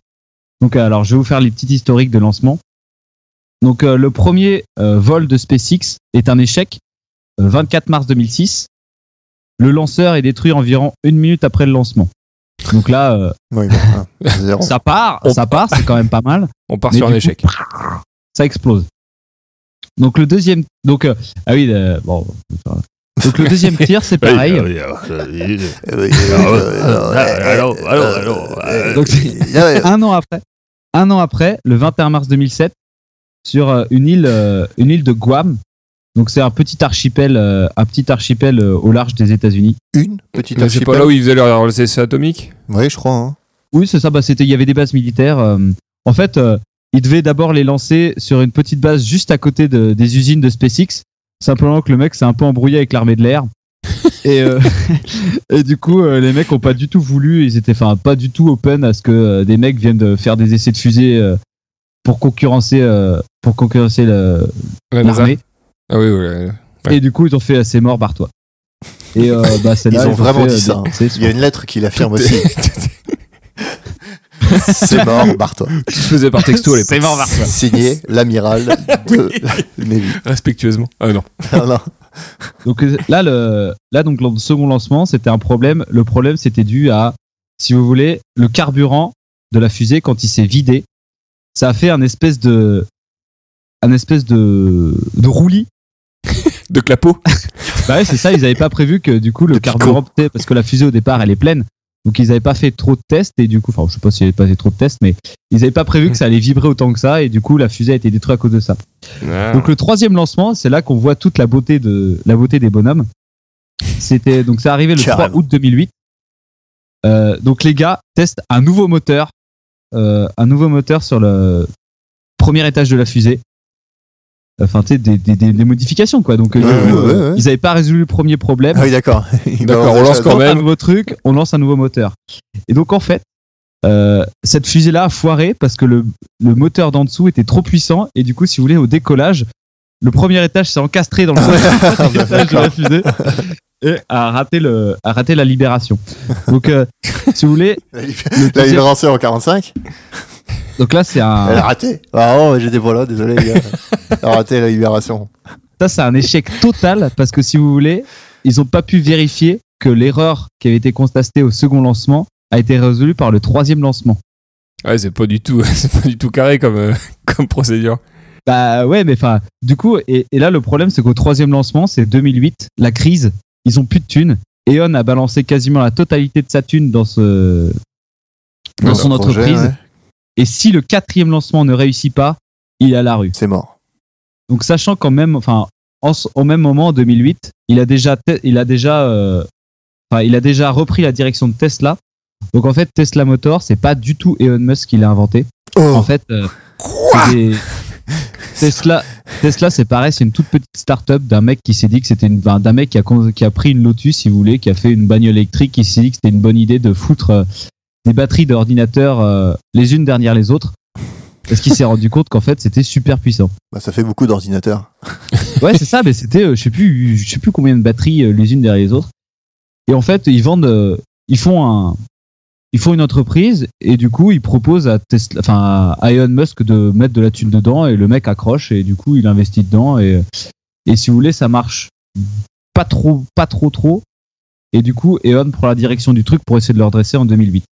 Speaker 3: Donc, euh, alors, je vais vous faire les petites historiques de lancement. Donc euh, le premier euh, vol de SpaceX est un échec, euh, 24 mars 2006. Le lanceur est détruit environ une minute après le lancement. Donc là, euh,
Speaker 2: Oui, bon,
Speaker 1: (laughs)
Speaker 2: hein, zéro.
Speaker 3: ça part,
Speaker 1: on-
Speaker 3: ça part, c'est quand même pas mal.
Speaker 1: On part
Speaker 3: Mais
Speaker 1: sur un
Speaker 3: du coup,
Speaker 1: échec.
Speaker 3: Ça explose. Donc le deuxième, donc euh, ah oui, euh, bon. enfin, Donc
Speaker 1: (laughs)
Speaker 3: le deuxième tir, c'est pareil.
Speaker 2: (laughs) Oui,
Speaker 1: Ah
Speaker 2: euh,
Speaker 3: Donc, c'est-
Speaker 2: euh,
Speaker 3: un an après, un an après, le 21 mars 2007, sur euh, une île, euh, une île de Guam. Donc c'est un petit archipel, euh, un petit archipel euh, au large des États-Unis.
Speaker 2: une petite
Speaker 1: Mais c'est pas là
Speaker 2: archipel.
Speaker 1: où ils faisaient leur leur essai atomique
Speaker 2: Oui, je crois. hein.
Speaker 3: Oui, c'est ça. Bah, c'était, il y avait des bases militaires. euh, en fait, euh, ils devaient d'abord les lancer sur une petite base juste à côté de- des usines de SpaceX. Simplement que le mec s'est un peu embrouillé avec l'armée
Speaker 2: (laughs)
Speaker 3: de l'air. Et, euh, (laughs) et du coup, euh, les mecs ont pas du tout voulu. Ils étaient, enfin, pas du tout open à ce que euh, des mecs viennent de faire des essais de fusée euh, pour concurrencer, euh, pour concurrencer le-
Speaker 1: La NASA
Speaker 3: l'armée.
Speaker 1: Ah oui, oui. oui. Ouais.
Speaker 3: Et du coup, ils ont fait assez mort, barre-toi. Et euh, bah, celle-là,
Speaker 2: Ils ont vraiment dit
Speaker 3: fait, euh,
Speaker 2: ça, hein.
Speaker 3: des essais sur-
Speaker 2: Il y a une lettre qui l'affirme
Speaker 1: (laughs)
Speaker 2: aussi. (laughs) C'est mort, barre-toi.
Speaker 1: Je faisais par texto à
Speaker 3: (laughs)
Speaker 1: l'époque.
Speaker 3: C'est mort, barre-toi.
Speaker 2: Signé (laughs) l'amiral de la Navy.
Speaker 1: Respectueusement. Ah non.
Speaker 2: Non, non.
Speaker 3: Donc euh, là, le, là donc le second lancement, c'était un problème. Le problème, c'était dû à, si vous voulez, le carburant de la fusée quand il s'est vidé, ça a fait un espèce de, un espèce de, de roulis.
Speaker 1: De clapot
Speaker 3: Bah ouais, c'est ça. Ils n'avaient pas prévu que du coup le
Speaker 2: De picot.
Speaker 3: carburant, peut-être, parce que la fusée au départ, elle est pleine. Donc ils n'avaient pas fait trop de tests et du coup, enfin, je sais pas s'ils n'avaient pas fait trop de tests, mais ils n'avaient pas prévu que ça allait vibrer autant que ça et du coup, la fusée a été détruite à cause de ça.
Speaker 2: Ah.
Speaker 3: Donc le troisième lancement, c'est là qu'on voit toute la beauté de la beauté des bonhommes. C'était donc ça arrivé le 3
Speaker 2: Carrément.
Speaker 3: août 2008. Euh, donc les gars testent un nouveau moteur, euh, un nouveau moteur sur le premier étage de la fusée. Enfin, tu sais, des, des, des, des modifications quoi. Donc euh,
Speaker 2: Ouais,
Speaker 3: du coup,
Speaker 2: ouais,
Speaker 3: euh,
Speaker 2: ouais, ouais.
Speaker 3: ils n'avaient pas résolu le premier problème.
Speaker 2: Ah oui, d'accord. (laughs) Il
Speaker 1: D'accord,
Speaker 2: balance
Speaker 1: on lance
Speaker 2: la
Speaker 1: quand
Speaker 3: On lance
Speaker 1: même.
Speaker 3: un nouveau truc, on lance un nouveau moteur. Et donc en fait, euh, cette fusée-là a foiré parce que le, le moteur d'en dessous était trop puissant et du coup, si vous voulez, au décollage, le premier étage s'est encastré
Speaker 2: (laughs)
Speaker 3: dans le
Speaker 2: Ah,
Speaker 3: premier étage (laughs) de la fusée et a raté, le, a raté la libération. Donc euh, si vous voulez,
Speaker 2: La
Speaker 3: le
Speaker 2: La
Speaker 3: deuxième-
Speaker 2: lancée en 45,
Speaker 3: donc là c'est
Speaker 2: elle a
Speaker 3: un,
Speaker 2: raté. Ah oh, j'étais pas là, désolé les gars. (laughs) Elle a raté la libération.
Speaker 3: ça c'est un échec total parce que si vous voulez, ils n'ont pas pu vérifier que l'erreur qui avait été constatée au second lancement a été résolue par le troisième lancement.
Speaker 1: Ouais, c'est pas du tout, (laughs) c'est pas du tout carré comme, euh, (laughs) comme procédure.
Speaker 3: Bah ouais, mais enfin, du coup, et, et là, le problème, c'est qu'au troisième lancement, c'est 2008, la crise, ils ont plus de thunes. Eon a balancé quasiment la totalité de sa thune dans, ce, dans
Speaker 1: Dans
Speaker 3: son
Speaker 2: leur projet,
Speaker 3: entreprise.
Speaker 2: ouais.
Speaker 3: Et si le quatrième lancement ne réussit pas, il est à la rue.
Speaker 2: C'est mort.
Speaker 3: Donc, sachant qu'en même, enfin, en ce- au même moment, en 2008, il a déjà, te- il a déjà, euh, enfin, il a déjà repris la direction de Tesla. Donc, en fait, Tesla Motor, c'est pas du tout Elon Musk qui l'a inventé. En
Speaker 2: Oh,
Speaker 3: fait, euh, c'est des- Tesla, Tesla, c'est pareil, c'est une toute petite start-up d'un mec qui s'est dit que c'était une, ben, d'un mec qui a, con- qui a pris une Lotus, si vous voulez, qui a fait une bagnole électrique, qui s'est dit que c'était une bonne idée de foutre euh, des batteries d'ordinateurs euh, les unes derrière les autres, parce qu'il s'est (laughs) rendu compte qu'en fait c'était super puissant.
Speaker 2: bah, ça fait beaucoup d'ordinateurs.
Speaker 3: Ouais, c'est ça, mais c'était, euh, je sais plus, je sais plus combien de batteries euh, les unes derrière les autres. Et en fait, ils vendent, euh, ils font un, ils font une entreprise et du coup ils proposent à Tesla, enfin à Elon Musk de mettre de la thune dedans et le mec accroche et du coup il investit dedans et et si vous voulez ça marche pas trop pas trop trop et du coup Elon prend la direction du truc pour essayer de le redresser en 2008.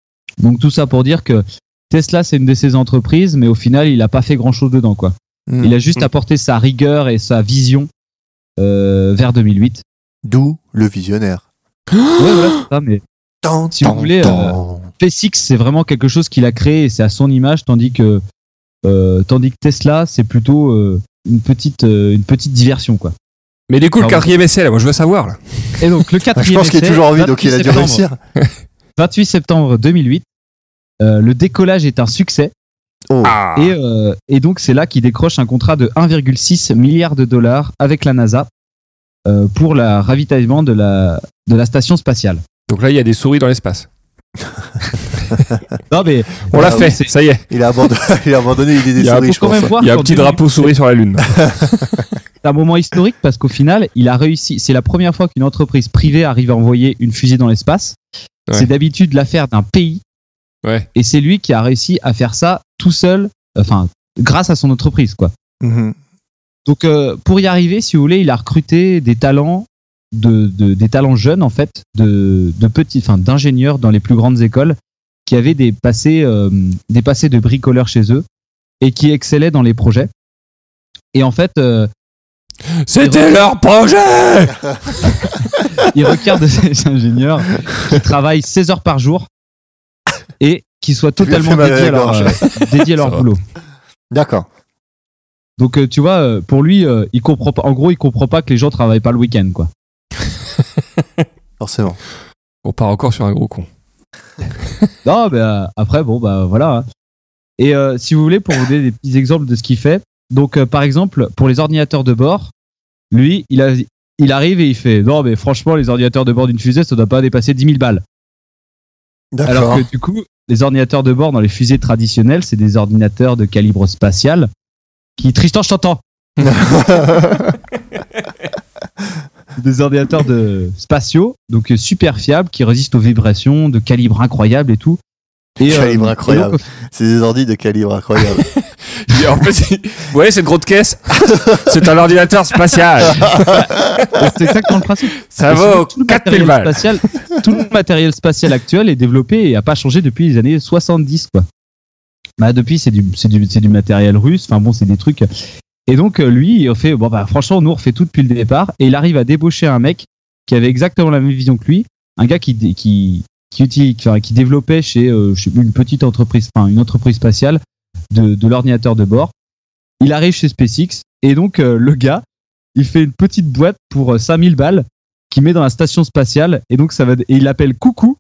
Speaker 3: Donc tout ça pour dire que Tesla c'est une de ses entreprises mais au final il a pas fait grand chose dedans quoi.
Speaker 2: Hmm.
Speaker 3: Il a juste
Speaker 1: Mhm.
Speaker 3: apporté sa rigueur et sa vision euh, vers 2008.
Speaker 2: D'où le visionnaire.
Speaker 3: Ouais, voilà, c'est ça, mais
Speaker 2: Tant,
Speaker 3: Si vous voulez, euh,
Speaker 2: tant.
Speaker 3: SpaceX, c'est vraiment quelque chose qu'il a créé et c'est à son image, tandis que, euh, tandis que Tesla, c'est plutôt euh, une, petite, euh, une petite diversion. Quoi.
Speaker 1: Mais du coup, le
Speaker 3: Pardon.
Speaker 1: quatrième essai, là, moi, je veux savoir. Là.
Speaker 3: Et donc, le
Speaker 2: Ah,
Speaker 3: 4
Speaker 2: (laughs) je pense qu'il est toujours en vie, donc il a dû réussir.
Speaker 3: 28 septembre 2008, euh, le décollage est un succès
Speaker 2: Oh,
Speaker 1: Ah.
Speaker 3: et, euh, et donc c'est là qu'il décroche un contrat de 1,6 milliard de dollars avec la NASA euh, pour le ravitaillement de la, de la station spatiale.
Speaker 1: Donc là, il y a des souris dans l'espace.
Speaker 3: Non, mais
Speaker 1: On l'a
Speaker 3: Ah
Speaker 1: fait,
Speaker 3: oui, c'est-
Speaker 1: ça y est.
Speaker 2: il a abandonné, il a abandonné l'idée des
Speaker 1: Il y a
Speaker 2: souris,
Speaker 1: un
Speaker 2: je
Speaker 3: faut quand
Speaker 2: pense.
Speaker 3: même voir
Speaker 1: Il y a un
Speaker 3: qu'en
Speaker 1: petit
Speaker 3: 2008,
Speaker 1: drapeau souris sur la Lune.
Speaker 3: C'est un moment historique parce qu'au final, il a réussi. C'est la première fois qu'une entreprise privée arrive à envoyer une fusée dans l'espace.
Speaker 1: Ouais.
Speaker 3: C'est d'habitude l'affaire d'un pays.
Speaker 1: Ouais.
Speaker 3: Et c'est lui qui a réussi à faire ça tout seul, enfin, grâce à son entreprise, quoi.
Speaker 2: Mhm.
Speaker 3: Donc, euh, pour y arriver, si vous voulez, il a recruté des talents, de, de- des talents jeunes, en fait, de, de petits, enfin, d'ingénieurs dans les plus grandes écoles qui avaient des passés, euh, des passés de bricoleurs chez eux et qui excellaient dans les projets. Et en fait, euh,
Speaker 1: (laughs) C'était leur projet
Speaker 3: il requiert de (laughs) ces ingénieurs qui travaillent 16 heures par jour et qui soient
Speaker 2: Tu lui as
Speaker 3: totalement
Speaker 2: fait mal à
Speaker 3: dédiés à
Speaker 2: la
Speaker 3: leur,
Speaker 2: gorge.
Speaker 3: euh,
Speaker 2: (laughs)
Speaker 3: dédiés à leur
Speaker 1: Ça va.
Speaker 3: boulot.
Speaker 2: D'accord.
Speaker 3: Donc euh, tu vois, euh, pour lui, euh, il comprend pas. En gros, il comprend pas que les gens travaillent pas le week-end, quoi.
Speaker 2: Forcément.
Speaker 1: On part encore sur un gros con. (laughs)
Speaker 3: Non, bah, après, bon, bah voilà. hein. Et euh, si vous voulez, pour vous donner des petits exemples de ce qu'il fait, donc euh, par exemple, pour les ordinateurs de bord, lui, il, a, il arrive et il fait Non, mais franchement, les ordinateurs de bord d'une fusée, ça doit pas dépasser 10 000 balles. Alors
Speaker 2: D'accord.
Speaker 3: que du coup, les ordinateurs de bord dans les fusées traditionnelles, c'est des ordinateurs de calibre spatial qui, Tristan,
Speaker 2: (laughs)
Speaker 3: je t'entends, des ordinateurs de spatiaux, donc euh, super fiables, qui résistent aux vibrations, de calibre incroyable et tout. Et,
Speaker 2: Calibre
Speaker 3: et
Speaker 2: incroyable.
Speaker 3: donc,
Speaker 2: C'est des ordi de calibre incroyable.
Speaker 1: Et en fait, il- vous voyez cette grosse caisse (laughs) C'est un ordinateur spatial.
Speaker 3: euh, c'est exactement le principe.
Speaker 1: Ça
Speaker 3: Et
Speaker 1: vaut
Speaker 3: surtout, tout le
Speaker 1: 4000
Speaker 3: matériel
Speaker 1: balles.
Speaker 3: spatial, tout le matériel spatial actuel est développé et n'a pas changé depuis les années 70 quoi. Bah depuis c'est du c'est du c'est du matériel russe. Enfin bon c'est des trucs. Et donc euh, lui il fait bon bah franchement nous on refait tout depuis le départ et il arrive à débaucher un mec qui avait exactement la même vision que lui, un gars qui dé- qui qui utilise enfin, qui développait chez euh, je sais plus, une petite entreprise enfin une entreprise spatiale de de l'ordinateur de bord. Il arrive chez SpaceX et donc euh, le gars il fait une petite boîte pour euh, 5000 balles qu'il met dans la station spatiale et donc ça va et il l'appelle coucou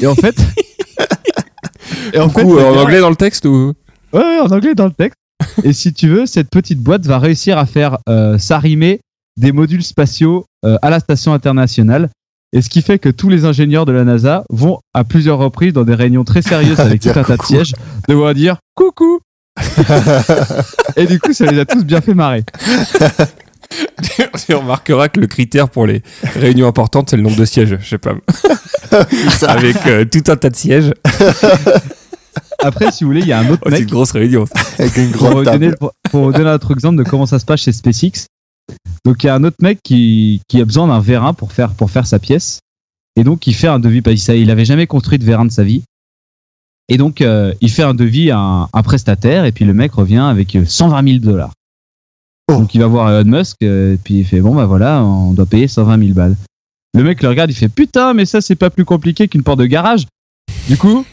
Speaker 3: et
Speaker 1: (laughs)
Speaker 3: en fait (laughs) et en
Speaker 1: Du coup,
Speaker 2: euh,
Speaker 3: le
Speaker 1: en
Speaker 3: gars-
Speaker 1: anglais dans le texte ou (laughs)
Speaker 3: Ouais, ouais, en anglais dans le texte et si tu veux cette petite boîte va réussir à faire euh, s'arrimer des modules spatiaux euh, à la station internationale et ce qui fait que tous les ingénieurs de la NASA vont à plusieurs reprises dans des réunions
Speaker 1: (laughs)
Speaker 3: très sérieuses avec tout
Speaker 2: Dire
Speaker 3: un tas de
Speaker 2: coucou.
Speaker 3: sièges devoir dire coucou et du coup ça les a tous bien fait marrer
Speaker 1: Tu remarqueras que le critère pour les réunions importantes, c'est le nombre de sièges. Je sais pas.
Speaker 3: (laughs)
Speaker 2: Ça-
Speaker 1: Avec euh, tout un tas de sièges.
Speaker 3: après si vous voulez il y a un autre
Speaker 1: Oh, c'est
Speaker 3: mec
Speaker 1: une grosse réunion. ça.
Speaker 2: Avec une
Speaker 3: pour vous
Speaker 2: grande
Speaker 3: donner,
Speaker 2: table.
Speaker 3: pour- pour vous donner un autre exemple de comment ça se passe chez SpaceX. Donc il y a un autre mec qui, qui a besoin d'un vérin pour faire, pour faire sa pièce. Et donc il fait un devis. parce que ça, Il n'avait jamais construit de vérin de sa vie. Et donc euh, il fait un devis à un, un prestataire. Et puis le mec revient avec euh, 120 000 dollars.
Speaker 2: Oh.
Speaker 3: Donc il va voir Elon Musk. euh, Et puis il fait Bon, bah voilà, on doit payer 120 000 balles. Le mec le regarde. Il fait Putain, mais ça, c'est pas plus compliqué qu'une porte de garage. Du coup,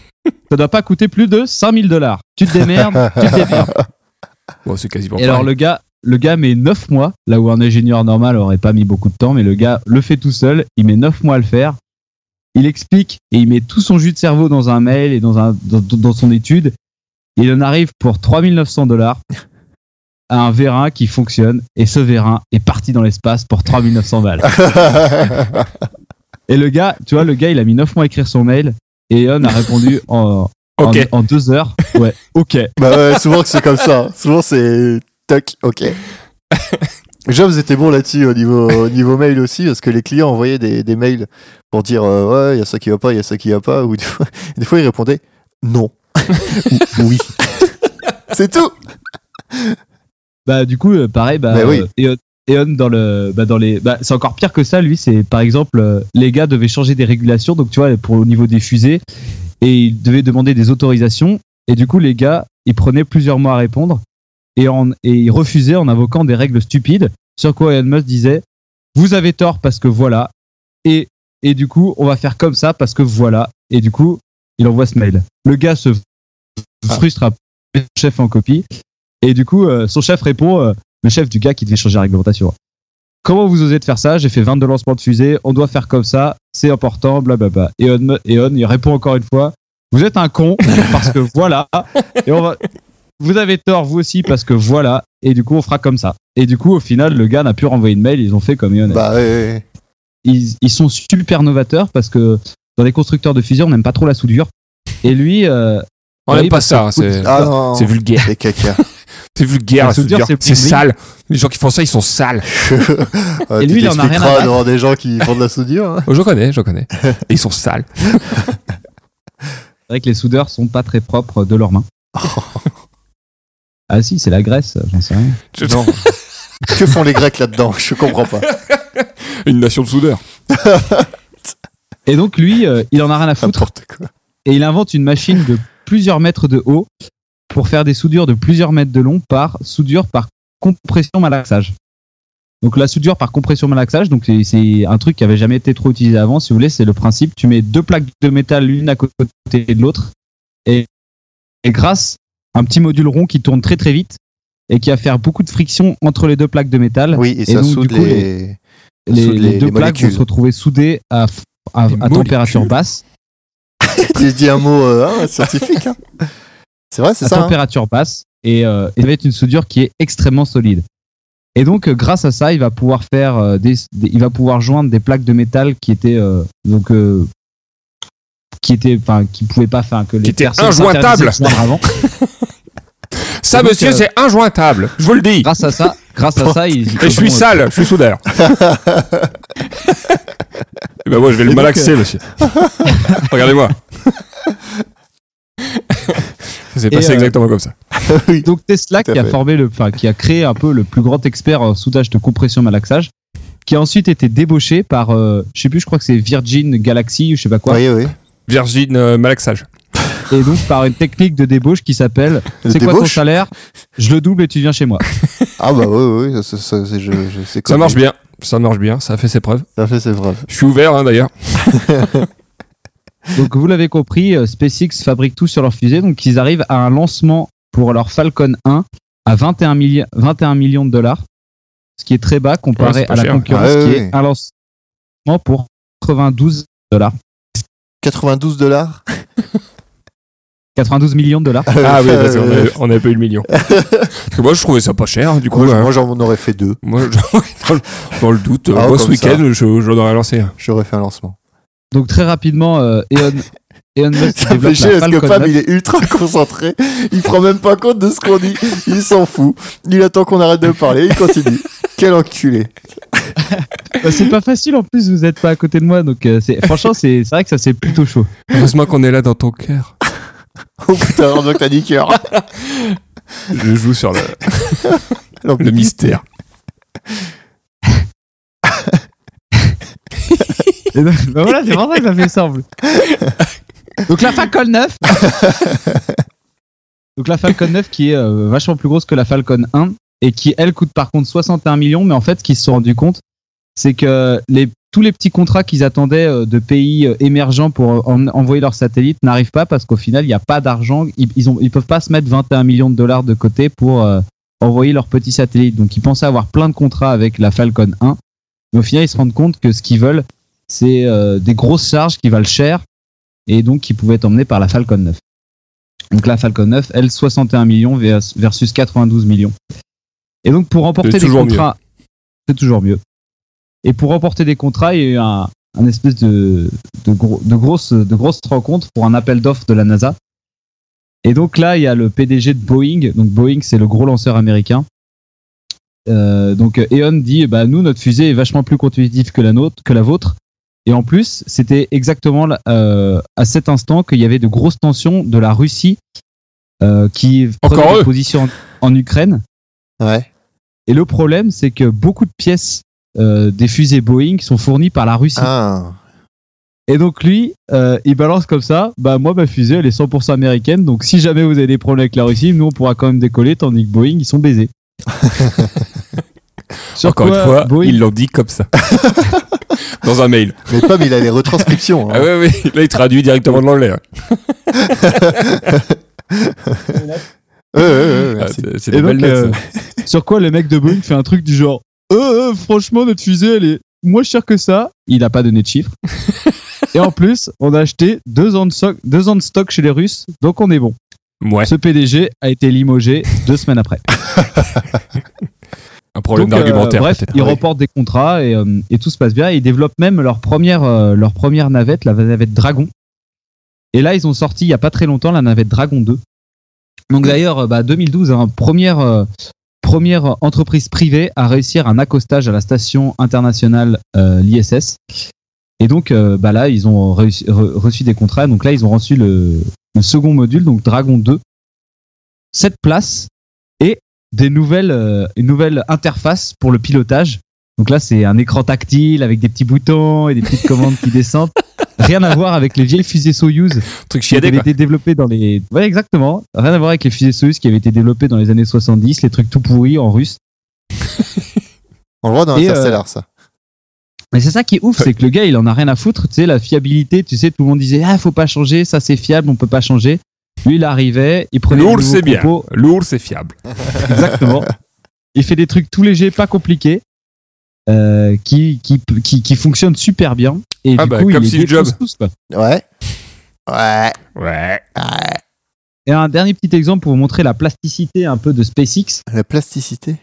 Speaker 3: ça doit pas coûter plus de 5 000 dollars. Tu te démerdes, tu te démerdes.
Speaker 1: Bon, c'est quasiment
Speaker 3: Et alors
Speaker 1: pareil.
Speaker 3: le gars, le gars met 9 mois, là où un ingénieur normal aurait pas mis beaucoup de temps, mais le gars le fait tout seul, il met 9 mois à le faire. Il explique et il met tout son jus de cerveau dans un mail et dans, un, dans, dans son étude. Il en arrive pour 3900 dollars à un vérin qui fonctionne et ce vérin est parti dans l'espace pour 3900 balles.
Speaker 2: (laughs)
Speaker 3: Et le gars, tu vois, le gars, il a mis 9 mois à écrire son mail et Eon a répondu en,
Speaker 1: (laughs)
Speaker 3: en-
Speaker 1: Ok.
Speaker 3: en, 2 heures. Ouais, ok.
Speaker 2: hein.
Speaker 3: (laughs)
Speaker 2: bah ouais, souvent que c'est comme ça. Souvent c'est toc, ok. Jobs était bon là-dessus au niveau, au niveau mail aussi, parce que les clients envoyaient des, des mails pour dire euh, ouais, il y a ça qui va pas, il y a ça qui va pas, ou des fois, (laughs) des fois ils répondaient non. Ou
Speaker 3: (laughs)
Speaker 2: oui. C'est tout.
Speaker 3: Bah du coup, euh, pareil, bah,
Speaker 2: Bah oui.
Speaker 3: euh, Eon- Eon dans le, bah, dans les, bah, c'est encore pire que ça. Lui, c'est par exemple, euh, les gars devaient changer des régulations, donc tu vois, pour au niveau des fusées, et ils devaient demander des autorisations. Et du coup, les gars, ils prenaient plusieurs mois à répondre, et, en, et ils refusaient en invoquant des règles stupides. Sur quoi Elon Musk disait, vous avez tort parce que voilà, et et du coup, on va faire comme ça parce que voilà. Et du coup, il envoie ce mail. Le gars se frustre à son chef en copie. Et du coup, euh, son chef répond, euh, le chef du gars qui devait changer la réglementation. Comment vous osez de faire ça J'ai fait 22 lancements de fusée, on doit faire comme ça, c'est important, blablabla. Et on, me- et on, il répond encore une fois, vous êtes un con, parce que voilà, et on va, vous avez tort vous aussi, parce que voilà, et du coup on fera comme ça. Et du coup, au final, le gars n'a plus renvoyé de mail, ils ont fait comme Eon. a
Speaker 2: Bah ouais, ouais, ouais.
Speaker 3: ils, ils sont super novateurs parce que dans les constructeurs de fusées, on n'aime pas trop la soudure. Et lui, euh,
Speaker 1: On
Speaker 3: Oui,
Speaker 1: n'aime pas
Speaker 3: parce
Speaker 1: ça,
Speaker 3: que-
Speaker 1: c'est
Speaker 2: Ah non.
Speaker 1: c'est vulgaire.
Speaker 2: Les caca.
Speaker 1: C'est vulgaire,
Speaker 3: La
Speaker 1: c'est
Speaker 3: soudure,
Speaker 1: vulgaire.
Speaker 3: c'est
Speaker 1: c'est
Speaker 3: bling-bling.
Speaker 1: sale. Les gens qui font ça, ils sont sales.
Speaker 2: (laughs) Euh,
Speaker 3: (laughs) Et
Speaker 2: tu
Speaker 3: lui, il en a rien à
Speaker 2: t'expliqueras
Speaker 3: battre.
Speaker 2: devant des gens qui font de la soudure. hein.
Speaker 1: Oh, je connais, je
Speaker 3: (laughs)
Speaker 1: connais. Et ils sont sales.
Speaker 3: c'est vrai que les soudeurs sont pas très propres de leurs mains. ah si, c'est la Grèce, j'en sais rien.
Speaker 1: Je-
Speaker 2: Non. que font les Grecs là-dedans Je comprends pas.
Speaker 1: (laughs) Une nation de soudeurs.
Speaker 3: Et donc lui, euh, il en a rien à foutre
Speaker 2: N'importe quoi.
Speaker 3: et il invente une machine de plusieurs mètres de haut pour faire des soudures de plusieurs mètres de long par soudure par compression malaxage. Donc la soudure par compression malaxage, donc c'est- c'est un truc qui avait jamais été trop utilisé avant. Si vous voulez, c'est le principe. Tu mets deux plaques de métal l'une à côté de l'autre et, et grâce à un petit module rond qui tourne très très vite et qui va faire beaucoup de friction entre les deux plaques de métal,
Speaker 2: Oui, et,
Speaker 3: Et
Speaker 2: ça
Speaker 3: donc,
Speaker 2: soude
Speaker 3: du coup,
Speaker 2: (laughs) les. ça
Speaker 3: les,
Speaker 2: soude
Speaker 3: les
Speaker 2: les-
Speaker 3: deux
Speaker 2: les
Speaker 3: plaques vont
Speaker 2: molécules.
Speaker 3: se retrouver soudées à, à- à
Speaker 1: Les
Speaker 3: température
Speaker 1: molécules.
Speaker 3: basse.
Speaker 2: J'ai dit un mot euh, hein, scientifique. hein. C'est vrai, c'est
Speaker 3: à
Speaker 2: ça. hein.
Speaker 3: température basse et euh, et ça va être une soudure qui est extrêmement solide. Et donc euh, grâce à ça, il va pouvoir faire euh, des, des- il va pouvoir joindre des plaques de métal qui étaient euh, donc euh, qui étaient enfin qui pouvaient pas faire que les
Speaker 1: Qui étaient
Speaker 3: personnes
Speaker 1: injointables.
Speaker 3: s'interdisaient de
Speaker 1: (laughs)
Speaker 3: joindre avant.
Speaker 1: Ça,
Speaker 3: Donc,
Speaker 1: monsieur,
Speaker 3: euh, Ah,
Speaker 1: c'est injointable. Je vous le dis.
Speaker 3: Grâce à ça, grâce à ça, ils, euh,
Speaker 1: Et je suis sale, je suis soudeur. Et ben moi, je vais
Speaker 3: Et
Speaker 1: le
Speaker 3: donc,
Speaker 1: malaxer, monsieur. (laughs) Regardez-moi. Ça s'est
Speaker 3: Et,
Speaker 1: passé
Speaker 3: euh,
Speaker 1: exactement comme ça.
Speaker 2: hein. (laughs) Oui.
Speaker 3: Donc Tesla
Speaker 2: Tout à
Speaker 3: qui a
Speaker 2: fait.
Speaker 3: formé le, enfin, qui a créé un peu le plus grand expert en soudage de compression malaxage, qui a ensuite été débauché par, euh, je sais plus, je crois que c'est Virgin Galaxy ou je sais pas quoi,
Speaker 2: Oui, oui.
Speaker 1: Virgin euh, malaxage.
Speaker 3: et donc par une technique de débauche qui
Speaker 2: (laughs)
Speaker 3: s'appelle
Speaker 2: Le
Speaker 3: C'est quoi ton
Speaker 2: débauche
Speaker 3: salaire Je le double et tu viens chez moi.
Speaker 2: Ah bah oui, oui, ça, ça, ça, c'est- je, je sais
Speaker 1: Ça
Speaker 2: quoi.
Speaker 1: marche bien. Ça marche bien. Ça a fait ses preuves.
Speaker 2: Ça fait, c'est vrai.
Speaker 1: Je suis ouvert, hein, d'ailleurs.
Speaker 3: Donc vous l'avez compris, euh, SpaceX fabrique tout sur leur fusée. Donc ils arrivent à un lancement pour leur Falcon 1 à 21, milli- 21 millions de dollars, ce qui est très bas
Speaker 1: Ouais,
Speaker 3: comparé
Speaker 1: c'est pas
Speaker 3: à la
Speaker 1: cher.
Speaker 3: concurrence
Speaker 2: Ah Ouais,
Speaker 3: qui
Speaker 2: ouais, ouais.
Speaker 3: est un lancement pour 92 dollars.
Speaker 2: 92 dollars
Speaker 3: 92 millions de dollars.
Speaker 1: Ah
Speaker 2: (laughs)
Speaker 1: oui, parce qu'on
Speaker 2: Euh,
Speaker 1: avait- on n'avait pas eu le million. Parce que moi, je trouvais ça pas cher, du coup.
Speaker 2: moi, je-
Speaker 1: hein.
Speaker 2: moi, j'en aurais fait deux.
Speaker 1: Moi, je- (laughs) dans, le, dans le doute, euh,
Speaker 2: Ah,
Speaker 1: moi, ce
Speaker 2: comme ça.
Speaker 1: week-end, je, je l'aurais lancé.
Speaker 2: J'aurais fait un lancement.
Speaker 3: Donc très rapidement, euh,
Speaker 2: (laughs)
Speaker 3: Elon, Elon Musk
Speaker 2: Ça me fait
Speaker 3: développe
Speaker 2: chier
Speaker 3: la
Speaker 2: parce que
Speaker 3: Falcon
Speaker 2: Pam
Speaker 3: 9.
Speaker 2: il est ultra (laughs) concentré. Il prend même pas compte de ce qu'on dit. Il s'en fout. Il attend qu'on arrête de parler. Il continue. Quel enculé.
Speaker 3: Bah, C'est pas facile en plus, vous êtes pas à côté de moi. Donc euh, c'est- franchement, c'est c'est vrai que ça c'est plutôt chaud.
Speaker 1: Heureusement qu'on est là dans ton cœur.
Speaker 2: Oh putain, heureusement que t'as dit cœur.
Speaker 1: Je joue sur
Speaker 3: (laughs)
Speaker 1: le,
Speaker 2: Alors,
Speaker 1: le mystère.
Speaker 3: Et donc- bah voilà, c'est pour ça que ça fait semble. Donc la Falcon 9. Donc la Falcon 9 qui est euh, vachement plus grosse que la Falcon 1 et qui elle coûte par contre 61 millions, mais en fait ce qu'ils se sont rendus compte, c'est que les, tous les petits contrats qu'ils attendaient euh, de pays euh, émergents pour en- envoyer leurs satellites n'arrivent pas parce qu'au final il n'y a pas d'argent, ils, ils, ont- ils peuvent pas se mettre 21 millions de dollars de côté pour euh, envoyer leurs petits satellites. Donc ils pensaient avoir plein de contrats avec la Falcon 1, mais au final ils se rendent compte que ce qu'ils veulent c'est euh, des grosses charges qui valent cher et donc qui pouvaient être emmenées par la Falcon 9. Donc la Falcon 9, elle, 61 millions vers- versus 92 millions. Et donc pour remporter
Speaker 1: C'est
Speaker 3: des
Speaker 1: toujours
Speaker 3: contrats, c'est toujours mieux. Et pour remporter des contrats, il y a eu un, un espèce de, de, gros- de, grosse, de grosse rencontre pour un appel d'offres de la NASA. Et donc là, il y a le PDG de Boeing. Donc Boeing, c'est le gros lanceur américain. Euh, donc euh, Eon dit, eh ben, nous, notre fusée est vachement plus compétitive que la, nôtre, que la vôtre. Et en plus, c'était exactement là, euh, à cet instant qu'il y avait de grosses tensions de la Russie euh, qui prenait
Speaker 1: Encore
Speaker 3: des
Speaker 1: eux
Speaker 3: positions en, en Ukraine.
Speaker 2: Ouais.
Speaker 3: Et le problème, c'est que beaucoup de pièces euh, des fusées Boeing sont fournies par la Russie.
Speaker 2: Ah.
Speaker 3: Et donc lui, euh, il balance comme ça, bah moi ma fusée elle est 100% américaine, donc si jamais vous avez des problèmes avec la Russie, nous on pourra quand même décoller, tandis que Boeing ils
Speaker 1: (laughs)
Speaker 3: sont baisés. Sur
Speaker 1: Encore
Speaker 3: quoi,
Speaker 1: une fois,
Speaker 3: Boeing-
Speaker 1: ils l'ont dit comme
Speaker 3: (laughs)
Speaker 1: ça. Dans un mail.
Speaker 2: Mais Pam, il a les retranscriptions. hein.
Speaker 1: Ah ouais, ouais, là il traduit directement de l'anglais. hein.
Speaker 2: Ouais, ouais, ouais,
Speaker 1: Ah,
Speaker 2: merci.
Speaker 1: c'est c'est des
Speaker 3: Et
Speaker 1: belles
Speaker 3: donc,
Speaker 1: notes.
Speaker 3: euh,
Speaker 1: ça.
Speaker 3: sur quoi le mec de Boeing fait un truc du genre euh, euh, franchement, notre fusée, elle est moins chère que ça. Il n'a pas donné
Speaker 1: (laughs)
Speaker 3: de chiffres. Et en plus, on a acheté deux ans, de so- deux ans de stock chez les Russes, donc on est bon.
Speaker 1: Ouais,
Speaker 3: Ce PDG a été limogé deux semaines après.
Speaker 1: un problème
Speaker 3: Donc, euh,
Speaker 1: d'argumentaire.
Speaker 3: bref,
Speaker 1: peut-être.
Speaker 3: ils
Speaker 1: Ouais.
Speaker 3: remportent des contrats et, euh, et tout se passe bien. Ils développent même leur première, euh, leur première navette, la navette Dragon. Et là, ils ont sorti il n'y a pas très longtemps la navette Dragon 2. Donc d'ailleurs, euh, bah, 2012, hein, première, euh, première entreprise privée à réussir un accostage à la station internationale euh, l'ISS. Et donc euh, bah, là, ils ont réussi- re- reçu des contrats. Donc là, ils ont reçu le, le second module, donc Dragon 2. 7 places des nouvelles, euh, une nouvelle interface pour le pilotage. Donc là, c'est un écran tactile avec des petits boutons et des petites commandes qui
Speaker 1: (laughs)
Speaker 3: descendent. Rien à voir avec les vieilles fusées Soyuz
Speaker 1: Truc
Speaker 3: qui
Speaker 1: chiadé,
Speaker 3: avaient
Speaker 1: quoi.
Speaker 3: été développées dans les. Ouais, exactement. Rien à voir avec les fusées Soyuz qui avaient été développées dans les années 70, les trucs tout pourris en russe.
Speaker 2: On le voit dans
Speaker 3: Et,
Speaker 2: Interstellar, ça.
Speaker 3: Mais c'est ça qui est ouf, c'est que le gars, il en a rien à foutre. Tu sais, la fiabilité, tu sais, tout le monde disait Ah, faut pas changer, ça c'est fiable, on peut pas changer. Lui, il arrivait, il prenait.
Speaker 1: Lourd,
Speaker 3: les nouveaux
Speaker 1: c'est bien.
Speaker 3: compos.
Speaker 1: Lourd, c'est fiable.
Speaker 3: Exactement. Il fait des trucs tout légers, pas compliqués, euh, qui, qui, qui, qui fonctionnent super bien. Et
Speaker 1: Ah
Speaker 3: du
Speaker 1: bah,
Speaker 3: coup,
Speaker 1: comme
Speaker 3: il les
Speaker 1: Steve Jobs.
Speaker 3: défonce tous, quoi.
Speaker 2: Ouais. Ouais.
Speaker 1: Ouais.
Speaker 2: Ouais.
Speaker 3: Et un dernier petit exemple pour vous montrer la plasticité un peu de SpaceX.
Speaker 2: La plasticité.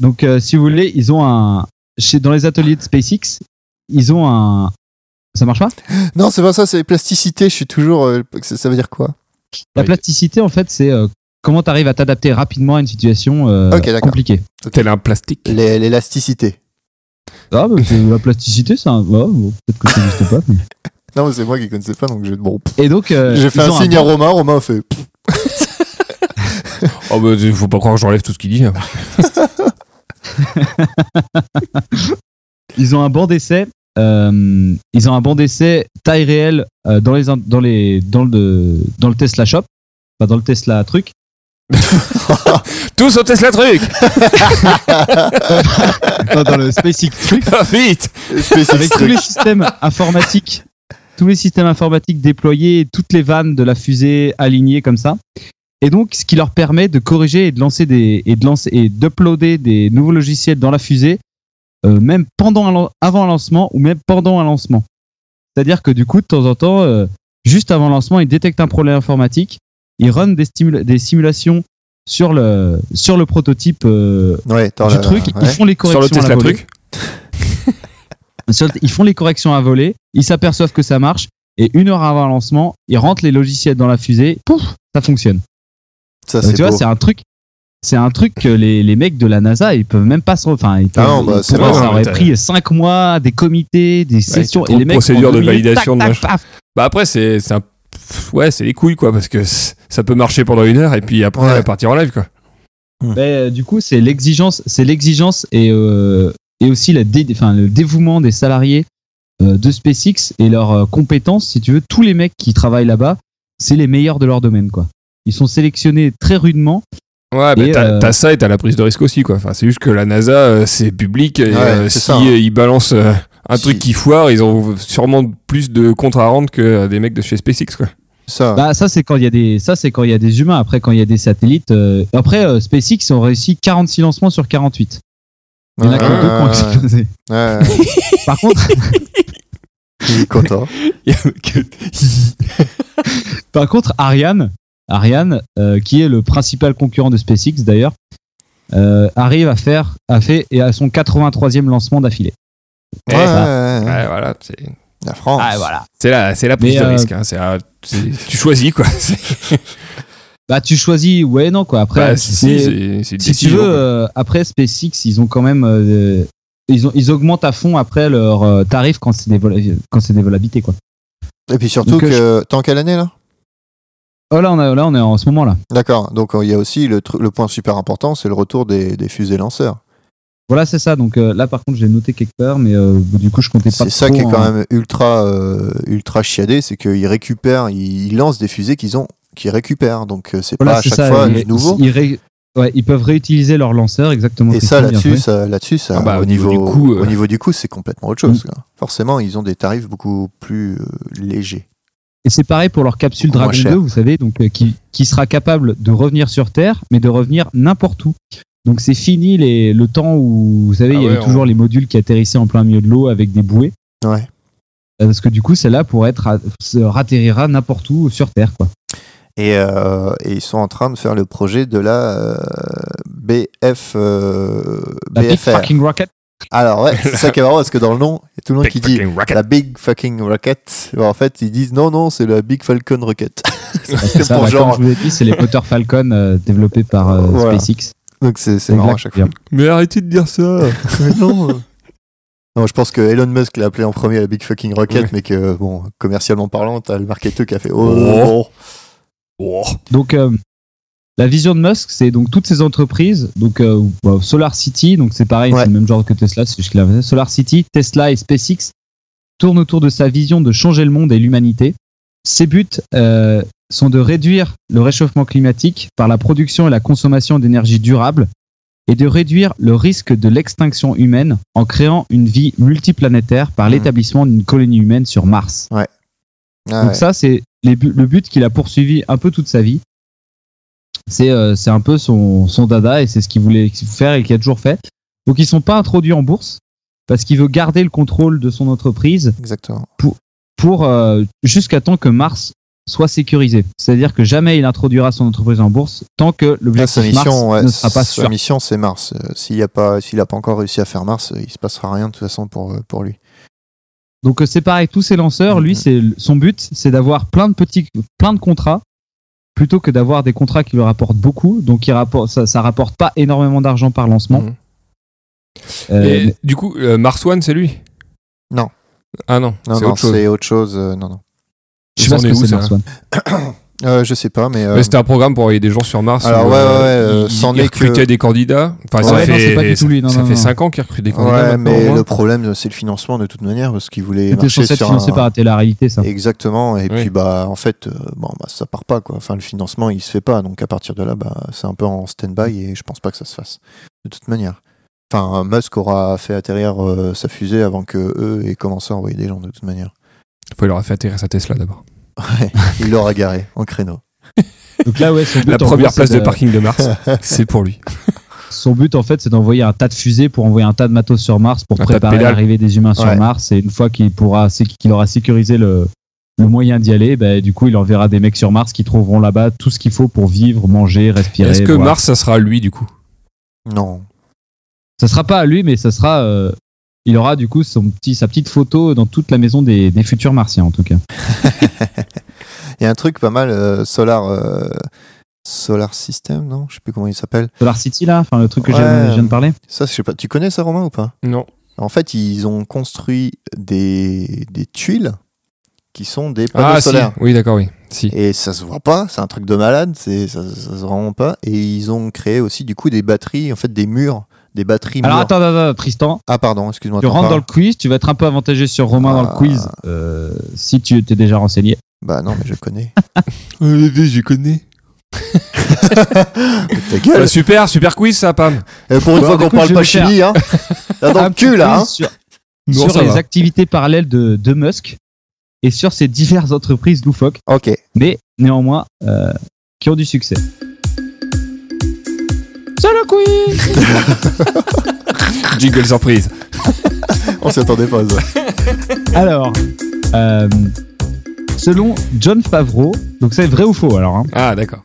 Speaker 3: Donc, euh, si vous voulez, ils ont un. Chez, dans les ateliers de SpaceX, ils ont un. Ça marche pas
Speaker 2: Non, c'est pas ça, c'est plasticité. Je suis toujours. euh, ça ça veut dire quoi
Speaker 3: La
Speaker 1: Oui.
Speaker 3: plasticité, en fait, c'est euh, comment tu arrives à t'adapter rapidement à une situation euh,
Speaker 2: Ok, d'accord.
Speaker 3: compliquée.
Speaker 1: Tel un plastique.
Speaker 2: Les- L'élasticité.
Speaker 3: Ah, bah, c'est- la plasticité, c'est un. ouais, bon, Peut-être que ça n'existe pas. mais-
Speaker 2: Non, mais c'est moi qui connaissais pas, donc je. Bon. pff.
Speaker 3: Et donc. euh,
Speaker 2: J'ai fait
Speaker 3: ils
Speaker 2: un
Speaker 3: ont
Speaker 2: signe à Romain, Romain a fait. pff.
Speaker 1: Oh, bah, faut pas croire que j'enlève tout ce qu'il dit. hein.
Speaker 3: Ils ont un banc d'essai. euh, ils ont un banc d'essai taille réelle euh, dans les dans les dans le dans le Tesla shop, enfin, dans le Tesla truc.
Speaker 1: Tous au Tesla
Speaker 3: (laughs)
Speaker 1: truc
Speaker 3: Enfin, dans le SpaceX truc
Speaker 1: Ah, Vite
Speaker 3: avec
Speaker 2: Spécifique
Speaker 3: tous
Speaker 2: truc.
Speaker 3: les systèmes informatiques, tous les systèmes informatiques déployés, et toutes les vannes de la fusée alignées comme ça. Et donc, ce qui leur permet de corriger et de lancer des et de lancer et d'uploader des nouveaux logiciels dans la fusée, euh, même pendant un lan- avant un lancement ou même pendant un lancement. C'est-à-dire que du coup, de temps en temps, euh, juste avant le lancement, ils détectent un problème informatique, ils run des, stimula- des simulations sur le sur le prototype euh,
Speaker 2: Ouais, attends,
Speaker 3: du
Speaker 2: là,
Speaker 3: truc,
Speaker 2: ouais.
Speaker 3: ils font les
Speaker 1: Sur
Speaker 3: corrections
Speaker 1: le
Speaker 3: à la
Speaker 1: Tesla
Speaker 3: volée.
Speaker 1: truc
Speaker 3: Sur le- Ils font les corrections à voler, ils s'aperçoivent que ça marche, et une heure avant le lancement, ils rentrent les logiciels dans la fusée, pouf, ça fonctionne.
Speaker 2: Ça,
Speaker 3: Donc,
Speaker 2: c'est
Speaker 3: tu vois,
Speaker 2: beau.
Speaker 3: c'est un truc. C'est un truc que les, les mecs de la NASA, ils peuvent même pas se. Enfin, ils peuvent-
Speaker 2: non, bah,
Speaker 3: pour
Speaker 2: c'est
Speaker 3: eux,
Speaker 1: vrai,
Speaker 3: ça
Speaker 1: non,
Speaker 3: aurait
Speaker 1: mais t'as-
Speaker 3: pris 5 mois, des comités, des sessions.
Speaker 1: trop
Speaker 3: et
Speaker 1: de
Speaker 3: les mecs.
Speaker 1: procédures
Speaker 3: en deux
Speaker 1: de
Speaker 3: minutes,
Speaker 1: validation de
Speaker 3: tac,
Speaker 1: machin.
Speaker 3: tac, paf.
Speaker 1: Bah après, c'est c'est un... pff, Ouais, c'est les couilles, quoi, parce que c- ça peut marcher pendant une heure et puis après
Speaker 2: Ouais.
Speaker 1: partir en live, quoi.
Speaker 3: Mais, euh, du coup, c'est l'exigence, c'est l'exigence et, euh, et aussi la dé- enfin, le dévouement des salariés euh, de SpaceX et leurs euh, compétences. Si tu veux, tous les mecs qui travaillent là-bas, c'est les meilleurs de leur domaine, quoi. Ils sont sélectionnés très rudement.
Speaker 1: Ouais, bah
Speaker 3: Et,
Speaker 1: t'as
Speaker 3: euh,
Speaker 1: t'as ça et t'as la prise de risque aussi, quoi. Enfin, c'est juste que la NASA, euh, c'est public. Et,
Speaker 2: Ouais,
Speaker 1: euh,
Speaker 2: c'est
Speaker 1: si
Speaker 2: ça, hein.
Speaker 1: euh, ils balancent euh, un
Speaker 2: Si-
Speaker 1: truc qui foire, ils ont sûrement plus de comptes à rendre que euh, des mecs de chez SpaceX, quoi. (laughs)
Speaker 2: Ça.
Speaker 3: Bah, ça, c'est quand il y a des, ça, c'est quand il y a des humains. Après, quand il y a des satellites. euh, Après, euh, SpaceX ont réussi 46 lancements sur 48. Il y en a que
Speaker 1: Ouais,
Speaker 3: deux qui ont explosé.
Speaker 2: ouais, (laughs) ouais, ouais.
Speaker 3: Par contre,
Speaker 2: Il est content.
Speaker 3: Par contre, Ariane, Ariane euh, qui est le principal concurrent de SpaceX d'ailleurs, euh, arrive à faire, a fait et à son 83e lancement d'affilée.
Speaker 1: Eh,
Speaker 2: Ouais, ouais, ouais, ouais.
Speaker 1: Ouais, voilà, c'est
Speaker 2: La France.
Speaker 3: ben, Ah, voilà.
Speaker 1: c'est la, c'est la prise
Speaker 3: Mais,
Speaker 1: de
Speaker 3: euh,
Speaker 1: (laughs) risque. hein, c'est un- c'est- tu choisis, quoi. C'est-
Speaker 3: Bah, tu choisis, ouais, non, quoi. Après,
Speaker 1: Bah, si,
Speaker 3: mais-
Speaker 1: si, c'est- c'est une
Speaker 3: si tu
Speaker 1: décision,
Speaker 3: veux,
Speaker 1: quoi.
Speaker 3: euh, après SpaceX, ils ont quand même, euh, ils ont, ils augmentent à fond après leur euh, tarif quand c'est des vols, quand c'est des vols habités, quoi.
Speaker 2: Et puis surtout
Speaker 3: Donc, euh,
Speaker 2: que. T'es en quelle année là
Speaker 3: Oh là, on a, là, on est en ce moment là.
Speaker 2: D'accord. Donc euh, il y a aussi le, tru- le point super important, c'est le retour des, des fusées lanceurs.
Speaker 3: Voilà, c'est ça. Donc euh, là, par contre, j'ai noté quelque part, mais euh, du coup, je comptais pas.
Speaker 2: C'est ça
Speaker 3: trop hein.
Speaker 2: qui est quand
Speaker 3: en-
Speaker 2: même ultra euh, ultra chiadé, c'est qu'ils récupèrent, ils ils lancent des fusées qu'ils ont, qu'ils récupèrent. Donc euh, c'est
Speaker 3: Voilà,
Speaker 2: pas à
Speaker 3: c'est
Speaker 2: chaque
Speaker 3: ça,
Speaker 2: fois
Speaker 3: ils-
Speaker 2: du nouveau.
Speaker 3: Ils, ré- ouais, ils peuvent réutiliser leur lanceur, exactement. hein.
Speaker 2: Et
Speaker 3: c'est
Speaker 2: ça,
Speaker 3: bien
Speaker 2: là-dessus,
Speaker 3: fait.
Speaker 2: ça, là-dessus, ça,
Speaker 1: Ah bah,
Speaker 2: au, niveau,
Speaker 1: du coût, euh.
Speaker 2: au niveau du coût, c'est complètement autre
Speaker 3: Mm.
Speaker 2: chose. quoi. Forcément, ils ont des tarifs beaucoup plus euh, légers.
Speaker 3: Et c'est pareil pour leur capsule
Speaker 2: Moins
Speaker 3: Dragon
Speaker 2: cher.
Speaker 3: 2, vous savez, donc euh, qui, qui sera capable de revenir sur Terre, mais de revenir n'importe où. Donc c'est fini les, le temps où, vous savez,
Speaker 1: Ah
Speaker 3: il y
Speaker 1: ouais,
Speaker 3: avait
Speaker 1: on-
Speaker 3: toujours les modules qui atterrissaient en plein milieu de l'eau avec des bouées.
Speaker 2: Ouais.
Speaker 3: Euh, Parce que du coup, celle-là pour être, à- se ratterrira n'importe où sur Terre, quoi.
Speaker 2: Et, euh, et ils sont en train de faire le projet de la euh, BF, euh,
Speaker 3: La Big
Speaker 2: BFR.
Speaker 3: Fucking Rocket.
Speaker 2: Alors ouais, c'est ça qui est marrant parce que dans le nom, il y a tout le monde qui
Speaker 1: Big
Speaker 2: dit
Speaker 1: fucking rocket.
Speaker 2: la Big Fucking Rocket. Bon, en fait, ils disent non, non, c'est la Big Falcon
Speaker 3: (laughs)
Speaker 2: Rocket.
Speaker 3: C'est ça,
Speaker 2: pour
Speaker 3: bah,
Speaker 2: genre.
Speaker 3: Comme je vous ai dit, c'est les Potter Falcon euh, développés par euh,
Speaker 2: Voilà.
Speaker 3: SpaceX.
Speaker 2: Donc c'est c'est
Speaker 3: Avec
Speaker 2: marrant
Speaker 3: la-
Speaker 2: à chaque fois.
Speaker 1: Mais arrêtez de dire ça.
Speaker 2: non. je pense que Elon Musk l'a appelé en premier la Big Fucking Rocket, mais que, bon, commercialement parlant, t'as le marketeur qui a fait Oh,
Speaker 1: Oh.
Speaker 2: bon.
Speaker 1: Oh.
Speaker 3: Donc, euh, la vision de Musk, c'est donc toutes ces entreprises, donc euh, wow, Solar City, donc c'est pareil,
Speaker 2: Ouais.
Speaker 3: c'est le même genre que Tesla, c'est juste qu'il a- Solar City, Tesla et SpaceX tournent autour de sa vision de changer le monde et l'humanité. Ses buts euh, sont de réduire le réchauffement climatique par la production et la consommation d'énergie durable et de réduire le risque de l'extinction humaine en créant une vie multiplanétaire par
Speaker 2: Mhm.
Speaker 3: l'établissement d'une colonie humaine sur Mars.
Speaker 2: Ah
Speaker 3: Donc
Speaker 2: ouais.
Speaker 3: ça, c'est les bu- le but qu'il a poursuivi un peu toute sa vie. C'est euh, c'est un peu son, son dada et c'est ce qu'il voulait faire et qu'il a toujours fait. Donc ils sont pas introduits en bourse parce qu'il veut garder le contrôle de son entreprise
Speaker 2: Exactement.
Speaker 3: pour euh, jusqu'à temps que Mars soit sécurisé. C'est-à-dire que jamais il introduira son entreprise en bourse tant que
Speaker 2: Ah,
Speaker 3: l'objectif
Speaker 2: sa mission,
Speaker 3: Mars
Speaker 2: ouais,
Speaker 3: ne sera pas
Speaker 2: sa
Speaker 3: sûr.
Speaker 2: mission, c'est Mars. Euh, S'il n'y a pas, s'il a pas encore réussi à faire Mars, euh, il se passera rien de toute façon pour, euh, pour lui.
Speaker 3: Donc euh, c'est pareil, tous ces lanceurs, lui,
Speaker 2: Mhm.
Speaker 3: c'est son but, c'est d'avoir plein de petits, plein de contrats, plutôt que d'avoir des contrats qui lui rapportent beaucoup. Donc il rapporte, ça, ça rapporte pas énormément d'argent par lancement.
Speaker 2: Mhm.
Speaker 3: Euh,
Speaker 1: Et
Speaker 3: mais-
Speaker 1: du coup, euh, Mars One, c'est lui
Speaker 2: Non.
Speaker 1: Ah non,
Speaker 2: Non,
Speaker 1: c'est
Speaker 2: non,
Speaker 1: autre chose.
Speaker 2: c'est autre chose. euh, non, non.
Speaker 3: je sais pas
Speaker 1: Ils en
Speaker 3: ce
Speaker 1: est
Speaker 3: que
Speaker 1: où,
Speaker 3: c'est
Speaker 1: ça
Speaker 3: Mars One.
Speaker 2: Euh, je sais pas, mais. euh,
Speaker 1: Mais C'était un programme pour envoyer des gens sur Mars.
Speaker 2: Alors,
Speaker 1: où,
Speaker 2: ouais,
Speaker 1: euh,
Speaker 2: ouais, ouais, euh,
Speaker 1: ils-
Speaker 2: c'en
Speaker 1: ils
Speaker 2: est que-
Speaker 1: recrutaient des candidats. Enfin, ça
Speaker 2: Ouais,
Speaker 3: non, c'est
Speaker 1: fait,
Speaker 3: pas du tout lui, non,
Speaker 1: ça
Speaker 3: non,
Speaker 1: fait
Speaker 3: non.
Speaker 1: 5 ans qu'ils recrutent des candidats.
Speaker 2: ouais,
Speaker 1: maintenant, au
Speaker 2: mais
Speaker 1: moins.
Speaker 2: le problème, c'est le financement de toute manière, parce qu'il voulait
Speaker 3: hein. C'était
Speaker 2: marcher
Speaker 3: censé être
Speaker 2: sur
Speaker 3: financé
Speaker 2: un-
Speaker 3: par la télé-réalité, ça.
Speaker 2: Exactement. Et
Speaker 1: Oui.
Speaker 2: puis bah en fait, euh, bon bah ça part pas quoi. Enfin le financement il se fait pas. Donc à partir de là, bah c'est un peu en stand-by et je pense pas que ça se fasse. De toute manière. Enfin Musk aura fait atterrir euh, sa fusée avant que eux aient commencé à envoyer des gens de toute manière. (laughs)
Speaker 1: Faut leur a fait atterrir sa Tesla d'abord.
Speaker 2: Ouais. il l'aura garé en créneau. (laughs)
Speaker 3: Donc là, ouais, son but,
Speaker 1: La
Speaker 3: en gros,
Speaker 1: première
Speaker 3: c'est
Speaker 1: place de parking de Mars, c'est pour lui.
Speaker 3: Son but, en fait, c'est d'envoyer un tas de fusées pour envoyer un tas de matos sur Mars pour
Speaker 1: Un tas de
Speaker 3: préparer
Speaker 1: pédales.
Speaker 3: l'arrivée des humains sur
Speaker 2: Ouais.
Speaker 3: Mars. Et une fois qu'il pourra, sé- qu'il aura sécurisé le, le moyen d'y aller, bah, du coup, il enverra des mecs sur Mars qui trouveront là-bas tout ce qu'il faut pour vivre, manger, respirer.
Speaker 1: Est-ce que
Speaker 3: boire.
Speaker 1: Mars, ça sera lui du coup
Speaker 2: Non.
Speaker 3: Ça sera pas à lui, mais ça sera. euh, il aura du coup son petit, sa petite photo dans toute la maison des, des futurs martiens, en tout cas.
Speaker 2: Il y a un truc pas mal euh, Solar euh, Solar System non Je sais plus comment il s'appelle.
Speaker 3: Solar City, là, enfin, le truc que j'ai-
Speaker 2: Ouais.
Speaker 3: je viens de parler.
Speaker 2: Ça je sais pas. Tu connais ça Romain ou pas
Speaker 1: Non.
Speaker 2: En fait ils ont construit des des tuiles qui sont des panneaux
Speaker 1: Ah, si.
Speaker 2: solaires.
Speaker 1: Oui, d'accord, oui. Si.
Speaker 2: Et ça se voit pas, c'est un truc de malade, c'est ça, ça se voit vraiment pas. Et ils ont créé aussi du coup des batteries, en fait des murs, des batteries.
Speaker 3: Alors
Speaker 2: murs.
Speaker 3: attends, attends, attends, Tristan,
Speaker 2: Ah pardon, excuse-moi.
Speaker 3: tu
Speaker 2: t'en
Speaker 3: rentres dans
Speaker 2: parles.
Speaker 3: le quiz, tu vas être un peu avantagé sur Romain dans
Speaker 2: Ah.
Speaker 3: le quiz, euh, si tu t'es déjà renseigné.
Speaker 2: Bah non, mais je
Speaker 3: (laughs)
Speaker 2: connais. Euh,
Speaker 1: je connais.
Speaker 2: (laughs) Ta gueule.
Speaker 1: Bah, super, super quiz ça, Pam.
Speaker 2: Et pour une
Speaker 3: Bon,
Speaker 2: fois
Speaker 3: du
Speaker 2: qu'on
Speaker 3: coup,
Speaker 2: parle
Speaker 3: je vais
Speaker 2: pas
Speaker 3: faire
Speaker 2: chimie,
Speaker 3: (laughs)
Speaker 2: hein. Là dans
Speaker 3: Un
Speaker 2: le
Speaker 3: petit
Speaker 2: cul là.
Speaker 3: quiz
Speaker 2: hein.
Speaker 3: Sur,
Speaker 1: Non,
Speaker 3: sur
Speaker 1: ça
Speaker 3: les
Speaker 1: va.
Speaker 3: activités parallèles de, de Musk et sur ses diverses entreprises loufoques,
Speaker 2: hein. Ok.
Speaker 3: mais néanmoins euh, qui ont du succès. C'est le quiz
Speaker 1: Jingle surprise.
Speaker 2: On s'attendait pas à ça.
Speaker 3: Alors, euh, selon John Favreau, donc c'est vrai ou faux alors hein.
Speaker 1: Ah, d'accord.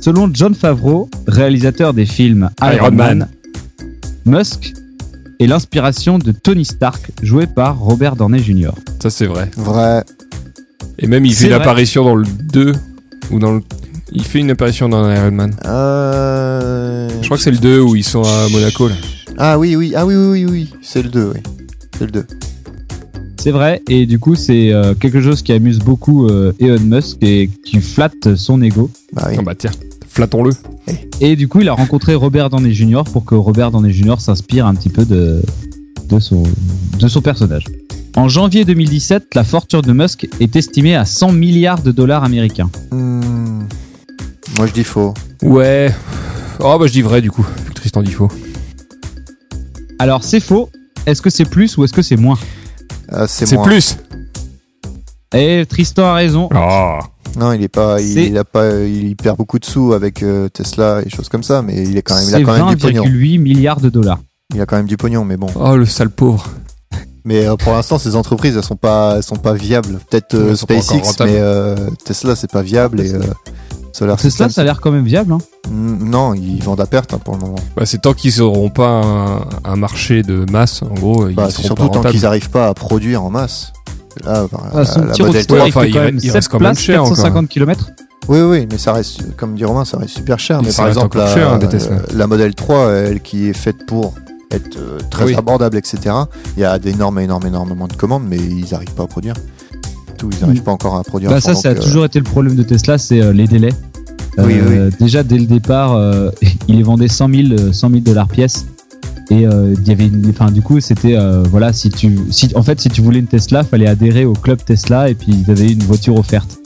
Speaker 3: Selon John Favreau, réalisateur des films Iron,
Speaker 1: Iron Man.
Speaker 3: Man, Musk est l'inspiration de Tony Stark, joué par Robert Downey Jr.
Speaker 1: Ça, c'est vrai.
Speaker 2: Vrai.
Speaker 1: Et même, il
Speaker 3: C'est
Speaker 1: fait une
Speaker 3: vrai.
Speaker 1: apparition dans le 2 ou dans le. Il fait une apparition dans Iron Man.
Speaker 2: Euh...
Speaker 1: Je crois que c'est le 2 où ils sont à Monaco là.
Speaker 2: Ah oui, oui, ah oui, oui, oui, oui. c'est le 2, oui. C'est le 2.
Speaker 3: C'est vrai, et du coup, c'est euh, quelque chose qui amuse beaucoup euh, Elon Musk et qui flatte son ego.
Speaker 2: Bah oui.
Speaker 1: Ah bah tiens, flattons-le.
Speaker 3: Et du coup, il a rencontré Robert Downey Jr. pour que Robert Downey Jr. s'inspire un petit peu de, de, son, de son personnage. En janvier 2017, la fortune de Musk est estimée à 100 milliards de dollars américains.
Speaker 2: Hmm. Moi je dis faux.
Speaker 1: Ouais. Oh bah je dis vrai du coup, vu que Tristan dit faux.
Speaker 3: Alors, c'est faux. Est-ce que c'est plus ou est-ce que c'est moins
Speaker 2: Ah, c'est
Speaker 1: C'est
Speaker 2: moi.
Speaker 1: plus
Speaker 3: Et Eh, Tristan a raison.
Speaker 1: Oh
Speaker 2: Non, il est pas, il,
Speaker 3: C'est-
Speaker 2: il a pas, il perd beaucoup de sous avec euh, Tesla et choses comme ça, mais il est quand même, il a
Speaker 3: C'est
Speaker 2: quand même du pognon.
Speaker 3: 20,8 milliards de dollars.
Speaker 2: Il a quand même du pognon, mais bon.
Speaker 1: Oh le sale pauvre.
Speaker 2: Mais euh, pour l'instant, ces entreprises, elles sont pas, elles sont pas viables. Peut-être euh,
Speaker 1: Elles sont pas encore
Speaker 2: SpaceX,
Speaker 1: rentables.
Speaker 2: mais euh, Tesla, c'est pas viable et euh, Solar
Speaker 3: Tesla,
Speaker 2: System.
Speaker 3: ça a l'air quand même viable. Hein.
Speaker 2: Mm, Non, ils vendent à perte hein, pour le moment.
Speaker 1: Bah, c'est tant qu'ils n'auront pas un, un marché de masse, en gros,
Speaker 2: Bah,
Speaker 1: ils
Speaker 2: c'est
Speaker 1: seront
Speaker 2: surtout
Speaker 1: pas
Speaker 2: tant
Speaker 1: rentables.
Speaker 2: qu'ils n'arrivent pas à produire en masse. Là, bah,
Speaker 3: Ah, son
Speaker 2: la- la
Speaker 3: petit road
Speaker 2: modèle
Speaker 1: Ouais,
Speaker 3: trip
Speaker 1: enfin,
Speaker 3: fait
Speaker 1: il
Speaker 3: quand
Speaker 1: re-
Speaker 3: même
Speaker 1: il
Speaker 3: 7
Speaker 1: reste quand même
Speaker 3: places,
Speaker 1: cher encore.
Speaker 3: 450 km.
Speaker 2: Oui, oui, mais ça reste, comme dit Romain, ça reste super cher.
Speaker 1: Il
Speaker 2: Mais
Speaker 1: s'est
Speaker 2: par
Speaker 1: arrêté
Speaker 2: exemple,
Speaker 1: encore
Speaker 2: la, euh,
Speaker 1: cher, hein, des Tesla.
Speaker 2: la Model 3, elle qui est faite pour être euh, très
Speaker 1: Oui.
Speaker 2: abordable, etc. Il y a d'énormes, énormes, énormément de commandes, mais ils n'arrivent pas à produire. Tout, ils
Speaker 1: Mm.
Speaker 2: n'arrivent pas encore à produire. euh,
Speaker 3: Bah, ça,
Speaker 2: pendant
Speaker 3: ça a
Speaker 2: que-
Speaker 3: toujours été le problème de Tesla, c'est euh, les délais.
Speaker 2: Oui,
Speaker 3: Déjà, dès le départ, euh, (laughs) il les vendait 100 000, euh, 100 000 dollars pièce. Et euh, il y avait une, enfin, du coup, c'était euh, voilà, si tu, si, en fait, si tu voulais une Tesla, fallait adhérer au club Tesla et puis ils avaient une voiture
Speaker 2: (laughs)
Speaker 3: offerte.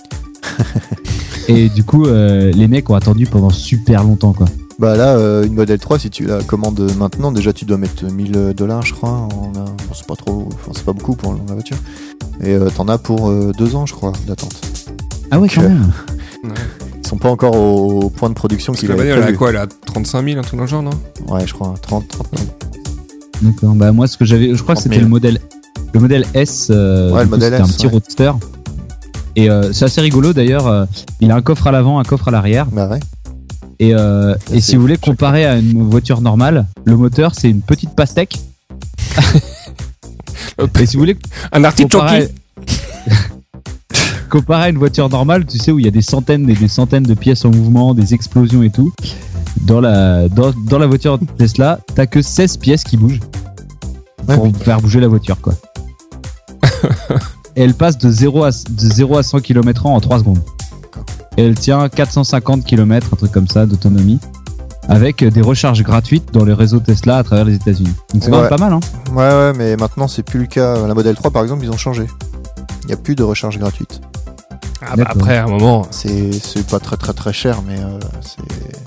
Speaker 3: et du coup, euh, les mecs ont attendu pendant super longtemps, quoi.
Speaker 2: Bah là, euh, une Model 3, si tu la commandes maintenant, déjà tu dois mettre 1000 dollars, je crois. En, euh, bon, c'est pas trop, enfin, c'est pas beaucoup pour la voiture. Et euh, t'en as pour euh, deux ans, je crois, d'attente.
Speaker 3: Ah ouais,
Speaker 2: quand Ok.
Speaker 3: quand même.
Speaker 2: Ils sont pas encore au point de production
Speaker 1: Parce que
Speaker 2: qu'il
Speaker 1: la
Speaker 2: avait
Speaker 1: bagnole, elle a
Speaker 2: prévu.
Speaker 1: quoi Elle a 35 000, un truc dans le genre, non
Speaker 2: Ouais, je crois, 30, 30
Speaker 3: D'accord. Bah moi, ce que j'avais, je crois que
Speaker 2: 30 000.
Speaker 3: c'était le modèle, le modèle S. euh,
Speaker 2: Ouais, le
Speaker 3: du coup,
Speaker 2: modèle
Speaker 3: c'était un
Speaker 2: S,
Speaker 3: petit
Speaker 2: ouais.
Speaker 3: roadster. Et euh, c'est assez rigolo d'ailleurs. euh, il a un coffre à l'avant, un coffre à l'arrière.
Speaker 2: Bah ouais.
Speaker 3: Et, euh,
Speaker 2: Ça,
Speaker 3: et
Speaker 2: c'est
Speaker 3: si vous voulez comparer à une voiture normale, le moteur c'est une petite
Speaker 2: (laughs)
Speaker 3: pastèque. Et si vous voulez
Speaker 1: Un artichoke
Speaker 3: comparer, (laughs) comparer à une voiture normale, tu sais où il y a des centaines et des centaines de pièces en mouvement, des explosions et tout, dans la dans, dans la voiture Tesla, t'as que 16 pièces qui bougent
Speaker 2: Ouais,
Speaker 3: pour faire bouger la voiture
Speaker 2: (laughs)
Speaker 3: quoi. et elle passe de 0 à de 0 à 100 km/h en 3 secondes. Et elle tient 450 km, un truc comme ça d'autonomie. Avec des recharges gratuites dans le réseau Tesla à travers les États-Unis. Donc c'est quand
Speaker 2: Ouais.
Speaker 3: même pas mal, hein
Speaker 2: Ouais, ouais, mais maintenant c'est plus le cas. La Model 3, par exemple, ils ont changé. Il n'y a plus de recharge gratuite.
Speaker 1: Ah bah après, à un moment.
Speaker 2: C'est c'est pas très très très cher, mais euh, c'est. c'est-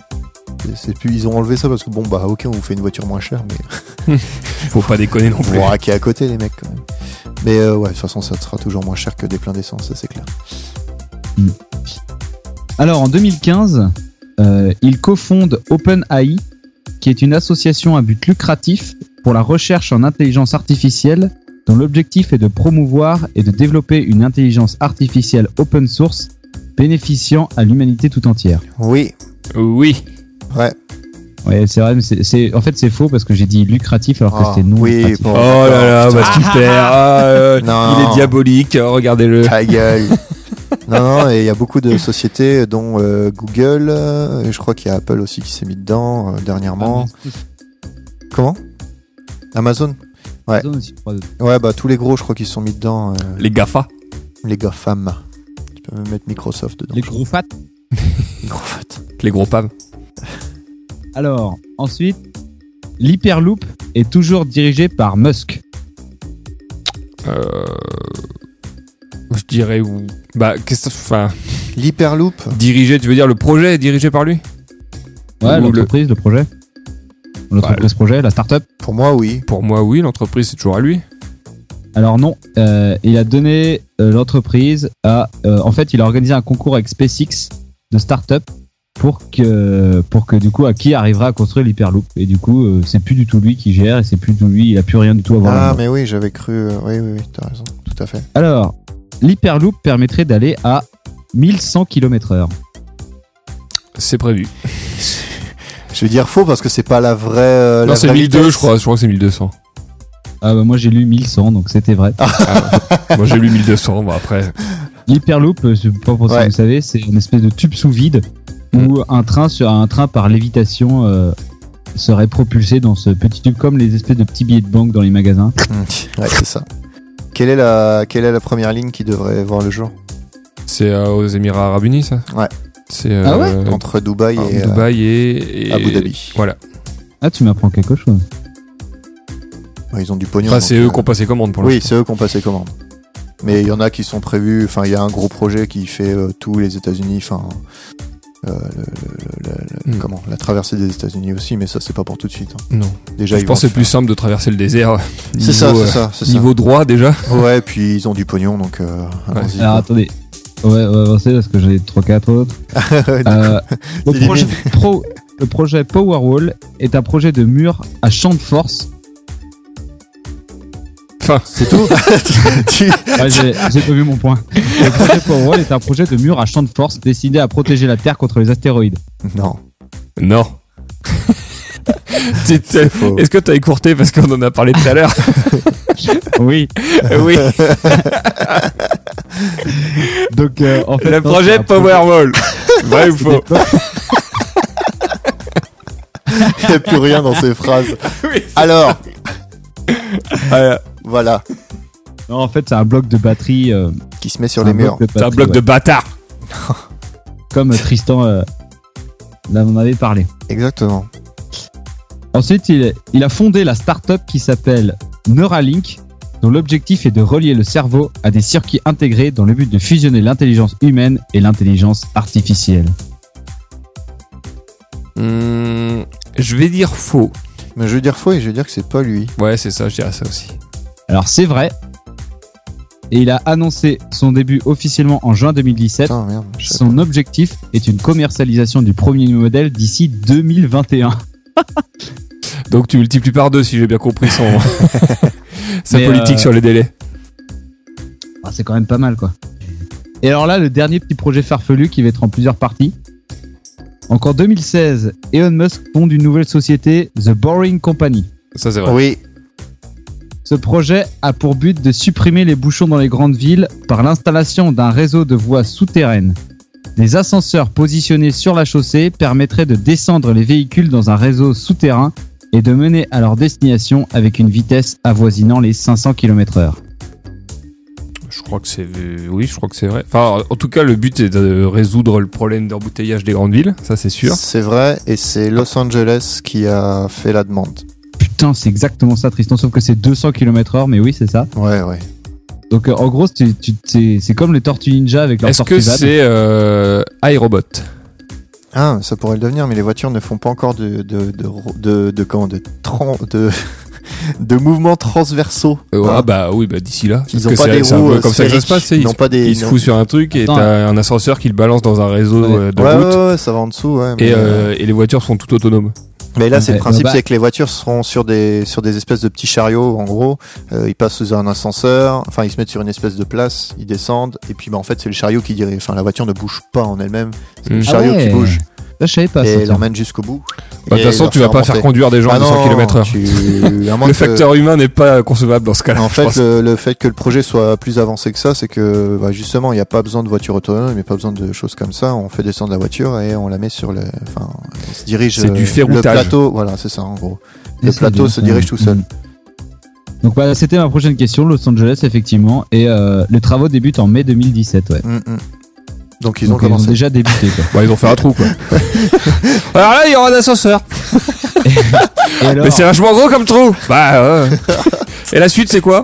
Speaker 2: c'est plus, ils ont enlevé ça parce que bon bah ok on vous fait une voiture moins chère mais
Speaker 1: Faut pas déconner non
Speaker 2: on
Speaker 1: plus.
Speaker 2: vous raquez à côté les mecs quand même. Mais euh, ouais de toute façon ça sera toujours moins cher que des pleins d'essence ça c'est clair.
Speaker 3: Alors en 2015, euh, il cofonde OpenAI, qui est une association à but lucratif pour la recherche en intelligence artificielle, dont l'objectif est de promouvoir et de développer une intelligence artificielle open source bénéficiant à l'humanité tout entière.
Speaker 2: Oui
Speaker 1: Oui.
Speaker 2: ouais.
Speaker 3: Ouais, c'est vrai, mais c'est, c'est- en fait c'est faux parce que j'ai dit lucratif alors que
Speaker 2: Ah,
Speaker 3: c'est non
Speaker 2: oui
Speaker 3: lucratif.
Speaker 2: bon,
Speaker 1: Oh là là,
Speaker 2: d'accord.
Speaker 1: bah super. Ah, euh,
Speaker 2: Non.
Speaker 1: il est diabolique, euh, regardez-le.
Speaker 2: (laughs) Ta gueule. non, non, et il y a beaucoup de sociétés, dont euh, Google, euh, et je crois qu'il y a Apple aussi qui s'est mis dedans euh, dernièrement. Comment Amazon
Speaker 3: Amazon aussi, je crois.
Speaker 2: Ouais, bah tous les gros, je crois qu'ils se sont mis dedans. euh,
Speaker 1: Les GAFA.
Speaker 2: les gars femmes. Tu peux même mettre Microsoft dedans.
Speaker 3: Les gros fat.
Speaker 2: Les gros fat.
Speaker 1: Les gros PAM.
Speaker 3: Alors ensuite, l'hyperloop est toujours dirigé par Musk.
Speaker 1: Euh, Je dirais. ou- Bah, qu'est-ce que. Enfin,
Speaker 2: L'Hyperloop.
Speaker 1: dirigé, tu veux dire le projet est dirigé par lui
Speaker 3: Ouais,
Speaker 1: Ou
Speaker 3: l'entreprise, le... projet. L'entreprise projet, la start-up.
Speaker 2: Pour moi, oui.
Speaker 1: Pour moi, oui, l'entreprise, c'est toujours à lui.
Speaker 3: Alors non, euh, il a donné euh, l'entreprise à... euh, en fait, il a organisé un concours avec SpaceX de start-up pour que, pour que du coup, à qui arrivera à construire l'Hyperloop. Et du coup, euh, c'est plus du tout lui qui gère et c'est plus du tout lui, il a plus rien du tout à voir.
Speaker 2: Ah,
Speaker 3: là-dedans.
Speaker 2: mais oui, j'avais cru. euh, oui, oui, oui, t'as raison. Tout à fait.
Speaker 3: Alors, l'Hyperloop permettrait d'aller à 1100 km heure.
Speaker 1: C'est prévu.
Speaker 2: Je vais dire faux parce que c'est pas la vraie. euh, la
Speaker 1: non, c'est
Speaker 2: vraie
Speaker 1: 1200,
Speaker 2: vitesse.
Speaker 1: je crois. Je crois que c'est 1200.
Speaker 3: Ah bah moi j'ai lu 1100, donc c'était vrai.
Speaker 1: Moi, j'ai lu 1200. Bon, après.
Speaker 3: L'Hyperloop, euh, je sais pas pour si
Speaker 2: Ouais.
Speaker 3: vous savez, c'est une espèce de tube sous vide où un train, sur, un train par lévitation euh, serait propulsé dans ce petit tube, comme les espèces de petits billets de banque dans les magasins.
Speaker 2: Mm. (laughs) Ouais, c'est ça. Quelle est, la, quelle est la première ligne qui devrait voir le jour
Speaker 1: C'est euh, aux Émirats Arabes Unis, ça
Speaker 2: Ouais.
Speaker 1: C'est euh,
Speaker 3: Ah ouais
Speaker 2: Entre Dubaï
Speaker 1: entre
Speaker 2: et, euh,
Speaker 1: Dubaï et, et-
Speaker 2: Abu Dhabi.
Speaker 1: Voilà.
Speaker 3: Ah, tu m'apprends quelque chose.
Speaker 2: ouais, ils ont du pognon.
Speaker 1: Enfin,
Speaker 2: donc,
Speaker 1: c'est eux
Speaker 2: euh,
Speaker 1: qui ont passé commande pour
Speaker 2: Oui, c'est eux qui ont passé commande. Mais il y en a qui sont prévus. Enfin, il y a un gros projet qui fait euh, tous les États-Unis. Enfin, euh, le- le- le- le-
Speaker 1: Hmm.
Speaker 2: comment la traversée des États-Unis aussi. Mais ça, c'est pas pour tout de suite. hein.
Speaker 1: l'instant. Non.
Speaker 2: Déjà,
Speaker 1: je
Speaker 2: ils
Speaker 1: pense que
Speaker 2: vont
Speaker 1: c'est plus simple de traverser le désert. euh,
Speaker 2: faire- C'est ça,
Speaker 1: niveau,
Speaker 2: c'est
Speaker 1: euh,
Speaker 2: ça, c'est ça.
Speaker 1: Niveau droit déjà.
Speaker 2: Ouais, puis ils ont du pognon, donc euh, allons-y, (laughs)
Speaker 3: Alors
Speaker 2: quoi.
Speaker 3: attendez, on va, on va avancer parce que j'en ai 3-4 autres.
Speaker 2: Du coup,
Speaker 3: Euh, le,
Speaker 2: t'élimines.
Speaker 3: projet pro- le projet Powerwall est un projet de mur à champ de force.
Speaker 1: Enfin,
Speaker 2: C'est tout. Tu-
Speaker 3: Ouais, J'ai j'ai pas vu mon point. Le projet Powerwall est un projet de mur à champ de force destiné à protéger la Terre contre les astéroïdes.
Speaker 2: Non,
Speaker 1: non.
Speaker 2: (laughs)
Speaker 1: C'est- c'est-
Speaker 2: faux.
Speaker 1: Est-ce que t'as écourté parce qu'on en a parlé tout à
Speaker 2: (laughs)
Speaker 1: l'heure
Speaker 3: Oui,
Speaker 1: Oui,
Speaker 3: donc euh, en fait.
Speaker 1: le
Speaker 3: non,
Speaker 1: projet
Speaker 3: c'est un projet-
Speaker 1: Powerwall. Vrai ou faux
Speaker 2: il n'y a plus rien dans ces phrases.
Speaker 1: Oui.
Speaker 2: Alors,
Speaker 1: (laughs) Euh,
Speaker 2: voilà,
Speaker 3: Non, en fait, c'est un bloc de batterie. euh,
Speaker 2: qui se met sur
Speaker 3: un
Speaker 1: Ah,
Speaker 2: les murs.
Speaker 3: bloc de
Speaker 1: C'est un
Speaker 3: batterie,
Speaker 1: bloc
Speaker 3: ouais.
Speaker 1: de bâtard.
Speaker 3: Comme Tristan euh, là, en avait parlé.
Speaker 2: Exactement.
Speaker 3: Ensuite, il, il a fondé la start-up qui s'appelle Neuralink, dont l'objectif est de relier le cerveau à des circuits intégrés dans le but de fusionner l'intelligence humaine et l'intelligence artificielle.
Speaker 1: Hmm, je vais dire faux.
Speaker 2: Mais je veux dire faux et je veux dire que c'est pas lui.
Speaker 1: Ouais, c'est ça, je dirais ça aussi.
Speaker 3: Alors, c'est vrai. Et il a annoncé son début officiellement en juin 2017.
Speaker 2: Putain, merde. je sais
Speaker 3: Son objectif est une commercialisation du premier modèle d'ici 2021.
Speaker 1: Donc tu multiplies par deux, si j'ai bien compris son sa
Speaker 3: Mais,
Speaker 1: politique
Speaker 3: euh,
Speaker 1: sur les délais.
Speaker 3: Ah, c'est quand même pas mal, quoi. Et alors là, le dernier petit projet farfelu qui va être en plusieurs parties. Donc en 2016, Elon Musk fonde une nouvelle société, The Boring Company.
Speaker 1: Ça c'est
Speaker 2: pas.
Speaker 1: vrai.
Speaker 2: Oui,
Speaker 3: Ce projet a pour but de supprimer les bouchons dans les grandes villes par l'installation d'un réseau de voies souterraines. Des ascenseurs positionnés sur la chaussée permettraient de descendre les véhicules dans un réseau souterrain et de mener à leur destination avec une vitesse avoisinant les 500 km/h.
Speaker 1: Je crois que c'est oui, je crois que c'est vrai. Enfin, en tout cas, le but est de résoudre le problème d'embouteillage des grandes villes, ça c'est sûr.
Speaker 2: c'est vrai et c'est Los Angeles qui a fait la demande.
Speaker 3: Putain, c'est exactement ça, Tristan, sauf que c'est 200 km/h, mais oui, c'est ça.
Speaker 2: Ouais, ouais.
Speaker 3: Donc euh, en gros, tu- tu- c'est c'est comme les Tortues Ninja avec leurs
Speaker 1: Est-ce que
Speaker 3: tortues vagues.
Speaker 1: c'est euh, iRobot
Speaker 2: Ah, ça pourrait le devenir, mais les voitures ne font pas encore de de de de, de comment de tran- de (laughs) de mouvements transversaux.
Speaker 1: Euh,
Speaker 2: Hein.
Speaker 1: Ah bah oui, bah d'ici là.
Speaker 2: Ils
Speaker 1: Parce
Speaker 2: n'ont
Speaker 1: que
Speaker 2: pas
Speaker 1: c'est-
Speaker 2: des
Speaker 1: c'est un peu
Speaker 2: roues euh,
Speaker 1: comme ça que ça se
Speaker 2: sphériques,
Speaker 1: passe. c'est-
Speaker 2: Ils
Speaker 1: Ils,
Speaker 2: n'ont pas des.
Speaker 1: ils se foutent sur un truc et
Speaker 3: Attends.
Speaker 1: t'as un ascenseur qui le balance dans un réseau
Speaker 3: Ouais.
Speaker 1: euh, de
Speaker 2: ouais,
Speaker 1: route.
Speaker 2: ouais, ouais, ça va en dessous. Ouais, mais,
Speaker 1: Et, euh, et les voitures sont toutes autonomes.
Speaker 2: mais là, c'est le
Speaker 3: Ouais,
Speaker 2: principe,
Speaker 3: bah-
Speaker 2: c'est que les voitures seront sur des sur des espèces de petits chariots. En gros, Euh, ils passent sous un ascenseur. Enfin, ils se mettent sur une espèce de place. Ils descendent. Et puis, bah, en fait, c'est le chariot qui dirige. Enfin, la voiture ne bouge pas en elle-même. C'est le
Speaker 1: Mm.
Speaker 2: chariot
Speaker 3: ouais.
Speaker 2: qui bouge
Speaker 3: Là, je savais pas. ça,
Speaker 2: et
Speaker 3: tiens.
Speaker 2: l'emmène jusqu'au bout.
Speaker 1: Bah, De
Speaker 2: Et
Speaker 1: toute façon,
Speaker 2: leur
Speaker 1: tu vas
Speaker 2: faire
Speaker 1: pas faire Bah
Speaker 2: monter.
Speaker 1: conduire des gens
Speaker 2: Ah
Speaker 1: à 200
Speaker 2: non,
Speaker 1: km/h. (laughs)
Speaker 2: tu- à moins
Speaker 1: Le
Speaker 2: que-
Speaker 1: facteur humain n'est pas concevable dans ce cas-là.
Speaker 2: En
Speaker 1: je
Speaker 2: fait,
Speaker 1: pense.
Speaker 2: le, le fait que le projet soit plus avancé que ça, c'est que bah, justement, il n'y a pas besoin de voiture autonome, il n'y a pas besoin de choses comme ça. On fait descendre la voiture et on la met sur le. Enfin, on se dirige.
Speaker 1: C'est
Speaker 2: euh,
Speaker 1: du
Speaker 2: Le
Speaker 1: ferroutage.
Speaker 2: plateau, voilà, c'est ça en gros. le
Speaker 3: Et c'est
Speaker 2: plateau
Speaker 3: bien,
Speaker 2: se
Speaker 3: ça.
Speaker 2: dirige tout seul.
Speaker 3: Mm. Donc voilà, c'était ma prochaine question, Los Angeles, effectivement. Et euh, les travaux débutent en mai 2017, ouais.
Speaker 2: Mm, mm. Donc ils
Speaker 3: Donc,
Speaker 2: ont commencé.
Speaker 3: déjà débuté,
Speaker 1: (laughs)
Speaker 3: quoi.
Speaker 1: Bah, ils ont fait un trou quoi. Alors là, il y aura un ascenseur.
Speaker 3: Et alors,
Speaker 1: Ah, Mais c'est vachement gros comme trou. Bah euh. (laughs) Et la suite c'est quoi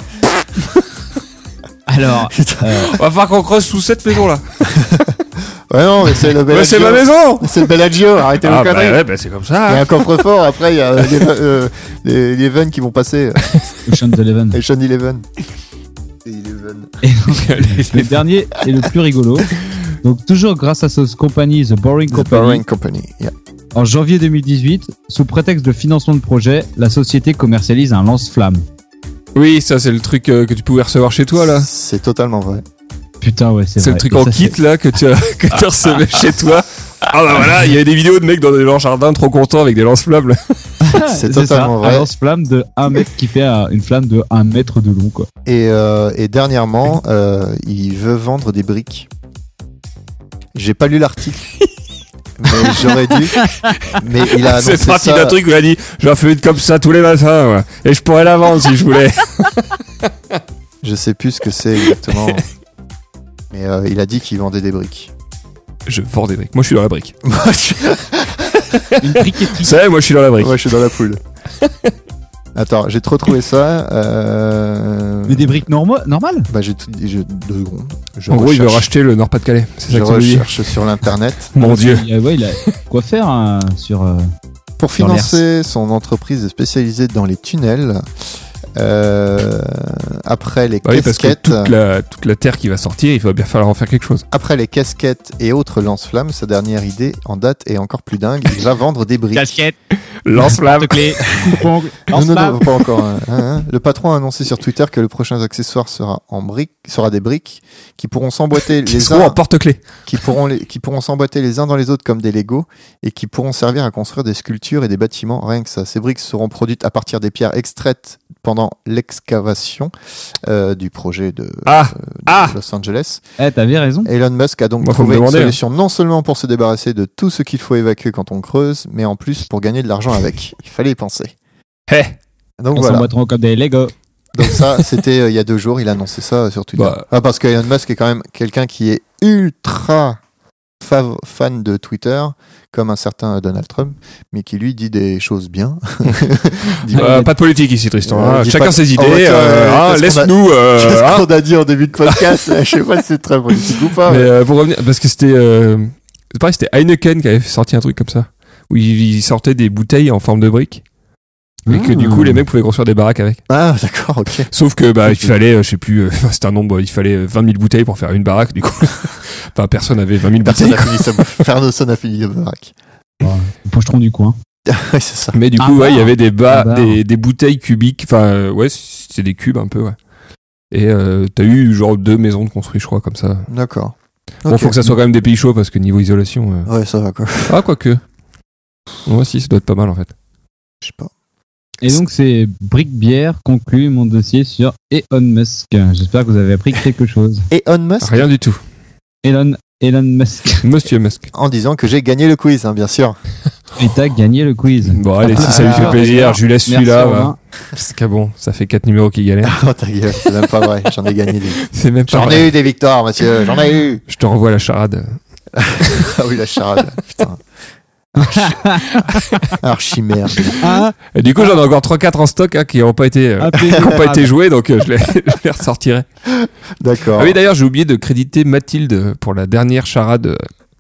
Speaker 3: alors, euh,
Speaker 1: On va falloir qu'on creuse sous cette maison là.
Speaker 2: Ouais, non, mais c'est
Speaker 1: (laughs)
Speaker 2: le
Speaker 1: Ouais,
Speaker 2: Bellagio.
Speaker 1: c'est ma maison.
Speaker 2: c'est le Bellagio, arrêtez vos
Speaker 1: Ah bah
Speaker 2: conneries.
Speaker 1: ouais, bah c'est comme
Speaker 2: Il y a
Speaker 1: ça. hein.
Speaker 2: un coffre-fort, après il y a euh, les, euh, les, les vannes qui vont passer, euh,
Speaker 3: Ocean's Eleven.
Speaker 1: (laughs)
Speaker 2: les Sean Eleven. Eleven.
Speaker 3: Le dernier et le plus rigolo. Donc toujours grâce à cette compagnie, The Boring
Speaker 2: The
Speaker 3: Company,
Speaker 2: Boring Company. yeah.
Speaker 3: en janvier 2018, sous prétexte de financement de projet, la société commercialise un lance-flamme.
Speaker 1: Oui, ça c'est le truc euh, que tu pouvais recevoir chez toi là.
Speaker 2: C'est totalement vrai.
Speaker 3: Putain, ouais, c'est
Speaker 1: C'est
Speaker 3: vrai.
Speaker 1: le truc
Speaker 3: Et
Speaker 1: en
Speaker 3: ça,
Speaker 1: kit
Speaker 3: c'est-
Speaker 1: là que tu as- (laughs) que tu recevais chez toi. Ah bah voilà, il y avait des vidéos de mecs dans des gens jardins trop contents avec des lance-flammes. là.
Speaker 2: C'est
Speaker 3: ça,
Speaker 2: totalement vrai.
Speaker 3: Un lance-flamme de 1 mètre qui fait euh, une flamme de 1 mètre de long, quoi.
Speaker 2: Et, euh, et dernièrement,
Speaker 1: (laughs)
Speaker 2: euh, il veut vendre des briques. J'ai pas lu l'article. mais j'aurais dû. Mais il a
Speaker 3: Ah,
Speaker 2: annoncé
Speaker 1: C'est parti
Speaker 2: ça.
Speaker 1: d'un truc où il a dit J'en fais une comme ça tous les matins, moi. et je pourrais la vendre si je voulais.
Speaker 2: Je sais plus ce que c'est exactement. mais euh, il a dit qu'il vendait des briques.
Speaker 1: Je vends des briques. Moi, je suis dans la brique. (laughs)
Speaker 2: moi, je...
Speaker 3: (laughs) Une briqueterie.
Speaker 1: Vous savez, moi, je suis dans la brique.
Speaker 2: moi, je suis dans la poule. Attends, j'ai trop trouvé ça. Euh...
Speaker 3: Mais des briques norma- normales
Speaker 2: Bah, j'ai tout dit. je- Deux secondes. Je
Speaker 1: en gros, il veut
Speaker 2: recherche-
Speaker 1: racheter le Nord-Pas-de-Calais. C'est ça
Speaker 2: Je
Speaker 1: que ça veut dire.
Speaker 2: recherche sur l'internet.
Speaker 1: Mon dieu.
Speaker 3: Il a, ouais, il a quoi faire hein, sur. euh,
Speaker 2: Pour
Speaker 3: Dans l'air.
Speaker 2: financer son entreprise spécialisée dans les tunnels, euh, après les
Speaker 1: Bah oui, parce que
Speaker 2: casquettes,
Speaker 1: toute la, toute la terre qui va sortir, il va bien falloir en faire quelque (laughs) chose.
Speaker 2: après les casquettes et autres lance-flammes, sa dernière idée en date est encore plus dingue.
Speaker 1: (laughs)
Speaker 2: Il va vendre des briques.
Speaker 3: Casquette,
Speaker 1: Lance-flamme.
Speaker 3: (laughs) porte-clés, coupe-ongles,
Speaker 2: Non, non,
Speaker 3: lance-flamme.
Speaker 2: non, pas encore. hein, hein. Le patron a annoncé sur Twitter que le prochain accessoire sera en briques, sera des briques qui pourront s'emboîter
Speaker 1: (laughs) Qui
Speaker 2: les
Speaker 1: seront en
Speaker 2: uns,
Speaker 1: porte-clés.
Speaker 2: qui pourront les- qui pourront s'emboîter les uns dans les autres comme des Lego et qui pourront servir à construire des sculptures et des bâtiments. Rien que ça. Ces briques seront produites à partir des pierres extraites pendant l'excavation euh, du projet de,
Speaker 1: Ah,
Speaker 2: euh, de
Speaker 1: ah.
Speaker 2: Los Angeles.
Speaker 3: Eh, t'avais raison.
Speaker 2: Elon Musk a donc
Speaker 1: Moi, faut
Speaker 2: trouvé
Speaker 1: me demander, hein.
Speaker 2: une solution non seulement pour se débarrasser de tout ce qu'il faut évacuer quand on creuse, mais en plus pour gagner de l'argent avec. Il fallait y penser.
Speaker 1: Eh.
Speaker 2: Donc
Speaker 3: On
Speaker 2: voilà.
Speaker 3: s'emboîteront comme des Lego.
Speaker 2: Donc ça, c'était euh, il y a deux jours, il a annoncé ça euh, sur Twitter.
Speaker 1: Bah.
Speaker 2: Ah, parce que Elon Musk est quand même quelqu'un qui est ultra fav- fan de Twitter, comme un certain euh, Donald Trump, mais qui lui dit des choses bien. Dit,
Speaker 1: Euh, pas de politique ici, Tristan.
Speaker 2: Euh,
Speaker 1: hein.
Speaker 2: dis
Speaker 1: Chacun
Speaker 2: pas-
Speaker 1: ses idées.
Speaker 2: Oh, ouais,
Speaker 1: euh,
Speaker 2: ouais,
Speaker 1: hein,
Speaker 2: qu'est-ce qu'on a-
Speaker 1: Laisse-nous. euh,
Speaker 2: (laughs) Qu'est-ce
Speaker 1: hein.
Speaker 2: qu'on a dit en début de podcast Je sais pas si c'est très politique ou pas.
Speaker 1: Mais
Speaker 2: mais-
Speaker 1: euh, pour revenir, parce que c'était. euh, c'est pareil, c'était Heineken qui avait sorti un truc comme ça. Où il, il sortait des bouteilles en forme de briques. Et que du coup, les mecs pouvaient construire des baraques avec.
Speaker 2: Ah, d'accord, ok.
Speaker 1: Sauf que, bah, il
Speaker 2: Ok.
Speaker 1: fallait, euh, je sais plus, euh, (laughs) c'était un nombre, il fallait euh, 20 000 bouteilles pour faire une baraque, du coup. (laughs) enfin, personne avait 20 000
Speaker 2: Personne
Speaker 1: bouteilles.
Speaker 2: n'a fini sa (laughs) Ferguson a fini sa (laughs) baraque.
Speaker 3: Le Pochetron Ah, du coin.
Speaker 2: Oui, c'est ça.
Speaker 1: Mais du
Speaker 3: Un
Speaker 1: coup, ouais, il y
Speaker 3: bar.
Speaker 1: avait des,
Speaker 3: Un
Speaker 1: bas,
Speaker 3: bar.
Speaker 1: des, des bouteilles cubiques. Enfin, euh, ouais, c'était des cubes un peu, ouais. Et euh, t'as eu genre deux maisons de construit, je crois, comme ça.
Speaker 2: D'accord.
Speaker 1: Bon,
Speaker 2: Ok.
Speaker 1: faut que ça soit quand même des pays chauds parce que niveau isolation. euh,
Speaker 2: Ouais, ça va quoi.
Speaker 3: Oh.
Speaker 1: Ah, quoique. Moi, si, ça doit être pas mal en fait.
Speaker 2: Je sais pas.
Speaker 3: Et donc, c'est Brick Bière conclut mon dossier sur Elon Musk. J'espère que vous avez appris quelque chose.
Speaker 2: Et Elon Musk
Speaker 1: Rien du tout.
Speaker 3: Elon, Elon Musk. (laughs)
Speaker 1: Monsieur Musk.
Speaker 2: en disant que j'ai gagné le quiz, hein, bien sûr. (laughs)
Speaker 3: Et t'as gagné le quiz.
Speaker 1: Bon, allez, si ça lui fait
Speaker 3: Ah,
Speaker 1: plaisir,
Speaker 3: d'accord.
Speaker 1: je lui laisse
Speaker 3: Merci
Speaker 1: celui-là. va.
Speaker 3: Romain.
Speaker 1: Parce que bon, ça fait quatre numéros qui
Speaker 3: (laughs)
Speaker 1: galèrent.
Speaker 2: Oh ta gueule, c'est même pas vrai. J'en ai gagné des.
Speaker 1: C'est même pas
Speaker 2: J'en
Speaker 1: vrai.
Speaker 2: ai eu des victoires, monsieur. J'en ai eu.
Speaker 1: Je te renvoie la charade.
Speaker 2: Ah oui, la charade. Putain. Archimère.
Speaker 1: (laughs)
Speaker 3: Ah,
Speaker 1: Et du coup, j'en ai encore 3-4 en stock hein, qui n'ont pas été, euh,
Speaker 3: appelez-le.
Speaker 1: qui ont pas été joués, donc euh, je, les, (laughs) je les ressortirai.
Speaker 2: D'accord.
Speaker 1: Ah oui, d'ailleurs, j'ai oublié de créditer Mathilde pour la dernière charade euh,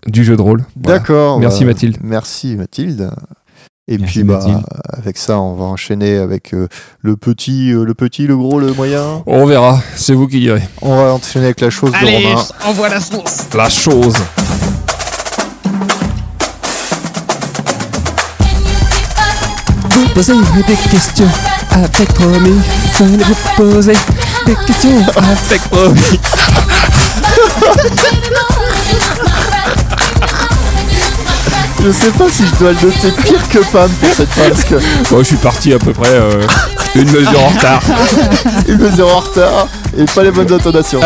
Speaker 1: du jeu de rôle. Voilà.
Speaker 2: D'accord.
Speaker 1: Merci,
Speaker 2: bah,
Speaker 1: Mathilde.
Speaker 2: Merci Mathilde. Et
Speaker 3: Merci,
Speaker 2: puis bah
Speaker 3: Mathilde.
Speaker 2: avec ça, on va enchaîner avec euh, le petit, euh, le petit, le gros, le moyen.
Speaker 1: On verra, c'est vous qui direz.
Speaker 2: On va enchaîner avec la chose de Romain.
Speaker 3: envoie la source.
Speaker 1: La chose.
Speaker 5: Vous posez des questions avec Romy. Vous posez des questions
Speaker 1: Avec Romy.
Speaker 2: Je sais pas si je dois le noter pire que Pam pour cette fois parce que
Speaker 1: Bon, je suis parti à peu près euh, une mesure en retard.
Speaker 2: (laughs) une mesure en retard et pas les bonnes intonations.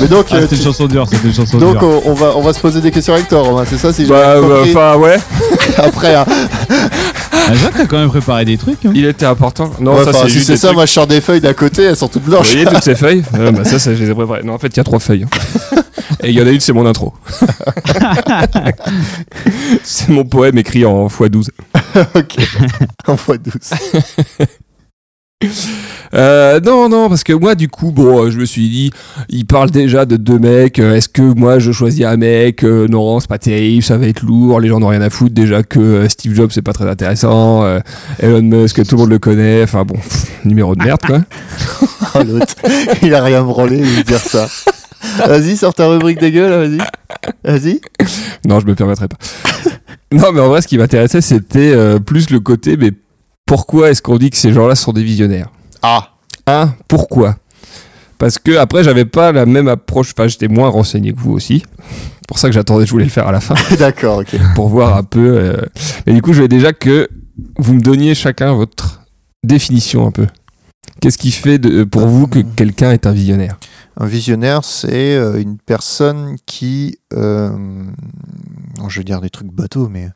Speaker 2: Mais donc,
Speaker 3: Ah,
Speaker 2: euh,
Speaker 3: c'était une
Speaker 2: tu-
Speaker 3: chanson dure, c'était une chanson
Speaker 2: donc
Speaker 3: dure.
Speaker 2: on, on va on va se poser des questions avec toi, Romain. C'est ça si j'ai
Speaker 1: Bah,
Speaker 2: bien
Speaker 1: bah,
Speaker 2: compris
Speaker 1: enfin, ouais.
Speaker 2: après. hein.
Speaker 3: Ah, Jacques, t'as quand même préparé des trucs. hein.
Speaker 1: Il était important. Non,
Speaker 2: Ouais,
Speaker 1: ça,
Speaker 2: enfin,
Speaker 1: c'est
Speaker 2: si
Speaker 1: juste
Speaker 2: c'est
Speaker 1: des
Speaker 2: ça,
Speaker 1: trucs.
Speaker 2: moi je sors des feuilles d'à côté, elles sont toutes
Speaker 1: Vous
Speaker 2: blanches.
Speaker 1: voyez toutes ces feuilles Euh, bah, Ça, ça, je les ai préparées. Non, en fait, il y a trois
Speaker 2: (laughs)
Speaker 1: feuilles. Et il y en a une, c'est mon intro. c'est mon poème écrit en x12.
Speaker 2: (laughs) ok. En voix douce.
Speaker 1: Euh, non, non, parce que moi, du coup, bon, euh, je me suis dit, il parle déjà de deux mecs. euh, Est-ce que moi, je choisis un mec Euh, Non, c'est pas terrible, ça va être lourd. Les gens n'ont rien à foutre. Déjà que euh, Steve Jobs, c'est pas très intéressant. euh, Elon Musk, tout le monde le connaît. Enfin, bon, pff, numéro de merde, quoi.
Speaker 2: Oh, l'autre. Il a rien branlé de dire ça. Vas-y, sors ta rubrique des gueules, vas-y. Vas-y.
Speaker 1: Non, je me permettrai pas. (laughs) non, mais en vrai, ce qui m'intéressait, c'était euh, plus le côté, mais pourquoi est-ce qu'on dit que ces gens-là sont des visionnaires
Speaker 2: Ah.
Speaker 1: Hein Pourquoi Parce que après, j'avais pas la même approche. Enfin, j'étais moins renseigné que vous aussi. C'est pour ça que j'attendais, je voulais le faire à la fin
Speaker 2: (laughs) D'accord, ok.
Speaker 1: pour voir un peu. euh. Et du coup, je voulais déjà que vous me donniez chacun euh, Ah. votre définition un peu. Qu'est-ce qui fait de, pour vous que quelqu'un est un visionnaire
Speaker 2: Un visionnaire, c'est euh, une personne qui, euh, non, je veux dire des trucs bateaux, mais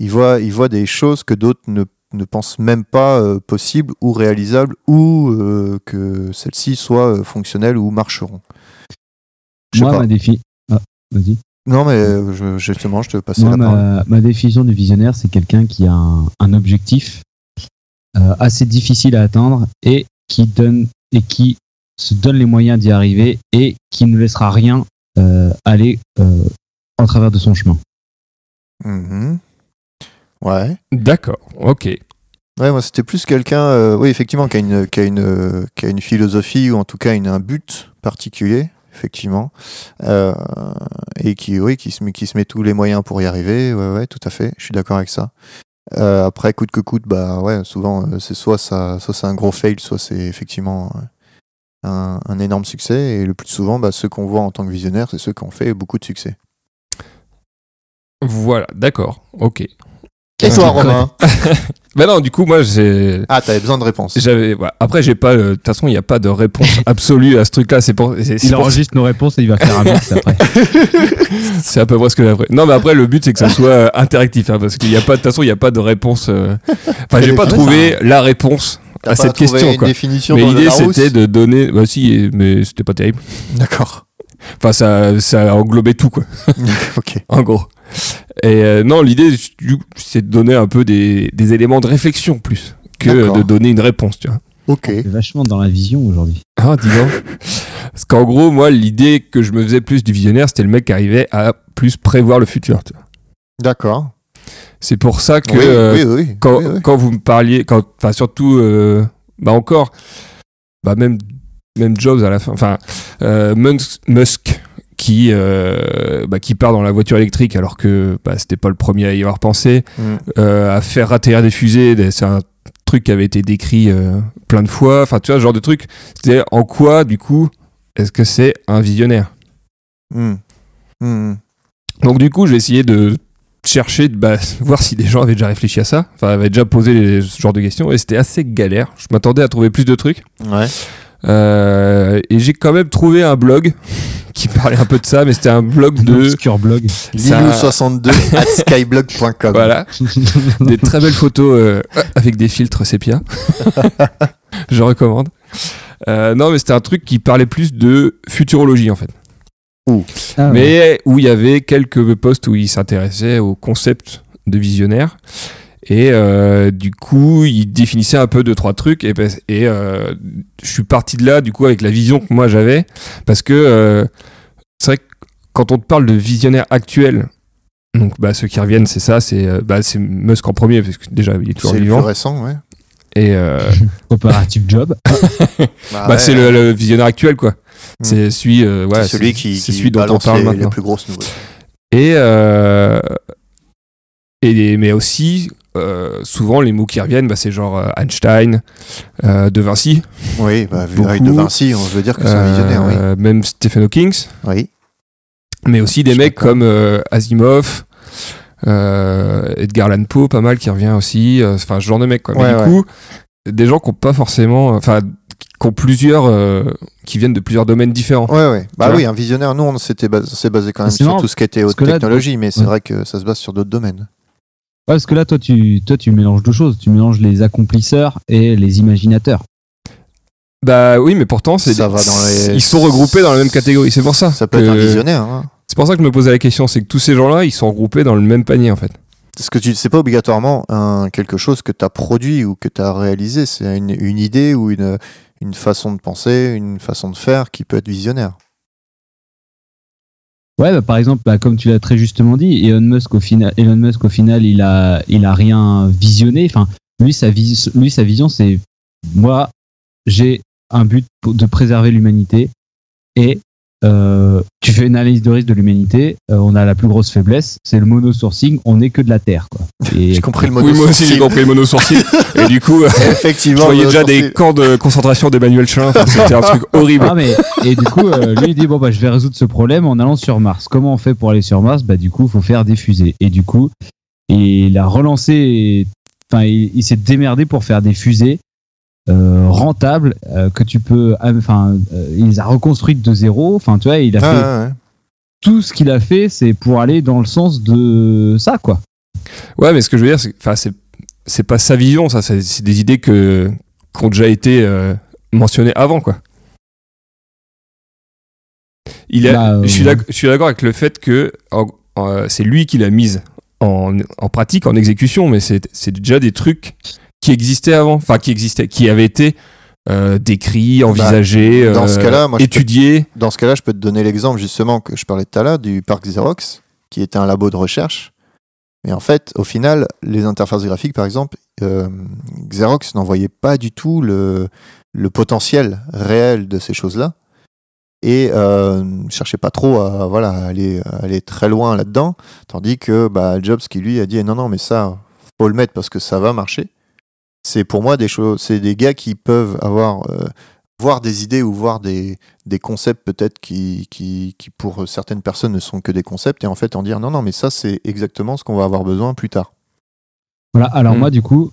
Speaker 2: il voit, il voit des choses que d'autres ne, ne pensent même pas euh, possibles ou réalisables ou euh, que celles-ci soient euh, fonctionnelles ou marcheront. Je sais
Speaker 3: Moi,
Speaker 2: pas.
Speaker 3: ma défi. Ah, vas-y.
Speaker 2: Non, mais euh, je- justement, je te passais
Speaker 3: Moi,
Speaker 2: la parole.
Speaker 3: ma, ma définition du visionnaire, c'est quelqu'un qui a un, un objectif euh, assez difficile à atteindre et qui donne et qui se donne les moyens d'y arriver et qui ne laissera rien euh, aller euh, en travers de son chemin.
Speaker 2: Mhm. Ouais.
Speaker 1: D'accord, ok.
Speaker 2: Ouais, moi c'était plus quelqu'un, euh, oui effectivement, qui a une, qui a une, euh, qui a une philosophie ou en tout cas une, un but particulier, effectivement, Euh, et qui, oui, qui se, met- qui se met tous les moyens pour y arriver. Ouais, ouais, tout à fait. Je suis d'accord avec ça. Euh, après, coûte que coûte, bah ouais, souvent euh, c'est soit ça, soit c'est un gros fail, soit c'est effectivement euh, un, un énorme succès. Et le plus souvent, bah, ceux qu'on voit en tant que visionnaire, c'est ceux qui ont fait beaucoup de succès.
Speaker 1: Voilà, d'accord, ok.
Speaker 2: Et toi,
Speaker 3: Ouais.
Speaker 2: Romain
Speaker 1: Bah non, du coup, moi, j'ai.
Speaker 2: Ah, t'avais besoin de réponse.
Speaker 1: J'avais. voilà. Après, j'ai pas. euh, De toute façon, il n'y a pas de réponse (laughs) absolue à ce truc-là. C'est pour. c'est- c'est
Speaker 3: Il
Speaker 1: pour-
Speaker 3: enregistre nos réponses et il va faire
Speaker 1: (laughs)
Speaker 3: un mix après.
Speaker 1: C'est à peu près ce que la vraie- Non, mais après, le but, c'est que (laughs) ça soit euh, interactif. hein, parce qu'il n'y a pas. De toute façon, il n'y a pas de réponse. (laughs) euh, Enfin, j'ai pas
Speaker 2: Ouais,
Speaker 1: trouvé la réponse
Speaker 2: T'as
Speaker 1: à
Speaker 2: pas
Speaker 1: cette
Speaker 2: trouvé
Speaker 1: question,
Speaker 2: une
Speaker 1: quoi.
Speaker 2: définition
Speaker 1: Mais
Speaker 2: dans le
Speaker 1: l'idée,
Speaker 2: Larousse
Speaker 1: c'était de donner. Bah, si, mais c'était pas terrible.
Speaker 2: D'accord.
Speaker 1: Enfin, ça, ça a englobé tout, quoi,
Speaker 2: ok.
Speaker 1: en gros. Et euh, non, l'idée, du- c'est de donner un peu des, des éléments de réflexion plus que euh,
Speaker 2: D'accord.
Speaker 1: de donner une réponse, tu vois.
Speaker 2: Ok.
Speaker 3: Il est vachement dans la vision aujourd'hui.
Speaker 1: Ah, dis donc. (laughs) Parce qu'en gros, moi, l'idée que je me faisais plus du visionnaire, c'était le mec qui arrivait à plus prévoir le futur. tu vois.
Speaker 2: D'accord.
Speaker 1: C'est pour ça que
Speaker 2: oui,
Speaker 1: euh,
Speaker 2: oui, oui,
Speaker 1: quand,
Speaker 2: oui, oui.
Speaker 1: quand vous me parliez, quand, enfin surtout, euh, bah encore, bah même même Jobs à la fin, enfin euh, Muns- Musk qui euh, bah, qui part dans la voiture électrique alors que bah, c'était pas le premier à y avoir pensé,
Speaker 2: Mm.
Speaker 1: euh, à faire atterrir des fusées, des- c'est un truc qui avait été décrit euh, plein de fois, enfin tu vois ce genre de truc. C'est en quoi du coup est-ce que c'est un visionnaire
Speaker 2: Mm. Mm.
Speaker 1: donc du coup, j'ai essayé de chercher, de bah, voir si des gens avaient déjà réfléchi à ça, enfin avaient déjà posé les- ce genre de questions, et c'était assez galère. Je m'attendais à trouver plus de trucs.
Speaker 2: Ouais.
Speaker 1: Euh, et j'ai quand même trouvé un blog (laughs) qui parlait un peu de ça, mais c'était un blog
Speaker 3: Un
Speaker 1: de...
Speaker 3: obscur blog.
Speaker 1: ça- (laughs)
Speaker 2: Lilou62 at skyblog.com.
Speaker 1: Voilà, des très belles photos euh, avec des filtres sépia. Je recommande. Euh, non, mais c'était un truc qui parlait plus de futurologie en fait.
Speaker 3: Ah, ouais.
Speaker 1: mais où il y avait quelques postes où il s'intéressait au concept de visionnaire. Et euh, du coup, il définissait un peu deux, trois trucs. Et, parce- et euh, je suis parti de là, du coup, avec la vision que moi j'avais. Parce que euh, c'est vrai que quand on te parle de visionnaire actuel, donc bah, ceux qui reviennent, c'est ça, c'est euh, bah, c'est Musk en premier, parce que déjà, il est toujours
Speaker 2: C'est le plus
Speaker 1: vivant.
Speaker 2: récent, ouais.
Speaker 1: Et euh,
Speaker 3: Coopérative job.
Speaker 2: Bah,
Speaker 1: bah,
Speaker 2: ouais,
Speaker 1: c'est le, le visionnaire actuel, quoi.
Speaker 2: Mm.
Speaker 1: C'est celui, euh,
Speaker 2: c'est
Speaker 1: ouais,
Speaker 2: celui
Speaker 1: c'est-
Speaker 2: qui,
Speaker 1: c'est
Speaker 2: qui
Speaker 1: celui dont on
Speaker 2: balance
Speaker 1: parle
Speaker 2: les,
Speaker 1: maintenant.
Speaker 2: les plus
Speaker 1: (laughs)
Speaker 2: grosses nouvelles.
Speaker 1: Et, euh, et les- mais aussi, euh, souvent, les mots qui reviennent, bah, c'est genre euh, Einstein, euh, De Vinci,
Speaker 2: Oui, bah, vu
Speaker 1: Beaucoup.
Speaker 2: l'œil de Vinci, on veut dire que c'est un
Speaker 1: euh,
Speaker 2: visionnaire, oui.
Speaker 1: même Stephen Hawking,
Speaker 2: Oui.
Speaker 1: mais aussi des
Speaker 2: Je
Speaker 1: mecs
Speaker 2: comprends.
Speaker 1: comme euh, Asimov, euh, Edgar Allan Poe, pas mal qui revient aussi, euh, enfin, ce genre de mecs. Quoi. Mais
Speaker 2: Ouais,
Speaker 1: du
Speaker 2: ouais.
Speaker 1: coup, des gens qui ont pas forcément, euh, enfin, qui ont plusieurs, euh, qui viennent de plusieurs domaines différents.
Speaker 2: Ouais, ouais. Bah
Speaker 1: vois
Speaker 2: oui, un visionnaire, nous, on s'était bas- s'est basé quand même
Speaker 3: C'est
Speaker 2: sur
Speaker 3: marrant,
Speaker 2: tout ce qui était haute
Speaker 3: que là,
Speaker 2: technologie, mais c'est
Speaker 3: ouais.
Speaker 2: vrai que ça se base sur d'autres domaines.
Speaker 3: Ouais, parce que là, toi tu, toi, tu mélanges deux choses. Tu mélanges les accomplisseurs et les imaginateurs.
Speaker 1: Bah oui, mais pourtant, c'est
Speaker 2: Ça
Speaker 1: des-
Speaker 2: va dans les-
Speaker 1: ils sont regroupés dans la même catégorie. C'est pour ça.
Speaker 2: Ça peut être un
Speaker 1: que-
Speaker 2: visionnaire. hein.
Speaker 1: C'est pour ça que je me posais la question, c'est que tous ces gens-là, ils sont regroupés dans le même panier en fait.
Speaker 2: Parce que tu c'est pas obligatoirement un, quelque chose que tu as produit ou que tu as réalisé. C'est une, une idée ou une, une façon de penser, une façon de faire qui peut être visionnaire.
Speaker 3: Ouais, bah, par exemple, bah, comme tu l'as très justement dit, Elon Musk au final, Elon Musk au final, il a, il a rien visionné. Enfin, lui, sa, vis- lui, sa vision, c'est moi, j'ai un but pour- de préserver l'humanité et euh, tu fais une analyse de risque de l'humanité. euh, on a la plus grosse faiblesse, c'est le monosourcing. On n'est que de la terre, quoi.
Speaker 2: (laughs)
Speaker 3: Et
Speaker 2: J'ai compris le mot
Speaker 1: Oui, moi aussi j'ai
Speaker 2: sourcil.
Speaker 1: compris mono sourcil. Et du coup, euh, je
Speaker 2: Effectivement.
Speaker 1: voyais
Speaker 2: le
Speaker 1: déjà des
Speaker 2: sourcil.
Speaker 1: camps de concentration d'Emmanuel Chalin. Enfin, C'était un truc horrible.
Speaker 3: Ah, mais et du coup, euh, lui il dit bon bah je vais résoudre ce problème en allant sur Mars. Comment on fait pour aller sur Mars Bah du coup, faut faire des fusées. Et du coup, il a relancé, enfin il, il s'est démerdé pour faire des fusées euh, rentable euh, que tu peux. Enfin, euh, il les a reconstruites de zéro. Enfin, tu vois, il a
Speaker 2: Ah, Ouais,
Speaker 3: fait
Speaker 2: ouais, ouais.
Speaker 3: tout ce qu'il a fait, c'est pour aller dans le sens de ça, quoi.
Speaker 1: Ouais, mais ce que je veux dire, c'est que- enfin, c'est c'est pas sa vision, ça, c'est c'est des idées que qui ont déjà été euh, mentionnées avant, quoi. Il a,
Speaker 3: Bah, euh,
Speaker 1: je suis
Speaker 3: ouais.
Speaker 1: d'ac- je suis d'accord avec le fait que en- en- c'est lui qui l'a mise en, en pratique, en exécution, mais c'est c'est déjà des trucs qui existaient avant, enfin qui existaient, qui avaient été euh, décrits, envisagés,
Speaker 2: Bah, dans ce
Speaker 1: euh,
Speaker 2: cas-là, moi, je peux-
Speaker 1: étudiés.
Speaker 2: Dans ce cas-là, je peux te donner l'exemple justement que je parlais tout à l'heure du parc Xerox, qui était un labo de recherche. Mais en fait, au final, les interfaces graphiques, par exemple, euh, Xerox n'envoyait pas du tout le, le potentiel réel de ces choses-là. Et euh, ne cherchait pas trop à, voilà, à aller, à aller très loin là-dedans. Tandis que bah, Jobs, qui lui a dit non, non, mais ça, faut le mettre parce que ça va marcher. C'est pour moi des choses, c'est des gars qui peuvent avoir, euh, voir des idées ou voir des, des concepts peut-être qui, qui, qui pour certaines personnes ne sont que des concepts et en fait en dire non non mais ça c'est exactement ce qu'on va avoir besoin plus tard.
Speaker 3: Voilà, alors
Speaker 1: Mm.
Speaker 3: moi, du coup,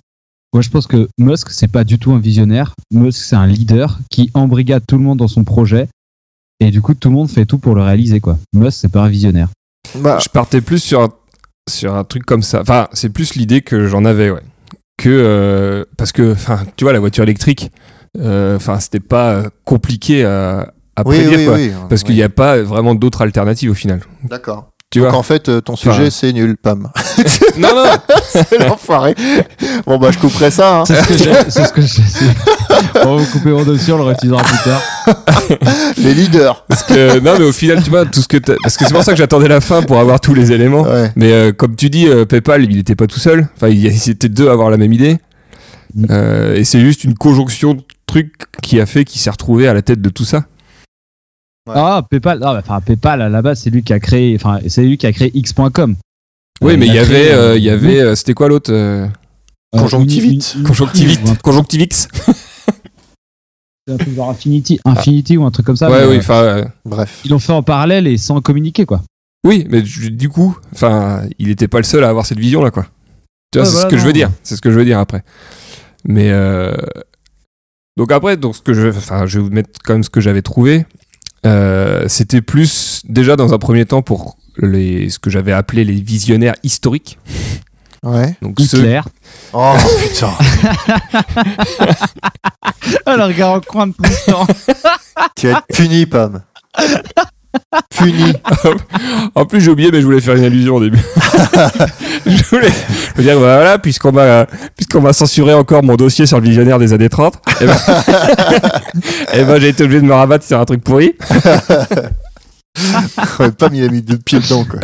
Speaker 3: moi, je pense que Musk, c'est pas du tout un visionnaire. Musk, c'est un leader qui embrigade tout le monde dans son projet. Et du coup, tout le monde fait tout pour le réaliser, quoi. Musk, c'est pas un visionnaire.
Speaker 2: Bah,
Speaker 1: Je partais plus sur un, sur un truc comme ça. Enfin, c'est plus l'idée que j'en avais, ouais. Que, euh, parce que, enfin, tu vois, la voiture électrique, euh, enfin, c'était pas euh, compliqué à, à
Speaker 2: oui,
Speaker 1: prédire,
Speaker 2: oui,
Speaker 1: quoi.
Speaker 2: oui.
Speaker 1: Parce qu'il
Speaker 2: Oui.
Speaker 1: n'y a pas vraiment d'autres alternatives au final.
Speaker 2: D'accord.
Speaker 1: Tu
Speaker 2: Donc
Speaker 1: vois
Speaker 2: en fait euh, ton
Speaker 1: Enfin-
Speaker 2: sujet c'est nul Pam.
Speaker 1: (laughs) Non, non
Speaker 2: L'enfoiré. Bon bah je couperai ça. hein.
Speaker 3: C'est ce que j'ai. c'est ce que j'ai- c'est- (laughs) On va vous couper en deux sur, on le réutilisera plus tard.
Speaker 2: Les leaders.
Speaker 1: parce que- Non, mais au final, tu vois, tout ce que t'as- Parce que c'est pour ça que j'attendais la fin pour avoir tous les éléments.
Speaker 2: Ouais.
Speaker 1: Mais euh, comme tu dis, euh, PayPal, il n'était pas tout seul. Enfin, il y a- ils étaient deux à avoir la même idée.
Speaker 3: Mm.
Speaker 1: Euh, et c'est juste une conjonction de trucs qui a fait qu'il s'est retrouvé à la tête de tout ça.
Speaker 3: Ah, PayPal, ah, bah, enfin, PayPal, à la base, c'est lui qui a créé, enfin, c'est lui qui a créé X.com.
Speaker 1: Oui,
Speaker 3: Euh,
Speaker 1: mais il y
Speaker 3: a
Speaker 1: avait,
Speaker 3: créé,
Speaker 1: euh,
Speaker 3: euh,
Speaker 1: il y avait, euh, c'était quoi l'autre euh,
Speaker 3: euh,
Speaker 2: Conjonctivite.
Speaker 3: une- une- ou un-
Speaker 1: Conjonctivite, conjonctivix.
Speaker 3: un truc genre Infinity, Infinity ou un truc comme ça.
Speaker 1: ouais,
Speaker 3: mais,
Speaker 1: oui,
Speaker 3: euh,
Speaker 1: enfin, euh,
Speaker 2: Bref.
Speaker 3: Ils l'ont fait en parallèle et sans communiquer, quoi.
Speaker 1: oui, mais du du coup, enfin, il n'était pas le seul à avoir cette vision là, quoi. Tu vois,
Speaker 3: Ouais,
Speaker 1: c'est ce
Speaker 3: voilà,
Speaker 1: que je veux
Speaker 3: non.
Speaker 1: dire. C'est ce que je veux dire après. Mais euh, donc après, donc ce que je, enfin, je vais vous mettre quand même ce que j'avais trouvé. Euh, c'était plus déjà dans un premier temps pour les, ce que j'avais appelé les visionnaires historiques.
Speaker 2: Ouais.
Speaker 1: Donc ceux
Speaker 3: Hitler.
Speaker 2: (laughs) Oh putain.
Speaker 3: Ah, le regard en coin de tout le temps.
Speaker 2: tu vas être
Speaker 1: (laughs)
Speaker 2: puni Pam. Puni.
Speaker 1: En plus, j'ai oublié, mais je voulais faire une allusion au
Speaker 2: (laughs)
Speaker 1: début. je voulais je voulais dire, bah, voilà, puisqu'on m'a, puisqu'on m'a censuré encore mon dossier sur le visionnaire des années 30, et ben, (laughs) eh ben, j'ai été obligé de me rabattre sur un truc
Speaker 2: (laughs)
Speaker 1: pourri.
Speaker 2: Ouais, Pam il a mis deux pieds dedans quoi.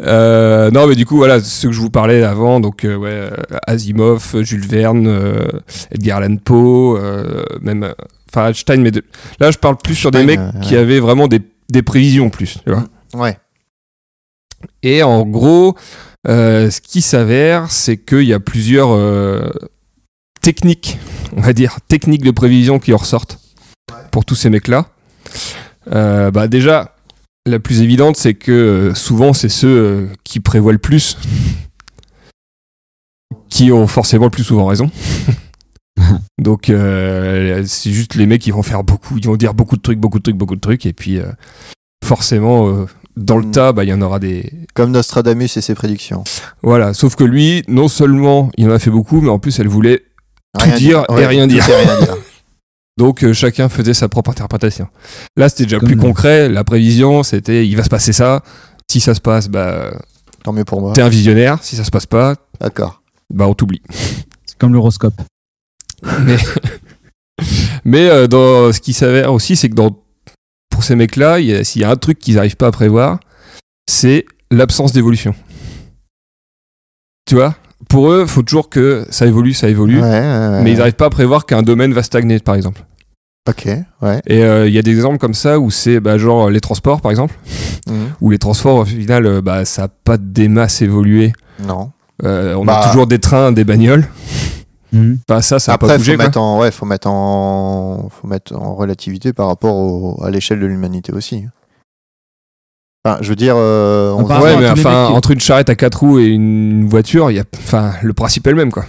Speaker 1: Euh, non, mais du coup, voilà, ceux que je vous parlais avant, donc, euh, ouais, euh, Asimov, Jules Verne, euh, Edgar Allan Poe, euh, même, euh, enfin, Einstein, mais de- là, je parle plus sur des mecs
Speaker 2: Einstein, euh,
Speaker 1: qui avaient vraiment des, des prévisions plus, tu vois.
Speaker 2: Ouais.
Speaker 1: Et en gros, euh, ce qui s'avère, c'est qu'il y a plusieurs euh, techniques, on va dire, techniques de prévision qui en ressortent pour tous ces mecs-là. Euh, bah déjà, la plus évidente, c'est que euh, souvent, c'est ceux euh, qui prévoient le plus qui ont forcément le plus souvent raison. Donc, euh, c'est juste les mecs qui vont faire beaucoup, ils vont dire beaucoup de trucs, beaucoup de trucs, beaucoup de trucs, et puis euh, forcément, euh, dans le
Speaker 2: Mm.
Speaker 1: tas, bah, il y en aura des,
Speaker 2: Comme Nostradamus et ses prédictions.
Speaker 1: voilà, sauf que lui, non seulement il en a fait beaucoup, mais en plus elle voulait. Tout dire et
Speaker 2: Ouais,
Speaker 1: rien
Speaker 2: tout
Speaker 1: dire.
Speaker 2: et rien dire.
Speaker 1: Donc euh, chacun faisait sa propre interprétation. Là, c'était déjà
Speaker 3: Comme
Speaker 1: plus
Speaker 3: nous.
Speaker 1: concret. La prévision, c'était il va se passer ça. Si ça se passe, bah
Speaker 3: Ah.
Speaker 2: Tant mieux pour moi.
Speaker 1: t'es un visionnaire. Si ça se passe pas,
Speaker 2: D'accord.
Speaker 1: bah on
Speaker 3: (laughs)
Speaker 1: t'oublie.
Speaker 3: (laughs) C'est comme l'horoscope.
Speaker 1: Mais euh, dans ce qui s'avère aussi, c'est que dans pour ces mecs-là, il y a- s'il y a un truc qu'ils n'arrivent pas à prévoir, c'est l'absence d'évolution. Tu vois, pour eux, faut toujours que ça évolue, ça évolue.
Speaker 2: Ouais, ouais, ouais.
Speaker 1: Mais ils n'arrivent pas à prévoir qu'un domaine va stagner, par exemple.
Speaker 2: Ok, ouais.
Speaker 1: Et euh, il y a des exemples comme ça où c'est bah, genre les transports par exemple,
Speaker 2: Mhm.
Speaker 1: où les transports au final euh, bah, ça n'a pas des masses évolué.
Speaker 2: Non.
Speaker 1: Euh, on
Speaker 2: Bah.
Speaker 1: a toujours des trains, des bagnoles.
Speaker 3: Mhm.
Speaker 1: Bah, ça, ça n'a
Speaker 2: Après,
Speaker 1: pas
Speaker 2: faut
Speaker 1: bougé. quoi.
Speaker 2: mettre en, ouais, faut mettre en, faut mettre en relativité par rapport au- à l'échelle de l'humanité aussi. Enfin, je veux dire, euh, on-
Speaker 3: Par rapport
Speaker 1: Ouais,
Speaker 3: à
Speaker 1: mais
Speaker 3: tous les
Speaker 1: enfin,
Speaker 3: mecs qui-
Speaker 1: entre une charrette à quatre roues et une voiture, il y a, enfin, le principe est le même quoi.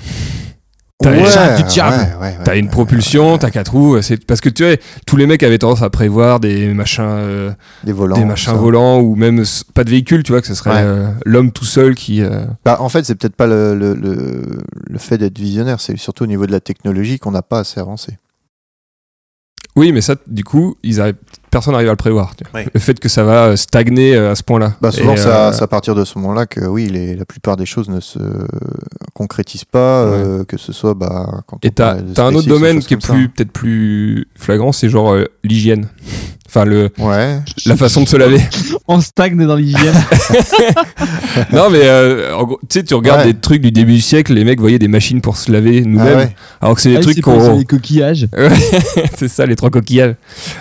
Speaker 1: T'as
Speaker 3: Ouais.
Speaker 1: une-
Speaker 3: chat du diable.
Speaker 2: ouais, ouais.
Speaker 1: T'as une propulsion, t'as quatre roues, euh, c'est parce que tu sais, tous les mecs avaient tendance à prévoir des machins, euh,
Speaker 2: des volants.
Speaker 1: des machins
Speaker 2: ça.
Speaker 1: volants ou même s- pas de véhicule, tu vois, que ce serait
Speaker 2: Ouais.
Speaker 1: euh, l'homme tout seul qui. euh,
Speaker 2: Bah, en fait, c'est peut-être pas le, le, le, le fait d'être visionnaire, c'est surtout au niveau de la technologie qu'on n'a pas assez avancé.
Speaker 1: Oui, mais ça, du coup, ils arrivent- personne n'arrive à le prévoir. tu vois.
Speaker 2: Ouais.
Speaker 1: Le fait que ça va euh, stagner euh, à ce point-là.
Speaker 2: Bah, souvent,
Speaker 1: Et,
Speaker 2: c'est
Speaker 1: euh,
Speaker 2: à- c'est à partir de ce moment-là que oui, les, la plupart des choses ne se concrétisent pas, euh, que ce soit bah, quand
Speaker 1: Et
Speaker 2: on
Speaker 1: t'as
Speaker 2: parle de
Speaker 1: t'as un autre
Speaker 2: SpaceX ou
Speaker 1: domaine
Speaker 2: choses
Speaker 1: qui est
Speaker 2: comme ça.
Speaker 1: plus peut-être plus flagrant, c'est genre euh, l'hygiène. Enfin, le,
Speaker 2: Ouais,
Speaker 1: la façon de se
Speaker 2: (laughs)
Speaker 3: (laughs)
Speaker 1: laver.
Speaker 3: On stagne dans l'hygiène.
Speaker 1: non, mais euh, en gros, tu sais, tu regardes
Speaker 2: Ouais.
Speaker 1: des trucs du début du siècle, les mecs voyaient des machines pour se laver nous-mêmes,
Speaker 2: Ah ouais.
Speaker 1: alors que c'est des
Speaker 3: Ah,
Speaker 1: trucs
Speaker 3: c'est pour ça,
Speaker 1: qu'on. (laughs)
Speaker 3: les coquillages.
Speaker 1: c'est ça, les trois coquillages.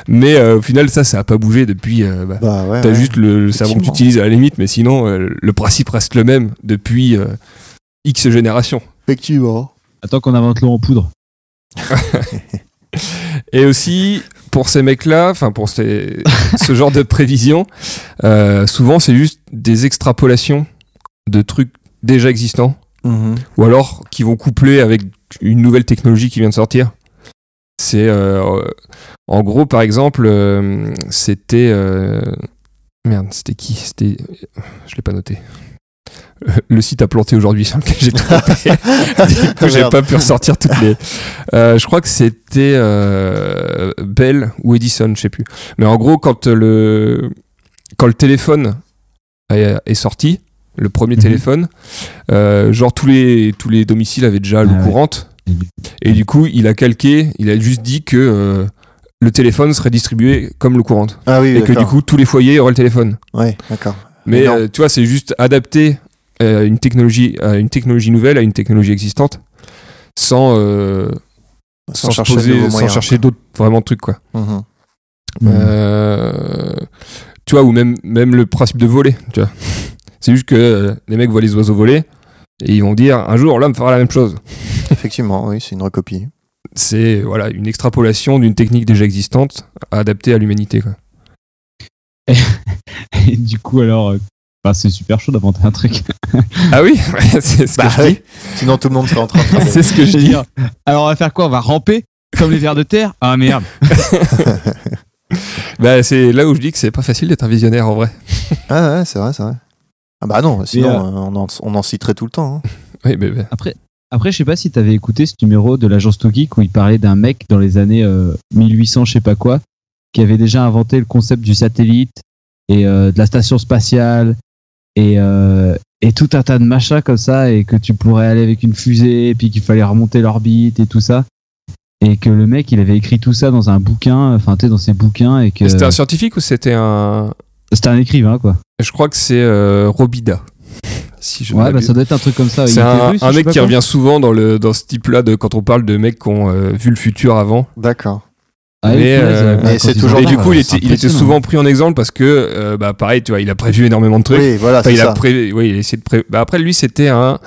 Speaker 1: Mais euh, au final, ça, ça a pas bougé depuis. euh, bah,
Speaker 2: Bah, ouais,
Speaker 1: T'as
Speaker 2: ouais.
Speaker 1: juste le, le savon que tu
Speaker 2: Effectivement.
Speaker 1: utilises à la limite, mais sinon, euh, le principe reste le même depuis euh, X générations.
Speaker 2: Effectivement.
Speaker 3: Attends qu'on invente l'eau en poudre.
Speaker 1: Et aussi, pour ces mecs-là, enfin pour ces, (laughs) ce genre de prévision, euh, souvent c'est juste des extrapolations de trucs déjà existants,
Speaker 2: (laughs) Mhm.
Speaker 1: ou alors qui vont coupler avec une nouvelle technologie qui vient de sortir. C'est euh, en gros, par exemple, euh, c'était euh, merde, c'était qui C'était, je l'ai pas noté. Euh, Le site a planté aujourd'hui sur lequel j'ai tapé. Du coup, j'ai
Speaker 2: Ah, Merde.
Speaker 1: pas pu ressortir toutes les. Euh, je crois que c'était euh, Bell ou Edison, je sais plus. Mais en gros, quand le quand le téléphone est, est sorti, le premier
Speaker 3: Mhm.
Speaker 1: téléphone, euh, genre tous les tous les domiciles avaient déjà l'eau
Speaker 3: Ah ouais.
Speaker 1: courante. Et du coup, il a calqué, il a juste dit que euh, le téléphone serait distribué comme l'eau courante
Speaker 2: Ah oui,
Speaker 1: et que du
Speaker 2: d'accord.
Speaker 1: coup, tous les foyers auraient le téléphone.
Speaker 2: Ouais, d'accord. Mais
Speaker 1: Mais
Speaker 2: non.
Speaker 1: euh, tu vois, c'est juste adapter euh, une technologie à une technologie nouvelle à une technologie existante sans euh, sans, se
Speaker 2: de
Speaker 1: poser-
Speaker 2: nouveaux
Speaker 1: sans
Speaker 2: moyens.
Speaker 1: chercher d'autres vraiment trucs quoi.
Speaker 2: Mhm.
Speaker 1: Mmh. Hmm. Euh, tu vois ou même même le principe de voler, tu vois. (laughs) C'est juste que euh, les mecs voient les oiseaux voler et ils vont dire un jour l'homme fera la même chose.
Speaker 2: Effectivement, oui, c'est une recopie.
Speaker 1: C'est voilà une extrapolation d'une technique déjà existante adaptée à l'humanité quoi.
Speaker 3: (laughs) Et du coup, alors, euh, bah, c'est super chaud d'inventer un truc.
Speaker 1: Ah (laughs) oui, c'est ce que
Speaker 2: Bah
Speaker 1: je dis.
Speaker 2: Sinon, tout le monde serait en train de
Speaker 1: C'est ce que (laughs) je
Speaker 3: Je veux
Speaker 1: dis.
Speaker 3: dire, alors on va faire quoi On va ramper comme les vers de terre Ah merde.
Speaker 1: Bah, c'est là où je dis que c'est pas facile d'être un visionnaire en vrai.
Speaker 2: (laughs) Ah ouais, c'est vrai, c'est vrai. Ah bah non, sinon
Speaker 3: euh,
Speaker 2: euh, on, en, on en citerait tout le temps. hein.
Speaker 1: Oui, mais, mais-
Speaker 3: Après, après, je sais pas si t'avais écouté ce numéro de l'agence Togik où il parlait d'un mec dans les années euh, 1800, je sais pas quoi, qui avait déjà inventé le concept du satellite et euh, de la station spatiale et, euh, et tout un tas de machins comme ça et que tu pourrais aller avec une fusée et puis qu'il fallait remonter l'orbite et tout ça. Et que le mec, il avait écrit tout ça dans un bouquin, enfin, tu sais, dans ses bouquins, et que
Speaker 1: C'était un scientifique ou c'était un.
Speaker 3: c'était un écrivain, quoi.
Speaker 1: Je crois que c'est euh, Robida. Si je ne
Speaker 3: Ouais, bah,
Speaker 1: m'abuse.
Speaker 3: ça doit être un truc comme ça.
Speaker 1: c'est
Speaker 3: Il était
Speaker 1: un,
Speaker 3: russe,
Speaker 1: un
Speaker 3: je sais
Speaker 1: mec
Speaker 3: pas
Speaker 1: qui
Speaker 3: quoi.
Speaker 1: revient souvent dans, le, dans ce type-là de quand on parle de mecs qui ont euh, vu le futur avant.
Speaker 2: D'accord.
Speaker 3: Ah, il
Speaker 1: mais,
Speaker 3: est punaise,
Speaker 1: euh,
Speaker 3: ouais,
Speaker 2: mais
Speaker 3: quand
Speaker 2: c'est
Speaker 3: il
Speaker 2: toujours
Speaker 3: en
Speaker 1: Et
Speaker 2: là,
Speaker 1: du
Speaker 3: parle,
Speaker 1: coup, il
Speaker 3: c'est hein.
Speaker 1: était, il était
Speaker 3: impressionnant.
Speaker 1: souvent pris en exemple parce que, euh, bah, pareil, tu vois, il a prévu énormément de trucs.
Speaker 2: Oui, voilà,
Speaker 1: Enfin,
Speaker 2: c'est
Speaker 1: il a
Speaker 2: ça.
Speaker 1: pré- oui, il a essayé de pré- bah, après, lui, c'était un,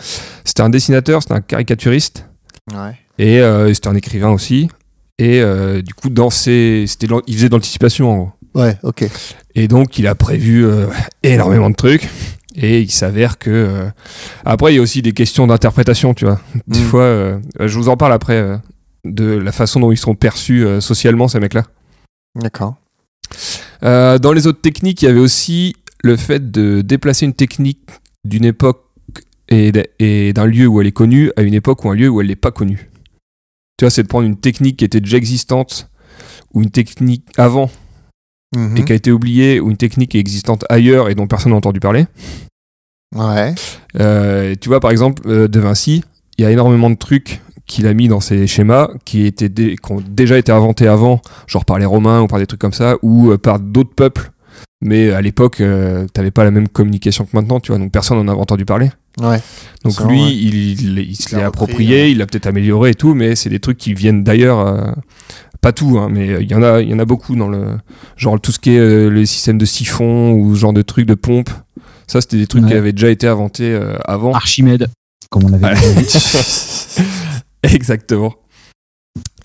Speaker 1: c'était un dessinateur, c'était un caricaturiste
Speaker 2: Ouais.
Speaker 1: et euh, c'était un écrivain aussi. Et euh, du coup, dans ses, c'était, dans- il faisait de l'anticipation en gros.
Speaker 2: ouais, ok.
Speaker 1: Et donc, il a prévu euh, énormément de trucs. Et il s'avère que. euh, Après, il y a aussi des questions d'interprétation, tu vois. Des
Speaker 2: Mm.
Speaker 1: fois, euh, je vous en parle après euh, de la façon dont ils sont perçus euh, socialement, ces mecs-là.
Speaker 2: D'accord.
Speaker 1: Euh, dans les autres techniques, il y avait aussi le fait de déplacer une technique d'une époque et d'- et d'un lieu où elle est connue à une époque ou un lieu où elle n'est pas connue. Tu vois, c'est de prendre une technique qui était déjà existante ou une technique avant
Speaker 2: Mhm.
Speaker 1: et qui a été oubliée ou une technique qui est existante ailleurs et dont personne n'a entendu parler.
Speaker 2: Ouais.
Speaker 1: Euh, tu vois, par exemple, euh, De Vinci, il y a énormément de trucs qu'il a mis dans ses schémas qui, étaient dé- qui ont déjà été inventés avant, genre par les Romains ou par des trucs comme ça, ou euh, par d'autres peuples. Mais à l'époque, euh, t'avais pas la même communication que maintenant, tu vois, donc personne n'en avait entendu parler.
Speaker 2: Ouais.
Speaker 1: Donc
Speaker 2: Ça,
Speaker 1: lui,
Speaker 2: ouais.
Speaker 1: il, il- il se
Speaker 2: l'a
Speaker 1: l'est
Speaker 2: repris,
Speaker 1: approprié,
Speaker 2: ouais.
Speaker 1: il l'a peut-être amélioré et tout, mais c'est des trucs qui viennent d'ailleurs. euh, pas tout, hein, mais il y en a, il y en a beaucoup dans le genre tout ce qui est euh, les systèmes de siphon ou ce genre de trucs de pompe. Ça, c'était des trucs qui
Speaker 3: Ouais.
Speaker 1: avaient déjà été inventés euh, avant.
Speaker 3: Archimède, comme on l'avait dit.
Speaker 1: (laughs) Exactement.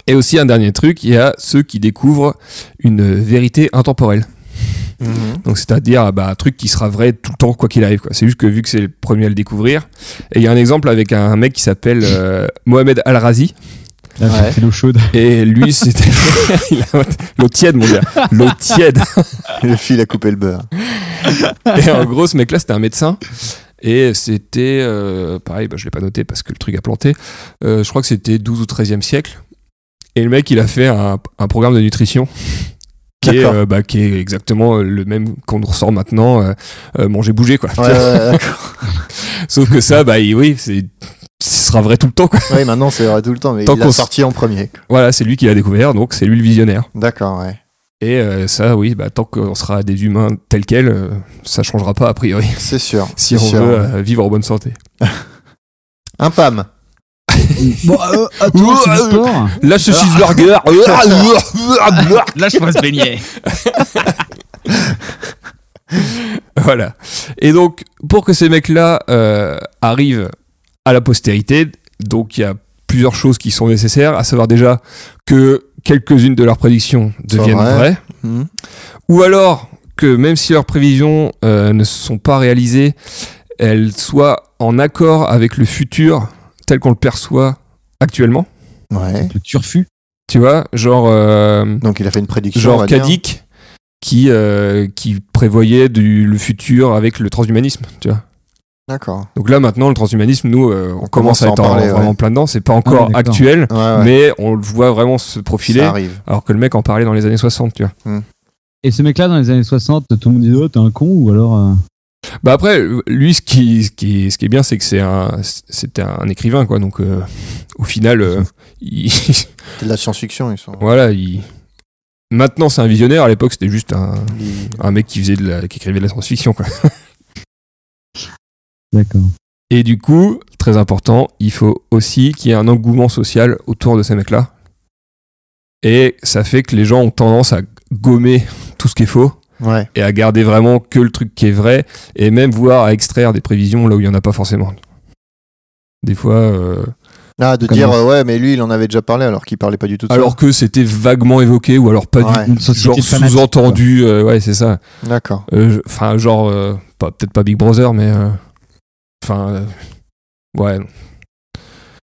Speaker 1: Et aussi un dernier truc, il y a ceux qui découvrent une vérité intemporelle.
Speaker 2: Mhm.
Speaker 1: Donc c'est-à-dire bah, un truc qui sera vrai tout le temps quoi qu'il arrive. quoi. C'est juste que vu que c'est le premier à le découvrir. Et il y a un exemple avec un mec qui s'appelle euh, Mohamed Al-Razi.
Speaker 3: Là, j'ai
Speaker 2: Ouais.
Speaker 3: pris l'eau chaude.
Speaker 1: Et lui (laughs) c'était... il a- L'eau tiède mon gars. L'eau tiède.
Speaker 2: Le fil a coupé
Speaker 1: (laughs)
Speaker 2: le beurre. (laughs)
Speaker 1: Et en gros ce mec là c'était un médecin. Et c'était... euh, pareil, bah, je l'ai pas noté parce que le truc a planté. Euh, je crois que c'était 12 ou 13e siècle. Et le mec il a fait un, un programme de nutrition. Qui est,
Speaker 2: D'accord.
Speaker 1: euh, bah, qui est exactement le même qu'on nous ressort maintenant, euh, euh, manger, bouger quoi.
Speaker 2: Ouais, ouais, ouais, d'accord.
Speaker 1: (laughs) Sauf que ça, bah il- oui, c'est ce sera vrai tout le temps. Quoi. (laughs)
Speaker 2: Ouais, maintenant c'est vrai tout le temps, mais
Speaker 1: Tant
Speaker 2: il l'a
Speaker 1: qu'on s-
Speaker 2: sorti en premier. quoi.
Speaker 1: Voilà, c'est lui qui l'a découvert, donc c'est lui le visionnaire.
Speaker 2: D'accord, ouais.
Speaker 1: Et euh, ça, oui, bah, tant qu'on sera des humains tels quels, euh, ça changera pas a priori, (laughs)
Speaker 2: C'est sûr.
Speaker 1: si
Speaker 2: c'est
Speaker 1: on
Speaker 2: sûr.
Speaker 1: veut euh, vivre en bonne santé.
Speaker 2: Un PAM.
Speaker 3: Bon, euh,
Speaker 2: Ah,
Speaker 3: attends, c'est du
Speaker 1: Ouah, euh.
Speaker 3: sport.
Speaker 1: Là, je suis burger.
Speaker 3: Là, je pourrais se baigner.
Speaker 1: (laughs) Voilà. Et donc, pour que ces mecs-là euh, arrivent à la postérité, donc il y a plusieurs choses qui sont nécessaires, à savoir déjà que quelques-unes de leurs prédictions deviennent
Speaker 2: vrai.
Speaker 1: vraies.
Speaker 2: Mhm.
Speaker 1: Ou alors que même si leurs prévisions euh, ne sont pas réalisées, elles soient en accord avec le futur tel qu'on le perçoit actuellement.
Speaker 2: Ouais.
Speaker 3: Le turfu.
Speaker 1: Tu vois, genre, euh,
Speaker 2: Donc il a fait une prédiction. on
Speaker 1: genre
Speaker 2: va dire.
Speaker 1: Kadik qui, euh, qui prévoyait du, le futur avec le transhumanisme. Tu vois.
Speaker 2: D'accord.
Speaker 1: Donc là maintenant, le transhumanisme, nous, euh, on, commence, à être en,
Speaker 2: parler,
Speaker 1: vraiment
Speaker 2: ouais.
Speaker 1: plein dedans. C'est pas encore
Speaker 3: d'accord.
Speaker 1: actuel,
Speaker 2: Ouais, ouais.
Speaker 1: mais on le voit vraiment se
Speaker 2: Ça
Speaker 1: profiler.
Speaker 2: arrive.
Speaker 1: Alors que le mec en parlait dans les années 60, tu vois.
Speaker 3: Et ce mec-là, dans les années 60, tout le monde dit Oh, t'es un con ou alors. euh,
Speaker 1: Bah après, lui, ce qui, ce qui, ce qui est bien, c'est que c'est un, c'était un écrivain, quoi. Donc, euh, au final, euh, il- (laughs)
Speaker 2: C'est de la science-fiction, ils sont.
Speaker 1: voilà, il. Maintenant, c'est un visionnaire. À l'époque, c'était juste un,
Speaker 2: Ils-
Speaker 1: un mec qui faisait de la, qui écrivait de la science-fiction, quoi.
Speaker 3: D'accord.
Speaker 1: Et du coup, très important, il faut aussi qu'il y ait un engouement social autour de ces mecs-là. Et ça fait que les gens ont tendance à gommer tout ce qui est faux
Speaker 2: Ouais.
Speaker 1: et à garder vraiment que le truc qui est vrai et même voir à extraire des prévisions là où il n'y en a pas forcément. Des fois, euh,
Speaker 2: Ah, de
Speaker 3: Comme
Speaker 2: dire, euh, ouais, mais lui, il en avait déjà parlé alors qu'il parlait pas du tout de
Speaker 1: alors que c'était vaguement évoqué ou alors pas
Speaker 2: Ouais.
Speaker 3: Une
Speaker 1: du genre
Speaker 3: société fanatique,
Speaker 1: sous-entendu, euh, ouais, c'est ça.
Speaker 2: ça. D'accord.
Speaker 1: Euh, je- Enfin, genre, euh, pas- peut-être pas Big Brother, mais. euh, Enfin, euh, ouais.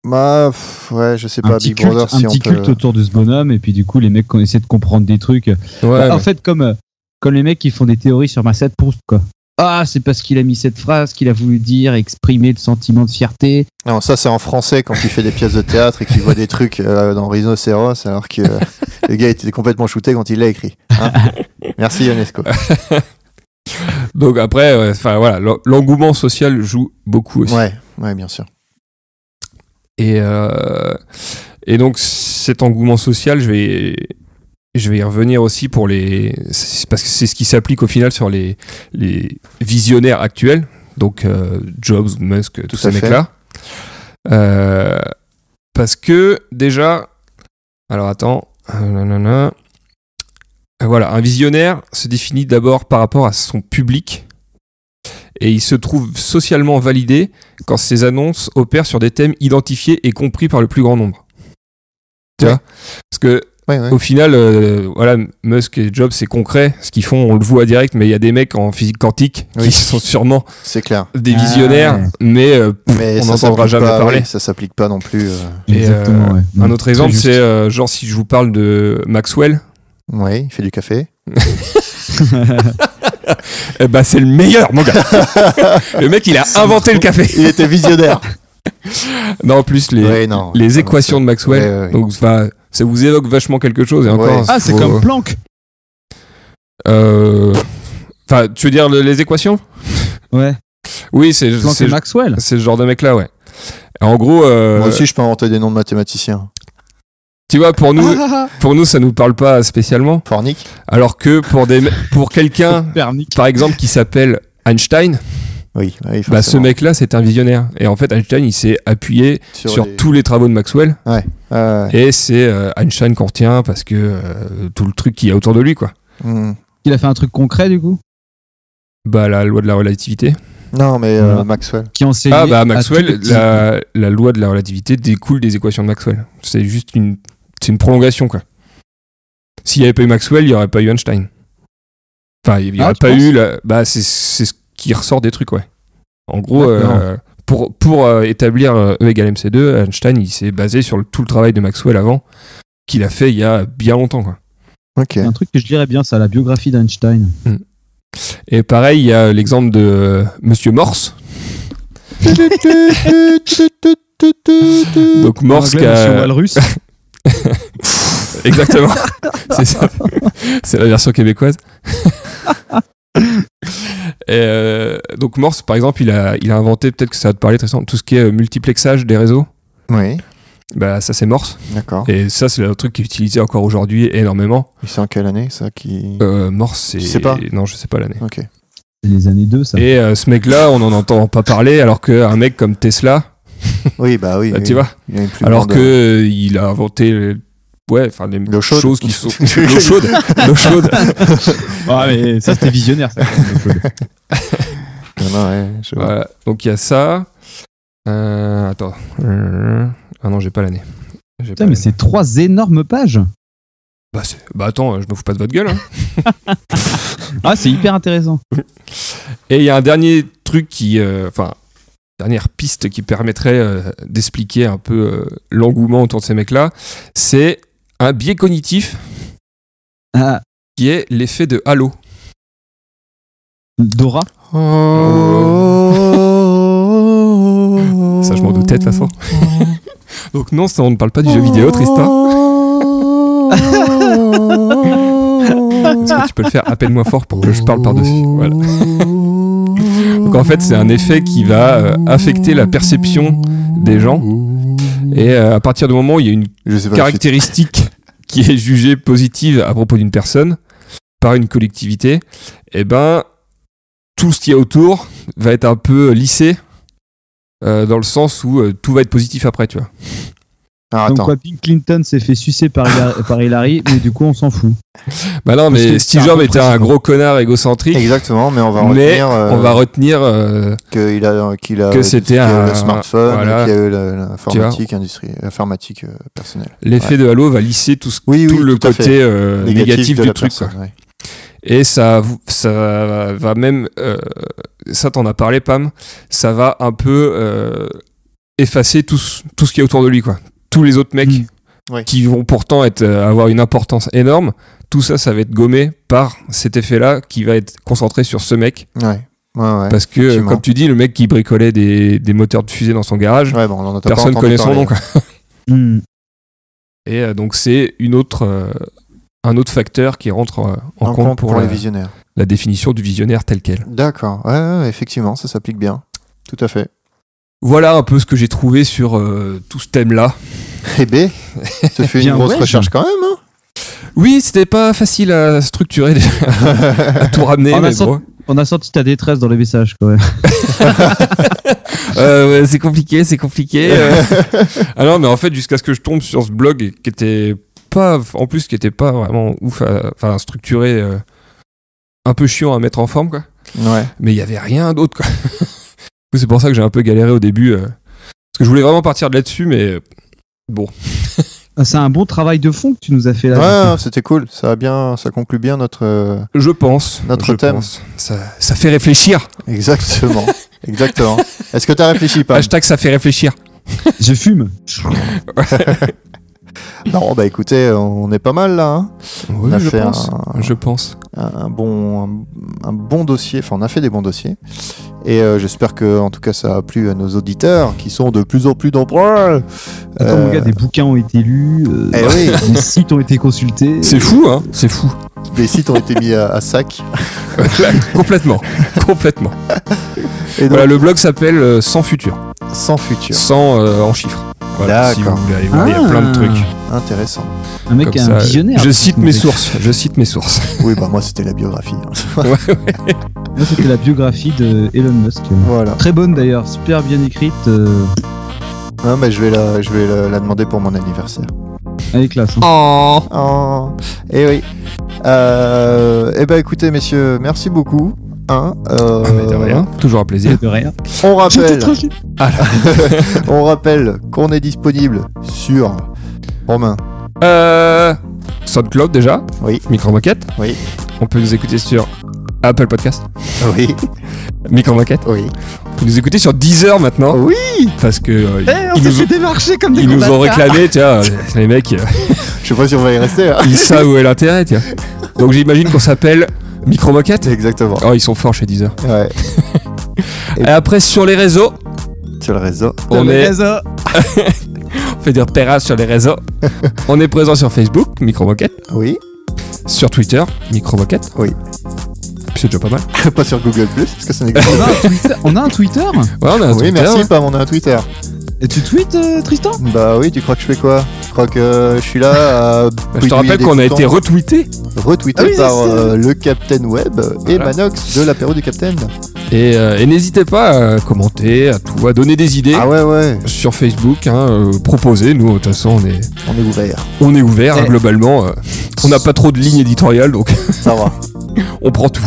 Speaker 2: Bah, pff, ouais, je sais
Speaker 3: quoi.
Speaker 2: pas,
Speaker 3: Un petit
Speaker 2: Big
Speaker 3: culte,
Speaker 2: Brother,
Speaker 3: un
Speaker 2: si on
Speaker 3: petit
Speaker 2: peut.
Speaker 3: culte autour de ce bonhomme, et puis du coup, les mecs qui ont essayé de comprendre des trucs.
Speaker 1: ouais,
Speaker 3: Bah, En
Speaker 1: mais-
Speaker 3: fait, comme, euh, comme les mecs qui font des théories sur Marcel Proust, quoi. Ah, c'est parce qu'il a mis cette phrase qu'il a voulu dire, exprimer le sentiment de fierté.
Speaker 2: Non, ça, c'est en français quand tu fais des pièces de théâtre et que tu vois des trucs euh, dans Rhinocéros alors que euh, le gars était complètement shooté quand il l'a écrit. hein. Merci, Ionesco.
Speaker 1: Donc après, ouais, enfin voilà, l'en- l'engouement social joue beaucoup aussi.
Speaker 2: Ouais, ouais, bien sûr.
Speaker 1: Et, euh, et donc cet engouement social, je vais, je vais y revenir aussi pour les. c'est- Parce que c'est ce qui s'applique au final sur les, les visionnaires actuels, donc euh, Jobs, Musk, tous
Speaker 2: à
Speaker 1: ces
Speaker 2: fait.
Speaker 1: mecs-là. Euh, parce que déjà. Alors attends. euh, nanana. Euh, Voilà, un visionnaire se définit d'abord par rapport à son public et il se trouve socialement validé quand ces annonces opèrent sur des thèmes identifiés et compris par le plus grand nombre. Tu
Speaker 2: Ouais.
Speaker 1: vois Parce que
Speaker 2: Ouais, ouais.
Speaker 1: au final, euh, voilà, Musk et Jobs, c'est concret. Ce qu'ils font, on le voit direct, mais il y a des mecs en physique quantique qui
Speaker 2: Oui.
Speaker 1: sont sûrement
Speaker 2: C'est clair.
Speaker 1: des
Speaker 3: Ah
Speaker 1: visionnaires,
Speaker 3: ouais.
Speaker 1: mais euh, pff,
Speaker 2: Mais
Speaker 1: on
Speaker 2: ça
Speaker 1: n'entendra
Speaker 2: s'applique
Speaker 1: jamais
Speaker 2: pas,
Speaker 1: parler.
Speaker 2: oui, ça s'applique pas non plus. euh,
Speaker 1: Et, euh,
Speaker 3: ouais.
Speaker 1: Un
Speaker 3: Mm.
Speaker 1: autre exemple,
Speaker 3: Très juste.
Speaker 1: c'est euh, genre si je vous parle de Maxwell,
Speaker 2: Ouais, il fait du café.
Speaker 1: euh, eh ben, c'est le meilleur, mon
Speaker 2: (laughs)
Speaker 1: gars. le mec, il a inventé le café.
Speaker 2: Il était visionnaire.
Speaker 1: Non, en plus, les,
Speaker 2: Ouais, non.
Speaker 1: les
Speaker 2: Ouais,
Speaker 1: équations de Maxwell,
Speaker 2: Ouais, ouais, ouais.
Speaker 1: donc, enfin, ça vous évoque vachement quelque chose. Et encore,
Speaker 2: Ouais.
Speaker 3: (laughs) Ah, c'est
Speaker 1: faut-
Speaker 3: comme Planck
Speaker 1: Euh, Enfin, tu veux dire le- les équations
Speaker 3: Ouais,
Speaker 1: Oui, c'est
Speaker 3: Planck
Speaker 1: c'est-
Speaker 3: et Maxwell.
Speaker 1: c'est ce genre de mec-là, ouais. Et en gros, euh,
Speaker 2: Moi aussi, je peux inventer des noms de mathématiciens.
Speaker 1: tu vois, pour nous,
Speaker 3: Ah, ah,
Speaker 1: pour nous, ça nous parle pas spécialement.
Speaker 2: Fornic
Speaker 1: Alors que pour des, me- pour
Speaker 3: ah.
Speaker 1: quelqu'un,
Speaker 3: Pernic.
Speaker 1: par exemple, qui s'appelle Einstein,
Speaker 2: Oui, oui
Speaker 1: bah, ce
Speaker 2: forcément.
Speaker 1: mec-là, c'est un visionnaire. Et en fait, Einstein, il s'est appuyé sur,
Speaker 2: les-
Speaker 1: tous les travaux de Maxwell.
Speaker 2: Ah, Ouais, ouais.
Speaker 1: Et c'est euh, Einstein qu'on retient parce que euh, tout le truc qu'il y a autour de lui, quoi.
Speaker 2: Mm.
Speaker 3: Il a fait un truc concret, du coup
Speaker 1: Bah, la loi de la relativité.
Speaker 2: Non, mais euh,
Speaker 3: Voilà.
Speaker 2: Maxwell.
Speaker 3: Qui enseignait
Speaker 1: Ah, bah,
Speaker 3: à tous
Speaker 1: Maxwell,
Speaker 3: les petits-
Speaker 1: la, la loi de la relativité découle des équations de Maxwell. C'est juste une, c'est une prolongation, quoi. S'il n'y avait pas eu Maxwell, il n'y aurait pas eu Einstein. Enfin, il n'y aurait
Speaker 3: Ah, tu
Speaker 1: pas
Speaker 3: penses
Speaker 1: eu. la- Bah, c'est c'est ce qui ressort des trucs, ouais. En gros,
Speaker 3: D'accord.
Speaker 1: euh, pour, pour euh, établir euh, E égale MC2, Einstein, il s'est basé sur le- tout le travail de Maxwell avant, qu'il a fait il y a bien longtemps, quoi.
Speaker 2: Ok.
Speaker 3: Un truc que je dirais bien, ça, la biographie d'Einstein.
Speaker 1: Et pareil, il y a l'exemple de euh, Monsieur Morse. Donc Morse qui a-
Speaker 3: Mmh. Monsieur Walrus.
Speaker 1: (laughs) Exactement. c'est ça. C'est la version québécoise. Et, euh, donc Morse, par exemple, il a, il a inventé, peut-être que ça va te parler, Tristan, tout ce qui est euh, multiplexage des réseaux.
Speaker 2: Oui,
Speaker 1: Bah, ça, c'est Morse.
Speaker 2: d'accord.
Speaker 1: Et ça, c'est un truc qui est utilisé encore aujourd'hui énormément.
Speaker 2: Et C'est en quelle année ça qui.
Speaker 1: Euh, Morse, c'est.
Speaker 2: Tu sais pas
Speaker 1: Non, je sais pas l'année.
Speaker 2: Ok.
Speaker 3: C'est les années 2, ça.
Speaker 1: Et euh, ce mec-là, on n'en entend pas parler, alors qu'un mec comme Tesla,
Speaker 2: Oui, bah oui.
Speaker 1: bah,
Speaker 2: oui.
Speaker 1: tu vois,
Speaker 2: Il y a une plus
Speaker 1: alors
Speaker 2: grande- euh,
Speaker 1: que euh, il a inventé. euh, Ouais, enfin, des
Speaker 2: L'eau chaude.
Speaker 1: choses qui
Speaker 2: (laughs)
Speaker 1: sont. L'eau chaude L'eau chaude
Speaker 3: Ah, mais ça, c'était visionnaire, ça.
Speaker 2: Non, non, ouais, je vois.
Speaker 1: Voilà. Donc il y a ça. Euh, attends. Euh, Ah non, j'ai pas l'année. J'ai pas
Speaker 3: Putain, mais
Speaker 1: l'année.
Speaker 3: c'est trois énormes pages.
Speaker 1: Bah, c'est- bah, attends, je me fous pas de votre gueule. hein.
Speaker 3: Ah, c'est hyper intéressant.
Speaker 1: Et il y a un dernier truc qui. euh, Enfin, dernière piste qui permettrait euh, d'expliquer un peu euh, l'engouement autour de ces mecs-là. C'est un biais cognitif
Speaker 3: Ah,
Speaker 1: qui est l'effet de halo.
Speaker 3: Dora.
Speaker 2: Oh.
Speaker 1: Ça, je m'en doutais, de toute façon. (laughs) Donc non, ça, on ne parle pas du jeu vidéo,
Speaker 2: (laughs)
Speaker 1: Tristan. Est-ce que tu peux le faire à peine moins fort pour que je parle par-dessus Voilà. Donc en fait, c'est un effet qui va euh, affecter la perception des gens. Et euh, à partir du moment où il y a une
Speaker 2: Je sais pas. la suite.
Speaker 1: caractéristique qui est jugée positive à propos d'une personne par une collectivité, eh ben tout ce qui est autour va être un peu lissé euh, dans le sens où euh, tout va être positif après, tu vois.
Speaker 2: Ah,
Speaker 3: Donc,
Speaker 2: attends.
Speaker 3: quoi, Bill Clinton s'est fait sucer par Hillary, par Hillary, mais du coup, on s'en fout.
Speaker 1: Bah non,
Speaker 3: Parce
Speaker 1: mais
Speaker 3: que
Speaker 1: Steve
Speaker 3: c'est un
Speaker 1: Jobs
Speaker 3: peu
Speaker 1: était un
Speaker 3: précis.
Speaker 1: gros connard égocentrique.
Speaker 2: Exactement, mais on va
Speaker 1: mais
Speaker 2: retenir euh,
Speaker 1: on va retenir euh,
Speaker 2: qu'il a, qu'il a
Speaker 1: que c'était
Speaker 2: qu'il a
Speaker 1: un-
Speaker 2: le smartphone,
Speaker 1: voilà.
Speaker 2: qu'il y a eu la- l'informatique industrie, informatique euh, personnelle.
Speaker 1: l'effet de Halo va lisser tout, ce-
Speaker 2: Oui,
Speaker 1: tout
Speaker 2: oui,
Speaker 1: le
Speaker 2: tout à fait.
Speaker 1: côté euh, négatif,
Speaker 2: de
Speaker 1: du
Speaker 2: la
Speaker 1: truc. quoi.
Speaker 2: personne, ouais.
Speaker 1: Et ça, vous- ça va même, euh, ça t'en as parlé Pam, ça va un peu euh, effacer tout, ce- tout ce qui est autour de lui, quoi. Tous les autres mecs
Speaker 3: Mm.
Speaker 2: Oui.
Speaker 1: qui vont pourtant être, euh, avoir une importance énorme, tout ça, ça va être gommé par cet effet-là qui va être concentré sur ce mec.
Speaker 2: Ouais, ouais, ouais.
Speaker 1: parce que, euh,
Speaker 2: effectivement.
Speaker 1: comme tu dis, le mec qui bricolait des, des moteurs de fusée dans son garage,
Speaker 2: Ouais, bon, on en a pas
Speaker 1: personne
Speaker 2: entendu
Speaker 1: connaît son
Speaker 2: parler.
Speaker 1: nom, quoi.
Speaker 3: Hmm.
Speaker 1: Et euh, donc, c'est une autre, euh, un autre facteur qui rentre euh, en,
Speaker 2: En
Speaker 1: compte,
Speaker 2: compte
Speaker 1: pour,
Speaker 2: pour
Speaker 1: la,
Speaker 2: les visionnaires.
Speaker 1: la définition du visionnaire tel quel.
Speaker 2: D'accord, ouais, ouais, ouais, effectivement, ça s'applique bien. Tout à fait.
Speaker 1: Voilà un peu ce que j'ai trouvé sur euh, tout ce thème-là. (laughs)
Speaker 2: Eh B, ce fut une
Speaker 3: Bien,
Speaker 2: grosse
Speaker 3: ouais,
Speaker 2: recherche quand même. hein.
Speaker 1: Oui, c'était pas facile à structurer,
Speaker 2: hein.
Speaker 1: (laughs) à tout ramener,
Speaker 3: En
Speaker 1: mais
Speaker 3: instant-
Speaker 1: bon.
Speaker 3: On a sorti ta détresse dans les messages, quand même.
Speaker 1: Euh, ouais, c'est compliqué, c'est
Speaker 2: (laughs)
Speaker 1: compliqué. euh. ah non, mais en fait, jusqu'à ce que je tombe sur ce blog qui était pas, en plus, qui était pas vraiment ouf, à- enfin structuré, euh, un peu chiant à mettre en forme, quoi.
Speaker 2: ouais.
Speaker 1: Mais il y avait rien d'autre, quoi. (laughs) c'est pour ça que j'ai un peu galéré au début, euh, parce que je voulais vraiment partir de là-dessus, mais bon.
Speaker 3: Ah, C'est un bon travail de fond que tu nous as fait là.
Speaker 2: Ouais, ouais, c'était cool. Ça a bien, ça conclut bien notre. euh,
Speaker 1: Je pense.
Speaker 2: Notre
Speaker 1: je
Speaker 2: thème.
Speaker 1: pense. Ça, ça fait réfléchir.
Speaker 2: Exactement. (laughs) Exactement. Est-ce que t'as réfléchi pas
Speaker 1: Hashtag ça fait réfléchir.
Speaker 3: Je fume.
Speaker 2: Non, bah écoutez, on est pas mal là. hein.
Speaker 1: Oui,
Speaker 2: on a
Speaker 1: je
Speaker 2: fait
Speaker 1: pense.
Speaker 2: un,
Speaker 1: Je pense.
Speaker 2: un bon, un, un bon dossier. Enfin, on a fait des bons dossiers. Et euh, j'espère que, en tout cas, ça a plu à nos auditeurs qui sont de plus en plus nombreux.
Speaker 3: Attends,
Speaker 2: Euh,
Speaker 3: mon gars, des bouquins ont été lus, euh,
Speaker 2: Eh oui,
Speaker 3: des sites ont été consultés.
Speaker 1: C'est fou, hein C'est (laughs) fou.
Speaker 2: les sites ont été mis à, à sac.
Speaker 1: Complètement. Complètement.
Speaker 2: Et donc,
Speaker 1: Voilà, le blog s'appelle euh, Sans futur.
Speaker 2: sans futur.
Speaker 1: Sans euh, en chiffres. Voilà, si vous
Speaker 2: D'accord.
Speaker 1: voulez aller voir, il y
Speaker 3: Ah.
Speaker 1: a plein de trucs.
Speaker 2: Intéressant.
Speaker 3: Un mec,
Speaker 1: Comme
Speaker 3: un
Speaker 1: ça,
Speaker 3: visionnaire.
Speaker 1: Je cite mes
Speaker 3: Mais-
Speaker 1: sources. Je cite mes sources.
Speaker 2: Oui, bah moi, c'était la biographie. hein.
Speaker 1: Ouais, ouais.
Speaker 3: Là, c'était la biographie de Elon Musk.
Speaker 2: voilà.
Speaker 3: Très bonne d'ailleurs, super bien écrite, euh,
Speaker 2: Non, mais je vais la, je vais la, la demander pour mon anniversaire.
Speaker 3: elle est classe. hein.
Speaker 2: Oh. Eh oui. Euh, eh ben, écoutez, messieurs, merci beaucoup. Hein, euh,
Speaker 1: Mais de rien. Toujours un plaisir.
Speaker 3: De rien.
Speaker 2: On
Speaker 3: (laughs)
Speaker 2: rappelle.
Speaker 1: Ah
Speaker 2: on rappelle qu'on est disponible sur Romain.
Speaker 1: Euh. SoundCloud déjà.
Speaker 2: Oui.
Speaker 1: Micro Moquette.
Speaker 2: Oui.
Speaker 1: On peut nous écouter sur Apple Podcast,
Speaker 2: Oui,
Speaker 1: Micro Maquette.
Speaker 2: oui.
Speaker 1: Vous nous écoutez sur 10 heures maintenant.
Speaker 2: Oui.
Speaker 1: Parce que euh,
Speaker 3: Eh, on
Speaker 1: ils,
Speaker 3: s'est
Speaker 1: nous
Speaker 3: fait
Speaker 1: ont,
Speaker 3: démarcher comme des
Speaker 1: ils nous ont
Speaker 3: condamnés.
Speaker 1: réclamé,
Speaker 3: (laughs)
Speaker 1: tiens, euh, les mecs, euh,
Speaker 2: Je sais pas si on va y rester. (laughs) hein.
Speaker 1: ils savent où est l'intérêt, tiens. Donc j'imagine qu'on s'appelle Micro Moquette.
Speaker 2: Exactement.
Speaker 1: Oh, ils sont forts chez Deezer.
Speaker 2: Ouais.
Speaker 1: Et après, sur les réseaux,
Speaker 2: (laughs) Sur le réseau.
Speaker 1: on, est,
Speaker 3: Gaza.
Speaker 1: on fait des repérages sur les
Speaker 2: (laughs)
Speaker 1: réseaux. on est présent sur Facebook, Micro Moquette.
Speaker 2: Oui.
Speaker 1: Sur Twitter, Micro Moquette.
Speaker 2: Oui.
Speaker 1: C'est déjà pas mal. Ouais,
Speaker 2: (laughs) Pas sur Google Plus parce que ça n'existe (laughs)
Speaker 3: On a
Speaker 2: pas.
Speaker 3: un Twitter- On a un Twitter
Speaker 1: on a un
Speaker 2: Oui,
Speaker 1: Twitter. hein.
Speaker 2: merci Pam, on a un Twitter.
Speaker 3: Et tu tweets, euh, Tristan
Speaker 2: Bah oui, tu crois que je fais quoi Tu crois que euh, je suis là à
Speaker 1: Je te rappelle qu'on a été retweeté
Speaker 2: retweeté
Speaker 3: Ah oui,
Speaker 2: par
Speaker 3: c'est ça.
Speaker 2: euh, le Captain Web et
Speaker 1: Voilà.
Speaker 2: Manox de l'apéro du Captain.
Speaker 1: et, euh, et n'hésitez pas à commenter, à tout, à donner des idées
Speaker 2: Ah ouais ouais,
Speaker 1: sur Facebook, hein, euh, proposer. Nous, de toute façon, on est,
Speaker 2: on est ouvert,
Speaker 1: on est ouvert hein,
Speaker 3: Eh.
Speaker 1: globalement. euh, on n'a pas trop de lignes éditoriales, donc (laughs)
Speaker 2: ça va.
Speaker 1: on prend tout.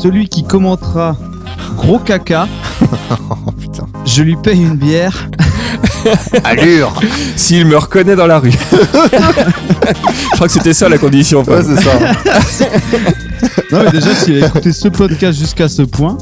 Speaker 3: Celui qui commentera gros caca,
Speaker 2: Oh putain.
Speaker 3: je lui paye une bière.
Speaker 2: Allure
Speaker 1: S'il me reconnaît dans la rue. (laughs) Je crois que c'était ça la condition.
Speaker 2: (laughs)
Speaker 1: Fab.
Speaker 2: Ouais c'est ça.
Speaker 3: Non mais déjà, s'il a écouté ce podcast jusqu'à ce point,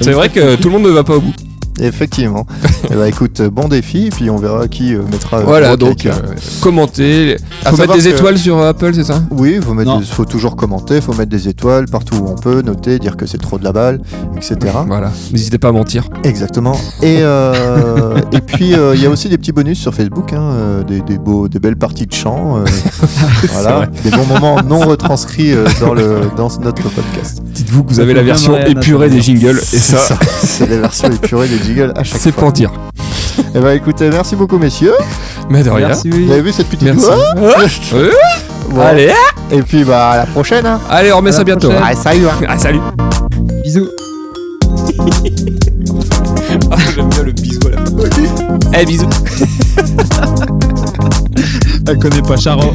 Speaker 1: C'est vrai que tout le monde ne va pas au bout.
Speaker 2: Effectivement. Eh bah écoute, bon défi, et puis on verra qui euh, mettra. euh,
Speaker 1: Voilà,
Speaker 2: le
Speaker 1: donc
Speaker 2: caca.
Speaker 1: euh, commentez.
Speaker 2: À
Speaker 1: Faut mettre
Speaker 2: savoir
Speaker 1: des
Speaker 2: que- Hein
Speaker 1: étoiles sur euh, Apple, c'est ça
Speaker 2: Oui, faut, mettre
Speaker 3: Non.
Speaker 2: des- faut toujours commenter, faut mettre des étoiles partout où on peut, noter, dire que c'est trop de la balle, etc.
Speaker 1: Voilà, n'hésitez pas à mentir.
Speaker 2: Exactement. Et, euh, et puis, euh, il y a aussi des petits bonus sur Facebook, hein, euh, des, des beaux, des belles parties
Speaker 1: (laughs)
Speaker 2: de chant, euh, voilà, des bons moments non retranscrits euh, dans, le, dans notre podcast.
Speaker 1: Dites-vous que vous avez la
Speaker 3: Bien
Speaker 1: version
Speaker 3: vrai, Nathan.
Speaker 1: épurée des
Speaker 2: (laughs)
Speaker 1: jingles, et ça,
Speaker 2: c'est la version épurée des jiggles à
Speaker 1: (laughs)
Speaker 2: chaque
Speaker 1: c'est
Speaker 2: fois.
Speaker 1: pour dire.
Speaker 2: Eh ben, écoutez, merci beaucoup, messieurs.
Speaker 1: Mais de rien. (laughs)
Speaker 3: merci.
Speaker 2: Vous avez vu cette petite
Speaker 1: Merci.
Speaker 2: voix
Speaker 1: Euh,
Speaker 2: Bon,
Speaker 1: Allez,
Speaker 2: Et puis, bah, à la prochaine. Hein.
Speaker 1: allez, on remet
Speaker 3: À
Speaker 1: ça
Speaker 3: la
Speaker 1: bientôt.
Speaker 3: prochaine.
Speaker 1: hein.
Speaker 2: Ah, salut. hein.
Speaker 1: Ah, salut. (laughs)
Speaker 3: Bisous.
Speaker 1: Ah, J'aime bien le bisou là.
Speaker 2: (laughs)
Speaker 1: Eh, bisous.
Speaker 3: Elle connaît pas Charo.